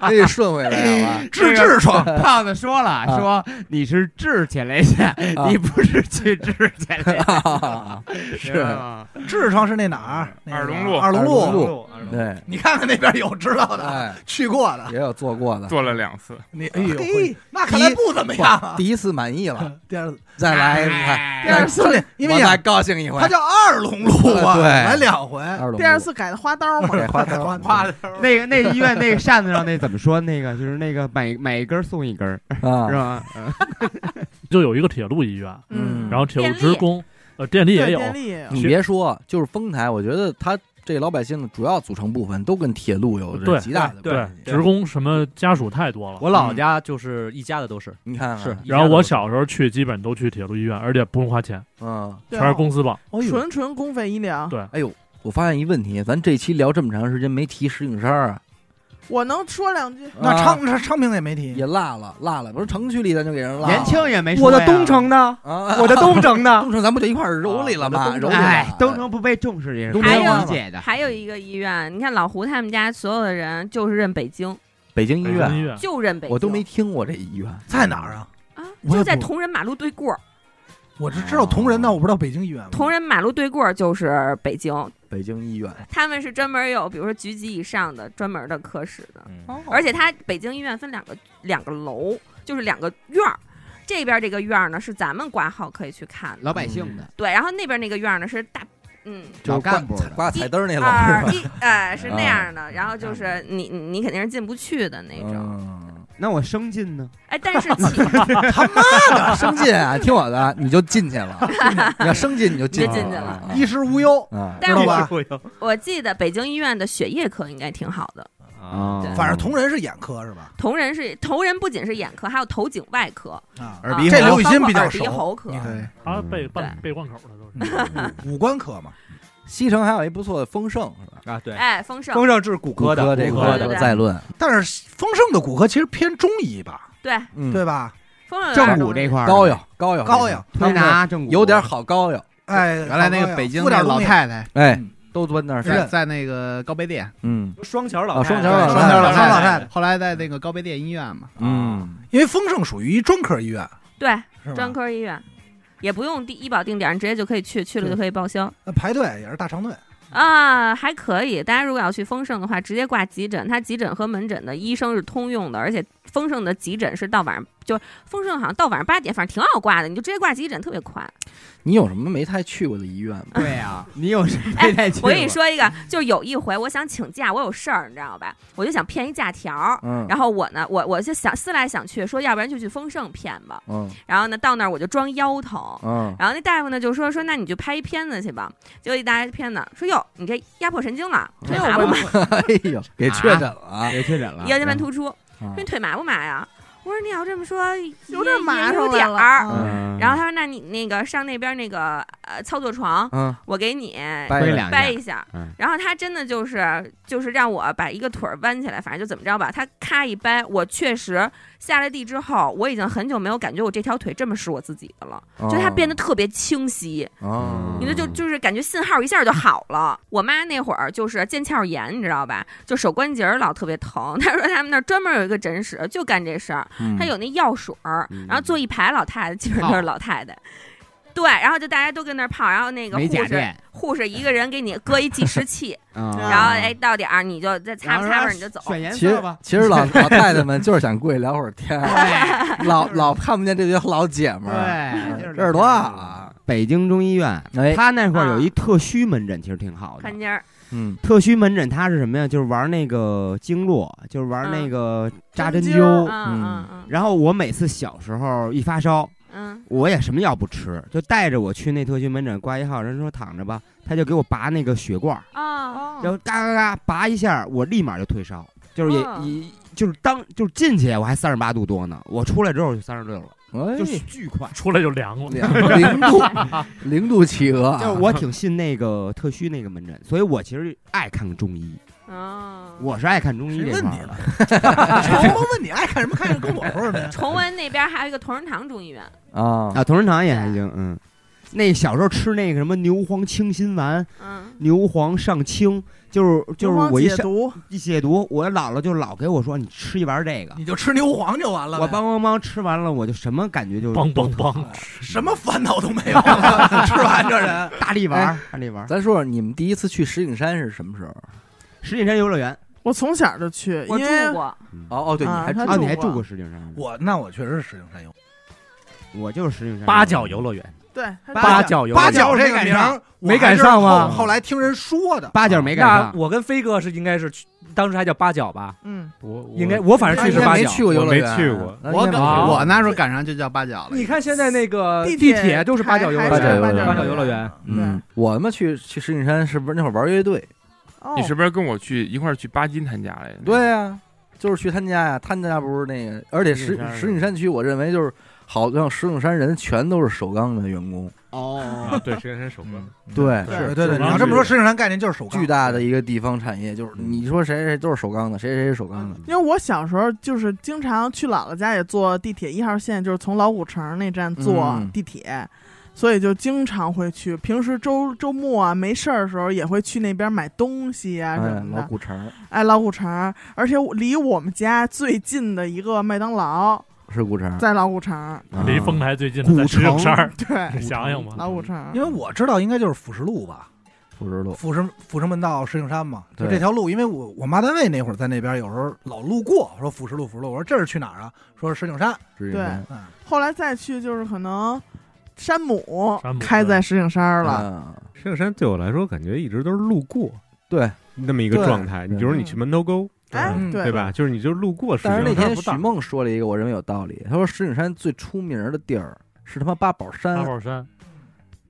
Speaker 1: 那就顺回来了吧。啊
Speaker 7: 治痔疮，
Speaker 8: 胖子说了，说你是治前列腺，你不是去 治前列腺，
Speaker 1: 是
Speaker 8: 吧
Speaker 7: 痔疮是那哪儿？那个
Speaker 6: 二龙路
Speaker 7: 二龙
Speaker 1: 二龙
Speaker 7: 路，
Speaker 1: 路对，
Speaker 7: 你看看那边有知道的，
Speaker 1: 哎，
Speaker 7: 去过的，
Speaker 1: 也有做过的，
Speaker 6: 做了两次，
Speaker 7: 你 哎呦，
Speaker 1: 嘿
Speaker 7: 会那看来不怎么样啊。
Speaker 1: 第一次满意了，
Speaker 7: 第二次，
Speaker 1: 再来你看，
Speaker 7: 第二次，因为
Speaker 1: 我
Speaker 7: 呀
Speaker 1: 再高兴一回
Speaker 7: 它。叫二龙路啊，
Speaker 1: 对
Speaker 7: 来两回，
Speaker 1: 二龙
Speaker 2: 第二
Speaker 1: 路
Speaker 2: 次改的花刀嘛，
Speaker 1: 给花刀，
Speaker 7: 花的
Speaker 8: 那个那医院那个扇子上那怎么说？那个就是那个买买一根儿送一根儿， 是
Speaker 1: 啊，
Speaker 8: 吧？嗯
Speaker 11: 就有一个铁路医院，
Speaker 2: 嗯，
Speaker 11: 然后铁路职工，呃，电力
Speaker 2: 对
Speaker 11: 也有，
Speaker 2: 电力也有，
Speaker 1: 你别说，就是丰台，我觉得它这老百姓的主要组成部分都跟铁路有着
Speaker 11: 对
Speaker 1: 极大的
Speaker 12: 对
Speaker 1: 关系。
Speaker 11: 职工什么 家属太多了。
Speaker 12: 我姥姥家就是一家的都是，
Speaker 1: 你看看，
Speaker 12: 是。
Speaker 11: 然后我
Speaker 12: 想，
Speaker 11: 小时候去，基本都去铁路医院，而且不用花钱，
Speaker 1: 嗯，
Speaker 2: 对啊
Speaker 11: 全是公司报。
Speaker 7: 哦呦，
Speaker 2: 纯纯公费医疗。
Speaker 11: 对
Speaker 1: 哎呦，我发现一问题，咱这期聊这么长时间没提石景山啊，
Speaker 2: 我能说两句，
Speaker 7: 那
Speaker 1: 啊
Speaker 7: 昌昌昌平也没提，
Speaker 1: 也落了，落了，不是城区里咱就给人落了。
Speaker 8: 延庆也没说
Speaker 12: 我的
Speaker 8: 呀
Speaker 12: 东城呢？
Speaker 1: 啊，
Speaker 12: 我的东城呢？
Speaker 1: 东城啊咱不就一块儿揉里了吗？揉里
Speaker 8: 哎
Speaker 1: 了，，
Speaker 8: 东城不被重视也是
Speaker 1: 东
Speaker 8: 可
Speaker 5: 城
Speaker 8: 以
Speaker 5: 忘
Speaker 8: 理
Speaker 1: 了
Speaker 8: 解的。
Speaker 5: 还有一个医院，你看老胡他们家所有的人就是认北京，
Speaker 1: 北京医
Speaker 11: 北京医
Speaker 1: 院，
Speaker 11: 院
Speaker 5: 就认北京，
Speaker 1: 我都没听过这医院
Speaker 7: 在哪儿啊？
Speaker 5: 啊，
Speaker 7: 我也
Speaker 5: 就在
Speaker 7: 不
Speaker 5: 同仁马路对过儿，
Speaker 8: 嗯
Speaker 7: 我只知道同仁，但我不知道北京医院。
Speaker 5: 同仁马路对过儿就是北京，
Speaker 1: 北京医院，
Speaker 5: 他们是专门有，比如说局级以上的专门的科室的，
Speaker 8: 嗯
Speaker 2: 哦
Speaker 5: 而且它北京医院分两个两个楼，就是两个院儿。这边这个院儿呢是咱们挂号可以去看的，
Speaker 8: 老百姓的
Speaker 5: 对，然后那边那个院儿呢是大，嗯，
Speaker 1: 就
Speaker 8: 老
Speaker 1: 是挂
Speaker 8: 干部的啊
Speaker 1: 挂彩灯那
Speaker 5: 二
Speaker 1: 老师。
Speaker 5: 一，哎，是那样的。然后就是你你你肯定是进不去的那种，
Speaker 1: 嗯，
Speaker 8: 那我生进 呢？
Speaker 5: 哎，但是其
Speaker 1: 生进啊，听我 的，你就进去了。 你要生 进你就进
Speaker 5: 你就进去了
Speaker 1: 啊
Speaker 7: 衣食无忧，
Speaker 1: 啊，
Speaker 5: 但
Speaker 7: 知
Speaker 5: 是
Speaker 7: 道吧
Speaker 5: 我我记得北京医院的血液科应该挺好的，
Speaker 8: 啊
Speaker 5: 对
Speaker 7: 反正同仁是眼科是吧？
Speaker 5: 同仁是同仁不仅是眼科，还有头颈外科，
Speaker 7: 啊，
Speaker 8: 耳鼻
Speaker 7: 这
Speaker 5: 啊
Speaker 7: 刘雨欣比较
Speaker 5: 包括耳鼻
Speaker 7: 熟
Speaker 5: 喉
Speaker 11: 嗯
Speaker 5: 科，
Speaker 7: 对，
Speaker 11: 他背半
Speaker 5: 对
Speaker 11: 背关口了都是。
Speaker 1: 哎
Speaker 7: 五官科嘛，
Speaker 1: 西城还有一不错的丰盛是吧？
Speaker 12: 啊，对，
Speaker 5: 哎，丰盛，
Speaker 12: 丰盛治骨科的，
Speaker 1: 这
Speaker 12: 骨
Speaker 1: 块
Speaker 12: 科
Speaker 1: 儿
Speaker 5: 对
Speaker 12: 的
Speaker 5: 对对
Speaker 1: 再论，
Speaker 7: 但是丰盛的骨科其实偏中医吧，
Speaker 5: 对，
Speaker 1: 嗯，
Speaker 7: 对吧？
Speaker 5: 丰盛有点
Speaker 8: 正
Speaker 5: 东
Speaker 8: 骨
Speaker 5: 西
Speaker 8: 这块儿
Speaker 1: 膏药膏药
Speaker 7: 膏药，
Speaker 8: 推拿正骨
Speaker 1: 有点好膏药，
Speaker 7: 哎
Speaker 3: 原来那
Speaker 7: 烤
Speaker 3: 个
Speaker 7: 羔
Speaker 3: 北
Speaker 7: 羊
Speaker 3: 京
Speaker 7: 附
Speaker 3: 那
Speaker 7: 点
Speaker 3: 老
Speaker 7: 东西
Speaker 3: 太太，
Speaker 1: 哎，都蹲那儿
Speaker 3: 在
Speaker 1: 晒。
Speaker 3: 嗯在那个高碑店，
Speaker 1: 嗯，
Speaker 12: 双桥
Speaker 1: 老啊双桥老太太
Speaker 3: 双桥老
Speaker 1: 双桥老
Speaker 3: 太
Speaker 1: 太
Speaker 3: 太，后来在那个高碑店医院嘛，啊
Speaker 1: 嗯，
Speaker 7: 因为丰盛属于专科医院，
Speaker 5: 对
Speaker 7: 是吧，
Speaker 5: 专科医院也不用地医保定点，你直接就可以去，去了就可以报销。
Speaker 7: 那呃排队也是大长队。
Speaker 5: 啊，还可以。大家如果要去丰盛的话，直接挂急诊，它急诊和门诊的医生是通用的，而且丰盛的急诊是到晚上，就是丰盛好像到晚上八点，反正挺好挂的，你就直接挂急诊，特别 快。
Speaker 13: 你有什么没太去过的医院吗？
Speaker 8: 对呀，你有什么
Speaker 5: 哎
Speaker 8: 没太去，
Speaker 5: 我
Speaker 8: 过？
Speaker 5: 跟你说一个，就是有一回我想请假，我有事儿，你知道吧？我就想骗一假条，
Speaker 14: 嗯
Speaker 5: 然后我呢，我我就想思来想去，说要不然就去丰盛骗吧。
Speaker 14: 嗯
Speaker 5: 然后呢，到那儿我就装腰疼，
Speaker 14: 嗯
Speaker 5: 然后那大夫呢就说说那你就拍一片子去吧，结果一大片子说哟你这压迫神经了，腿麻不麻？ 啊
Speaker 13: 哎呦，给确诊了，啊
Speaker 8: 给确诊了
Speaker 5: 腰间盘突出，
Speaker 13: 嗯
Speaker 5: 说你腿麻不麻呀？我说你要这么说有
Speaker 2: 点
Speaker 5: 有
Speaker 2: 麻上
Speaker 5: 点
Speaker 2: 来
Speaker 5: 儿。
Speaker 2: 了
Speaker 13: 嗯
Speaker 5: 然后他说那你那个上那边那个呃操作床，
Speaker 13: 嗯
Speaker 5: 我给你
Speaker 13: 掰两下
Speaker 5: 掰一下。
Speaker 13: 嗯
Speaker 5: 然后他真的就是就是让我把一个腿儿弯起来，反正就怎么着吧，他咔一掰，我确实下了地之后，我已经很久没有感觉我这条腿这么是我自己的了，就它
Speaker 14: 哦
Speaker 5: 变得特别清晰。
Speaker 8: 嗯
Speaker 14: 哦
Speaker 5: 你这就就是感觉信号一下就好了。我妈那会儿就是腱鞘炎，你知道吧？就手关节儿老特别疼。她说他们那儿专门有一个诊室，就干这事儿
Speaker 14: 嗯。
Speaker 5: 她有那药水儿，
Speaker 8: 嗯
Speaker 5: 然后坐一排老太太，基本都是老太太。对，然后就大家都跟那儿泡，然后那个
Speaker 8: 美
Speaker 5: 护
Speaker 8: 甲
Speaker 5: 士
Speaker 8: 店
Speaker 5: 护士一个人给你搁一计时 器，
Speaker 8: 啊
Speaker 5: 然后哎到点儿你就再擦吧擦吧你就哎走。
Speaker 8: 选颜
Speaker 13: 其实
Speaker 8: 色吧。
Speaker 13: 其实 老老太太们就是想过去聊会儿天儿，老老看不见这些老姐们儿，
Speaker 8: 哎
Speaker 13: 嗯
Speaker 8: 对就是
Speaker 13: 这是多好啊！
Speaker 8: 北京中医院，他那块儿有一特需门诊，其实挺好的。
Speaker 5: 看 筋儿，
Speaker 13: 嗯，
Speaker 8: 特需门诊它是什么呀？就是玩那个经络，就是玩那个扎啊针灸。
Speaker 5: 嗯嗯嗯，
Speaker 8: 然后我每次小时候一发烧，
Speaker 5: 嗯，
Speaker 8: 我也什么药不吃，就带着我去那特需门诊挂一号，人说躺着吧，他就给我拔那个血罐儿，
Speaker 5: 哦，
Speaker 8: 然后嘎嘎嘎拔一下，我立马就退烧，就是也
Speaker 5: 哦
Speaker 8: 也就是当就是进去我还三十八度多呢，我出来之后就三十六了，
Speaker 13: 哎
Speaker 8: 就是巨快，
Speaker 11: 出来就凉了，
Speaker 13: 零 度 零度企鹅啊，
Speaker 8: 就是我挺信那个特需那个门诊，所以我其实爱看中医。
Speaker 5: 哦
Speaker 8: 我是爱看中医这块 儿的。
Speaker 7: 我问你爱看什么看，跟我 说什么呀？
Speaker 5: 崇文那边还有一个同仁堂中医院，
Speaker 13: 啊
Speaker 8: 啊，同仁堂也还行，嗯。那小时候吃那个什么牛黄清心丸，
Speaker 5: 嗯，
Speaker 8: 牛黄上清，就是就是
Speaker 7: 牛黄
Speaker 8: 我一
Speaker 7: 解
Speaker 8: 上一解毒，我姥姥就老给我说你吃一丸这个，
Speaker 7: 你就吃牛黄就完了呗。
Speaker 8: 我梆梆梆吃完了，我就什么感觉就
Speaker 11: 梆梆
Speaker 8: 梆，
Speaker 7: 什么烦恼都没 有了，吃完这 人
Speaker 8: 大力丸
Speaker 13: 哎
Speaker 8: 儿，大力丸儿。
Speaker 13: 咱说说你们第一次去石景山是什么时候？啊
Speaker 8: 石景山游乐园，
Speaker 2: 我从小就去，
Speaker 5: 我
Speaker 2: 因
Speaker 5: 住
Speaker 2: 为
Speaker 5: 过，
Speaker 13: 哦哦，对，你
Speaker 2: 啊
Speaker 13: 还
Speaker 2: 他
Speaker 13: 住
Speaker 8: 啊，你
Speaker 2: 住
Speaker 8: 还
Speaker 2: 过
Speaker 8: 住过石景山？
Speaker 7: 我那我确实是石景山游，
Speaker 8: 我就是石景山
Speaker 9: 八角游乐园，
Speaker 2: 对他
Speaker 9: 八角游乐园
Speaker 7: 八角这个名儿
Speaker 9: 没赶上啊
Speaker 7: 我还是后
Speaker 9: 吗？
Speaker 7: 后来听人说的，
Speaker 8: 八角没赶上
Speaker 9: 那我跟飞哥是应该是去，当时还叫八角吧？
Speaker 2: 嗯，
Speaker 9: 我应该我反正去是八角，
Speaker 10: 我没去过那
Speaker 3: 我
Speaker 9: 啊应该
Speaker 3: 赶
Speaker 9: 没去过
Speaker 3: 我啊那时候赶上就叫八角了。
Speaker 9: 你看现在那个
Speaker 2: 地
Speaker 9: 地
Speaker 2: 铁
Speaker 9: 铁都是八
Speaker 3: 啊
Speaker 9: 角游乐
Speaker 13: 八角游乐
Speaker 9: 园，
Speaker 13: 园
Speaker 9: 八角游乐园。
Speaker 13: 嗯，我他妈去去石景山是不是那会儿玩乐队？
Speaker 6: 你是不是跟我去一块儿去巴金他家来的？
Speaker 13: 对呀，就是去他家呀，他家不是那个，而且石
Speaker 6: 石景山是
Speaker 13: 石景山区，我认为就是好像石景山人全都是首钢的员工。
Speaker 8: 哦
Speaker 10: 啊，对，石景山首钢，
Speaker 13: 对
Speaker 7: 嗯对对对，你要这么说，石景山概念就是首钢。
Speaker 13: 巨大的一个地方产业，就是你说谁谁都是首钢的，谁谁是首钢的。
Speaker 2: 因为我小时候就是经常去姥姥家，也坐地铁一号线，就是从老古城那站坐
Speaker 13: 嗯
Speaker 2: 地铁，所以就经常会去。平时周周末啊没事儿的时候，也会去那边买东西啊
Speaker 13: 哎
Speaker 2: 什，么
Speaker 13: 老
Speaker 2: 的。
Speaker 13: 古城
Speaker 2: 哎，老古城，而且我离我们家最近的一个麦当劳
Speaker 13: 是古城，啊
Speaker 2: 在老古城，
Speaker 11: 离丰台最近的在石景山，
Speaker 2: 对，
Speaker 11: 你想想吧，
Speaker 2: 老古城，
Speaker 7: 因为我知道应该就是辅食路吧，
Speaker 13: 不知道。
Speaker 7: 阜成阜成门到石景山嘛，就
Speaker 13: 对
Speaker 7: 这条路，因为我我妈单位那会儿在那边，有时候老路过，我说辅食路，辅食路，我说这是去哪儿啊？说是石景山，
Speaker 13: 石景
Speaker 2: 对
Speaker 13: 山，
Speaker 7: 嗯
Speaker 2: 后来再去就是可能山姆
Speaker 10: 山姆
Speaker 2: 开在石景山了。
Speaker 13: 嗯，
Speaker 10: 石景山对我来说感觉一直都是路过，
Speaker 13: 对，
Speaker 10: 那么一个
Speaker 13: 对
Speaker 10: 状态。你比如
Speaker 7: 嗯
Speaker 10: 你去门头沟，
Speaker 2: 嗯哎
Speaker 10: 嗯
Speaker 2: 对
Speaker 10: 对吧？就是你就路过石景
Speaker 13: 但是
Speaker 10: 山，
Speaker 13: 那天
Speaker 10: 不
Speaker 13: 许梦说了一个，我认为有道理。他说石景山最出名的地儿是他妈八宝山，
Speaker 11: 八宝山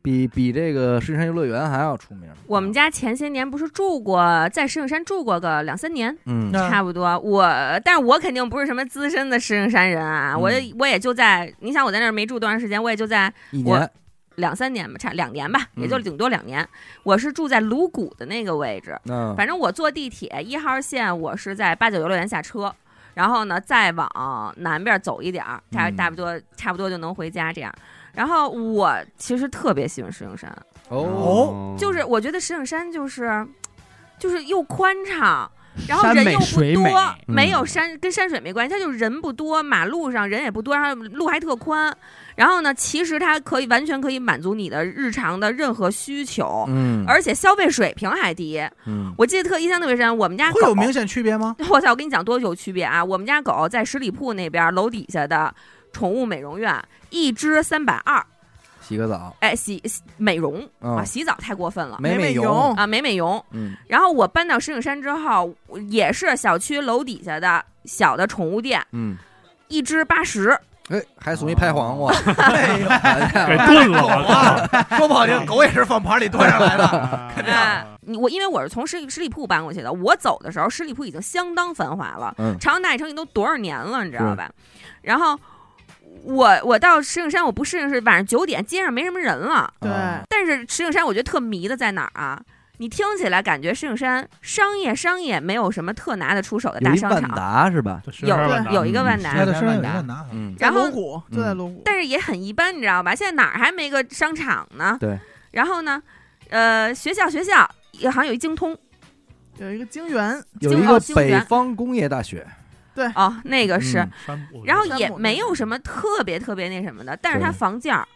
Speaker 13: 比比这个石景山游乐园还要出名。
Speaker 5: 我们家前些年不是住过在石景山住过个两三年，
Speaker 13: 嗯
Speaker 5: 差不多。我，但是我肯定不是什么资深的石景山人啊，
Speaker 13: 嗯
Speaker 5: 我也我也就在，你想我在那儿没住多长时间，我也就在
Speaker 13: 一
Speaker 5: 我
Speaker 13: 年
Speaker 5: 两三年吧，差两年吧，
Speaker 13: 嗯
Speaker 5: 也就顶多两年。我是住在鲁谷的那个位置，
Speaker 13: 嗯
Speaker 5: 反正我坐地铁一号线，我是在八九游乐园下车。然后呢，再往南边走一点儿，差
Speaker 13: 嗯
Speaker 5: 差不多差不多就能回家这样。然后我其实特别喜欢石景山，
Speaker 7: 哦
Speaker 5: 就是我觉得石景山就是，就是又宽敞，然后
Speaker 8: 山
Speaker 5: 人
Speaker 8: 美
Speaker 5: 又不
Speaker 8: 水美
Speaker 5: 多，
Speaker 8: 嗯
Speaker 5: 没有山跟山水没关系，它就是人不多，马路上人也不多，然后路还特宽。然后呢，其实它可以完全可以满足你的日常的任何需求，
Speaker 7: 嗯
Speaker 5: 而且消费水平还低。
Speaker 7: 嗯
Speaker 5: 我记得特印象特别深，我们家
Speaker 7: 会有
Speaker 5: 狗
Speaker 7: 明显区别吗？
Speaker 5: 我操！我跟你讲多有区别啊！我们家狗在十里铺那边楼底下的宠物美容院，一只三百二，
Speaker 1: 洗个澡，
Speaker 5: 哎，洗洗美容、
Speaker 1: 嗯
Speaker 5: 啊，洗澡太过分了，
Speaker 1: 美美美美容容
Speaker 5: 啊，美美容。
Speaker 1: 嗯，
Speaker 5: 然后我搬到石景山之后，我也是小区楼底下的小的宠物店，
Speaker 1: 嗯，
Speaker 5: 一只八十。
Speaker 1: 哎，还
Speaker 2: 哦
Speaker 1: 送一拍黄瓜，
Speaker 7: 给
Speaker 1: 给
Speaker 7: 炖了我操哎说不好听狗也是放盘里炖上来的，
Speaker 5: 肯定。你我因为我是从十里十里铺搬过去的，我走的时候十里铺已经相当繁华了，
Speaker 14: 嗯
Speaker 5: 长安大悦城已经都多少年了，你知道吧？然后我我到石景山，我不适应是晚上九点，街上没什么人了。
Speaker 2: 对，
Speaker 5: 但是石景山我觉得特迷的在哪儿啊？你听起来感觉石景山商业商业没有什么特拿得出手的
Speaker 4: 有
Speaker 5: 大
Speaker 4: 一
Speaker 5: 商
Speaker 4: 万
Speaker 5: 场，
Speaker 4: 达是吧？
Speaker 5: 有有一个万达，
Speaker 7: 达，
Speaker 1: 嗯
Speaker 5: 然后
Speaker 2: 在锣鼓就在锣鼓，
Speaker 5: 但是也很一般，你知道吧？现在哪儿还没个商场呢？
Speaker 1: 对，
Speaker 5: 然后呢，呃，学校学校也好像有一精通，
Speaker 2: 有一个精园，
Speaker 1: 有一个北方工业大学，
Speaker 2: 对
Speaker 5: 哦，那个是
Speaker 1: 嗯山，
Speaker 5: 然后
Speaker 2: 山
Speaker 5: 也
Speaker 2: 姆
Speaker 5: 没有什么特别特别那什么的，但是它
Speaker 1: 对
Speaker 5: 房价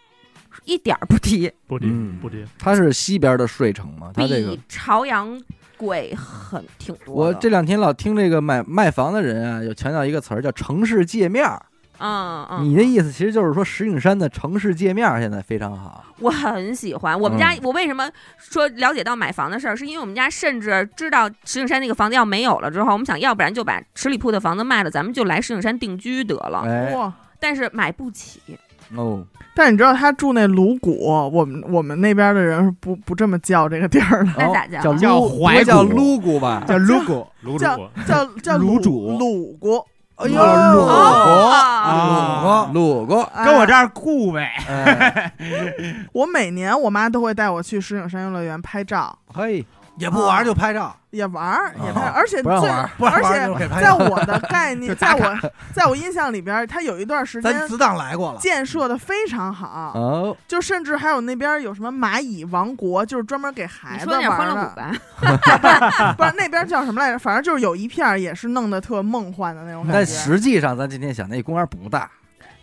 Speaker 5: 一点 儿不低，
Speaker 1: 不低不低，嗯它是西边的睡城嘛，它这个
Speaker 5: 比朝阳贵很挺多
Speaker 1: 我
Speaker 5: 的。
Speaker 1: 这两天老听这个买卖房的人啊，有强调一个词儿叫城市界面儿。
Speaker 5: 嗯嗯，
Speaker 1: 你的意思其实就是说，石景山的城市界面儿现在非常好。
Speaker 5: 我很喜欢我们
Speaker 1: 嗯
Speaker 5: 家。我为什么说了解到买房的事儿，是因为我们家甚至知道石景山那个房子要没有了之后，我们想要不然就把十里铺的房子卖了，咱们就来石景山定居得了。
Speaker 1: 哎
Speaker 2: 哇
Speaker 5: 但是买不起，嗯
Speaker 1: 哦，
Speaker 2: 但你知道他住那颅骨，我们我们那边的人是不不这么叫这个地儿的，
Speaker 5: 那咋叫
Speaker 1: 叫叫怀古叫撸骨吧
Speaker 2: 叫
Speaker 1: 撸骨
Speaker 2: 叫叫叫 叫
Speaker 1: 卤
Speaker 2: 卤
Speaker 1: 煮
Speaker 2: 卤骨，哎
Speaker 1: 呦
Speaker 2: 卤
Speaker 1: 啊，鲁国
Speaker 2: 哎跟我这
Speaker 1: 儿雇呗。
Speaker 7: 哎
Speaker 13: 哎
Speaker 2: 骨， 我每年我妈都会带我去石景山游乐园拍照，哦
Speaker 1: 嘿，
Speaker 7: 也不玩就拍照，
Speaker 2: 也玩儿，也拍，而且
Speaker 7: 哦不让
Speaker 2: 最
Speaker 7: 玩儿不让
Speaker 2: 而
Speaker 7: 玩儿就
Speaker 2: 且
Speaker 7: 给拍
Speaker 2: 在
Speaker 7: 照
Speaker 2: 我的 概
Speaker 7: 就
Speaker 2: 念，在
Speaker 7: 打
Speaker 2: 我
Speaker 7: 卡
Speaker 2: 在我印象里边儿，它有一段时间
Speaker 7: 咱子档来过了嗯
Speaker 2: 建设的非常好，
Speaker 1: 哦，
Speaker 2: 就甚至还有那边儿有什么蚂蚁王国，就是专门给孩子
Speaker 5: 说点
Speaker 2: 玩
Speaker 5: 欢乐
Speaker 2: 儿
Speaker 5: 谷吧。
Speaker 2: 的， 不是那边儿叫什么来着？反正就是有一片儿也是弄得特梦幻的那种感
Speaker 1: 但
Speaker 2: 觉，
Speaker 1: 实际上，咱今天想那公园不大，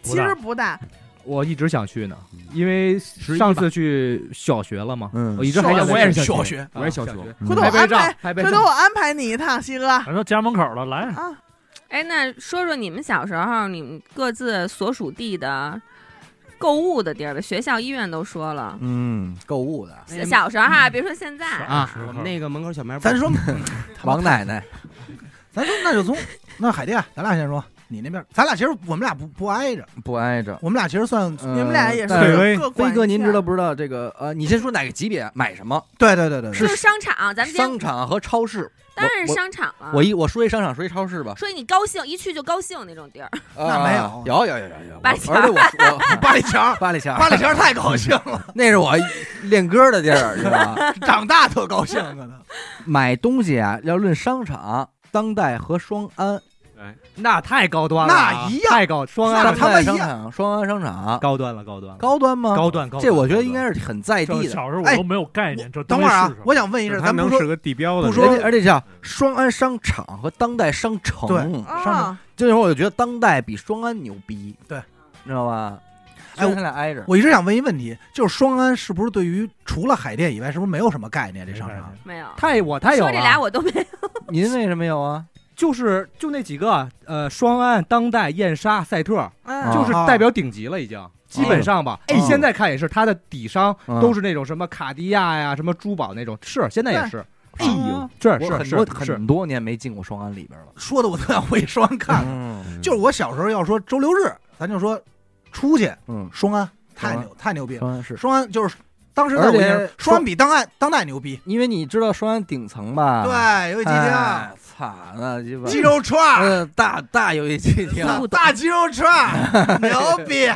Speaker 2: 其实不大。
Speaker 9: 我一直想去呢，因为上次去小学了嘛，
Speaker 1: 嗯
Speaker 9: 我一直
Speaker 12: 小
Speaker 9: 还想
Speaker 12: 我也是
Speaker 9: 小
Speaker 12: 小学
Speaker 9: 我也是小
Speaker 12: 小
Speaker 9: 学嗯
Speaker 12: 学，
Speaker 2: 回头我
Speaker 9: 拍
Speaker 2: 安
Speaker 9: 拍照
Speaker 2: 排，，
Speaker 9: 拍
Speaker 2: 回
Speaker 9: 拍
Speaker 2: 头我
Speaker 9: 照。
Speaker 2: 安排你一趟，西哥。
Speaker 11: 咱都家门口了，来，
Speaker 5: 哎，那说说你们小时候你们各自所属地的购物的地儿吧，学校、医院都说了。
Speaker 1: 嗯，购物的
Speaker 5: 小时候哈、别说现在
Speaker 4: 啊
Speaker 5: 啊，
Speaker 4: 我们那个门口小卖部，
Speaker 7: 咱说
Speaker 1: 王奶奶，
Speaker 7: 咱说那就从那海淀，咱俩先说，你那边，咱俩其实我们俩不不挨 着，
Speaker 1: 不挨着。
Speaker 7: 我们俩其实算
Speaker 1: 你们俩也是对各管一飞哥您知道不知道这个？呃，你先说哪个级别买什么？
Speaker 7: 对对对对，
Speaker 5: 就是商场，咱们今天
Speaker 1: 商场和超市。
Speaker 5: 当然是
Speaker 1: 我
Speaker 5: 商场了。
Speaker 1: 我一我说一商场，说一超市吧。
Speaker 5: 说你高兴，一去就高兴那种地儿。
Speaker 1: 啊
Speaker 7: 没
Speaker 1: 有，有有有有。
Speaker 5: 八里桥
Speaker 1: 而且我说
Speaker 7: 八里 桥，
Speaker 1: 八里桥，
Speaker 7: 八里桥太高兴了，
Speaker 1: 那是我练歌的地儿，知道吧？
Speaker 7: 长大特高兴可能。
Speaker 1: 买东西啊，要论商场，当代和双安。
Speaker 12: 哎那太高端了啊，
Speaker 1: 那一样
Speaker 12: 太高双
Speaker 1: 那
Speaker 12: 安
Speaker 1: 他们一样商场，双安商场
Speaker 12: 高端了，高端了，
Speaker 1: 啊高端吗？
Speaker 12: 高端高端
Speaker 1: 这我觉得应该是很在地的。
Speaker 12: 这小时候
Speaker 1: 哎
Speaker 12: 我都没有概念
Speaker 1: 我
Speaker 12: 这
Speaker 1: 等
Speaker 12: 东
Speaker 1: 会
Speaker 12: 西
Speaker 1: 儿
Speaker 12: 是
Speaker 1: 啊
Speaker 12: 什么，
Speaker 1: 我想问一
Speaker 12: 就是
Speaker 1: 下，咱
Speaker 12: 它能
Speaker 1: 不说
Speaker 12: 是个地标的
Speaker 1: 不说
Speaker 12: 人，
Speaker 1: 而且叫双安商场和当代商城。
Speaker 7: 对
Speaker 1: 商
Speaker 7: 场。
Speaker 1: 这时候我就觉得当代比双安牛逼，
Speaker 7: 对，
Speaker 1: 知道吧？
Speaker 7: 哎，
Speaker 1: 虽然它俩挨着。
Speaker 7: 我一直想问一问题，就是双安是不是对于除了海淀以外，是不是没有什么概念？这商
Speaker 1: 啊
Speaker 7: 场
Speaker 5: 没有，
Speaker 12: 太我太有
Speaker 7: 啊
Speaker 5: 说这俩
Speaker 12: 了。
Speaker 5: 我都没有。
Speaker 1: 您为什么有啊？
Speaker 12: 就是就那几个，呃，双安、当代、燕莎、赛特，
Speaker 1: 啊
Speaker 2: 嗯
Speaker 12: 就是代表顶级了，已经基本上吧。
Speaker 2: 哎呦
Speaker 12: 现在看也是，它的底商
Speaker 1: 哦嗯
Speaker 12: 都是那种什么卡地亚呀、什么珠宝那种，是现在也是。
Speaker 1: 哎
Speaker 9: 啊
Speaker 1: 呦，
Speaker 12: 这
Speaker 1: 我
Speaker 12: 是
Speaker 1: 很
Speaker 12: 是
Speaker 1: 多
Speaker 12: 是
Speaker 1: 很多年没进过双安里边了。
Speaker 7: 说的我特想回双安 看看。
Speaker 1: 嗯
Speaker 7: 就是我小时候要说周六日，咱就说出去，
Speaker 1: 嗯，
Speaker 7: 双安太
Speaker 1: 双安
Speaker 7: 牛太牛逼
Speaker 1: 双
Speaker 7: 了
Speaker 1: 安，是
Speaker 7: 双安就是当时在
Speaker 1: 而
Speaker 7: 我
Speaker 1: 且
Speaker 7: 印象中双安比当安当代牛逼，
Speaker 1: 因为你知道双安顶层吧？
Speaker 7: 对有一机厅
Speaker 1: 哎操，那鸡巴
Speaker 7: 鸡肉串
Speaker 1: 嗯，大大有一机厅，
Speaker 7: 大鸡肉 串牛逼。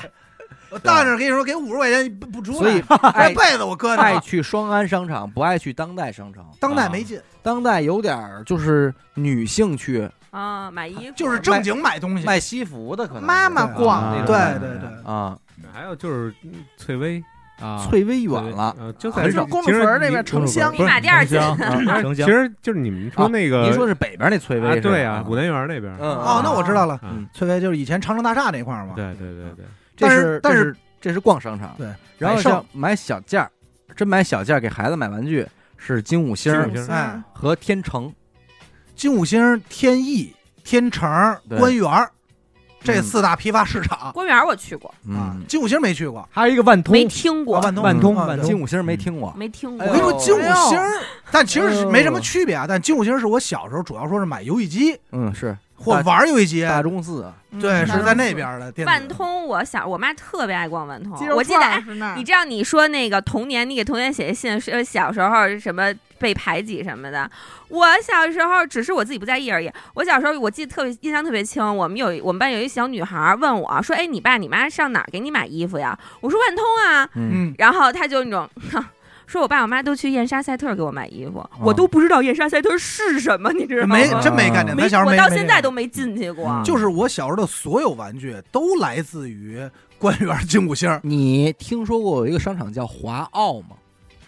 Speaker 7: 我到那儿跟你说，给五十块钱不不出
Speaker 1: 所
Speaker 7: 来
Speaker 1: 以，
Speaker 7: 这
Speaker 1: 爱
Speaker 7: 被子我搁那
Speaker 1: 爱
Speaker 7: 儿，
Speaker 1: 去双安商场，不爱去当代商场。
Speaker 7: 当代没劲，
Speaker 1: 当代有点儿就是女性去
Speaker 5: 啊，买衣服
Speaker 7: 嗯就是正经买东西，
Speaker 1: 卖西服的，可能
Speaker 8: 啊
Speaker 1: 啊
Speaker 2: 妈妈逛
Speaker 1: 那
Speaker 7: 对
Speaker 1: 种
Speaker 7: 对对，
Speaker 1: 啊。
Speaker 10: 还有就是嗯翠微，
Speaker 9: 啊
Speaker 1: 翠微远了，
Speaker 10: 呃就
Speaker 1: 很少。
Speaker 2: 公主坟儿那边城乡
Speaker 10: 不是
Speaker 2: 立马第二近
Speaker 10: 城乡啊
Speaker 2: 城乡
Speaker 10: 其实就是你们说那个，
Speaker 1: 您说是北边那翠微
Speaker 10: 啊
Speaker 1: 是吧
Speaker 10: 对啊，五南园那边。
Speaker 1: 啊
Speaker 7: 哦，那我知道了
Speaker 10: 嗯，
Speaker 7: 翠微就是以前长城大厦那块儿嘛。
Speaker 10: 对对对对，
Speaker 7: 但
Speaker 1: 这
Speaker 7: 是但
Speaker 1: 这
Speaker 7: 是
Speaker 1: 是这是逛商场，
Speaker 7: 对
Speaker 1: 然后
Speaker 7: 买剩
Speaker 1: 像买小件儿，真买小件儿给孩子买玩具是金五星儿
Speaker 7: 金五星儿哎
Speaker 1: 和天成，
Speaker 7: 金五星、天意、天成、
Speaker 1: 对
Speaker 7: 官园儿这
Speaker 1: 嗯
Speaker 7: 四大批发市场。
Speaker 5: 公园我去过，啊
Speaker 1: 嗯，
Speaker 7: 金五星没去过，
Speaker 12: 还有一个万通，
Speaker 5: 没听过，
Speaker 7: 万通
Speaker 12: 万通
Speaker 7: 啊
Speaker 12: 万
Speaker 7: 对
Speaker 12: 通
Speaker 1: 金五星儿没听过，
Speaker 5: 没听
Speaker 7: 我
Speaker 5: 过。
Speaker 7: 跟你说，金五星儿，但其实是
Speaker 1: 哎呦
Speaker 7: 没什么区别啊。但金五星是我小时候主要说是买游戏机
Speaker 1: 嗯是
Speaker 7: 或玩儿游戏机，
Speaker 1: 大中寺，啊
Speaker 7: 对，
Speaker 5: 嗯
Speaker 7: 是在那边的电
Speaker 5: 万
Speaker 7: 子。
Speaker 5: 通，我小我妈特别爱逛万通
Speaker 2: 鸡，肉
Speaker 5: 我记得
Speaker 2: 串儿
Speaker 5: 哎
Speaker 2: 是那儿
Speaker 5: 你知道你说那个童年，你给童年写的信说小时候什么被排挤什么的。我小时候只是我自己不在意而已。我小时候我记得特别印象特别清，我们有一我们班有一小女孩儿问我说：“哎，你爸你妈上哪儿给你买衣服呀？”我说：“万通啊。”
Speaker 1: 嗯，
Speaker 5: 然后她就那种。 哼说我爸我妈都去燕莎赛特给我买衣服，
Speaker 1: 哦啊
Speaker 5: 我都不知道燕莎赛特是什么，你知道吗？
Speaker 7: 没真没概念，咱小时候
Speaker 5: 我
Speaker 7: 没
Speaker 5: 到
Speaker 7: 没
Speaker 5: 现
Speaker 7: 概
Speaker 5: 在
Speaker 7: 念
Speaker 5: 都没进去过。
Speaker 1: 嗯
Speaker 7: 就是我小时候的所有玩具都来自于官园金五星儿，
Speaker 1: 你听说过有一个商场叫华奥吗？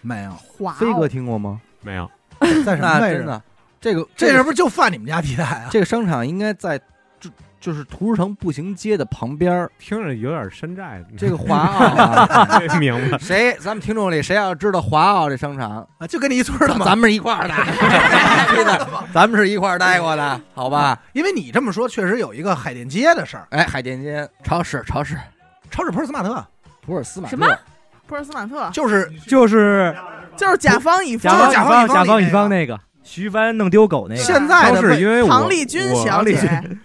Speaker 7: 没有，
Speaker 2: 哇
Speaker 1: 飞哥
Speaker 2: 哦，
Speaker 1: 听过吗？
Speaker 10: 没 有，
Speaker 7: 在什么
Speaker 1: 那
Speaker 7: 位
Speaker 1: 真
Speaker 7: 置？
Speaker 1: 的，这个
Speaker 7: 这
Speaker 1: 个
Speaker 7: 是不是就犯你们家地带啊？
Speaker 1: 这个商场应该在就就是图书城步行街的旁边儿。
Speaker 10: 听着有点山寨。
Speaker 1: 这个华奥啊，？
Speaker 10: 明白
Speaker 1: 谁咱们听众里谁要知道华奥这商场，
Speaker 7: 啊，就跟你一村儿的嘛。
Speaker 1: 咱们是一块儿的，真的， 咱们是一块儿待过的，好吧？
Speaker 7: 因为你这么说，确实有一个海淀街的事儿，
Speaker 1: 哎，海淀街超市，超市，
Speaker 7: 超市普尔斯马特
Speaker 1: 普尔斯马特
Speaker 5: 什么
Speaker 2: 普尔斯马特
Speaker 7: 就是
Speaker 12: 就是
Speaker 2: 就是甲方乙
Speaker 12: 甲
Speaker 2: 方，
Speaker 12: 方
Speaker 7: 甲
Speaker 12: 方甲方
Speaker 7: 方乙方
Speaker 12: 乙方那个徐帆弄丢狗那个，
Speaker 7: 现在
Speaker 10: 当
Speaker 7: 的
Speaker 10: 时
Speaker 7: 位
Speaker 10: 因为我
Speaker 2: 唐丽君
Speaker 10: 我
Speaker 2: 小姐，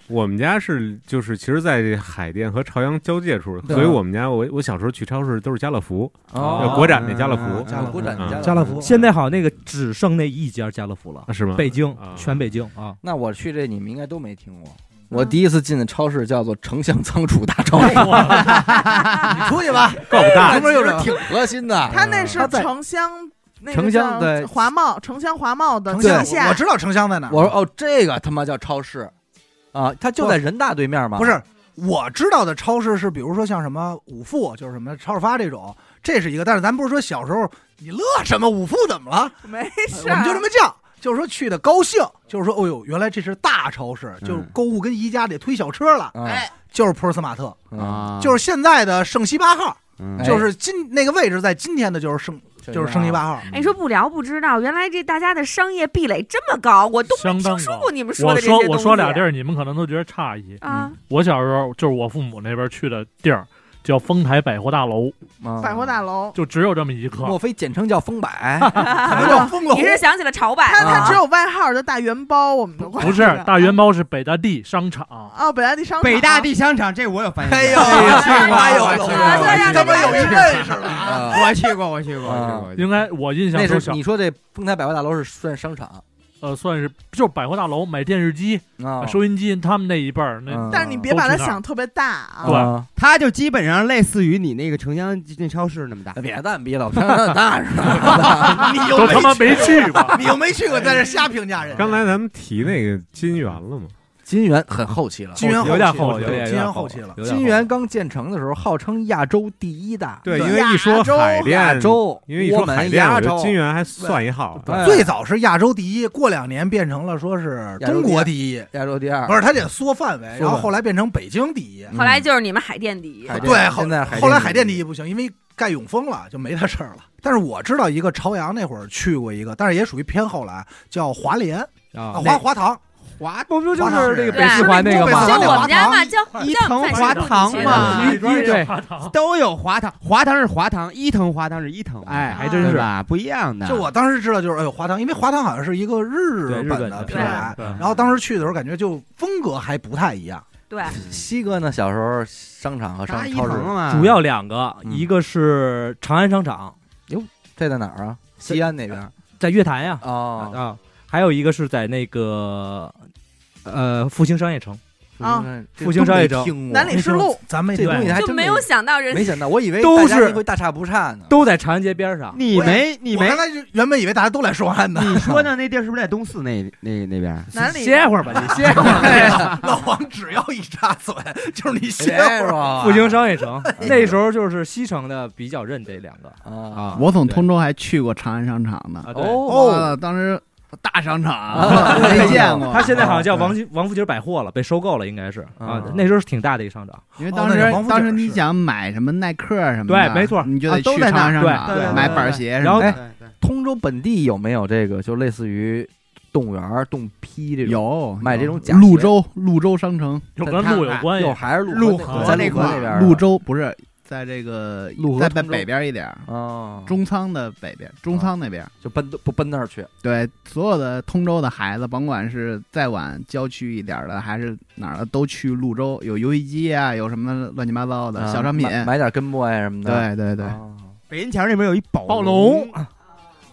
Speaker 10: 我们家是就是其实，在海淀和朝阳交界处，
Speaker 7: 对
Speaker 10: 所以我们家我我小时候去超市都是家乐福，呃
Speaker 1: 哦
Speaker 10: 国展那家乐
Speaker 7: 嗯
Speaker 9: 啊
Speaker 10: 福，
Speaker 7: 家乐福
Speaker 1: 国展
Speaker 10: 嗯
Speaker 7: 家乐福
Speaker 12: 现在好像那个只剩那一家家乐福了
Speaker 10: 啊，是吗？
Speaker 12: 北京
Speaker 10: 啊
Speaker 12: 全北京啊，
Speaker 1: 那我去这你们应该都没听过。
Speaker 7: 嗯
Speaker 1: 我第一次进的超市叫做城乡仓储大超 市，
Speaker 7: 你啊出去
Speaker 1: 啊
Speaker 7: 吧，
Speaker 10: 够大
Speaker 1: 那边有人哎挺核心的。
Speaker 2: 他那是
Speaker 7: 他在
Speaker 2: 城乡。那个
Speaker 1: 城乡
Speaker 2: 叫
Speaker 1: 对
Speaker 2: 华贸，城乡华贸的
Speaker 7: 城
Speaker 2: 地
Speaker 7: 乡
Speaker 2: 下，
Speaker 7: 我知道城乡在哪儿，
Speaker 1: 我说哦，这个他妈叫超市啊，它就在人大对面嘛。
Speaker 7: 不，是，我知道的超市是，比如说像什么五富，就是什么超市发这种，这是一个。但是咱不是说小时候你乐什么五富怎么了？
Speaker 2: 没事
Speaker 7: 呃我
Speaker 2: 儿，
Speaker 7: 们就这么叫，就是说去的高兴，就是说，哦呦，原来这是大超市，
Speaker 10: 嗯啊
Speaker 7: 就是购物跟宜家得推小车了，
Speaker 1: 嗯
Speaker 7: 哎，就是普尔斯马特，
Speaker 1: 啊，
Speaker 7: 就是现在的圣西八号，
Speaker 10: 嗯
Speaker 1: 哎
Speaker 7: 就是今那个位置在今天的就是圣就是圣西八 号。
Speaker 5: 哎，说不聊不知道，原来这大家的商业壁垒这么高，我都没
Speaker 11: 相当
Speaker 5: 听说
Speaker 11: 高嗯
Speaker 5: 过你们说
Speaker 11: 我
Speaker 5: 的这些东西。
Speaker 11: 我说俩地儿，你们可能都觉得诧异。
Speaker 5: 啊，
Speaker 11: 我小时候就是我父母那边去的地儿，叫丰台百货大楼，
Speaker 1: 啊
Speaker 2: 百货大楼，
Speaker 11: 就只有这么一个。
Speaker 1: 莫非简称叫丰百？
Speaker 7: 可能叫疯了
Speaker 5: 你，是想起了潮百
Speaker 2: 他他
Speaker 5: 了
Speaker 2: 只有外号，就大圆包，我们都管
Speaker 11: 不是大元包是北大地商场，
Speaker 2: 哦，北大地商场，
Speaker 8: 北大地商场，这我有发言
Speaker 7: 哎
Speaker 8: 权。
Speaker 7: 呦，哎呦，
Speaker 8: 我去
Speaker 5: 啊对呀
Speaker 7: 你他妈有一认识了啊！
Speaker 1: 啊
Speaker 8: 过，我去过，我去过，我去过我去过。
Speaker 11: 应该我印象
Speaker 1: 那
Speaker 11: 中
Speaker 1: 是
Speaker 11: 小
Speaker 1: 你说这丰台百货大楼是算商场
Speaker 11: 呃算是就是百货大楼买电视机、
Speaker 1: 啊？
Speaker 11: 收音机，他们那一辈儿那
Speaker 1: 嗯
Speaker 2: 但是你别把它想特别大啊，
Speaker 11: 对
Speaker 1: 啊
Speaker 8: 它就基本上类似于你那个城乡那超市那么大。
Speaker 1: 别蛋逼了，那是
Speaker 7: 你
Speaker 11: 都
Speaker 7: 又
Speaker 11: 他妈没去过。
Speaker 7: 你又没去过，在这瞎评价人家。
Speaker 10: 嗯刚才咱们提那个金源了嘛，
Speaker 1: 金源很后期了。
Speaker 7: 金源
Speaker 12: 有点
Speaker 7: 后
Speaker 12: 后
Speaker 7: 期
Speaker 12: 期
Speaker 7: 了，
Speaker 12: 了有
Speaker 7: 金
Speaker 12: 点
Speaker 7: 源
Speaker 12: 后
Speaker 7: 后
Speaker 12: 期
Speaker 7: 期
Speaker 12: 了
Speaker 7: 了。
Speaker 1: 金源刚建成的时候，号称亚洲第一大，
Speaker 10: 对，
Speaker 7: 对
Speaker 10: 因为一说
Speaker 2: 亚洲
Speaker 10: 海淀，
Speaker 1: 亚洲
Speaker 10: 因为一
Speaker 1: 我
Speaker 10: 说
Speaker 1: 们
Speaker 10: 海淀，
Speaker 1: 亚
Speaker 10: 我觉
Speaker 1: 洲
Speaker 10: 得金源还算一号。啊
Speaker 1: 对
Speaker 7: 最早是亚洲第一，过两年变成了说是中国第一，
Speaker 1: 亚洲第二
Speaker 7: 不，是，它得缩范围，
Speaker 1: 缩范围
Speaker 7: 然后后来变成北京第一。
Speaker 1: 嗯
Speaker 5: 后来就是你们海淀第一，
Speaker 1: 海淀
Speaker 7: 对，后
Speaker 1: 现在海淀
Speaker 7: 后来海淀第一不行，因为盖永丰了，就没他事儿了。但是我知道一个朝阳那会儿去过一个，但是也属于偏后来，叫华联啊，
Speaker 12: 啊，
Speaker 7: 华华堂，
Speaker 8: 华
Speaker 12: 不不就是那个
Speaker 5: 对
Speaker 12: 北四环那个
Speaker 7: 北四
Speaker 12: 吗？
Speaker 7: 华
Speaker 5: 就
Speaker 7: 那
Speaker 5: 我
Speaker 7: 华
Speaker 5: 们家
Speaker 7: 堂
Speaker 5: 嘛，叫
Speaker 8: 一
Speaker 5: 叫
Speaker 8: 藤
Speaker 5: 反
Speaker 8: 华
Speaker 5: 正
Speaker 8: 堂
Speaker 5: 去的
Speaker 8: 嘛，
Speaker 11: 一
Speaker 8: 一对
Speaker 11: 华堂
Speaker 8: 都有华堂，华堂是华堂，一藤华堂是一藤华堂，
Speaker 5: 啊
Speaker 12: 哎还真是
Speaker 8: 对吧？不一样的。
Speaker 7: 就我当时知道就是哎呦华堂，因为华堂好像是一个日
Speaker 12: 对日
Speaker 7: 本
Speaker 12: 本
Speaker 7: 的
Speaker 12: 的
Speaker 7: 品牌，
Speaker 11: 对对
Speaker 7: 然后当时去的时候感觉就风格还不太一样。
Speaker 5: 对，
Speaker 1: 西哥呢？小时候商场和商
Speaker 8: 拿一
Speaker 1: 超市
Speaker 8: 藤，嘛，
Speaker 12: 主要两个，
Speaker 1: 嗯
Speaker 12: 一个是长安商场
Speaker 1: 这嗯在哪儿啊？西安那边
Speaker 12: 在呃月坛呀
Speaker 1: 哦，
Speaker 12: 啊，还有一个是在那个呃复兴商业城，
Speaker 2: 啊
Speaker 1: 这
Speaker 12: 复兴商业城
Speaker 1: 都没听
Speaker 5: 嗯
Speaker 1: 过
Speaker 2: 南礼士路，
Speaker 7: 咱们
Speaker 1: 这东西还
Speaker 5: 就
Speaker 1: 真
Speaker 5: 没有想到人
Speaker 1: 没想到，我以为
Speaker 12: 都
Speaker 1: 大家
Speaker 12: 是
Speaker 1: 会大差不差呢。
Speaker 12: 都在长安街边上。
Speaker 8: 你没你
Speaker 7: 我
Speaker 8: 没
Speaker 7: 刚才就原本以为大家都来双安的，
Speaker 8: 你说的那地儿是不是在东四那那那边？
Speaker 2: 南礼
Speaker 12: 歇会儿吧，你歇会儿。
Speaker 7: 那我黄只要一扎嘴， 就是你歇
Speaker 8: 哎
Speaker 7: 会儿。哎
Speaker 9: 复兴商业城那时候就是西城的比较认这两个啊
Speaker 3: 我从通州还去过长安商场呢。
Speaker 9: 啊对
Speaker 3: 哦
Speaker 7: 哦
Speaker 3: 哇当时大商场
Speaker 9: 啊
Speaker 3: 没见过。
Speaker 9: 他现在好像叫王金王府井百货了，被收购了，应该是啊。那时候是挺大的一商场，
Speaker 3: 因为
Speaker 7: 哦
Speaker 3: 当时、当时你想买什么耐克什么的，
Speaker 9: 对没错
Speaker 3: 你就
Speaker 9: 啊
Speaker 3: 得
Speaker 9: 都
Speaker 3: 去
Speaker 9: 在
Speaker 3: 长安
Speaker 9: 那
Speaker 3: 商
Speaker 9: 儿
Speaker 3: 场
Speaker 9: 对对对
Speaker 3: 买
Speaker 9: 对
Speaker 3: 板
Speaker 9: 对
Speaker 3: 鞋什
Speaker 1: 然后
Speaker 3: 么的。
Speaker 1: 哎通州本地有没有这个，就类似于动物园、洞批这种
Speaker 3: 有
Speaker 1: 卖哎这种假
Speaker 3: 潞
Speaker 1: 鞋
Speaker 3: 啊州潞州商城，
Speaker 1: 就跟路有关系
Speaker 3: 又
Speaker 1: 又还是
Speaker 3: 潞
Speaker 1: 路
Speaker 3: 河
Speaker 1: 在
Speaker 3: 那
Speaker 1: 路河
Speaker 3: 块
Speaker 1: 那边
Speaker 3: 儿
Speaker 1: 儿
Speaker 3: 潞州不是在这个
Speaker 1: 潞河
Speaker 3: 在
Speaker 1: 通
Speaker 3: 北
Speaker 1: 州
Speaker 3: 北边一点
Speaker 1: 啊，
Speaker 3: 中仓的北边，中仓那边
Speaker 1: 哦就奔不奔那儿去？
Speaker 3: 对，所有的通州的孩子，甭管是再往郊区一点儿的，还是哪儿的，都去潞州，有游戏机啊，有什么乱七八糟的
Speaker 1: 啊
Speaker 3: 小商品，
Speaker 1: 买买点根部呀什么的。
Speaker 3: 对对对，
Speaker 9: 啊
Speaker 8: 北 银桥那边有一宝
Speaker 3: 暴
Speaker 8: 龙
Speaker 3: 龙，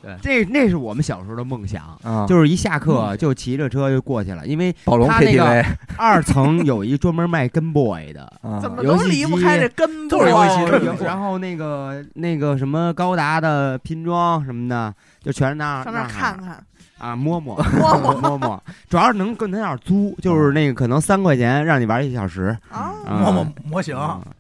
Speaker 8: 对，这那是我们小时候的梦想
Speaker 1: 啊，
Speaker 8: 就是一下
Speaker 7: 嗯
Speaker 8: 课就骑着车就过去了，因为
Speaker 1: 宝龙
Speaker 8: 他那个
Speaker 1: KTV
Speaker 8: 二层有一专门卖跟 boy 的，
Speaker 1: 啊
Speaker 2: 怎么
Speaker 8: 游
Speaker 2: 都
Speaker 8: 戏
Speaker 2: 离不
Speaker 8: 机
Speaker 2: 开这根部
Speaker 8: 都是游戏
Speaker 2: 啊
Speaker 8: 机有然后那个那个什么高达的拼装什么的，就全是那
Speaker 2: 上那儿看看，
Speaker 8: 啊，摸摸
Speaker 2: 摸摸
Speaker 8: 摸摸，主要是能跟他那儿租，就是那个可能三块钱让你玩一小时嗯
Speaker 2: 啊
Speaker 1: 摸摸
Speaker 7: 模型。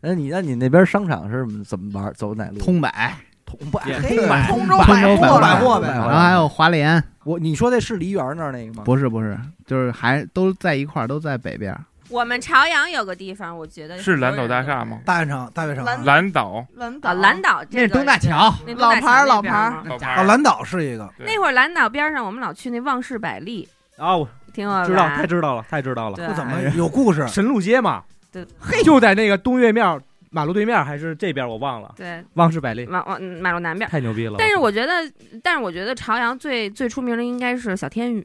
Speaker 1: 那你那你那边商场是怎么玩？走哪路？
Speaker 3: 通百，
Speaker 1: 通百，
Speaker 3: 通百
Speaker 1: 通
Speaker 3: 百通州
Speaker 1: 百
Speaker 3: 百
Speaker 1: 货呗。嗯
Speaker 3: 然后还有华联，
Speaker 1: 我你说那是梨园那儿那个吗？
Speaker 3: 不是不是，就是还都在一块儿，都在北边儿。
Speaker 5: 我们朝阳有个地方，我觉得
Speaker 6: 是蓝岛大厦吗？
Speaker 7: 大悦城，大悦城
Speaker 3: 啊
Speaker 5: 蓝
Speaker 6: 蓝岛，
Speaker 2: 蓝
Speaker 5: 岛，啊蓝岛这个那东大桥那边吗
Speaker 7: 啊，蓝岛是一个。
Speaker 5: 那会儿蓝岛边上，我们老去那旺氏百丽，
Speaker 9: 啊，我
Speaker 5: 挺好
Speaker 9: 知道，
Speaker 5: 玩
Speaker 9: 太知道了，太知道了。
Speaker 5: 对不怎么
Speaker 7: 有故事
Speaker 9: 神鹿街嘛，
Speaker 5: 对，
Speaker 9: 就在那个东岳庙马路对面，还是这边我忘了。
Speaker 5: 对，
Speaker 9: 旺氏百丽，
Speaker 5: 往往嗯马路南边，
Speaker 9: 太牛逼了
Speaker 5: 但是我觉得，但是我觉得朝阳最最出名的应该是小天 宇，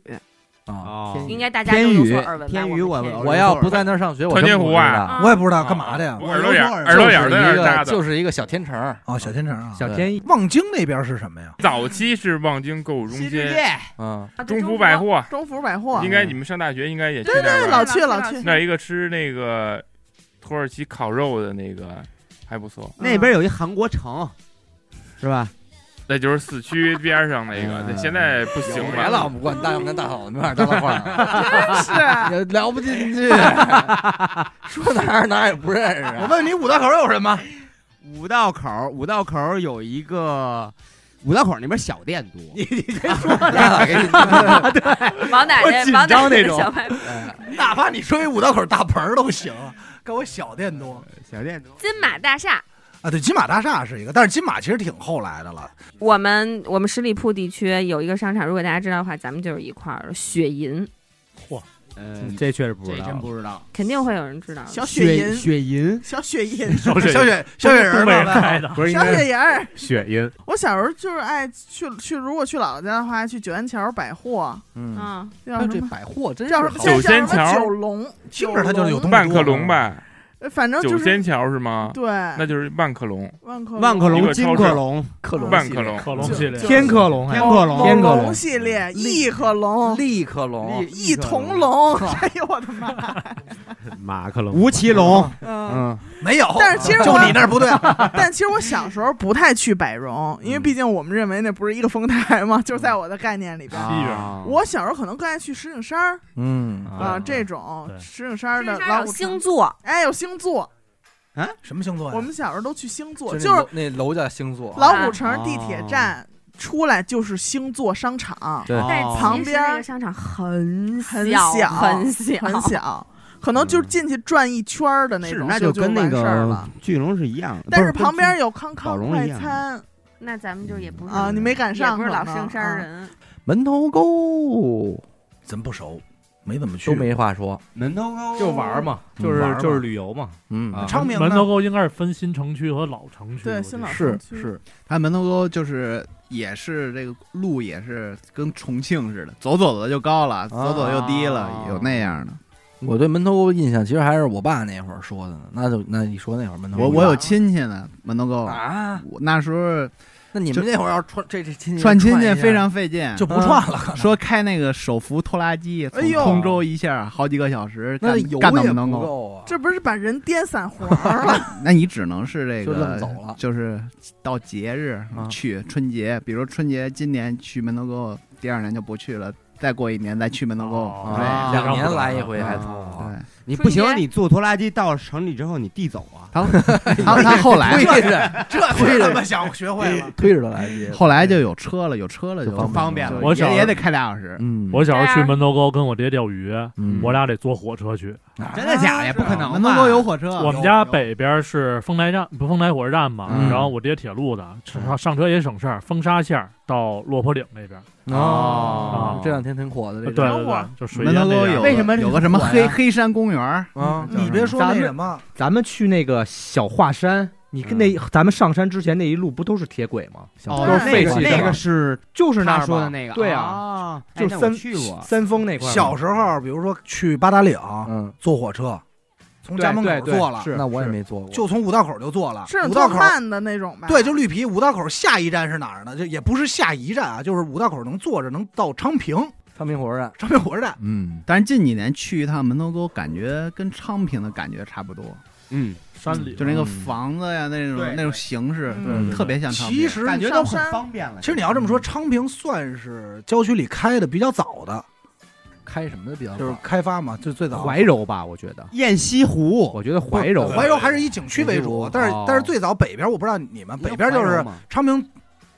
Speaker 1: 啊
Speaker 5: 应该大家都
Speaker 1: 天
Speaker 5: 有
Speaker 1: 宇
Speaker 5: 所耳啊闻吧。
Speaker 1: 天
Speaker 5: 宇，我
Speaker 1: 我要不在那儿上学，我真不知道。
Speaker 7: 我也不知道干嘛的呀。
Speaker 1: 我啊耳朵眼耳朵眼儿在那儿扎的就是一个小天成
Speaker 7: 啊哦，小天成啊，
Speaker 5: 呃
Speaker 6: 小天一
Speaker 7: 望京那边是什么呀？
Speaker 6: 早期是望京购物中
Speaker 7: 世
Speaker 6: 心
Speaker 7: 界，
Speaker 1: 嗯
Speaker 2: 啊对
Speaker 6: 中福百货，
Speaker 2: 中福百货
Speaker 6: 应该你们上大学应该也去
Speaker 2: 对对
Speaker 6: 那儿
Speaker 2: 对
Speaker 6: 吧
Speaker 2: 老去老去
Speaker 6: 那儿一个吃那个土耳其烤肉的那个还不错，
Speaker 8: 那边有一韩国城，是吧？
Speaker 6: 那就是四区边上那个，那现在不行
Speaker 1: 嗯别
Speaker 6: 了。
Speaker 1: 老不管大勇跟大嫂子那儿搭拉 话
Speaker 2: 儿，
Speaker 1: 真是聊不进去，
Speaker 8: 嗯
Speaker 1: 说哪儿哪儿也不认识。啊
Speaker 7: 我问你，五道口有什么？
Speaker 8: 五道口，五道口有一个，五道口那边小店多。啊你你别说
Speaker 1: 啊
Speaker 7: 了
Speaker 8: 对
Speaker 5: 王奶奶
Speaker 7: 紧
Speaker 5: 王奶奶
Speaker 7: 张那种
Speaker 5: 小卖部，
Speaker 7: 哎哪怕你说一五道口大盆儿都行，跟我小店多。
Speaker 1: 呃
Speaker 8: 小店多
Speaker 5: 金马大厦，
Speaker 7: 啊，对，金马大厦是一个，但是金马其实挺后来的了。
Speaker 5: 我们我们十里铺地区有一个商场，如果大家知道的话，咱们就是一块儿雪银，
Speaker 7: 嚯，
Speaker 8: 呃
Speaker 9: 这确实不知道，
Speaker 8: 这真不知道。
Speaker 5: 肯定会有人知道的。
Speaker 2: 小雪银
Speaker 8: 雪银，
Speaker 2: 小雪银，
Speaker 8: 小雪小雪
Speaker 2: 小
Speaker 8: 小雪人儿吧东北人开的
Speaker 2: 小雪人儿。
Speaker 10: 雪音，
Speaker 2: 我小时候就是爱去去，如果去姥姥家的话，去九元桥百货，
Speaker 1: 嗯
Speaker 2: 啊，
Speaker 1: 哎
Speaker 2: 叫
Speaker 1: 这
Speaker 2: 什么
Speaker 1: 百货真是
Speaker 2: 叫什么
Speaker 1: 好
Speaker 2: 叫
Speaker 6: 九仙
Speaker 2: 叫什么
Speaker 6: 桥
Speaker 2: 九龙，
Speaker 7: 听着它就是有东西
Speaker 6: 万客
Speaker 7: 多
Speaker 6: 隆吧？
Speaker 2: 呃反正就
Speaker 6: 九
Speaker 2: 是
Speaker 6: 仙桥是吗？
Speaker 2: 对
Speaker 6: 那就是万客隆。
Speaker 2: 万客
Speaker 8: 万客
Speaker 6: 一
Speaker 8: 隆、
Speaker 6: 个
Speaker 8: 金
Speaker 6: 超市
Speaker 8: 客隆、
Speaker 1: 克隆
Speaker 6: 万
Speaker 1: 系
Speaker 6: 客
Speaker 1: 列
Speaker 6: 隆
Speaker 1: 克隆系列
Speaker 8: 天客隆
Speaker 6: 哎
Speaker 8: 天客隆
Speaker 2: 天
Speaker 8: 天客
Speaker 2: 龙
Speaker 8: 隆
Speaker 2: 系列、异克隆、
Speaker 1: 利克隆
Speaker 2: 异同龙， 哎呦我的妈！
Speaker 10: 马克龙，
Speaker 8: 吴奇隆，
Speaker 2: 嗯
Speaker 8: 嗯，
Speaker 7: 没有
Speaker 2: 但是其实我
Speaker 7: 就你那儿不对。
Speaker 2: 但其实我小时候不太去百荣，因为毕竟我们认为那不是一个丰台嘛，就是在我的概念里边。
Speaker 1: 啊
Speaker 2: 我小时候可能更爱去石景山儿
Speaker 1: 嗯
Speaker 2: 啊，这种石景山儿的
Speaker 5: 石景山
Speaker 2: 老
Speaker 5: 有
Speaker 2: 虎城
Speaker 5: 星座，
Speaker 2: 哎，有星座。
Speaker 8: 啊，
Speaker 7: 什么星座呀？
Speaker 2: 我们小时候都去星座，
Speaker 1: 那
Speaker 2: 就
Speaker 1: 楼
Speaker 2: 是
Speaker 1: 那楼叫星座，
Speaker 5: 啊
Speaker 2: 老虎城地铁站出来就是星座商场，
Speaker 1: 对但是其实
Speaker 2: 旁边
Speaker 5: 那个商场很
Speaker 2: 很
Speaker 5: 小
Speaker 2: 小，
Speaker 5: 很小
Speaker 2: 很 小可能就是进去转一圈儿的那
Speaker 8: 是
Speaker 2: 种，
Speaker 8: 那
Speaker 2: 就
Speaker 8: 跟那
Speaker 2: 完事儿了
Speaker 8: 个。巨龙是一样的，
Speaker 2: 但
Speaker 8: 不
Speaker 2: 是
Speaker 8: 跟
Speaker 2: 旁边有康
Speaker 8: 宝
Speaker 2: 康
Speaker 8: 龙
Speaker 2: 快
Speaker 8: 一样
Speaker 2: 餐
Speaker 5: 那咱们就也不是
Speaker 2: 啊，你没赶
Speaker 5: 也
Speaker 2: 上，
Speaker 5: 不是老
Speaker 2: 可
Speaker 5: 圣
Speaker 2: 能啊
Speaker 5: 山人。
Speaker 1: 门头沟，
Speaker 7: 咱不熟，没怎么
Speaker 1: 去，都没话说。
Speaker 8: 门头沟
Speaker 9: 就玩儿嘛，
Speaker 1: 嗯
Speaker 9: 就是
Speaker 1: 玩儿嘛
Speaker 9: 就是旅游嘛。
Speaker 1: 嗯
Speaker 9: 啊
Speaker 7: 昌平呢
Speaker 11: 门头沟应该是分新城区和老城区，我觉得
Speaker 3: 是是，它门头沟就是也是这个路也是跟重庆似的，走走的就高了，走走就低了，
Speaker 6: 哦
Speaker 3: 有那样的。
Speaker 1: 我对门头沟印象其实还是我爸那会儿说的呢。那就那你说那会儿门头沟，
Speaker 3: 我我有亲戚呢，门头沟
Speaker 1: 啊，
Speaker 3: 我那时候
Speaker 1: 那你
Speaker 3: 就
Speaker 1: 们那会儿要串这这亲戚
Speaker 3: 串亲
Speaker 1: 一
Speaker 3: 戚
Speaker 1: 下
Speaker 3: 非常费劲，
Speaker 1: 就不串了
Speaker 3: 嗯
Speaker 1: 可能
Speaker 3: 说开那个手扶拖拉机
Speaker 2: 哎
Speaker 3: 从
Speaker 2: 呦
Speaker 3: 通州一下好几个小时，
Speaker 2: 那
Speaker 3: 干
Speaker 2: 油
Speaker 3: 干到
Speaker 2: 也
Speaker 3: 门头
Speaker 2: 不
Speaker 1: 啊
Speaker 3: 沟，
Speaker 2: 这不是把人颠散活儿了？
Speaker 3: 那你只能是这
Speaker 1: 就
Speaker 3: 个
Speaker 1: 愣走了
Speaker 3: 就是到节日去春节，比如春节今年去门头沟，第二年就不去了，再过一年再去门头沟，对
Speaker 1: 啊两年哦来一回还
Speaker 3: 对
Speaker 1: 疼
Speaker 8: 你不行，你坐拖拉机到城里之后你递走啊。
Speaker 3: 他他他 后来
Speaker 8: 推
Speaker 3: 着
Speaker 7: 这
Speaker 3: 推着
Speaker 7: 他妈想学会了，
Speaker 1: 推着拖拉机
Speaker 3: 后来就有车了，有车了就
Speaker 11: 方便
Speaker 3: 方便
Speaker 11: 我小
Speaker 3: 也
Speaker 11: 时候
Speaker 3: 也得开俩小时。
Speaker 1: 嗯
Speaker 11: 我小时候去门头沟跟我爹钓鱼，我俩得坐火车去。
Speaker 1: 啊
Speaker 3: 真的假的呀？不可能吧，门头沟有火车。
Speaker 11: 我们家北边是丰台站，不丰台火车站嘛，
Speaker 3: 嗯
Speaker 11: 然后我爹铁路的，
Speaker 1: 嗯
Speaker 11: 上上车也省事儿，风沙线儿到落坡岭那边。
Speaker 1: 哦
Speaker 11: 啊
Speaker 1: 这两天挺火的这个
Speaker 11: 对对
Speaker 1: 小
Speaker 11: 对
Speaker 1: 伙，
Speaker 11: 就水
Speaker 3: 门头沟有
Speaker 11: 有
Speaker 3: 个有个什么黑黑山公园儿
Speaker 1: 啊
Speaker 3: 就是
Speaker 7: 你别说那什么，
Speaker 12: 咱们去那个小华山，你跟那咱们上山之前那一路不都是铁轨吗？
Speaker 8: 哦
Speaker 12: 都是废弃的
Speaker 8: 那
Speaker 12: 吗，
Speaker 8: 个那个是
Speaker 12: 就是那儿
Speaker 8: 他说的
Speaker 12: 吧
Speaker 8: 那个
Speaker 12: 对
Speaker 8: 啊
Speaker 12: 啊，
Speaker 8: 哎
Speaker 12: 就
Speaker 8: 那我
Speaker 12: 三
Speaker 8: 去过
Speaker 12: 三峰那块儿嘛。
Speaker 7: 小时候，比如说去八达岭，坐火车，从家门
Speaker 12: 对
Speaker 7: 口
Speaker 12: 对
Speaker 7: 坐了，
Speaker 12: 是
Speaker 1: 那我也没坐过，
Speaker 7: 就从五道口就坐了，
Speaker 2: 是
Speaker 7: 五
Speaker 2: 坐
Speaker 7: 道口。
Speaker 2: 慢的那种吧？
Speaker 7: 对，就绿皮五道口下一站是哪儿呢？就也不是下一站啊，就是五道口能坐着能到昌平，
Speaker 1: 昌平火车站，
Speaker 7: 昌平火车站。
Speaker 1: 嗯，
Speaker 3: 但是近几年去一趟门头沟，感觉跟昌平的感觉差不多。
Speaker 8: 嗯，
Speaker 11: 山里
Speaker 3: 就那个房子呀，那种那种形式，
Speaker 7: 嗯
Speaker 3: 特别像昌平。
Speaker 7: 其实
Speaker 3: 感觉
Speaker 7: 上
Speaker 3: 都很
Speaker 7: 山
Speaker 3: 方便了。
Speaker 7: 其实你要这么说，昌平算是郊区里开的比较早的，
Speaker 1: 开什么的比较
Speaker 7: 就是开发嘛，就最早
Speaker 12: 怀柔吧，我觉得
Speaker 8: 雁西湖，
Speaker 12: 我觉得怀柔，
Speaker 7: 怀柔还是以景区为主，但是但
Speaker 1: 哦
Speaker 7: 是最早北边我不知道你们北边就是昌平，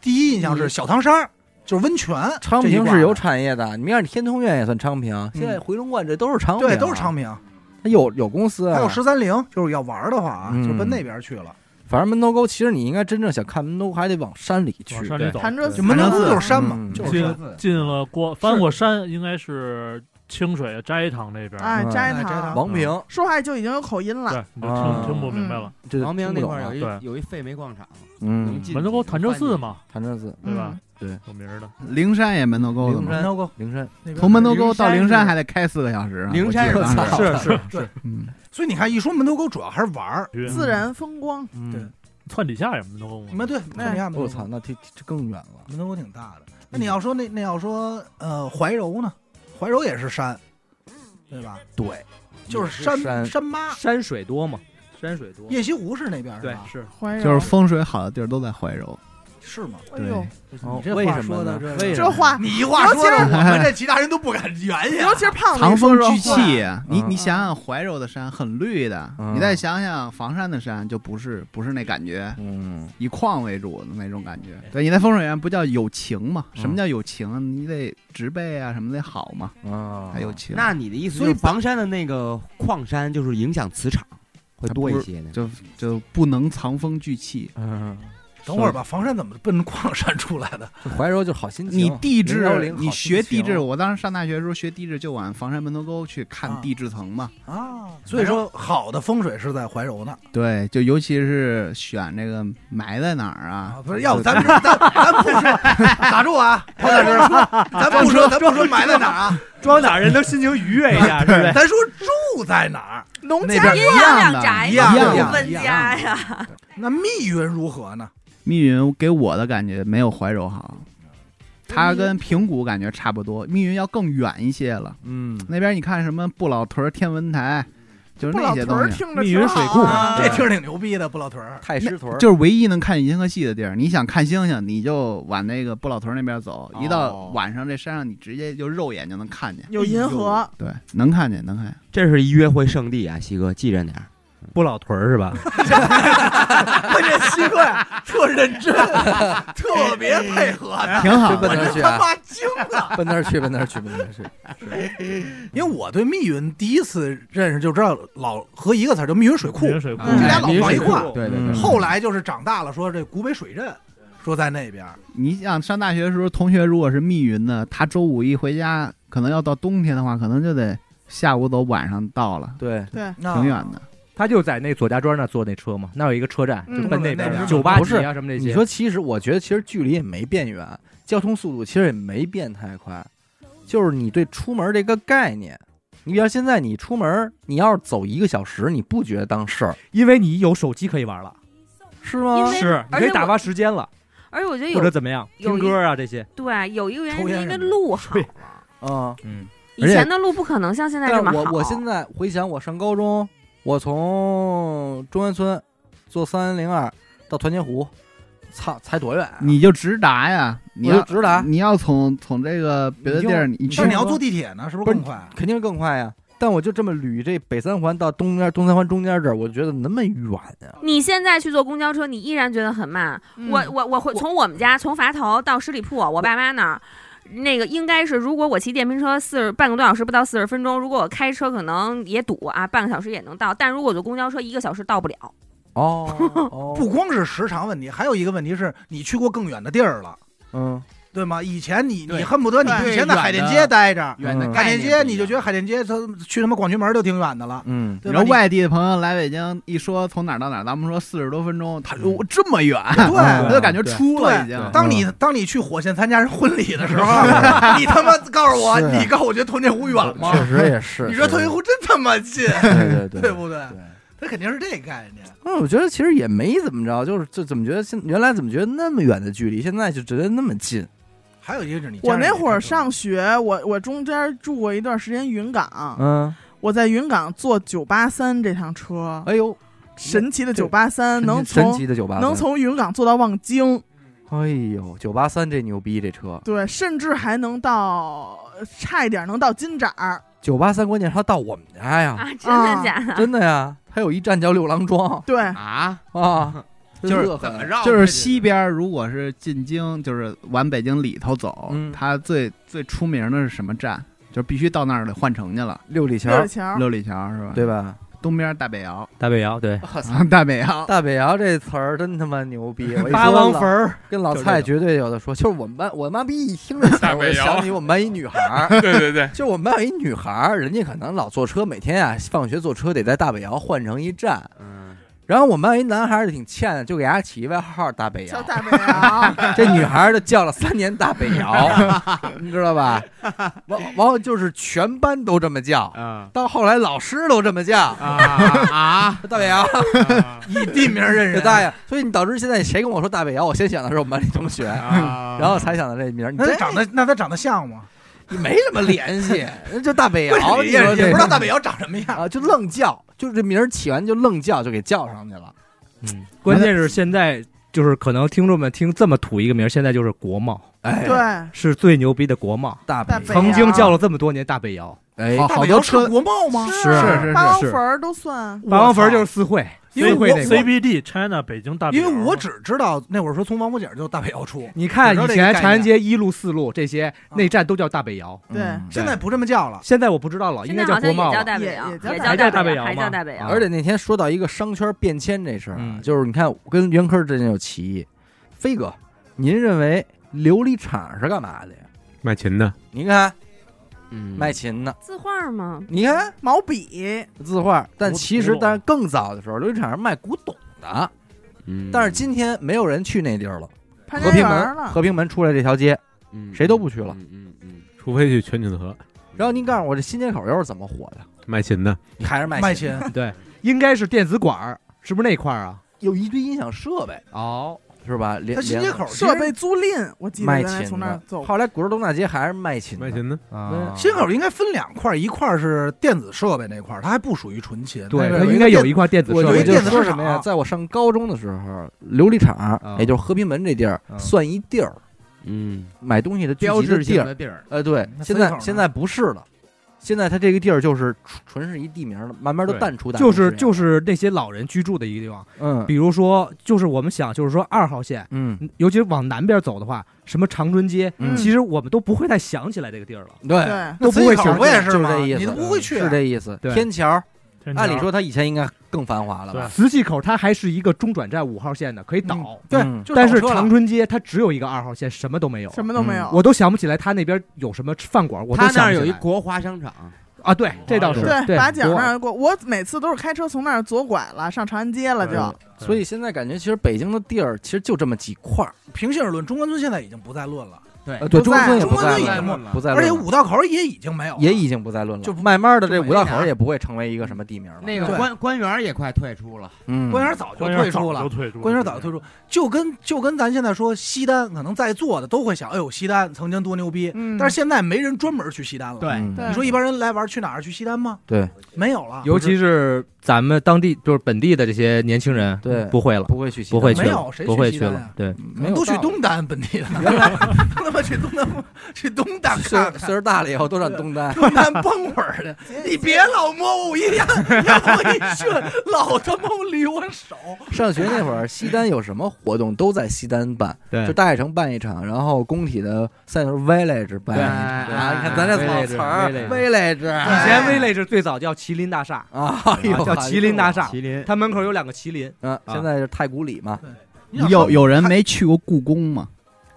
Speaker 7: 第一印象是小汤山儿，就是温泉。
Speaker 1: 嗯昌
Speaker 7: 这一
Speaker 1: 平
Speaker 7: 挂嗯
Speaker 1: 是有产业的，你们看天通苑也算昌平，现在回龙观这都是昌平，啊
Speaker 7: 对，都是昌，平，啊
Speaker 1: 它有有公司啊，
Speaker 7: 还有十三陵，就是要玩儿的话啊，
Speaker 1: 嗯
Speaker 7: 就奔那边去了。
Speaker 1: 反正门头沟，其实你应该真正想看门头沟，还得往山里去。
Speaker 11: 往山里走潭
Speaker 2: 柘
Speaker 7: 寺门头沟就是山嘛
Speaker 1: 嗯
Speaker 7: 就
Speaker 11: 进进了过翻过山，应该是清水斋堂那边。嗯
Speaker 2: 哎，斋
Speaker 7: 哎斋
Speaker 2: 堂
Speaker 7: 堂
Speaker 1: 王平
Speaker 2: 说话就已经有口音
Speaker 11: 对
Speaker 2: 了。，
Speaker 11: 你就听听不明白了。
Speaker 1: 这
Speaker 8: 王明那块
Speaker 3: 啊
Speaker 8: 儿有
Speaker 11: 对
Speaker 8: 一有一废煤广场，
Speaker 1: 嗯，
Speaker 11: 门头沟潭柘寺嘛，
Speaker 1: 潭柘寺
Speaker 11: 对吧？
Speaker 1: 对，
Speaker 11: 有名儿的。
Speaker 3: 灵山也门头沟的
Speaker 1: 灵
Speaker 3: 嘛，
Speaker 1: 山，灵山，
Speaker 3: 从门头沟到灵山还
Speaker 7: 得。
Speaker 3: 得开四个小时啊。
Speaker 8: 灵山是
Speaker 3: 我记得嗯当时
Speaker 7: 是是 是，
Speaker 1: 嗯
Speaker 7: 所以你看，一说门头沟，主要还是玩儿，
Speaker 2: 嗯自然风光，
Speaker 1: 嗯，
Speaker 11: 窜底下也门头沟嘛
Speaker 7: 你。们对，
Speaker 2: 哎
Speaker 7: 你看，
Speaker 1: 我操，那这这更远了。
Speaker 7: 门头沟挺大的。那你要说
Speaker 1: 嗯
Speaker 7: 那那要说呃怀柔呢？怀柔也是山，对吧？
Speaker 1: 对，
Speaker 7: 就是山
Speaker 1: 山
Speaker 7: 山妈。
Speaker 12: 山水多嘛，山水多。
Speaker 7: 雁西湖是那边是
Speaker 12: 对
Speaker 7: 吧？，
Speaker 12: 是
Speaker 2: 怀柔
Speaker 3: 就是风水好的地儿都在怀柔。
Speaker 7: 是吗？
Speaker 2: 哎呦，
Speaker 1: 哦
Speaker 7: 你这
Speaker 1: 为
Speaker 7: 话
Speaker 1: 什么
Speaker 7: 说
Speaker 1: 呢
Speaker 7: 的这
Speaker 1: 为什
Speaker 2: 这
Speaker 1: 么
Speaker 2: 话
Speaker 7: 你一话
Speaker 2: 尤
Speaker 7: 说的，
Speaker 2: 其
Speaker 7: 我们这其他人都不敢圆
Speaker 2: 是
Speaker 7: 呀
Speaker 2: 尤。其是胖子一
Speaker 3: 藏
Speaker 2: 说
Speaker 3: 风
Speaker 2: 这
Speaker 3: 聚
Speaker 2: 话
Speaker 3: 气啊，你
Speaker 1: 嗯
Speaker 3: 你想想怀柔的山很绿的，
Speaker 1: 嗯
Speaker 3: 你再想想房山的山，就不是不是那感觉，
Speaker 1: 嗯，
Speaker 3: 以矿为主的那种感觉。对，你在风水院不叫有情嘛？
Speaker 1: 嗯
Speaker 3: 什么叫有情？啊你得植被啊，什么得好嘛，
Speaker 1: 啊，
Speaker 3: 才有情。
Speaker 8: 那你的意思就
Speaker 7: 所以
Speaker 8: 是房山的那个矿山就是影响磁场会多一些呢？
Speaker 3: 就就不能藏风聚气。
Speaker 1: 嗯，
Speaker 7: 等会儿吧，房山怎么奔矿山出来的？
Speaker 1: 怀柔就好心情。
Speaker 3: 你地质
Speaker 1: 010，
Speaker 3: 你学地质，
Speaker 1: 好心情
Speaker 3: 我当时上大学的时候学地质，就往房山门头沟去看地质层嘛。
Speaker 7: 啊，所以说好的风水是在怀柔呢。
Speaker 3: 对，就尤其是选这个埋在哪儿
Speaker 7: 啊
Speaker 3: 啊？
Speaker 7: 不是，要不咱们咱咱不说，打住 啊，彭大师，咱不说，咱不说埋在哪儿 啊，
Speaker 12: 装哪人都心情愉悦一下， 是不是？
Speaker 7: 咱说住在哪儿，
Speaker 2: 农
Speaker 7: 那
Speaker 2: 家
Speaker 7: 边
Speaker 5: 阴
Speaker 3: 样
Speaker 5: 阳
Speaker 3: 的
Speaker 5: 两宅
Speaker 7: 一
Speaker 5: 嘛，
Speaker 7: 样
Speaker 3: 一
Speaker 5: 不
Speaker 3: 样
Speaker 5: 分
Speaker 7: 一
Speaker 5: 家
Speaker 7: 样
Speaker 5: 呀。
Speaker 7: 那密云如何呢？
Speaker 3: 密云给我的感觉没有怀柔好，它跟平谷感觉差不多，密云要更远一些了。
Speaker 1: 嗯，
Speaker 3: 那边你看什么布老屯、天文台，就是
Speaker 2: 不
Speaker 3: 那
Speaker 2: 老
Speaker 3: 些
Speaker 2: 屯
Speaker 3: 东
Speaker 2: 儿
Speaker 3: 西，
Speaker 2: 听着
Speaker 12: 密
Speaker 2: 挺
Speaker 12: 云
Speaker 2: 好
Speaker 12: 水库
Speaker 2: 啊
Speaker 7: 这听着挺牛逼的，布老屯儿。
Speaker 1: 太 师屯儿
Speaker 3: 就是唯一能看见银河系的地儿。你想看星星，你就往那个布老屯那边走，
Speaker 1: 哦
Speaker 3: 一到晚上这山上，你直接就肉眼就能看见。哎
Speaker 2: 有银河，
Speaker 3: 对，能看见，能看见。
Speaker 8: 这是一约会圣地啊，西哥记着点儿。
Speaker 12: 不老屯儿是吧？
Speaker 7: 关键西哥呀，特认 真，特别配合的，
Speaker 3: 挺好
Speaker 1: 奔那
Speaker 7: 我
Speaker 1: 儿
Speaker 7: 就
Speaker 1: 去
Speaker 7: 他
Speaker 1: 啊，
Speaker 7: 妈惊了。
Speaker 1: 奔那儿去，奔那儿去，奔那儿去。
Speaker 7: 因为我对密云第一次认识就知道老和一个词儿，就密云水库
Speaker 11: 密，云水库，
Speaker 7: 这俩老往一块儿。
Speaker 1: 对对对，
Speaker 7: 后来就是长大了，说这古北水镇，说在那边儿，
Speaker 3: 你想上大学的时候，同学如果是密云的，他周五一回家，可能要到冬天的话，可能就得下午走，晚上到了，
Speaker 1: 对，
Speaker 2: 对，
Speaker 7: 那
Speaker 3: 挺远的。
Speaker 12: 他就在那左家庄那坐那车嘛，那有一个车站，
Speaker 2: 嗯
Speaker 12: 就奔那
Speaker 7: 那边
Speaker 12: 边
Speaker 7: 儿
Speaker 12: 酒吧
Speaker 1: 不
Speaker 12: 级
Speaker 1: 是
Speaker 12: 啊什么这些。
Speaker 1: 你说，其实我觉得其实距离也没变远，交通速度其实也没变太快，就是你对出门这个概念。你比如现在你出门，你要是走一个小时，你不觉得当事儿
Speaker 12: 因为你有手机可以玩了，
Speaker 1: 是吗
Speaker 5: 因？为
Speaker 12: 是你
Speaker 5: 而
Speaker 12: 可以
Speaker 5: 且
Speaker 12: 打
Speaker 5: 我
Speaker 12: 发时间了，
Speaker 5: 而且我觉得
Speaker 12: 或者
Speaker 5: 有
Speaker 12: 怎么样，
Speaker 5: 有
Speaker 12: 听
Speaker 5: 一
Speaker 12: 歌啊这些。
Speaker 5: 对有一个原因，
Speaker 7: 抽
Speaker 5: 是
Speaker 7: 烟
Speaker 5: 因为
Speaker 7: 什么的
Speaker 5: 路好
Speaker 12: 对
Speaker 5: 了，
Speaker 1: 嗯，
Speaker 12: 嗯，
Speaker 5: 以前的路不可能像现在
Speaker 1: 但
Speaker 5: 这
Speaker 1: 是
Speaker 5: 么
Speaker 1: 我
Speaker 5: 好。
Speaker 1: 我现在回想，我上高中，我从中关村坐三零二到团结湖，操，才多远？
Speaker 3: 你就直达呀，你要
Speaker 1: 我就直达
Speaker 3: 你要从从这个别的地儿，你去
Speaker 1: 但
Speaker 7: 地铁呢，是不
Speaker 1: 是更快？肯定是更快呀。但我就这么捋这北三环到东边东三环中间这儿，我觉得那么远呀、
Speaker 5: 你现在去坐公交车，你依然觉得很慢。
Speaker 1: 嗯
Speaker 5: 我我我会从我们家从垡头到十里铺，我爸妈那儿。那个应该是，如果我骑电瓶车四十半个多小时不到四十分钟，如果我开车可能也堵啊，半个小时也能到。但如果我坐公交车，一个小时到不了。
Speaker 1: 哦，
Speaker 7: 不光是时长问题，还有一个问题是你去过更远的地儿了，
Speaker 1: 嗯，
Speaker 7: 对吗？以前你
Speaker 1: 对
Speaker 7: 你恨不得你
Speaker 1: 对
Speaker 7: 以前在海淀街待着，
Speaker 3: 远的远的
Speaker 7: 海
Speaker 3: 概
Speaker 7: 淀
Speaker 3: 念
Speaker 7: 街你就觉得海淀街它去他妈广渠门就挺远的了，
Speaker 1: 嗯
Speaker 7: 对吧
Speaker 3: 然后
Speaker 7: 你
Speaker 3: 外地的朋友来北京一说从哪儿到哪儿，咱们说四十多分钟，他我这么远，
Speaker 7: 对，
Speaker 3: 他就感觉
Speaker 7: 对
Speaker 3: 出了已
Speaker 7: 对
Speaker 3: 经。
Speaker 7: 当你
Speaker 1: 嗯
Speaker 7: 当你去火线参加人婚礼的时 候，你他妈告诉我，
Speaker 1: 是啊
Speaker 7: 你告诉我觉得团结湖远吗？
Speaker 1: 确实也是
Speaker 7: 你说
Speaker 1: 确实
Speaker 7: 团结湖真他妈近，
Speaker 1: 对对对
Speaker 7: 不 对？他肯定是这个概念。
Speaker 1: 嗯，我觉得其实也没怎么着，就是就怎么觉得现原来怎么觉得那么远的距离，现在就觉得那么近。
Speaker 7: 还有一个就是你
Speaker 2: 我那会
Speaker 7: 儿
Speaker 2: 儿上学，我我中间住过一段时间云岗，
Speaker 1: 嗯，
Speaker 2: 我在云岗坐九八三这趟车，
Speaker 1: 哎呦，
Speaker 2: 神奇的九八三
Speaker 1: 神
Speaker 2: 能
Speaker 1: 神
Speaker 2: 从
Speaker 1: 奇的983
Speaker 2: 能从云岗坐到望京，
Speaker 1: 哎呦，九八三这牛逼，这车
Speaker 2: 对，甚至还能到差一点能到金盏儿，
Speaker 1: 九八三，关键是它到我们家呀，
Speaker 2: 啊真的假
Speaker 1: 真的呀，它有一站叫六郎庄
Speaker 2: 对
Speaker 3: 啊
Speaker 1: 啊，
Speaker 3: 就是
Speaker 1: 热狠
Speaker 3: 就是西边儿如果是进京，就是往北京里头走，
Speaker 1: 嗯
Speaker 3: 它最最出名的是什么站？就是必须到那儿得换乘去了。
Speaker 1: 六里桥六里桥
Speaker 3: 六里桥是吧？
Speaker 1: 对吧？哦
Speaker 3: 东边大北窑，
Speaker 9: 大北窑对，
Speaker 3: 大北窑，
Speaker 1: 大北窑这词儿真他妈牛逼！我一
Speaker 3: 八
Speaker 1: 说
Speaker 3: 王
Speaker 1: 老
Speaker 3: 坟儿
Speaker 1: 跟老
Speaker 3: 就是
Speaker 1: 蔡
Speaker 3: 这
Speaker 1: 绝对有的说，就是我们班，我妈逼一听这词
Speaker 6: 大
Speaker 1: 儿，我
Speaker 6: 北
Speaker 1: 就
Speaker 6: 窑。
Speaker 1: 想起我们班一女孩儿
Speaker 6: 对对对
Speaker 1: 就是我们班有一女孩儿，人家可能老坐车，每天啊放学坐车得在大北窑换乘一站。然后我们班有一男孩儿就挺欠的，就给人家起一外号儿大北窑。
Speaker 2: 大北窑，
Speaker 1: 这女孩儿就叫了三年大北窑， 你知道吧？完完后就是全班都这么叫，到后来老师都这么叫啊！大北窑，
Speaker 7: 以地名认啊 人
Speaker 1: 大爷。所以你导致现在谁跟我说大北窑，我先想的是我们班里同学，
Speaker 7: 啊
Speaker 1: 然后才想到这名儿。你
Speaker 7: 那
Speaker 1: 这
Speaker 7: 他长得那他长得像吗？
Speaker 1: 你没什么联 系，就大北
Speaker 7: 不
Speaker 1: 窑，
Speaker 7: 是
Speaker 1: 你
Speaker 7: 也
Speaker 1: 说这
Speaker 7: 也不知道大北窑长什么样
Speaker 1: 啊，就愣叫，就是这名儿起完就愣叫，就给叫上去了。
Speaker 9: 关键是现在就是可能听众们听这么土一个名儿，现在就是国贸，
Speaker 1: 哎
Speaker 2: 对，
Speaker 9: 是最牛逼的国贸，
Speaker 1: 大
Speaker 2: 北
Speaker 9: 曾经叫了这么多年大北窑，
Speaker 1: 哎
Speaker 2: 大北窑是国贸吗？
Speaker 9: 是
Speaker 2: 八王
Speaker 9: 是
Speaker 2: 坟儿都算。
Speaker 9: 八王坟就是四惠，
Speaker 7: 因为
Speaker 9: 四惠
Speaker 7: 我
Speaker 9: 那块儿
Speaker 11: CBD China 北京大，
Speaker 7: 因为我只知道那会儿说从王府井就大北窑出，
Speaker 9: 你看
Speaker 7: 只知
Speaker 9: 以
Speaker 7: 道这个
Speaker 9: 前
Speaker 7: 概
Speaker 9: 长安
Speaker 7: 念
Speaker 9: 街一路、四路这些内站都叫大北窑，
Speaker 7: 对嗯
Speaker 1: 嗯现
Speaker 7: 在不这么叫了，
Speaker 9: 现在我不知道了，应该啊叫国贸了，还叫大北窑吗？
Speaker 1: 啊而且那天说到一个商圈变迁这事儿啊，
Speaker 7: 嗯
Speaker 1: 就是你看我跟袁科之间有歧义。飞哥，您认为琉璃厂是干嘛的呀？
Speaker 10: 卖琴的，
Speaker 1: 您看，
Speaker 10: 嗯
Speaker 1: 卖琴的，
Speaker 5: 字画吗？
Speaker 1: 你看
Speaker 2: 毛笔、
Speaker 1: 字画，但
Speaker 5: 古
Speaker 1: 其
Speaker 5: 古
Speaker 1: 实
Speaker 5: 董
Speaker 1: 但是更早的时候，琉璃厂是卖古董的。但是今天没有人去那地儿了，
Speaker 2: 潘
Speaker 1: 和
Speaker 2: 家
Speaker 1: 平
Speaker 2: 园
Speaker 1: 门
Speaker 2: 了
Speaker 1: 和平门出来这条街，谁都不去了。
Speaker 10: 除非去全聚德河
Speaker 1: 然后您告诉我，这新街口又是怎么火的？
Speaker 10: 卖琴的，
Speaker 1: 你还是卖
Speaker 10: 卖
Speaker 1: 琴
Speaker 10: 琴
Speaker 9: 对，应该是电子管儿，是不是那块儿啊？
Speaker 1: 有一堆音响设备
Speaker 9: 哦，
Speaker 1: 是吧？连连
Speaker 2: 设备租赁，我记得
Speaker 1: 卖
Speaker 2: 原来
Speaker 1: 琴
Speaker 2: 从那儿
Speaker 1: 的
Speaker 2: 走。
Speaker 1: 后来鼓楼东大街还是卖琴，卖
Speaker 10: 琴的
Speaker 1: 啊
Speaker 7: 新口应该分两块儿，一块儿是电子设备那块儿，它还不属于纯琴。
Speaker 1: 对
Speaker 7: 它
Speaker 1: 它
Speaker 7: 是
Speaker 1: 应该有一
Speaker 7: 块
Speaker 1: 块
Speaker 7: 电
Speaker 1: 电
Speaker 7: 子设备。有一啊
Speaker 1: 子设备啊
Speaker 7: 电子
Speaker 1: 我
Speaker 7: 市
Speaker 1: 就说什么呀
Speaker 7: 场，
Speaker 1: 在我上高中的时候，琉璃厂
Speaker 10: 啊，
Speaker 1: 也就是和平门这地儿，算一地儿，
Speaker 10: 嗯，
Speaker 1: 买东西的聚集
Speaker 10: 标志性的
Speaker 1: 地儿，
Speaker 10: 地儿
Speaker 1: 呃，对，
Speaker 10: 那
Speaker 1: 现
Speaker 10: 三口
Speaker 1: 在
Speaker 10: 呢
Speaker 1: 现在不是了，现在它这个地儿就是纯是一地名了，慢慢都
Speaker 9: 对
Speaker 1: 淡出大
Speaker 9: 就
Speaker 1: 众
Speaker 9: 是
Speaker 1: 视野。
Speaker 9: 就是那些老人居住的一个地方，
Speaker 1: 嗯
Speaker 9: 比如说就是我们想就是说二号线，
Speaker 1: 嗯，
Speaker 9: 尤其是往南边走的话，什么长春街，
Speaker 1: 嗯
Speaker 9: 其实我们都不会再想起来这个地儿了，
Speaker 1: 对，
Speaker 9: 都不会想起来，
Speaker 1: 我也是这意思，是这意思。
Speaker 9: 啊对
Speaker 1: 天桥，
Speaker 9: 天桥
Speaker 1: 按理说它以前应该更繁华了吧？
Speaker 9: 磁器口它还是一个中转站五号线的，可以倒。
Speaker 1: 对嗯就是
Speaker 9: 但是
Speaker 1: 倒车了
Speaker 9: 长春街它只有一个二号线，什么都没有，
Speaker 2: 什么都没有嗯
Speaker 9: 我都想不起来它那边有什么饭馆，我都
Speaker 8: 他
Speaker 9: 想
Speaker 8: 那儿
Speaker 9: 不起
Speaker 8: 有一
Speaker 9: 来
Speaker 8: 国华商场，
Speaker 9: 啊，对，这倒是
Speaker 2: 对，把奖
Speaker 9: 国
Speaker 2: 那儿过，我每次都是开车从那儿左拐了，上长安街了就。
Speaker 1: 对所以现在感觉，其实北京的地儿其实就这么几块儿。
Speaker 7: 平心而论，中关村现在已经不再论了。
Speaker 9: 对
Speaker 1: 呃对
Speaker 7: 啊中关
Speaker 1: 中关村
Speaker 7: 村
Speaker 1: 也不
Speaker 7: 已
Speaker 1: 在
Speaker 7: 经
Speaker 1: 论了不在
Speaker 7: 而
Speaker 1: 论
Speaker 7: 且
Speaker 1: 了
Speaker 7: 五道口也已经没有了。
Speaker 1: 也已经不再论了，
Speaker 7: 就
Speaker 1: 慢慢的这
Speaker 7: 就没
Speaker 1: 五道
Speaker 7: 啥
Speaker 1: 口也不会成为一个什么地名了。
Speaker 8: 那个官官员也快退出了，
Speaker 1: 嗯
Speaker 7: 官员早就退出了，官员早就退出，就跟就跟咱现在说西单，可能在座的都会想，哎呦，西单曾经多牛逼，但是现在没人专门去西单了。
Speaker 1: 对嗯对
Speaker 7: 你说一般人来玩去哪儿？去西单吗？
Speaker 1: 对，
Speaker 7: 没有了。
Speaker 9: 尤其是咱们当地就是本地的这些年轻人，
Speaker 1: 对
Speaker 9: 不会了，
Speaker 1: 不会去西
Speaker 9: 不会
Speaker 1: 单
Speaker 9: 去
Speaker 1: 没
Speaker 9: 了
Speaker 1: 有谁，去
Speaker 9: 不会
Speaker 1: 西
Speaker 9: 去
Speaker 1: 单
Speaker 9: 了
Speaker 1: 啊，
Speaker 9: 对，
Speaker 1: 没有
Speaker 7: 都去
Speaker 1: 道理
Speaker 7: 东单本 地的，原来他妈去东单，去东单
Speaker 13: 岁
Speaker 7: 看
Speaker 13: 数
Speaker 7: 看。
Speaker 13: 岁数大了以后都上东单，
Speaker 7: 东单蹦会儿去， 你别老摸我一样，让我一训，老他妈离我手。
Speaker 1: 上学那会儿，西单有什么活动都在西单办，
Speaker 3: 对
Speaker 1: 就大悦城办一场，然后工体的赛头 Village 办一场啊，你看咱这老词儿
Speaker 9: village，以前 village 最早叫麒麟大厦
Speaker 1: 啊哎呦
Speaker 9: 叫麒麟大厦，
Speaker 1: 麒麟
Speaker 9: 它门口有两个麒麟，
Speaker 1: 啊，现在是太古里嘛，
Speaker 3: 有有人没去过故宫吗？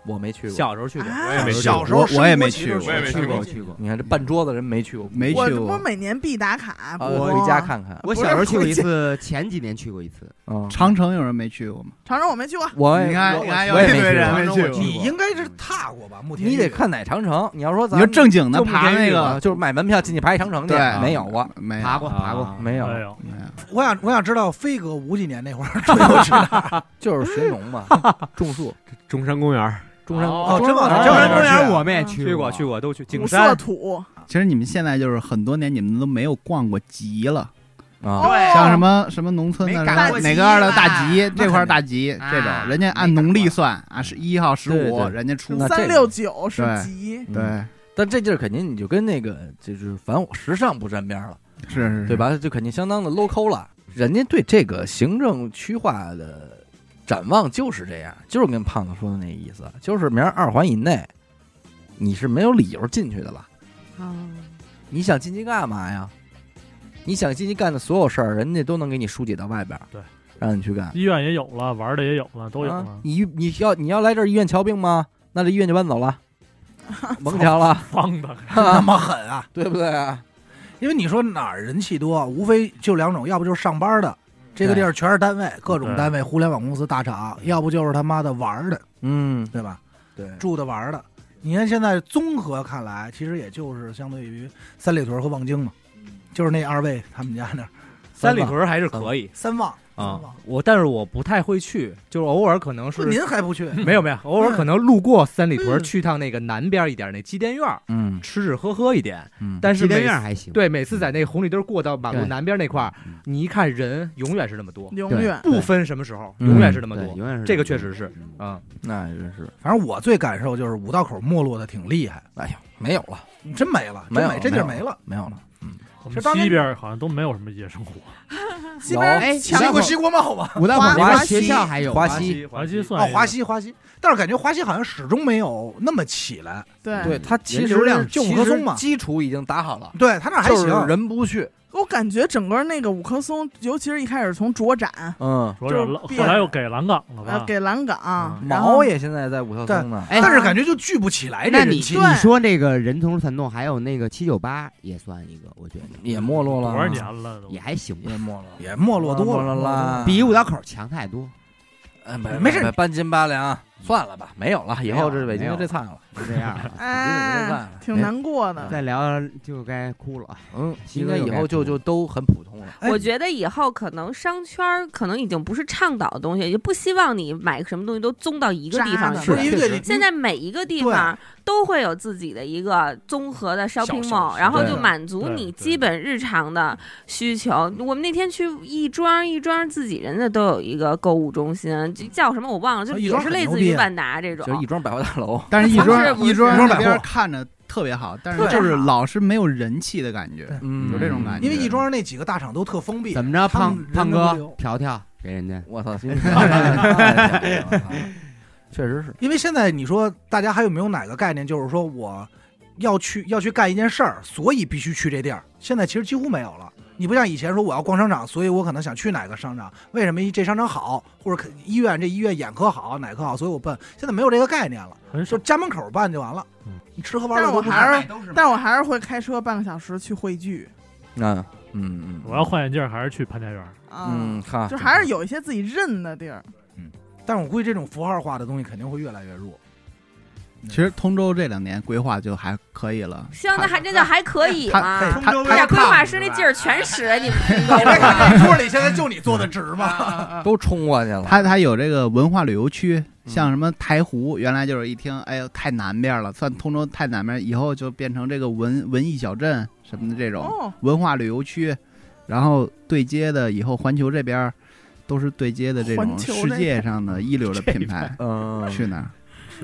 Speaker 1: 我没去过，
Speaker 9: 小时候去过
Speaker 1: 我
Speaker 3: 也没去过啊小时候我我也没去过我也没去过
Speaker 1: 去过。你看这半桌子人没去过，
Speaker 3: 没
Speaker 2: 我我每年必打卡，
Speaker 1: 啊
Speaker 2: 不
Speaker 1: 回家看看
Speaker 8: 我小时候去过一 次，前几年去过一次。
Speaker 3: 哦长城有人没去过吗？
Speaker 2: 长城我没去过，
Speaker 1: 我
Speaker 3: 你看你看有
Speaker 1: 我也
Speaker 3: 一
Speaker 1: 没
Speaker 3: 堆
Speaker 1: 去
Speaker 3: 人
Speaker 1: 过
Speaker 3: 没
Speaker 1: 长
Speaker 3: 去
Speaker 1: 城我
Speaker 3: 过，
Speaker 1: 去过
Speaker 7: 应该是踏过吧？目前
Speaker 1: 你得看哪长城。你要说咱
Speaker 3: 你就正经地
Speaker 1: 就目前
Speaker 3: 爬那个
Speaker 1: 日本就是买门票进去爬一长城去
Speaker 3: 对，
Speaker 1: 没有过，
Speaker 3: 没有
Speaker 1: 啊没有，
Speaker 11: 有，
Speaker 7: 我想我想知道飞哥五几年那会儿追求去哪儿？
Speaker 1: 就是学农 嘛，种树，
Speaker 10: 啊中山公园，
Speaker 1: 中山
Speaker 9: 哦真往中山公园我们也去过
Speaker 3: 过，
Speaker 9: 去过都去景
Speaker 2: 五
Speaker 9: 山
Speaker 2: 色土，
Speaker 3: 其实你们现在就是很多年你们都没有逛过集了。
Speaker 1: 啊
Speaker 2: 对
Speaker 3: 像什么什么农村的
Speaker 2: 没赶
Speaker 3: 什么
Speaker 2: 过
Speaker 3: 哪
Speaker 2: 集
Speaker 3: 个二的
Speaker 2: 吧
Speaker 3: 大集，这块
Speaker 2: 那
Speaker 3: 儿大集
Speaker 2: 肯定
Speaker 3: 这
Speaker 2: 啊
Speaker 3: 种，人家按农历算啊，是一号十
Speaker 1: 对
Speaker 3: 五，
Speaker 1: 对
Speaker 3: 人家出
Speaker 1: 那这
Speaker 2: 三
Speaker 1: 个
Speaker 2: 六九是
Speaker 1: 对
Speaker 2: 集，
Speaker 3: 对，
Speaker 1: 但这地儿肯定你就跟那个就是反正时尚不沾边儿了，
Speaker 3: 是是，
Speaker 1: 对吧？就肯定相当的 local 了。人家对这个行政区划的展望就是这样，就是跟胖子说的那意思，就是明儿二环以内，你是没有理由进去的了。你想进去干嘛呀？你想进去干的所有事儿，人家都能给你疏解到外边，
Speaker 11: 对，
Speaker 1: 让你去干。
Speaker 11: 医院也有了，玩儿的也有了，都有
Speaker 1: 啊
Speaker 11: 了。
Speaker 1: 你你要你要来这儿医院瞧病吗？那这医院就搬走 了，甭 瞧了，
Speaker 11: 放 的
Speaker 7: 那么狠啊，
Speaker 1: 对不对啊？
Speaker 7: 因为你说哪儿人气多，无非就两种，要不就是上班
Speaker 9: 嗯
Speaker 7: 的，这个地儿全是单位，各种单位，互联网公司、大厂；要不就是他妈的玩儿的，
Speaker 1: 嗯，
Speaker 7: 对吧？
Speaker 1: 对，
Speaker 7: 住的玩儿的。你看现在综合看来，其实也就是相对于三里屯和望京嘛，就是那二位他们家那儿，
Speaker 9: 嗯三里屯
Speaker 8: 嗯
Speaker 9: 还是可以
Speaker 7: 三望
Speaker 9: 啊。我但是我不太会去，就是偶尔可能是
Speaker 7: 不您还不去？
Speaker 9: 没有没有，偶尔可能路过三里屯，
Speaker 7: 嗯
Speaker 9: 去趟那个南边一点那机电院儿，
Speaker 1: 嗯，
Speaker 9: 吃吃喝喝一点。
Speaker 1: 嗯
Speaker 9: 但是
Speaker 8: 机电
Speaker 9: 每
Speaker 8: 院
Speaker 9: 次
Speaker 8: 还行
Speaker 9: 对，每次在那个红绿灯过到马路
Speaker 8: 对嗯
Speaker 9: 南边那块儿，你一看人永远是那么多，
Speaker 2: 永远
Speaker 9: 不分什么时候，
Speaker 1: 嗯
Speaker 9: 永远是那么多
Speaker 8: 对，永远是
Speaker 9: 这个确实是
Speaker 8: 嗯
Speaker 9: 啊。
Speaker 1: 那也真是，
Speaker 7: 反正我最感受就是五道口没落的挺厉害，
Speaker 1: 哎呀，没有了，
Speaker 7: 真没了，
Speaker 1: 没
Speaker 7: 真
Speaker 1: 有
Speaker 7: 没这地儿没
Speaker 1: 没有
Speaker 7: 了
Speaker 1: 了，没有了。
Speaker 11: 我
Speaker 7: 是
Speaker 11: 们
Speaker 7: 当年
Speaker 11: 西边好像都没有什么夜生活，
Speaker 2: 西边
Speaker 8: 哎
Speaker 7: 西
Speaker 8: 五道
Speaker 7: 国
Speaker 8: 口
Speaker 7: 西国贸吧，
Speaker 8: 五道口那
Speaker 7: 华
Speaker 8: 边学
Speaker 7: 西
Speaker 8: 校还有
Speaker 1: 华
Speaker 8: 吗
Speaker 1: 西
Speaker 11: 华西算
Speaker 7: 哦
Speaker 11: 一，个
Speaker 7: 华西华西，但是感觉华西好像始终没有那么起来。
Speaker 2: 对
Speaker 3: 哎
Speaker 1: 对他其
Speaker 7: 人
Speaker 1: 实
Speaker 7: 流量就
Speaker 1: 其
Speaker 7: 五棵
Speaker 1: 实
Speaker 7: 松嘛
Speaker 1: 基础已经打好了，
Speaker 7: 对他那儿还
Speaker 1: 就是
Speaker 7: 行，
Speaker 1: 人不去，
Speaker 2: 我感觉整个那个五棵松，尤其是一开始从卓展，
Speaker 1: 嗯，
Speaker 11: 主要
Speaker 2: 就
Speaker 11: 是
Speaker 2: 是变
Speaker 11: 后来又给蓝港了
Speaker 2: 呃
Speaker 11: 吧，？
Speaker 2: 给蓝港，然后
Speaker 1: 毛也现在在五条松呢，
Speaker 8: 哎
Speaker 7: 但是感觉就聚不起来。
Speaker 8: 那你
Speaker 7: 这人气
Speaker 8: 你说那个人头攒动，还有那个七九八也算一个，我觉得
Speaker 1: 也没落了，
Speaker 11: 多
Speaker 8: 啊
Speaker 11: 少年了都？
Speaker 8: 也还行吧，
Speaker 1: 也没落了，
Speaker 7: 也没落多
Speaker 1: 没落啦，
Speaker 8: 比五道口强太多。
Speaker 3: 呃
Speaker 1: 哎没
Speaker 7: 没事
Speaker 1: 没半斤八两，算了吧，没有
Speaker 8: 哎
Speaker 1: 了，以后这北京
Speaker 8: 没有了
Speaker 1: 就这菜了，
Speaker 8: 就这 样 了，
Speaker 2: 哎，挺难过的。
Speaker 8: 再聊就该哭了。
Speaker 1: 嗯，
Speaker 8: 西
Speaker 1: 应
Speaker 8: 哥
Speaker 1: 该以
Speaker 8: 又该
Speaker 1: 后就
Speaker 8: 哭
Speaker 1: 就都很普通了。
Speaker 7: 哎
Speaker 5: 我觉得以后可能商圈儿可能已经不是倡导的东西，就不希望你买什么东西都宗到一个地
Speaker 2: 扎
Speaker 5: 方
Speaker 2: 的
Speaker 5: 去
Speaker 7: 不。是因为
Speaker 5: 现在每一个地方都会有自己的一个综合的 shopping
Speaker 11: 小
Speaker 5: mall，
Speaker 11: 小
Speaker 5: 然后
Speaker 1: 对
Speaker 5: 就满足
Speaker 11: 对
Speaker 5: 你
Speaker 11: 对
Speaker 5: 基本日常的需求。我们那天去亦庄，亦庄自己人家都有一个购物中心，就叫什么我忘了，就
Speaker 7: 啊亦
Speaker 5: 也
Speaker 7: 庄
Speaker 5: 是
Speaker 7: 很
Speaker 5: 类
Speaker 7: 牛
Speaker 5: 似
Speaker 7: 逼
Speaker 5: 于
Speaker 7: 啊
Speaker 5: 万达这种
Speaker 1: 就是。亦庄百货大楼，
Speaker 3: 但是 亦庄亦庄
Speaker 7: 亦庄百货
Speaker 3: 那边看着特别好，但是
Speaker 7: 对
Speaker 3: 就是老是没有人气的感觉，
Speaker 1: 嗯，
Speaker 3: 有这种感觉。
Speaker 7: 因为亦庄那几个大厂都特封闭，
Speaker 8: 怎么着，
Speaker 7: 他
Speaker 8: 胖
Speaker 7: 们
Speaker 8: 胖
Speaker 7: 人都
Speaker 8: 哥
Speaker 7: 流
Speaker 8: 调调给人家，
Speaker 1: 我 操，真是太屌了确 实是，
Speaker 7: 因为现在你说大家还有没有哪个概念，就是说我要去要去干一件事儿，所以必须去这地儿。现在其实几乎没有了。你不像以前说我要逛商场，所以我可能想去哪个商场，为什么这商场好，或者可医院这医院眼科好，哪科好，所以我奔。现在没有这个概念了，
Speaker 11: 很
Speaker 7: 就
Speaker 11: 少。
Speaker 7: 家门口办就完了
Speaker 11: 嗯。
Speaker 7: 你吃喝玩
Speaker 2: 但
Speaker 7: 乐
Speaker 2: 是我
Speaker 7: 都不
Speaker 2: 还是，
Speaker 7: 都是
Speaker 2: 但我还是会开车半个小时去汇聚
Speaker 1: 嗯嗯嗯，
Speaker 11: 我要换眼镜儿还是去潘家园儿？
Speaker 2: 啊，
Speaker 1: 嗯，看，
Speaker 2: 就还是有一些自己认的地儿。
Speaker 7: 但是我估计这种符号化的东西肯定会越来越弱。
Speaker 3: 其实通州这两年规划就还可以了，
Speaker 5: 希望那还真的还可以嘛。
Speaker 3: 他他
Speaker 5: 这俩
Speaker 3: 他
Speaker 5: 规划师那劲儿全使你 们你懂吗。
Speaker 7: 饭 桌里现在就你坐的值吗？
Speaker 1: 都冲过去了，嗯
Speaker 3: 它它有这个文化旅游区，像什么台湖，原来就是一听，哎呦，太南边了，算通州太南边，以后就变成这个文文艺小镇什么的这种
Speaker 2: 哦
Speaker 3: 文化旅游区，然后对接的以后环球这边儿都是对接的这种
Speaker 2: 环球
Speaker 3: 世
Speaker 2: 这
Speaker 3: 界
Speaker 2: 边
Speaker 3: 上的一流的品牌，
Speaker 1: 嗯，
Speaker 3: 去那儿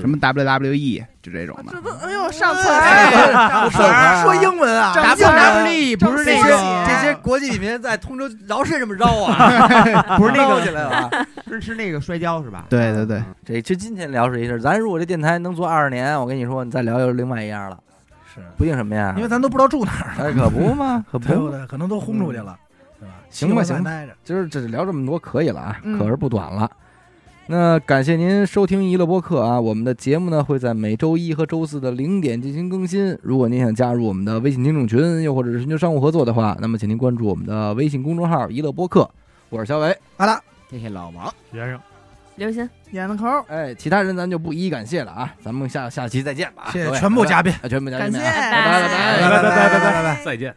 Speaker 3: 什么 WWE 就这种的，
Speaker 2: 哎呦，上错
Speaker 3: 嗯 哎
Speaker 2: 了，
Speaker 13: 说英文啊
Speaker 2: 张
Speaker 13: ，W
Speaker 2: 英
Speaker 13: E
Speaker 2: 文
Speaker 13: 不是那
Speaker 2: 张
Speaker 13: 个
Speaker 2: 小
Speaker 13: 这
Speaker 2: 姐
Speaker 13: 些国际品牌在通州饶是这么绕 啊，
Speaker 4: 不是那
Speaker 13: 绕
Speaker 4: 个
Speaker 13: 起来了啊。
Speaker 4: 是是那个摔跤是吧？
Speaker 3: 对对对，
Speaker 1: 这就今天聊是一事儿，咱如果这电台能做二十年，我跟你说，你再聊又是另外一样了，
Speaker 7: 是
Speaker 1: 不定什么样
Speaker 7: 因。为咱都不知道住哪儿呢，
Speaker 1: 哎，可不嘛，可
Speaker 7: 对不
Speaker 1: 不。
Speaker 7: 对？可能都轰出去
Speaker 2: 嗯
Speaker 7: 了，对吧？
Speaker 1: 行吧，
Speaker 7: 希
Speaker 1: 行
Speaker 7: 望咱
Speaker 1: 吧
Speaker 7: 待着，
Speaker 1: 今儿这聊这么多可以了啊，
Speaker 7: 嗯
Speaker 1: 可而不短了。那感谢您收听娱乐播客啊，我们的节目呢会在每周一和周四的零点进行更新。如果您想加入我们的微信听众群，又或者是寻求商务合作的话，那么请您关注我们的微信公众号“娱乐播客”，我是小伟，
Speaker 7: 好了，
Speaker 4: 谢谢老王，
Speaker 1: 先生，
Speaker 5: 刘鑫，
Speaker 2: 演的抠，
Speaker 1: 哎，其他人咱就不一一感谢了啊，咱们下下期再见吧啊，
Speaker 7: 谢谢
Speaker 1: 各位
Speaker 7: 全部嘉宾
Speaker 1: 拜拜啊全部嘉宾啊，
Speaker 2: 感谢
Speaker 1: 拜拜拜
Speaker 2: 拜拜拜拜
Speaker 1: 拜
Speaker 2: 拜
Speaker 1: 拜，再见。